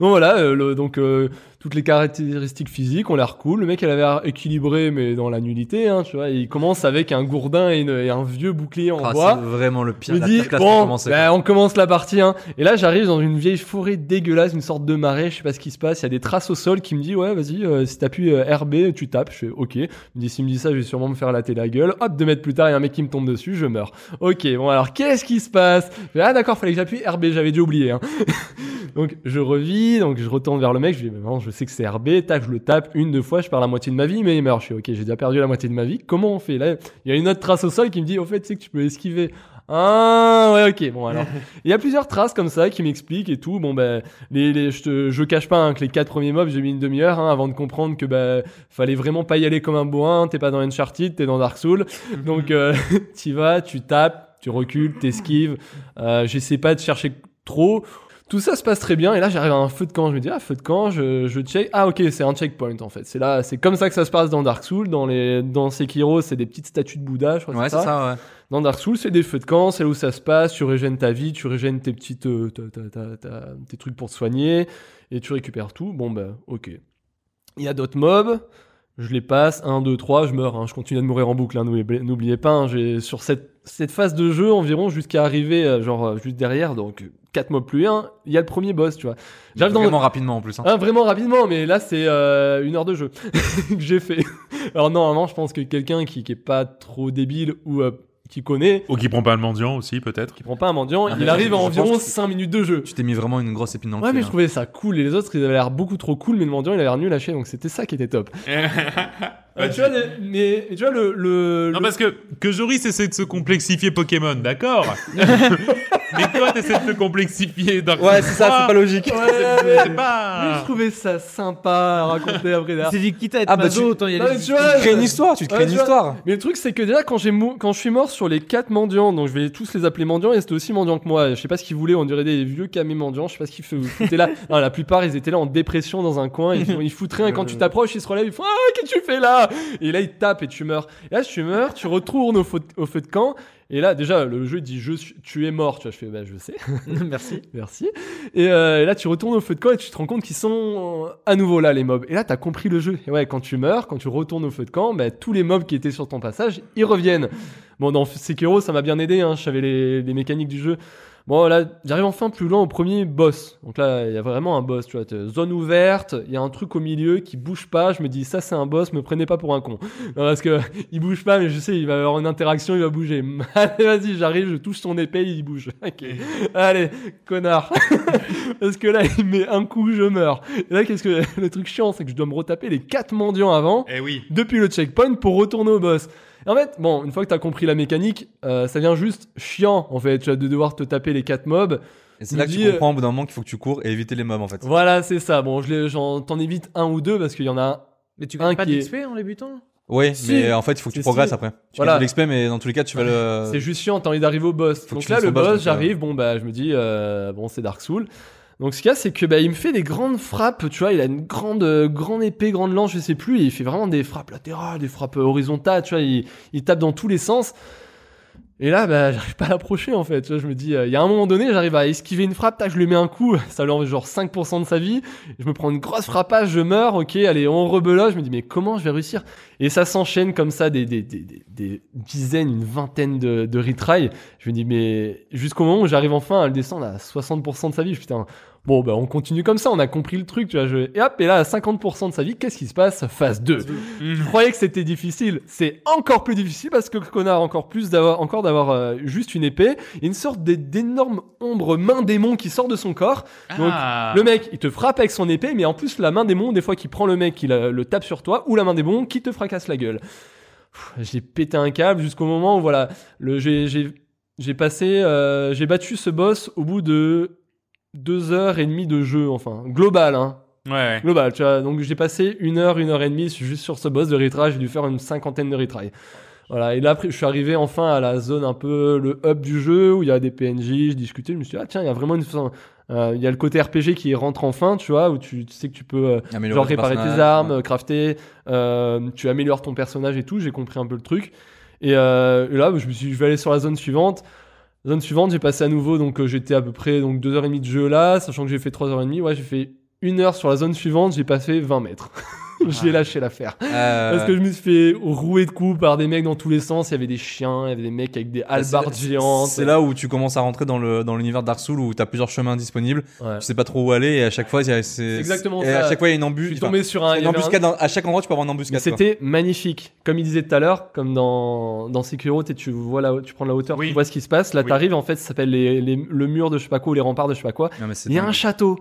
B: Donc voilà, euh, le- donc, euh, toutes les caractéristiques physiques ont l'air cool. Le mec, il avait l'air équilibré, mais dans la nullité, hein, tu vois. Il commence avec un gourdin et, une- et un vieux bouclier en
C: Ah,
B: bois.
C: c'est vraiment le pire.
B: Je me
C: la
B: dis,
C: pire classe pour
B: bon,
C: commencer,
B: bah, on commence la partie. Hein. Et là, j'arrive dans une vieille forêt dégueulasse, une sorte de marais, je sais pas ce qui se passe. Il y a des traces au sol qui me dit, ouais, vas-y, euh, si t'appuies euh, RB, tu tapes. Je fais, ok. Il me dit, s'il me dit ça, je vais sûrement me faire latter la gueule. Hop, deux mètres plus tard, il y a un mec qui me tombe dessus, je meurs. Ok, bon, alors, qu'est-ce qui se passe Je fais, Ah, d'accord, fallait que j'appuie RB, j'avais dû oublier. Hein. [laughs] donc, je revis, donc je retourne vers le mec, je lui dis, mais non, je sais que c'est RB, tac, je le tape une, deux fois, je perds la moitié de ma vie, mais il meurt. Je fais, ok, j'ai déjà perdu la moitié de ma vie, comment on fait Là, il y a une autre trace au sol qui me dit, au fait, tu sais que tu peux esquiver. Ah ouais ok bon
C: [laughs]
B: alors il y a plusieurs traces comme ça qui m'expliquent et tout bon ben les, les je te je cache pas hein, que les quatre premiers mobs j'ai mis une demi-heure hein, avant de comprendre que bah fallait vraiment pas y aller comme un bourrin t'es pas dans Uncharted t'es dans Dark
C: [laughs]
B: Souls donc euh, [laughs] t'y vas tu tapes tu recules t'esquives euh, j'essaie pas de chercher trop tout ça se passe très bien et là j'arrive à un feu de camp je me dis ah feu de camp je, je check ah ok c'est un checkpoint en fait c'est là c'est comme ça que ça se passe dans Dark Souls dans les dans Sekiro c'est des petites statues de Bouddha je crois
C: quoi. Ouais, c'est ça, ouais.
B: dans Dark Souls, c'est des feux de camp, c'est là où ça se passe, tu régènes ta vie, tu régènes tes petites, euh, ta- ta- ta- ta- tes trucs pour te soigner, et tu récupères tout. Bon, bah, ok. Il y a d'autres mobs, je les passe, 1, 2, 3, je meurs, hein, je continue de mourir en boucle, hein, n'oubliez n'oubliez pas, hein, j'ai sur cette, cette phase de jeu environ jusqu'à arriver, euh, genre, euh, juste derrière, donc 4 mobs plus 1, il y a le premier boss, tu vois. J'arrive dans,
C: Vraiment rapidement en plus. hein.
B: ah, vraiment rapidement, mais là c'est euh, une heure de jeu [laughs] que j'ai fait. Alors normalement, je pense que quelqu'un qui, qui est pas trop débile ou euh, qui connaît,
A: Ou qui prend pas le mendiant aussi peut-être. [laughs]
B: qui prend pas un mendian,
C: Ah,
B: il
C: mais
B: arrive à
C: je pense
B: environ
C: que-
B: 5 minutes de jeu.
C: Tu t'es mis vraiment une grosse épine dans le
B: Ouais,
C: pied,
B: mais je
C: hein.
B: trouvais ça cool. Et les autres, ils avaient l'air beaucoup trop cool, mais le mendiant, il avait l'air nul à chier, donc c'était ça qui était top. Euh, tu vois, les- mais tu vois le, le,
A: Non
B: le-
A: parce que que Joris essaie de se complexifier Pokémon, d'accord. Mais toi t'essaies de te complexifier Dark Souls
C: Ouais, c'est ça, c'est pas logique.
B: Ouais, mais-
A: C'est
B: mais je
A: pas.
B: trouvais ça sympa à raconter après derrière.
D: C'est dit quitte à être
C: Ah, bah,
D: maso,
C: tu-
D: autant y
B: Non,
D: aller.
B: mais tu vois,
C: Crée une
B: je-
C: histoire, tu te crées
B: Ouais,
C: une
B: tu vois.
C: histoire.
B: Mais le truc, c'est que déjà, quand, j'ai mou- quand je suis mort sur les quatre mendiants, donc je vais tous les appeler mendiants, et c'était aussi mendiants que moi. Je sais pas ce qu'ils voulaient, on dirait des vieux camés mendiants, je sais pas ce qu'ils fou- foutaient là. Non, la plupart, ils étaient là en dépression dans un coin, ils, font- ils foutent rien, et quand tu t'approches, ils se relèvent, ils font Ah, qu'est-ce que tu fais là Et là, ils te tapent et tu meurs. Et là, tu meurs, tu retournes au, feu- au feu de camp, et là, déjà, le jeu dit je, suis- Tu es mort, tu vois, je fais Bah, je sais.
D: [laughs] Merci.
B: Merci. Et, euh, et là, tu retournes au feu de camp et tu te rends compte qu'ils sont euh, à nouveau là, les mobs. Et là, t'as compris le jeu. Et ouais, quand tu meurs, quand tu retournes au feu de camp, bah, tous les mobs qui étaient sur ton passage, ils reviennent. Bon, dans Sekiro, ça m'a bien aidé, hein, je savais les, les mécaniques du jeu. Bon, là, j'arrive enfin plus loin au premier boss. Donc là, il y a vraiment un boss, tu vois. t'es- Zone ouverte, il y a un truc au milieu qui bouge pas. Je me dis, ça, c'est un boss, me prenez pas pour un con. Non, parce que [laughs] il bouge pas, mais je sais, il va avoir une interaction, il va bouger. [laughs] Allez, vas-y, j'arrive, je touche son épée, il bouge. [laughs] Ok. Allez, connard. Parce que là, il met un coup, je meurs. Et là, qu'est-ce que le truc chiant, c'est que je dois me retaper les quatre mendiants avant,
A: Eh oui.
B: depuis le checkpoint, pour retourner au boss. Et en fait, bon, une fois que t'as compris la mécanique, euh, ça vient juste chiant, en fait, tu as de devoir te taper les quatre mobs.
C: Et c'est
B: me
C: là que
B: dis,
C: tu
B: euh,
C: comprends au bout d'un moment qu'il faut que tu cours et éviter les mobs en fait.
B: Voilà, c'est ça. Bon, je les- j'en t'en évite un ou deux parce qu'il y en a un.
D: Mais tu
B: Un
D: gagnes pas
B: qui est-
D: d'XP en les butant
C: Oui,
B: Si.
C: mais euh, en fait, il faut que
B: Si,
C: tu progresses
B: si.
C: après. Tu
B: Voilà.
C: voilà. l'XP, mais dans tous les cas, tu vas le.
B: C'est juste chiant, t'as envie d'arriver au boss.
C: Faut que
B: donc
C: tu
B: là,
C: fasses
B: le
C: le boss,
B: boss,
C: donc, euh,
B: j'arrive, bon, bah, je me dis, euh, bon, c'est Dark Soul. Donc ce qu'il y a, c'est que bah, il me fait des grandes frappes, tu vois, il a une grande, euh, grande épée, grande lance, je sais plus, et il fait vraiment des frappes latérales, des frappes euh, horizontales, tu vois, il, il tape dans tous les sens. Et là, bah, [laughs] j'arrive pas à l'approcher en fait, tu vois, je me dis, euh, il y a un moment donné, j'arrive à esquiver une frappe, tac, je lui mets un coup, [laughs] ça lui enlève genre 5% de sa vie, je me prends une grosse frappage, je meurs, ok, allez, on rebelote, je me dis, mais comment je vais réussir et ça s'enchaîne comme ça, des, des, des, des- des dizaines, une vingtaine de, de retries. Je me dis, mais jusqu'au moment où j'arrive enfin à le descendre à 60% de sa vie, je, putain, bon, bah, on continue comme ça, on a compris le truc, tu vois. Je... Et hop, et là, à 50% de sa vie, qu'est-ce qui se passe Phase 2. Je croyais que c'était difficile. C'est encore plus difficile parce que Connard a encore plus d'avoir, encore d'avoir euh, juste une épée et une sorte d'é- d'énorme ombre main démon qui sort de son corps. Donc,
A: Ah,
B: le mec, il te frappe avec son épée, mais en plus, la main des démon, des fois, qui prend le mec, qui le tape sur toi, ou la main des démon qui te fracasse la gueule. Pff, J'ai pété un câble jusqu'au moment où, voilà, le, j'ai, j'ai, j'ai passé, euh, j'ai battu ce boss au bout de deux heures et demie de jeu, enfin, global, hein.
A: Ouais, ouais.
B: Global, tu vois. Donc, j'ai passé une heure, une heure et demie juste sur ce boss de retry, j'ai dû faire une cinquantaine de retry. Voilà, et là, après, je suis arrivé enfin à la zone un peu le hub du jeu où il y a des PNJ, je discutais, je me suis dit, ah tiens, il y a vraiment une. euh, Il y a le côté RPG qui rentre enfin, tu vois, où tu, tu sais que tu peux euh,
C: Améliorer
B: genre
C: ton
B: réparer tes
C: personnage,
B: armes,
C: ouais.
B: euh, crafter, euh, tu améliores ton personnage et tout, j'ai compris un peu le truc. Et, euh, et là, je me suis dit, je vais aller sur la zone suivante. La zone suivante, j'ai passé à nouveau, donc euh, j'étais à peu près donc 2h30 de jeu là, sachant que j'ai fait 3h30, ouais, j'ai fait une heure sur la zone suivante, j'ai passé 20 mètres. [laughs] j'ai lâché l'affaire.
C: Euh,
B: Parce que je me suis fait rouer de coups par des mecs dans tous les sens. Il y avait des chiens, il y avait des mecs avec des halbardes
C: Ah, c'est-
B: géantes.
C: C'est là où tu commences à rentrer dans le dans l'univers Dark Souls où t'as plusieurs chemins disponibles.
B: Ouais.
C: Tu sais pas trop où aller et à chaque fois il y a c'est-
B: exactement
C: et
B: ça.
C: à chaque fois il y a une
B: Je suis
C: embuscade.
B: tombé sur un. il y
C: Une
B: avait un-
C: embuscade dans- à chaque endroit tu peux avoir une
B: Mais
C: embuscade. quoi.
B: C'était magnifique. Comme il disait tout à l'heure, comme dans, dans Sekiro, t'es- tu, vois la, tu prends la hauteur,
A: Oui.
B: tu vois ce qui se passe. Là,
A: Oui.
B: t'arrives, en fait, ça s'appelle les- les- le mur de je sais pas quoi ou les remparts de je sais pas quoi.
C: Non, mais c'est
B: Il y a
C: dingue.
B: un château,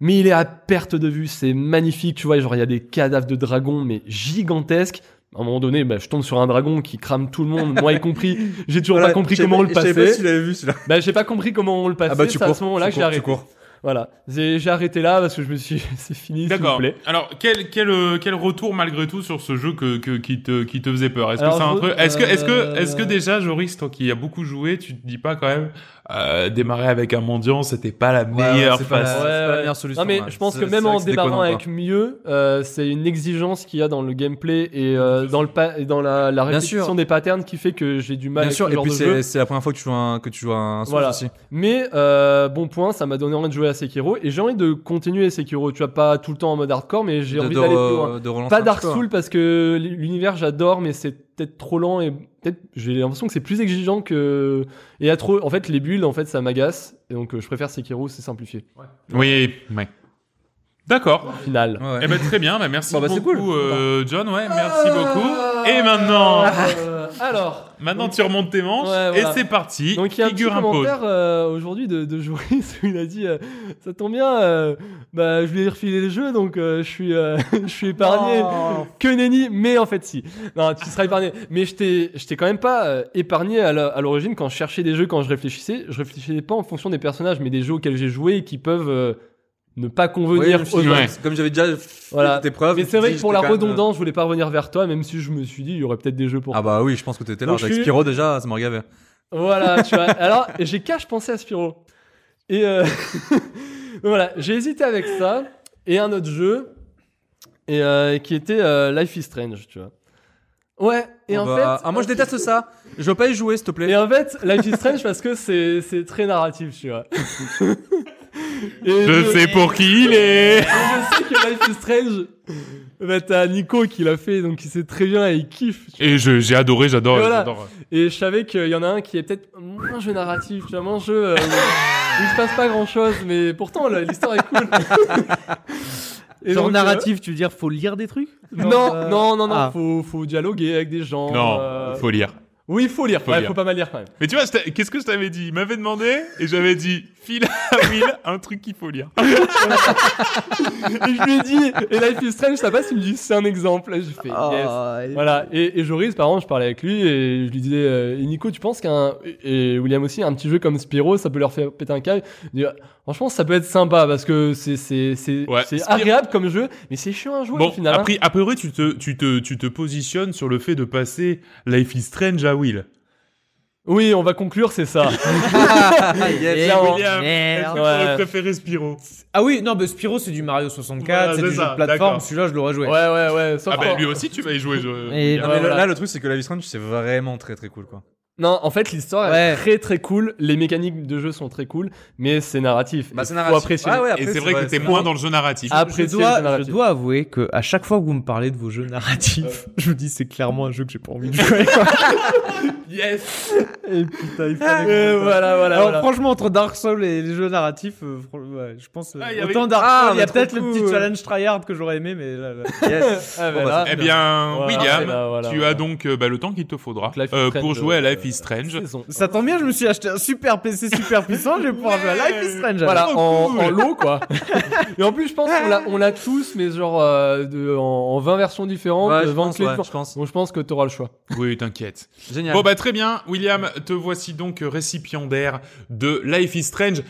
B: mais il est à perte de vue. C'est magnifique, tu vois. Genre, il y a des cadavres de dragons, mais gigantesques. À un moment donné, bah, je tombe sur un dragon qui crame tout le monde, moi y
C: [laughs]
B: compris. J'ai toujours
C: Voilà,
B: pas compris
C: je savais
B: comment on le
C: je savais pas
B: passait.
C: si tu l'avais vu celui-là.
B: Bah, j'ai pas compris comment on le passait.
C: Ah bah tu
B: c'est
C: cours.
B: à ce moment-là
C: tu
B: que j'ai
C: cours, tu
B: arrêté.
C: cours.
B: Voilà. J'ai j'ai arrêté là parce que je me suis. [laughs] C'est fini, s'il vous
A: D'accord.
B: plaît.
A: Alors, quel, quel, euh, quel retour malgré tout sur ce jeu que, que- qui, te, qui te faisait peur Est-ce que
B: Alors,
A: c'est un
B: je-
A: truc Est-ce que, est-ce
B: euh,
A: que, est-ce que déjà, Joris, toi qui a beaucoup joué, tu te dis pas quand même euh, démarrer avec un mendiant, c'était pas la meilleure
C: c'est pas la-
A: façon
C: c'est pas la meilleure solution,
B: Non, mais
C: ouais.
B: je pense
C: C'est-
B: que
C: c'est
B: même
C: vrai
B: en
C: que c'est
B: débarrant
C: déconnant,
B: avec mieux, euh, c'est une exigence qu'il y a dans le gameplay et euh, dans, le pa- et dans la, la
C: Bien
B: répétition
C: sûr.
B: des patterns qui fait que j'ai du mal
C: Bien
B: avec
C: sûr
B: ce Bah,
C: et
B: genre
C: puis
B: de jeu.
C: c'est c'est la première fois que tu joues un que tu joues un Souls
B: Voilà.
C: aussi.
B: Mais euh, bon point, ça m'a donné envie de jouer à Sekiro et j'ai envie de continuer Sekiro. Tu vois, pas tout le temps en mode hardcore, mais j'ai
C: De-
B: envie
C: de
B: d'aller
C: re-
B: plus loin.
C: de relancer
B: Pas
C: un petit
B: Dark
C: peu, hein.
B: Souls parce que l'univers j'adore, mais c'est peut-être trop lent et peut-être j'ai l'impression que c'est plus exigeant que. Et à trop. En fait, les bulles, en fait, ça m'agace. Et donc, euh, je préfère Sekiro, c'est simplifié.
A: Oui, ouais. D'accord.
B: Final.
C: Ouais, ouais.
A: Eh ben très bien, bah, merci
C: Bon, bah, c'est
A: beaucoup
C: cool.
A: euh, John, ouais, merci beaucoup. Et
B: [laughs]
A: maintenant,
B: Euh, [laughs] Alors.
A: maintenant tu remontes tes manches
B: Ouais, voilà.
A: et c'est parti.
B: Donc il y a un petit
A: Figure impose.
B: commentaire euh, aujourd'hui de, de Joris où il a dit euh, ça tombe bien, euh, bah je lui ai refilé le jeu donc euh, je suis euh, [laughs] je suis épargné que nenni mais en fait si non tu seras épargné mais je t'ai je t'ai quand même pas euh, épargné à la- à l'origine quand je cherchais des jeux quand je réfléchissais je réfléchissais pas en fonction des personnages mais des jeux auxquels j'ai joué et qui peuvent euh, ne pas
C: Oui,
B: convenir
C: je me suis
B: aux
C: dit,
A: Ouais.
C: Comme j'avais déjà fait
B: Voilà.
C: tes preuves.
B: mais c'est vrai
C: je
B: que pour
C: t'ai
B: la
C: quand même- euh,
B: redondance je voulais pas revenir vers toi même si je me suis dit il y aurait peut-être des jeux pour
C: Ah bah oui, je pense que t'étais là.
B: Donc, je
C: Avec
B: suis-
C: Spyro déjà, ça me regardait.
B: Voilà, tu vois. Alors, j'ai cash pensé à Spyro. Et euh, [laughs] voilà, j'ai hésité avec ça et un autre jeu et euh, qui était euh, Life is Strange, tu vois. Ouais, et
C: Ah
B: en
C: bah,
B: fait
C: ah moi je déteste ça. Je veux pas y jouer, s'il te
B: [laughs]
C: plaît.
B: Et en fait, Life is Strange parce que c'est c'est très narratif, tu
C: [laughs]
B: vois. Et
A: Je sais pour qui il est.
B: je sais que Life is Strange bah, t'as Nico qui l'a fait donc il sait très bien et il kiffe. tu
A: Et je- j'ai adoré, j'adore.
B: Et voilà.
A: j'adore.
B: Et je savais qu'il y en a un qui est peut-être moins jeu narratif, tu vois, moins jeu euh, où où il se passe pas grand chose, mais pourtant le- l'histoire est
E: [laughs]
B: cool. Et
E: Genre
B: donc, euh,
E: narratif, tu veux dire faut lire des trucs
B: Non, non, non, non,
E: Ah.
B: faut, faut dialoguer avec des gens.
A: Non,
B: euh,
A: faut lire.
B: Oui, faut lire.
A: Faut
B: ouais,
A: lire.
B: faut pas mal lire quand même. [laughs]
A: Mais tu vois, je t'a- qu'est-ce que je t'avais dit Il m'avait demandé et j'avais dit file
B: [laughs]
A: à Will un truc qu'il faut lire.
B: et je lui ai dit, et Life is Strange, ça passe, il me dit, c'est un exemple. Et je fais,
E: Oh.
D: Ah,
B: Oh, yes. Voilà, et, et Joris, par exemple, je parlais avec lui et je lui disais, euh, et Nico, tu penses qu'un, et et William aussi, un petit jeu comme Spyro, ça peut leur faire péter un câble Il dit, Franchement, ça peut être sympa parce que c'est, c'est, c'est,
A: Ouais,
B: c'est
A: Spyro-
B: agréable comme jeu, mais c'est chiant à jouer
A: Bon,
B: au final. hein.
A: a, pri- a priori, tu te, tu, te, tu te positionnes sur le fait de passer Life is Strange à Will.
B: Oui, on va conclure, c'est ça.
D: Eh,
B: Clairement.
A: William, est-ce que
D: merde.
A: t'aurais
B: Ouais.
A: préféré Spyro
D: Ah oui, non, mais Spyro, c'est du Mario 64,
A: Voilà,
D: c'est
A: c'est
D: du jeu
A: ça,
D: de plateforme.
A: d'accord.
D: Celui-là, je l'aurais joué.
B: ouais, ouais, ouais. sauf
A: Ah bah
B: que-
A: lui aussi, tu vas y jouer. je-
D: Et-
A: William.
D: Non, mais voilà.
C: Là, le truc, c'est que la vie strange, c'est vraiment très très cool, quoi.
B: Non, en fait, l'histoire est
D: Ouais.
B: très très cool. Les mécaniques de jeu sont très cool, mais c'est narratif.
C: Bah,
B: Et
C: c'est narratif.
B: Faut apprécier.
C: Ah ouais,
A: Et
C: après,
A: c'est vrai que t'es
C: c'est
A: moins dans le jeu narratif.
B: Ah,
D: je,
B: apprécier le jeu
D: dois,
B: narratif.
D: je dois avouer que à chaque fois que vous me parlez de vos jeux narratifs, [laughs] je vous dis c'est clairement un jeu que j'ai pas envie de jouer.
B: Yes. [laughs] Et putain, il fallait. que- voilà, voilà.
D: Alors
B: voilà.
D: franchement, entre Dark Souls et les jeux narratifs, euh, fran- ouais, je pense euh,
A: Ah, il y avait-
D: autant Dark
C: Ah,
D: Souls, il y a
C: mais
D: peut-être
C: trop
D: le petit
C: cool.
D: challenge tryhard que j'aurais aimé, mais là, là.
C: Yes.
B: Ah,
C: Bon,
B: bah,
C: bah,
B: là,
A: Eh bien,
B: Voilà,
A: William,
B: voilà, voilà,
A: tu
B: voilà.
A: as donc euh, bah, le temps qu'il te faudra
B: Donc, Life is
A: euh,
B: Strange,
A: pour jouer à
B: euh,
A: Life is Strange.
B: saison.
D: ça tombe bien, je me suis acheté un super PC super puissant, je vais pouvoir jouer à Life is Strange.
B: Voilà,
A: trop
B: en,
A: cool.
B: en lot quoi. [laughs] Et en plus, je pense qu'on l'a, on l'a tous, mais genre euh, de, en, en 20 versions différentes,
C: Ouais, je
B: 20
C: pense,
B: clés
C: ouais,
B: différentes.
C: je pense.
B: Donc je pense que t'auras le choix.
A: Oui, t'inquiète.
C: Génial.
A: Bon bah très bien, William, te voici donc récipiendaire de Life is Strange.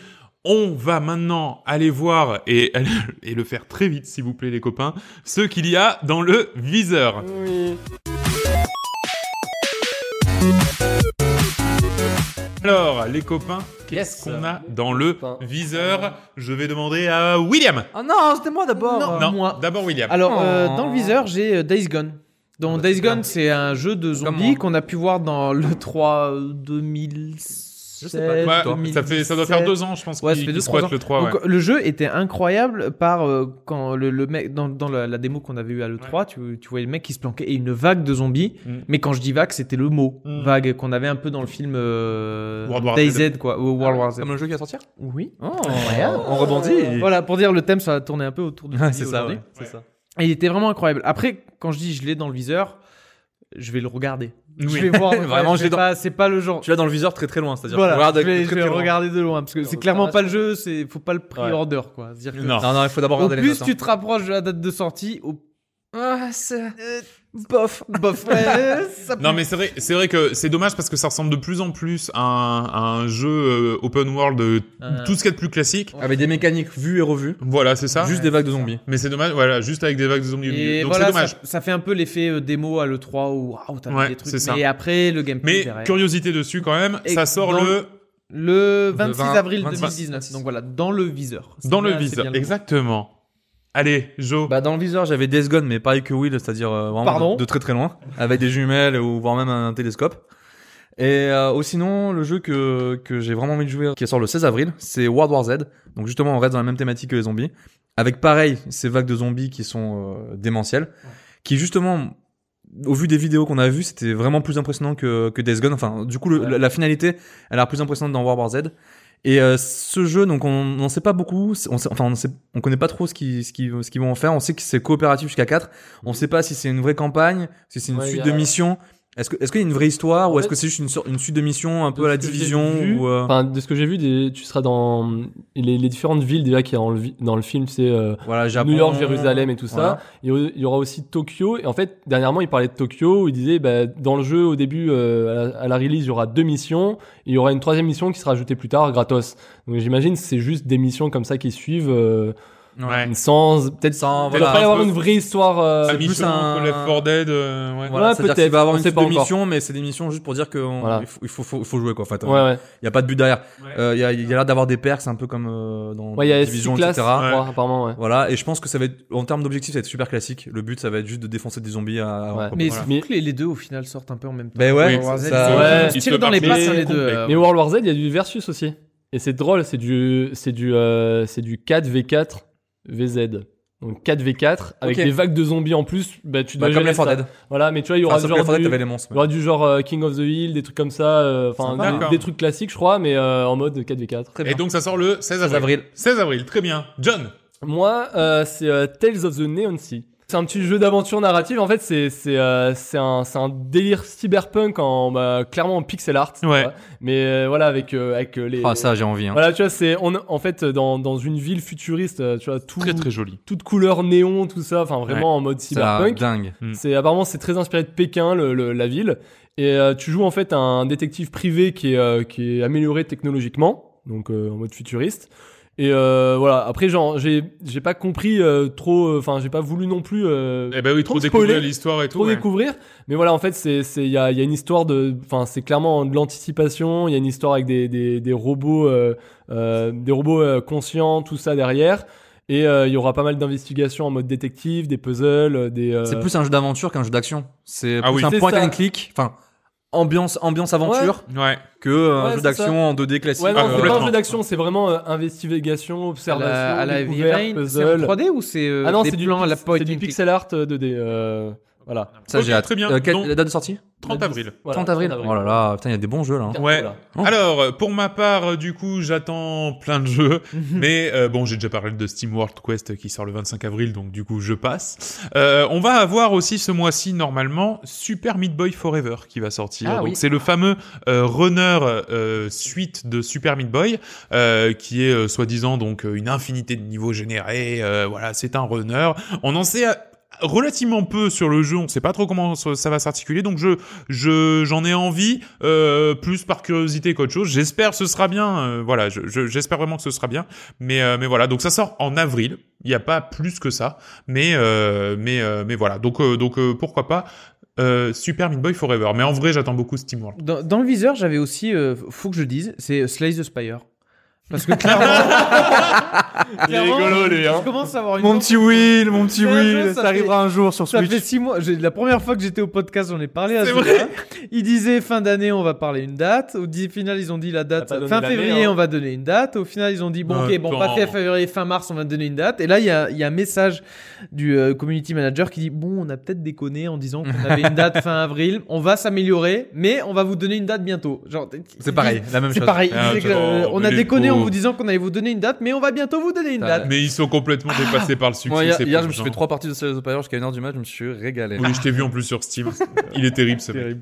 A: On va maintenant aller voir et, [laughs] et le faire très vite, s'il vous plaît, les copains, ce qu'il y a dans le viseur.
B: Oui.
A: Alors, les copains,
B: Qu'est-ce
A: qu'on a dans le viseur Je vais demander à William.
C: Ah non, c'était moi d'abord.
D: Non.
A: non,
D: moi.
A: d'abord William.
D: Alors, euh,
C: Oh.
D: dans le viseur, j'ai euh, Days Gone.
A: Bah,
D: Dans Days Gone, c'est un jeu de zombies
C: Comment
D: qu'on a pu voir dans le 3 euh, 2016.
C: Je sais pas,
A: Ouais, ça,
D: 2017.
A: fait, ça doit faire deux ans, je pense,
D: Ouais, ça
A: qu'il
D: fait
A: qu'il
D: deux,
A: squatte
D: trois ans.
A: le 3.
D: Donc, Le jeu était incroyable par euh, quand le, le mec dans, dans la, la démo qu'on avait eu à l'E3, tu, tu voyais le mec qui se planquait et une vague de zombies.
A: Mm.
D: Mais quand je dis vague, c'était le mot
A: Mm.
D: vague qu'on avait un peu dans le film euh,
A: World War Z.
D: DayZ quoi, ou World War Z.
C: Comme le jeu qui va sortir
D: Oui.
C: On rebondit.
D: Voilà pour dire le thème, ça a tourné un peu autour du.
C: Ouais,
D: zombie
C: c'est ça,
D: aujourd'hui.
C: ouais. C'est ça.
D: Et il était vraiment incroyable. Après, quand je dis je l'ai dans le viseur, je vais le regarder. Je vais voir.
C: Vraiment,
D: ouais,
C: je l'ai
D: je vais
C: dans-
D: pas- C'est pas le genre.
C: Tu l'as dans le viseur très très loin, c'est-à-dire
D: Voilà,
C: qu'on regarde
D: je vais,
C: très,
D: je
C: très
D: vais
C: loin.
D: regarder de loin parce que
B: Alors,
D: c'est
B: ça
D: clairement
B: reste-
D: pas le jeu, c'est faut pas le pre-order quoi. C'est-à-dire que-
A: Non.
C: Non, non, il faut d'abord
D: Au
C: regarder
D: plus
C: le
D: tu te rapproches de la date de sortie, au
C: Ah, c'est.
D: bof, bof. [laughs] ouais, ça pue.
A: Non mais c'est vrai, c'est vrai que c'est dommage parce que ça ressemble de plus en plus à un, à un jeu euh, open world, euh,
D: Euh.
A: tout ce qu'il y a de plus classique.
C: Avec des mécaniques vues et revues.
A: Voilà, c'est ça.
C: Juste des vagues de zombies.
A: Mais c'est dommage, voilà, juste avec des vagues de zombies. au milieu.
D: Et
A: Donc
D: voilà,
A: c'est dommage.
D: ça, ça fait un peu l'effet euh, démo à l'E3 où waouh, t'as mis
A: Ouais,
D: des
A: c'est
D: trucs.
A: ça.
D: Mais après, le gameplay.
A: Mais
D: derrière.
A: curiosité dessus quand même,
D: Et
A: ça sort
D: dans
A: le
D: Le 26
C: 20,
D: avril
C: 26.
D: 2019. Donc voilà, dans le viseur. C'est
A: dans le
D: bien- c'est bien
A: viseur.
D: mot.
A: Exactement. Allez, Jo.
C: Bah, dans le viseur, j'avais Days Gone, mais pareil que Will, c'est-à-dire euh, vraiment
D: Pardon
C: de, de très très loin, avec des jumelles ou voire même un télescope. Et euh, oh, sinon, le jeu que, que j'ai vraiment envie de jouer, qui sort le 16 avril, c'est World War Z. Donc justement, on reste dans la même thématique que les zombies, avec pareil ces vagues de zombies qui sont euh, démentielles, qui justement, au vu des vidéos qu'on a vues, c'était vraiment plus impressionnant que, que Days Gone. Enfin, du coup, le-
B: Ouais.
C: la, la finalité, elle a l'air plus impressionnante dans World War Z. Et euh, ce jeu, donc on n'en sait pas beaucoup, c'est- on sait- enfin on, sait, on connaît pas trop ce qu'ils ce qui, ce qu'ils vont en faire, on sait que c'est coopératif jusqu'à 4, on sait pas si c'est une vraie campagne, si c'est une
B: Ouais,
C: suite
B: y a-
C: de missions, est-ce que- est-ce qu'il y a une vraie histoire
B: En
C: ou est-ce
B: fait,
C: que c'est juste une, sor- une suite de missions un peu
B: de
C: à la
B: ce que j'ai
C: division
B: vu,
C: ou euh,
B: Enfin, de ce que j'ai vu, des- tu seras dans les, les différentes villes déjà qu'il y a dans le, vi- dans le film, c'est euh,
C: voilà, Japon,
B: New York, Jérusalem et tout
C: voilà.
B: ça. Il y au- il y aura aussi Tokyo. Et en fait, dernièrement, il parlait de Tokyo où il disait, bah, dans le jeu, au début, euh, à, la, à la release, il y aura deux missions. Et il y aura une troisième mission qui sera ajoutée plus tard, gratos. Donc j'imagine, c'est juste des missions comme ça qui suivent, euh,
A: Ouais.
B: sans, peut-être,
C: Sans-
B: peut-être
C: voilà.
B: pas y avoir
A: Un peu-
B: une vraie histoire. euh,
A: Ah, Mission,
C: plus un-
A: Left 4 Dead. euh, ouais.
C: Voilà,
B: Ouais,
C: c'est-à-dire
B: peut-être,
C: qu'il va avoir
B: on
C: une
B: sait
C: suite
B: pas
C: de
B: encore.
C: missions, mais c'est des missions juste pour dire qu'on
B: Voilà.
C: il, faut, il faut, faut- faut jouer quoi. En fait, il
B: Ouais, ouais.
C: y a pas de but derrière.
A: Ouais.
C: Euh, Il y a, il y a l'air d'avoir des perks un peu comme euh, dans
B: Ouais, il y a
C: division,
B: six classes,
C: etc.
B: je crois, apparemment, ouais.
C: Voilà, et je pense que ça va être, en termes d'objectifs, ça va être super classique. Le but, ça va être juste de défoncer des zombies à. Bah, à-
B: Ouais.
D: Mais
C: Ah, Voilà.
D: c'est fou que les- les deux au final sortent un peu en même temps.
C: Ben ouais,
D: World War Z,
C: ça-
D: ils-
B: Ouais.
D: ils se tirent dans les
A: Mais-
D: pattes hein, les deux.
A: complet.
D: euh,
B: Mais World War Z, il y a du versus aussi. Et c'est drôle, c'est du, c'est du, euh, c'est du 4v4 VZ. Donc 4v4 avec
C: Ok.
B: des vagues de zombies en plus. Bah, tu dois
C: Bah, comme
B: gérer
C: Left 4
B: ça.
C: Dead.
B: Voilà, mais tu vois, il y aura
C: Enfin, sauf que
B: du
C: Left 4
B: genre,
C: Dead,
B: du,
C: t'avais les monstres.
B: il y aura du genre euh, King of the Hill, des trucs comme ça. euh,
A: Sympa.
B: Enfin, des-
A: D'accord.
B: des, trucs classiques, je crois, mais euh, en mode 4v4.
C: Très
A: Et donc ça sort le 16 avril.
C: avril.
A: 16 avril, très bien. John.
B: Moi, euh, c'est euh, Tales of the Neon Sea. C'est un petit jeu d'aventure narrative. En fait, c'est c'est euh, c'est un c'est un délire cyberpunk en bah, clairement en pixel art. tu
A: Ouais.
B: vois. Mais euh, voilà avec euh, avec euh, les.
C: Ah, ça, j'ai envie. Hein.
B: Voilà, tu vois, c'est on en fait dans dans une ville futuriste, euh, tu vois, tout
A: Très très joli.
B: toute couleur néon, tout ça, enfin vraiment en mode
C: Ça a l'air
B: cyberpunk.
C: dingue.
A: Mm.
B: C'est apparemment c'est très inspiré de Pékin, le- le- la ville. Et euh, tu joues en fait un détective privé qui est euh, qui est amélioré technologiquement, donc euh, en mode futuriste. Et euh, voilà. Après, genre, j'ai j'ai pas compris euh, trop. euh, Enfin, j'ai pas voulu non plus. euh,
A: Eh ben oui, trop
B: Trop
A: découvrir
B: spoilé.
A: l'histoire et tout.
B: trop
A: ouais.
B: découvrir. Mais voilà, en fait, c'est c'est il y a il y a une histoire de. Enfin, c'est clairement de l'anticipation. Il y a une histoire avec des des des robots euh, euh, des robots euh, conscients, tout ça derrière. Et euh, il y aura pas mal d'investigations en mode détective, des puzzles, euh, des. euh,
C: C'est plus un jeu d'aventure qu'un jeu d'action. C'est
A: Ah
C: plus
A: oui.
C: un
B: C'est
C: point
B: ça.
C: and click. Enfin, ambiance, ambiance aventure
A: Ouais.
C: que euh, un
B: Ouais,
C: jeu
B: c'est
C: d'action en 2D classique. Euh,
B: Ouais, non,
A: Ah,
B: c'est pas
A: complètement.
B: un jeu d'action, c'est vraiment euh, investigation,
D: à
B: observation,
D: la, à la
B: découverte,
D: Heavy Rain, c'est en
B: puzzle.
D: 3D ou c'est euh,
B: ah non,
D: des
B: c'est du,
D: plans à la
B: pix- c'est
D: point
B: du
D: and click
B: pixel art euh, 2D. euh, voilà.
C: Ça,
A: Ok,
C: j'ai hâte.
A: très bien.
C: Euh, quelle-
A: Donc-
C: La date de sortie
A: 30 avril.
C: 30 avril. Oh là là, putain, il y a des bons jeux là. hein.
A: Ouais.
B: Voilà.
C: Oh.
A: Alors, pour ma part, euh, du coup, j'attends plein de
D: [laughs]
A: jeux.
D: Mhm.
A: mais euh, bon, j'ai déjà parlé de Steam World Quest qui sort le 25 avril, donc du coup, je passe. Euh, on va avoir aussi ce mois-ci, normalement, Super Meat Boy Forever qui va sortir.
D: Ah
A: donc,
D: oui.
A: c'est le fameux euh, runner euh, suite de Super Meat Boy euh, qui est euh, soi-disant donc euh, une infinité de niveaux générés. euh, voilà, c'est un runner. On en sait euh, relativement peu sur le jeu, on sait pas trop comment ça ça va s'articuler, donc je je j'en ai envie euh, plus par curiosité qu'autre chose. J'espère que ce sera bien, euh, voilà, je- je- j'espère vraiment que ce sera bien, mais euh, mais voilà, donc ça sort en avril, il n'y a pas plus que ça, mais euh, mais euh, mais voilà, donc euh, donc euh, pourquoi pas euh, Super Meat Boy Forever, mais en vrai j'attends beaucoup Steam World.
D: Dans, dans le viseur, j'avais aussi, euh, faut que je le dise, c'est Slice the Spire. Parce
B: [laughs]
D: que clairement, clairement,
B: hein.
D: je commence à avoir une
E: Mon petit Will, mon petit
D: C'est un
E: Will,
D: jeu,
E: ça,
D: ça fait-
E: arrivera un jour sur
D: Ça fait
E: Switch.
D: six mois. j'ai- La première fois que j'étais au podcast, j'en ai parlé à
A: C'est
D: ce
A: vrai.
D: gars. Il disait fin d'année, on va parler une date. Au di- final, ils ont dit la date.
B: T'as pas donné
D: Fin
B: la
D: février,
B: mer, hein.
D: on va donner une date. Au final, ils ont dit bon, ok, bon, pas
A: Attends.
D: fin février, fin mars, on va donner une date. Et là, il y a, il y a un message du euh, community manager qui dit bon, on a peut-être déconné en disant qu'on avait une date fin avril. On va s'améliorer, mais on va vous donner une date bientôt. Genre,
C: C'est pareil, la même
D: C'est
C: chose.
D: pareil.
A: Ah,
D: Il disait que, euh,
A: attends,
D: on a
A: les
D: déconné en
A: pauvres.
D: vous disant qu'on allait vous donner une date, mais on va bientôt vous donner une
C: Ça,
D: date.
A: Mais ils sont complètement dépassés par le succès.
C: Ah, Moi, hier,
A: ces
C: hier, je
A: pauvres
C: me suis
A: gens.
C: fait trois parties de Sales of Empire jusqu'à 1h du match, je me suis régalé.
A: Oui, je t'ai vu en plus sur Steam. Il est terrible ce mec.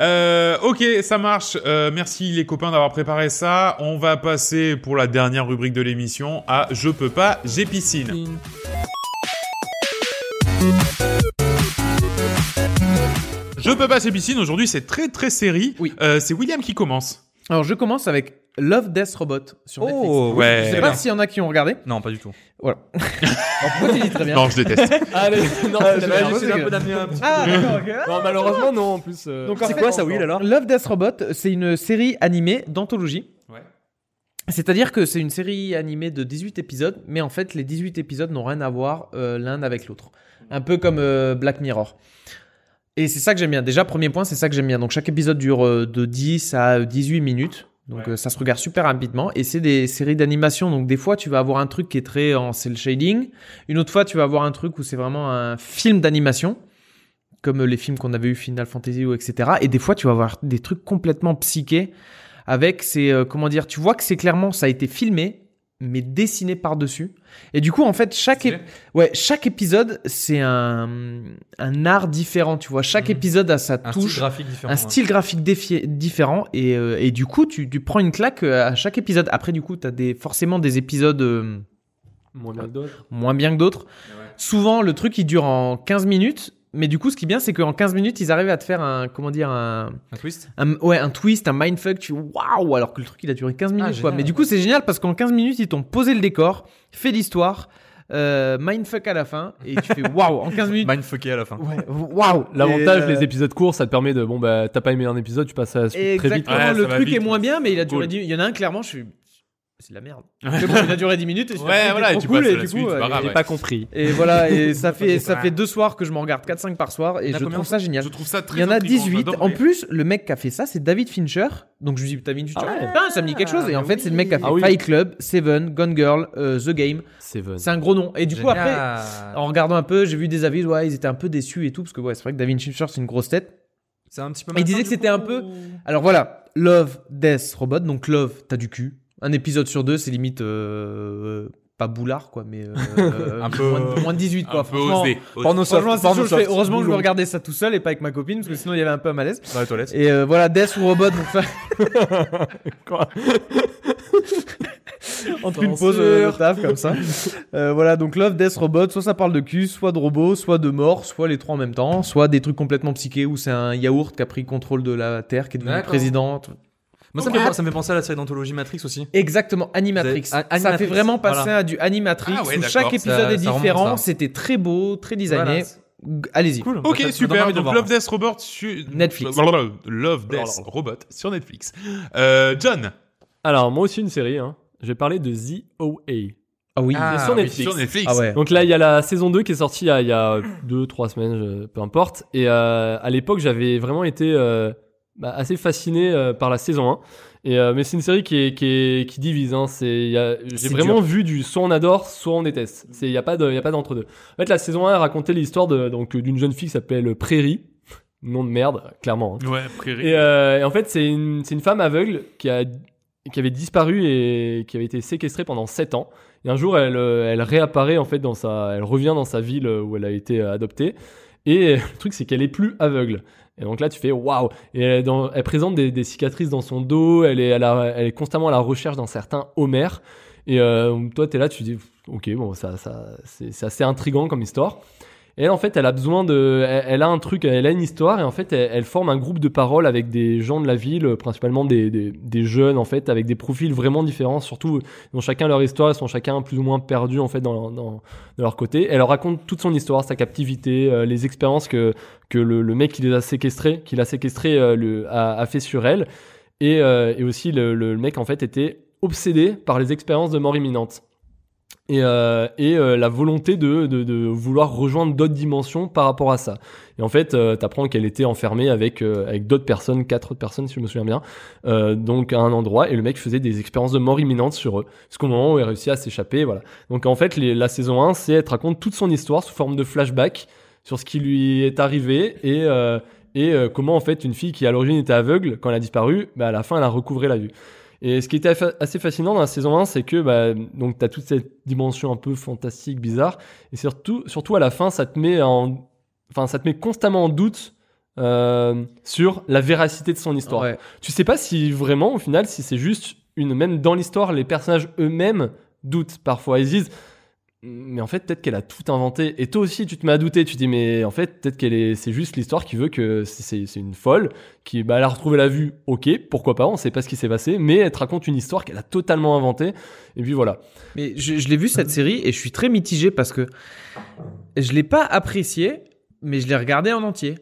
A: Euh, ok, ça marche. Euh, merci les copains d'avoir préparé ça. On va passer pour la dernière rubrique de l'émission à Je peux pas, j'ai piscine. Je peux pas, j'ai piscine. Aujourd'hui, c'est très très série.
D: Oui.
A: Euh, c'est William qui commence.
D: Alors, je commence avec Love Death Robot sur Netflix.
C: Oh,
A: Netflix. Ouais.
D: Je
A: Eh
D: sais
A: bien.
D: pas s'il y en a qui ont regardé.
C: Non, pas du tout.
D: Voilà. Alors, pourquoi tu dis très bien
A: Non, je déteste.
B: Allez, [laughs] non,
D: Ah,
B: c'est
D: j'ai
B: la merde.
D: juste essayé un peu Ah,
A: [laughs]
D: d'accord, ok.
B: Non, malheureusement, non, en plus. euh,
D: Donc, en
C: C'est
D: fait,
C: quoi ça, Will, alors
D: Love Death Robot, c'est une série animée d'anthologie.
A: Ouais.
D: C'est-à-dire que c'est une série animée de 18 épisodes, mais en fait, les 18 épisodes n'ont rien à voir euh, l'un avec l'autre. Un peu comme euh, Black Mirror. Et c'est ça que j'aime bien. Déjà, premier point, c'est ça que j'aime bien. Donc, chaque épisode dure euh, de 10 à 18 minutes. Donc,
A: Ouais.
D: euh, ça se regarde super rapidement. Et c'est des séries d'animation. Donc, des fois, tu vas avoir un truc qui est très en cel shading. Une autre fois, tu vas avoir un truc où c'est vraiment un film d'animation. Comme les films qu'on avait eu Final Fantasy ou etc. Et des fois, tu vas avoir des trucs complètement psychés avec ces, euh, comment dire, tu vois que c'est clairement, ça a été filmé, mais dessiné par-dessus. Et du coup, en fait, chaque, ép- ouais, chaque épisode, c'est un, un art différent, tu vois. Chaque
C: Mhm.
D: épisode a sa
C: Un
D: touche,
C: style graphique différent. hein.
D: un style graphique défi- différent. Et, euh, et du coup, tu, tu prends une claque euh, à chaque épisode. Après, du coup, tu as des, forcément des épisodes euh,
B: Moins bien que d'autres.
D: moins bien que d'autres.
B: Ah
C: Ouais.
D: Souvent, le truc, il dure en 15 minutes. Mais du coup, ce qui est bien, c'est qu'en 15 minutes, ils arrivent à te faire un, comment dire, un,
C: Un twist
D: un- ouais, un twist, un mindfuck, tu waouh, alors que le truc il a duré
B: Ah,
D: 15 minutes quoi.
C: génial.
D: Mais du coup, c'est génial parce qu'en 15 minutes, ils t'ont posé le décor, fait l'histoire, euh, mindfuck à la fin, et tu fais waouh, en
B: [laughs]
D: 15 minutes.
C: Mindfucké à la fin.
D: Ouais, waouh!
B: L'avantage,
D: Et, euh,
B: les épisodes courts, ça te permet de. Bon, bah, t'as pas aimé un épisode, tu passes à la suite très vite.
D: Exactement,
A: Ouais, ça
D: le
A: va
D: truc
A: vite.
D: est moins bien, mais il a duré
A: Cool.
D: 10 Il y en a un, clairement, je suis. C'est de
A: [laughs]
D: la merde. Mais bon, il a duré 10 minutes, et je fais,
A: Ouais,
D: c'était
A: voilà,
D: trop
A: et tu
D: cool,
A: passes à
D: et
A: la
D: du
A: suite, bah,
D: coup,
A: c'est pas
D: euh,
A: grave,
B: J'ai
A: ah, ouais.
B: pas compris.
D: Et voilà,
A: [laughs]
D: et ça fait, ça fait deux soirs que je m'en regarde 4-5 par soir, et
C: Il y en a
D: je
C: combien
D: trouve ça génial.
A: Je trouve ça très
D: [laughs] Il y en a
A: intriguant,
D: 18.
A: j'adore,
D: En
A: mais-
D: plus, le mec qui a fait ça, c'est David Fincher. Donc je me dis, David Fincher,
B: Ah ouais.
D: putain, ça me dit quelque chose. Et en fait, c'est le mec qui a fait
B: Ah oui.
D: Fight Club, Seven, Gone Girl, euh, The Game.
B: Seven.
D: C'est un gros nom. Et du coup, après,
C: après.
D: en regardant un peu, j'ai vu des avis, ouais, ils étaient un peu déçus et tout, parce que ouais, c'est vrai que David Fincher, c'est une grosse tête.
C: C'est un petit peu
D: Il disait que c'était un peu. Alors voilà, Love, Death, Robot. Donc Love, t'as du cul. Un épisode sur deux, c'est limite euh, pas boulard quoi, mais euh,
A: [laughs]
D: euh,
A: Un peu-
D: moins, de, moins de 18 quoi.
A: un peu
D: franchement.
A: osé. osé.
C: Pornosoft,
D: Franchement, c'est chaud, je
C: Pornosoft.
D: fais- heureusement que je
C: Boulot.
D: regardais ça tout seul et pas avec ma copine parce que sinon il y avait un peu un malaise.
C: Dans les toilettes.
D: Et euh, voilà, Death ou Robot pour faire
B: Quoi
D: entre une pause euh, de taf
C: [laughs]
D: comme ça. Euh, voilà, donc Love, Death, Robot, soit ça parle de cul, soit de robots, soit de mort, soit les trois en même temps, soit des trucs complètement psychés où c'est un yaourt qui a pris contrôle de la Terre, qui est devenu
C: D'accord.
D: président.
C: Moi, ça, me fait, ça me fait penser à la série d'anthologie Matrix aussi.
D: Exactement, Animatrix.
C: Vous avez- A-
D: Ça
C: Animatrix,
D: fait vraiment passer
C: voilà.
D: à du Animatrix
A: Ah ouais,
D: où
A: d'accord,
D: chaque épisode
C: ça-
D: est
C: ça remonte,
D: différent.
C: ça.
D: C'était très beau, très designé. G- Allez-y.
C: Cool.
A: Ok,
C: Ça- ça donne
A: super.
C: envie
A: Et
C: de
A: donc
C: voir.
A: Love Death Robot sur
D: Netflix.
A: Blablabla. Love Death
B: Blablabla.
A: Robot sur Netflix. Euh, John.
B: Alors, moi aussi, une série. Hein. J'ai parlé de The OA.
D: Ah oui.
B: Ah, sur
A: oui,
B: Netflix.
A: sur Netflix.
D: Ah ouais.
B: Donc là, il y a la saison 2 qui est sortie il y a- il y a 2-3 semaines, je- peu importe. Et euh, à l'époque, j'avais vraiment été euh, bah, assez fasciné euh, par la saison 1. Et, euh, mais c'est une série qui, est, qui, est- qui divise. Hein. C'est- il y a- J'ai
D: C'est
B: vraiment vu du soit on adore, soit on déteste. C'est- Il n'y a pas de- il y a pas d'entre-deux. En fait, la saison 1 racontait l'histoire de- donc, d'une jeune fille qui s'appelle Prairie. Nom de merde, clairement. hein.
A: Ouais, prairie.
B: Et, euh, et en fait, c'est une, c'est une femme aveugle qui, a, qui avait disparu et qui avait été séquestrée pendant 7 ans. Et un jour, elle, euh, elle réapparaît, en fait, dans sa, elle revient dans sa ville où elle a été euh, adoptée. Et [laughs] euh, le truc, c'est qu'elle est plus aveugle. Et donc là, tu fais waouh! Et elle, est dans- elle présente des, des cicatrices dans son dos, elle est, à la- elle est constamment à la recherche d'un certain Homer. Et euh, toi, t'es là, tu dis, ok, bon, ça, ça, c'est c'est assez intrigant comme histoire. Et elle, en fait, elle a besoin de. Elle, elle a un truc, elle a une histoire, et en fait, elle, elle forme un groupe de parole avec des gens de la ville, euh, principalement des, des, des jeunes, en fait, avec des profils vraiment différents, surtout, ils ont chacun leur histoire, ils sont chacun plus ou moins perdus, en fait, dans leur, dans, de leur côté. Elle leur raconte toute son histoire, sa captivité, euh, les expériences que, que le, le mec qui les a séquestrés, qui l'a séquestré, euh, le- a, a fait sur elle. Et, euh, et aussi, le, le- le mec, en fait, était obsédé par les expériences de mort imminente. Et, euh, et euh, la volonté de, de, de vouloir rejoindre d'autres dimensions par rapport à ça. Et en fait, euh, t'apprends qu'elle était enfermée avec, euh, avec d'autres personnes, quatre autres personnes, si je me souviens bien, euh, donc à un endroit, et le mec faisait des expériences de mort imminente sur eux, jusqu'au moment où elle réussit à s'échapper. Voilà. Donc en fait, les- la saison 1, c'est elle te raconte toute son histoire sous forme de flashback sur ce qui lui est arrivé et, euh, et euh, comment en fait une fille qui à l'origine était aveugle, quand elle a disparu, bah, à la fin elle a recouvré la vue. Et ce qui était affa- assez fascinant dans la saison 1, c'est que bah, donc t'as toute cette dimension un peu fantastique, bizarre, et surtout, surtout à la fin, ça te met en, enfin ça te met constamment en doute euh, sur la véracité de son histoire.
D: Ouais.
B: Tu sais pas si vraiment, au final, si c'est juste une. Même dans l'histoire, les personnages eux-mêmes doutent parfois. Ils se disent, mais en fait, peut-être qu'elle a tout inventé. Et toi aussi, tu te mets à douter. Tu te dis, mais en fait, peut-être qu'elle est. C'est juste l'histoire qui veut que. C'est c'est- c'est une folle qui. Bah, elle a retrouvé la vue. Ok, pourquoi pas, on sait pas ce qui s'est passé. Mais elle te raconte une histoire qu'elle a totalement inventée. Et puis voilà.
D: Mais je, je l'ai vu cette série et je suis très mitigé parce que je l'ai pas appréciée, mais je l'ai regardée en entier.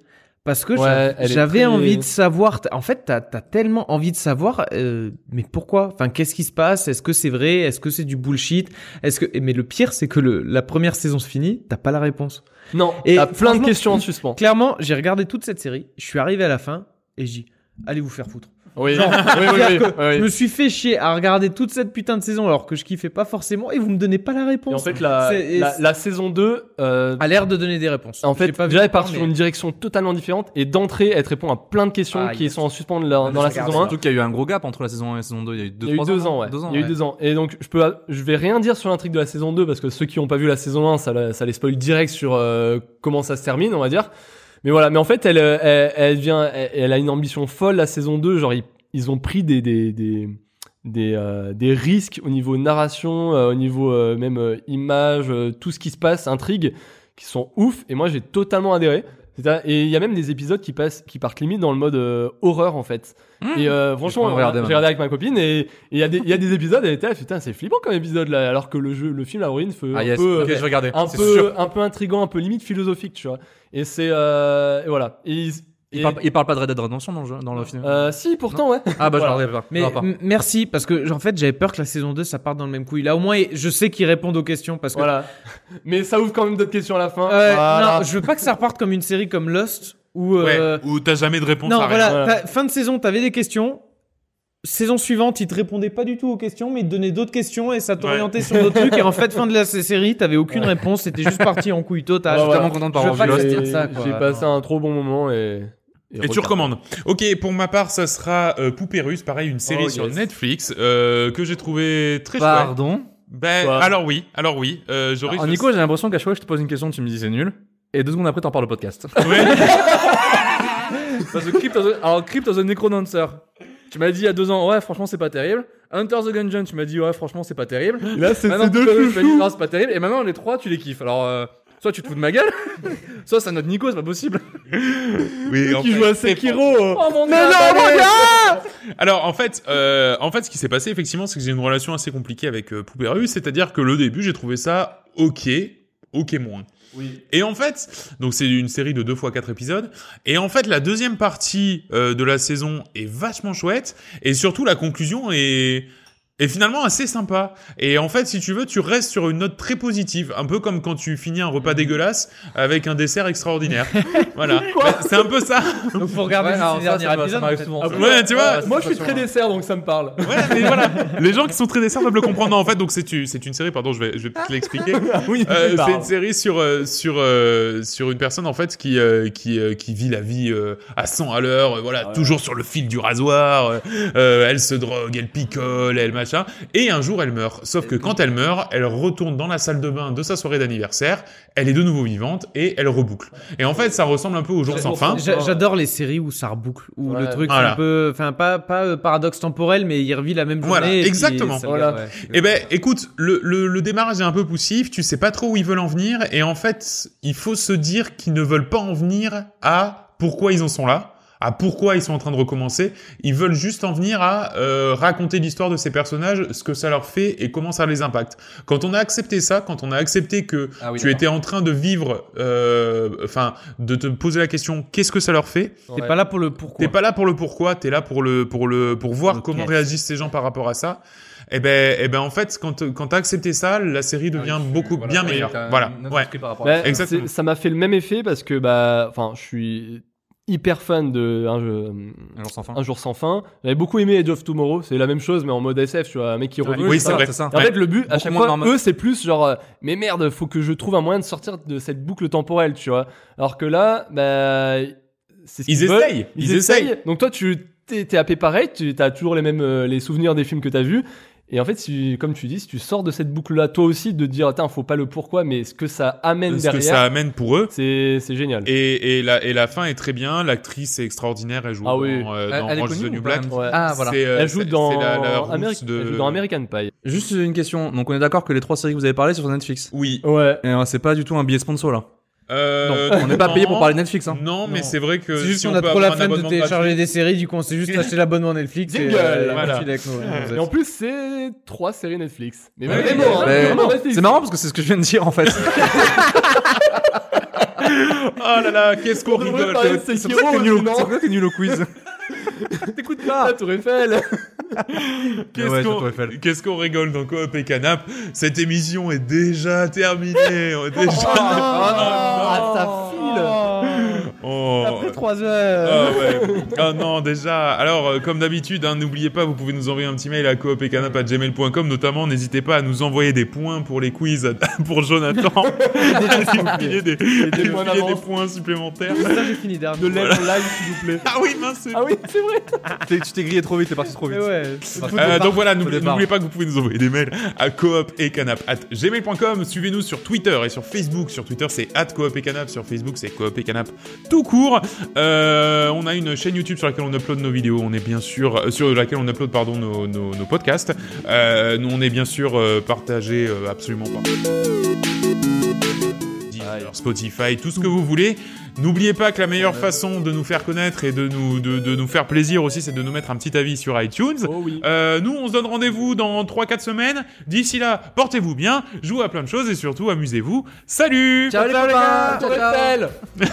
D: Parce que
B: Ouais,
D: j'a-
B: elle est
D: j'avais
B: très-
D: envie de savoir. t- En fait, t'as as tellement envie de savoir, euh, mais pourquoi Enfin, qu'est-ce qui se passe Est-ce que c'est vrai Est-ce que c'est du bullshit Est-ce que et- Mais le pire, c'est que le, la première saison se finit, t'as pas la réponse.
B: Non,
D: Et
B: et plein de
D: franchement-
B: questions en suspens.
D: Clairement, j'ai regardé toute cette série. Je suis arrivé à la fin et je dis allez vous faire foutre.
B: Oui,
D: Genre,
B: [laughs] oui, oui, oui, oui.
D: Je me suis fait chier à regarder toute cette putain de saison alors que je kiffais pas forcément et vous me donnez pas la
B: Et en
D: réponse.
B: fait, la,
D: C'est- et
B: la,
D: c'est-
B: la saison 2, euh,
D: a l'air de donner des réponses.
B: En
D: J'ai
B: fait,
D: pas vu
B: déjà, elle
D: encore,
B: part
D: mais-
B: sur une direction totalement différente et d'entrée, elle te répond à plein de questions
D: Ah,
B: qui
D: yes.
B: sont en suspens de la- dans la saison 1.
C: Surtout qu'il y a eu un gros gap entre la saison 1 et la saison 2. Il y a eu
B: Il y a eu
C: 2-3
B: deux ans, ouais. Il y a eu deux ans. Et donc, je peux, je vais rien dire sur l'intrigue de la saison 2 parce que ceux qui n'ont pas vu la saison 1, ça, la- ça les spoil direct sur euh, comment ça se termine, on va dire. Mais voilà. Mais en fait, elle, euh, elle, elle vient, elle, elle a une ambition folle la saison 2. Genre, ils, ils ont pris des, des, des, des, euh, des risques au niveau narration, euh, au niveau euh, même euh, image, euh, tout ce qui se passe, intrigue, qui sont ouf. Et moi, j'ai totalement adhéré. C'est-à- Et il y a même des épisodes qui passent, qui partent limite dans le mode euh, horreur en fait. Et euh, franchement,
C: Je
B: j'ai
C: vais regarder
B: regardé avec ma copine et et il y, a des- il y a des épisodes, elle était là, putain, c'est flippant comme épisode là, alors que le jeu, le film, la ruine, fait un
C: Ah yes,
B: peu,
C: ok, je vais regarder.
B: un
C: c'est
B: peu,
C: sûr.
B: un peu intrigant, un peu limite philosophique, tu vois. Et c'est, euh, et voilà. Et, ils-
C: Il
B: et-
C: parle, il parle pas de Red Dead Redemption dans le, jeu, dans le film.
B: euh, si, pourtant, ouais.
C: ah bah je
B: voilà.
C: regarderai pas.
D: Mais
C: Je regarderai pas.
D: m- merci parce que en fait j'avais peur que la saison 2 ça parte dans le même couille. Là au moins je sais qu'ils répondent aux questions parce que
B: Voilà. Mais ça ouvre quand même d'autres questions à la fin.
D: Euh,
B: Voilà.
D: non, je veux pas que ça reparte comme une série comme Lost où
A: Ouais,
D: euh,
A: Ou t'as jamais de réponse
D: non
A: à
D: voilà,
A: rien.
B: Voilà.
D: t'as- fin de saison t'avais des questions. Saison suivante, ils te répondaient pas du tout aux questions, mais ils te donnaient d'autres questions et ça t'orientait sur d'autres trucs. Et en fait, fin de
C: [laughs]
D: la série, t'avais aucune réponse, c'était juste parti en couille
B: Ouais,
D: totale.
C: Je suis
B: voilà.
C: tellement content de
D: Je
C: parler
D: veux pas
C: de
D: que
C: Lost.
D: c'est-
B: J'ai-
D: ça, quoi.
B: J'ai passé un trop bon moment et.
A: Et tu
B: regarde.
A: recommandes. Ok, pour ma part, ça sera euh, Poupée Russe, pareil, une série
B: Oh,
A: sur
B: yes.
A: Netflix euh, que j'ai trouvé très chouette.
C: Pardon.
A: Ben,
C: Quoi
A: alors oui, alors oui. Euh, j'aurais
E: Ah,
C: Alors, Nico, j'ai l'impression qu'à chaque fois que je te pose une question, tu me dis c'est nul. Et deux secondes après, t'en parles au podcast.
A: [laughs] Ouais.
C: Parce que Crypt of the- alors, Crypt of the Necronancer, tu m'as dit il y a deux ans, ouais, franchement, c'est pas terrible. Hunter the Gungeon, tu m'as dit, ouais, franchement, c'est pas terrible.
E: Là, c'est
C: Maintenant,
E: ces deux
C: Crypt of the-
E: chouchous.
C: tu m'as dit, Bah non, c'est pas terrible. Et maintenant, les trois, tu les kiffes. Alors, euh, soit tu te fous de ma gueule, soit ça note Nico, c'est pas possible.
A: Oui,
E: [laughs]
A: en
E: qui
A: fait,
E: joue à
A: c'est
E: Sekiro.
C: Oh mon dieu!
A: Alors en fait, euh, en fait, ce qui s'est passé effectivement, c'est que j'ai une relation assez compliquée avec euh, Poupérus, c'est-à-dire que le début, j'ai trouvé ça ok, ok moins. Et en fait, donc c'est une série de deux fois quatre épisodes. Et en fait, la deuxième partie euh, de la saison est vachement chouette, et surtout la conclusion est est finalement assez sympa. Et en fait, si tu veux, tu restes sur une note très positive, un peu comme quand tu finis un repas dégueulasse avec un dessert extraordinaire. voilà, Bah, c'est un peu ça.
D: Donc faut regarder
C: Ouais,
D: ces
C: alors, ça,
D: derniers
C: ça m'a- ça
D: épisodes,
C: m'arrive
D: en fait.
C: souvent,
D: Ah,
C: ça.
D: oui.
A: Ouais, tu vois,
B: Oh, Moi, je suis très dessert, donc ça me parle.
A: Ouais, mais voilà. [laughs] Les gens qui sont très dessins peuvent le comprendre. Non, en fait, donc c'est une, c'est une série, pardon, je vais, je vais peut-être [laughs] l'expliquer.
E: Oui,
A: Euh, c'est
E: pardon.
A: une série sur euh, sur euh, sur une personne en fait qui euh, qui euh, qui vit la vie euh, à 100 à l'heure, euh, voilà, toujours sur le fil du rasoir. euh, euh, elle se drogue, elle picole, elle machin, et un jour elle meurt. Sauf que quand elle meurt, elle retourne dans la salle de bain de sa soirée d'anniversaire. Elle est de nouveau vivante et elle reboucle. Et en fait, ça ressemble un peu aux jours sans fin.
D: J'a- J'adore les séries où ça reboucle, où
B: Ouais.
D: le truc
A: Hein Voilà.
D: c'est un peu, enfin pas pas euh, paradoxe temporel, mais il revit la même journée.
A: Voilà,
D: et puis
A: exactement.
D: ça
B: Voilà.
D: devient- ouais.
A: Eh ben, écoute, le, le, le démarrage est un peu poussif, tu sais pas trop où ils veulent en venir, et en fait, il faut se dire qu'ils ne veulent pas en venir à pourquoi ils en sont là, à pourquoi ils sont en train de recommencer, ils veulent juste en venir à euh, raconter l'histoire de ces personnages, ce que ça leur fait et comment ça les impacte. Quand on a accepté ça, quand on a accepté que
B: Ah oui,
A: tu étais en train de vivre, euh, enfin, de te poser la question qu'est-ce que ça leur fait,
D: T'es pas là pour le pourquoi.
A: T'es pas là pour le pourquoi, t'es là pour le pour le pour voir
D: Ok.
A: comment réagissent ces gens par rapport à ça. Et ben et ben en fait quand quand t'as accepté ça, la série
C: Ah
A: devient beaucoup bien meilleure. Voilà. Ouais.
B: Bah,
A: Exactement.
B: c'est- Ça m'a fait le même effet parce que bah, enfin, je suis hyper fan de un, jeu-
C: Alors, sans fin.
B: Un jour sans fin. J'avais beaucoup aimé Edge of Tomorrow. C'est la même chose mais en mode SF, tu vois, un mec qui revit.
A: oui, c'est vrai.
C: ça.
B: Et En fait, le but, à
C: Beaucoup
B: chaque
C: moins
B: fois,
C: normal.
B: eux, c'est plus genre, euh, mais merde, faut que je trouve un moyen de sortir de cette boucle temporelle, tu vois. Alors que là, bah, c'est ce
A: Ils
B: qu'ils veulent.
A: essayent, ils essayent.
B: Donc toi, tu t'es t'es happé pareil, tu as toujours les mêmes euh, les souvenirs des films que t'as vus. Et en fait, si, comme tu dis, si tu sors de cette boucle-là, toi aussi, de dire, attends, faut pas le pourquoi, mais ce que ça amène
A: Ce que ça
B: derrière,
A: amène pour eux.
B: c'est c'est génial.
A: Et, et la et la fin est très bien. L'actrice est extraordinaire. Elle joue
B: Ah oui.
A: dans, euh,
C: Elle-
A: dans
C: elle est
A: Orange is the
C: connue
A: New
C: ou pas,
A: Black.
C: elle
B: Ouais.
C: Ah, voilà.
A: C'est, euh,
B: Elle joue
A: c'est-
B: dans,
A: c'est la- la rousse
B: Ameri-
A: de-
B: elle joue dans American Pie.
C: Juste une question. Donc, on est d'accord que les trois séries que vous avez parlé sont sur Netflix.
A: Oui.
B: Ouais.
C: Et euh, c'est pas du tout un billet sponsor là.
A: Euh,
C: on n'est pas payé pour
A: non.
C: parler de Netflix. Hein.
A: Non, mais
D: Non.
A: c'est vrai que
D: C'est juste
A: si
D: qu'on
A: on
D: a
A: peut
D: trop la
A: avoir un
D: flemme de
A: abonnement
D: télécharger
A: gratuit-
D: des séries, du coup on
A: [laughs]
D: s'est juste acheté l'abonnement Netflix. et,
B: Jingle,
D: euh,
A: voilà.
D: on est avec nous, ouais, vous
B: Et
D: êtes-
B: en plus, c'est trois séries Netflix. Mais
A: Ouais,
B: vraiment, hein,
C: Mais-
B: vraiment Netflix.
C: C'est marrant parce que c'est ce que je viens de dire en [laughs] fait.
A: Oh là là, qu'est-ce qu'on
B: On devrait
A: rigole.
B: parler de
C: C'est
B: Sekiro,
C: pour ça que t'es nul au-
B: sinon-
C: c'est pour ça que t'es nul au quiz.
B: T'écoutes pas Oh, Tour Eiffel
A: Qu'est-ce
C: Ouais,
A: qu'on
C: surtout Eiffel.
A: qu'est-ce qu'on rigole dans Coop et Canap Cette émission est déjà terminée. on est
B: Oh,
A: déjà...
B: Ah,
A: Oh.
D: Après 3 heures.
A: Ah ouais. Ah non, déjà. Alors, euh, comme d'habitude, hein, n'oubliez pas, vous pouvez nous envoyer un petit mail à coopetcanap.gmail.com. Notamment, n'hésitez pas à nous envoyer des points pour les quiz [laughs] pour Jonathan. à lui filer des, à lui
B: points
A: filer des
B: d'avance.
A: points supplémentaires.
D: Ça j'ai fini dernier.
B: De l'aide en live, s'il vous plaît.
A: Ah oui, mince. c'est
B: Ah oui, c'est vrai
C: T'es- Tu t'es grillé trop vite, t'es parti trop
D: Mais
C: vite.
D: ouais.
A: Euh, donc voilà,
C: Au
A: n'oubliez
C: départ.
A: n'oubliez pas que vous pouvez nous envoyer des mails à coop et canap at gmail.com. Suivez-nous sur Twitter et sur Facebook. Sur Twitter, c'est at coop et canap. Sur Facebook, c'est coop et canap tout court. Euh, on a une chaîne YouTube sur laquelle on upload nos vidéos. On est bien sûr euh, sur laquelle on upload pardon nos, nos- nos podcasts. Euh, nous, on est bien sûr euh, partagé euh, absolument pas. Deezer, Spotify, tout ce que vous voulez. N'oubliez pas que la meilleure façon de nous faire connaître et de nous, de, de nous faire plaisir aussi, c'est de nous mettre un petit avis sur iTunes.
B: Oh oui.
A: Euh, nous, on se donne rendez-vous dans 3-4 semaines. D'ici là, portez-vous bien, jouez à plein de choses et surtout, amusez-vous. Salut
C: Ciao les copains.
B: Tour Eiffel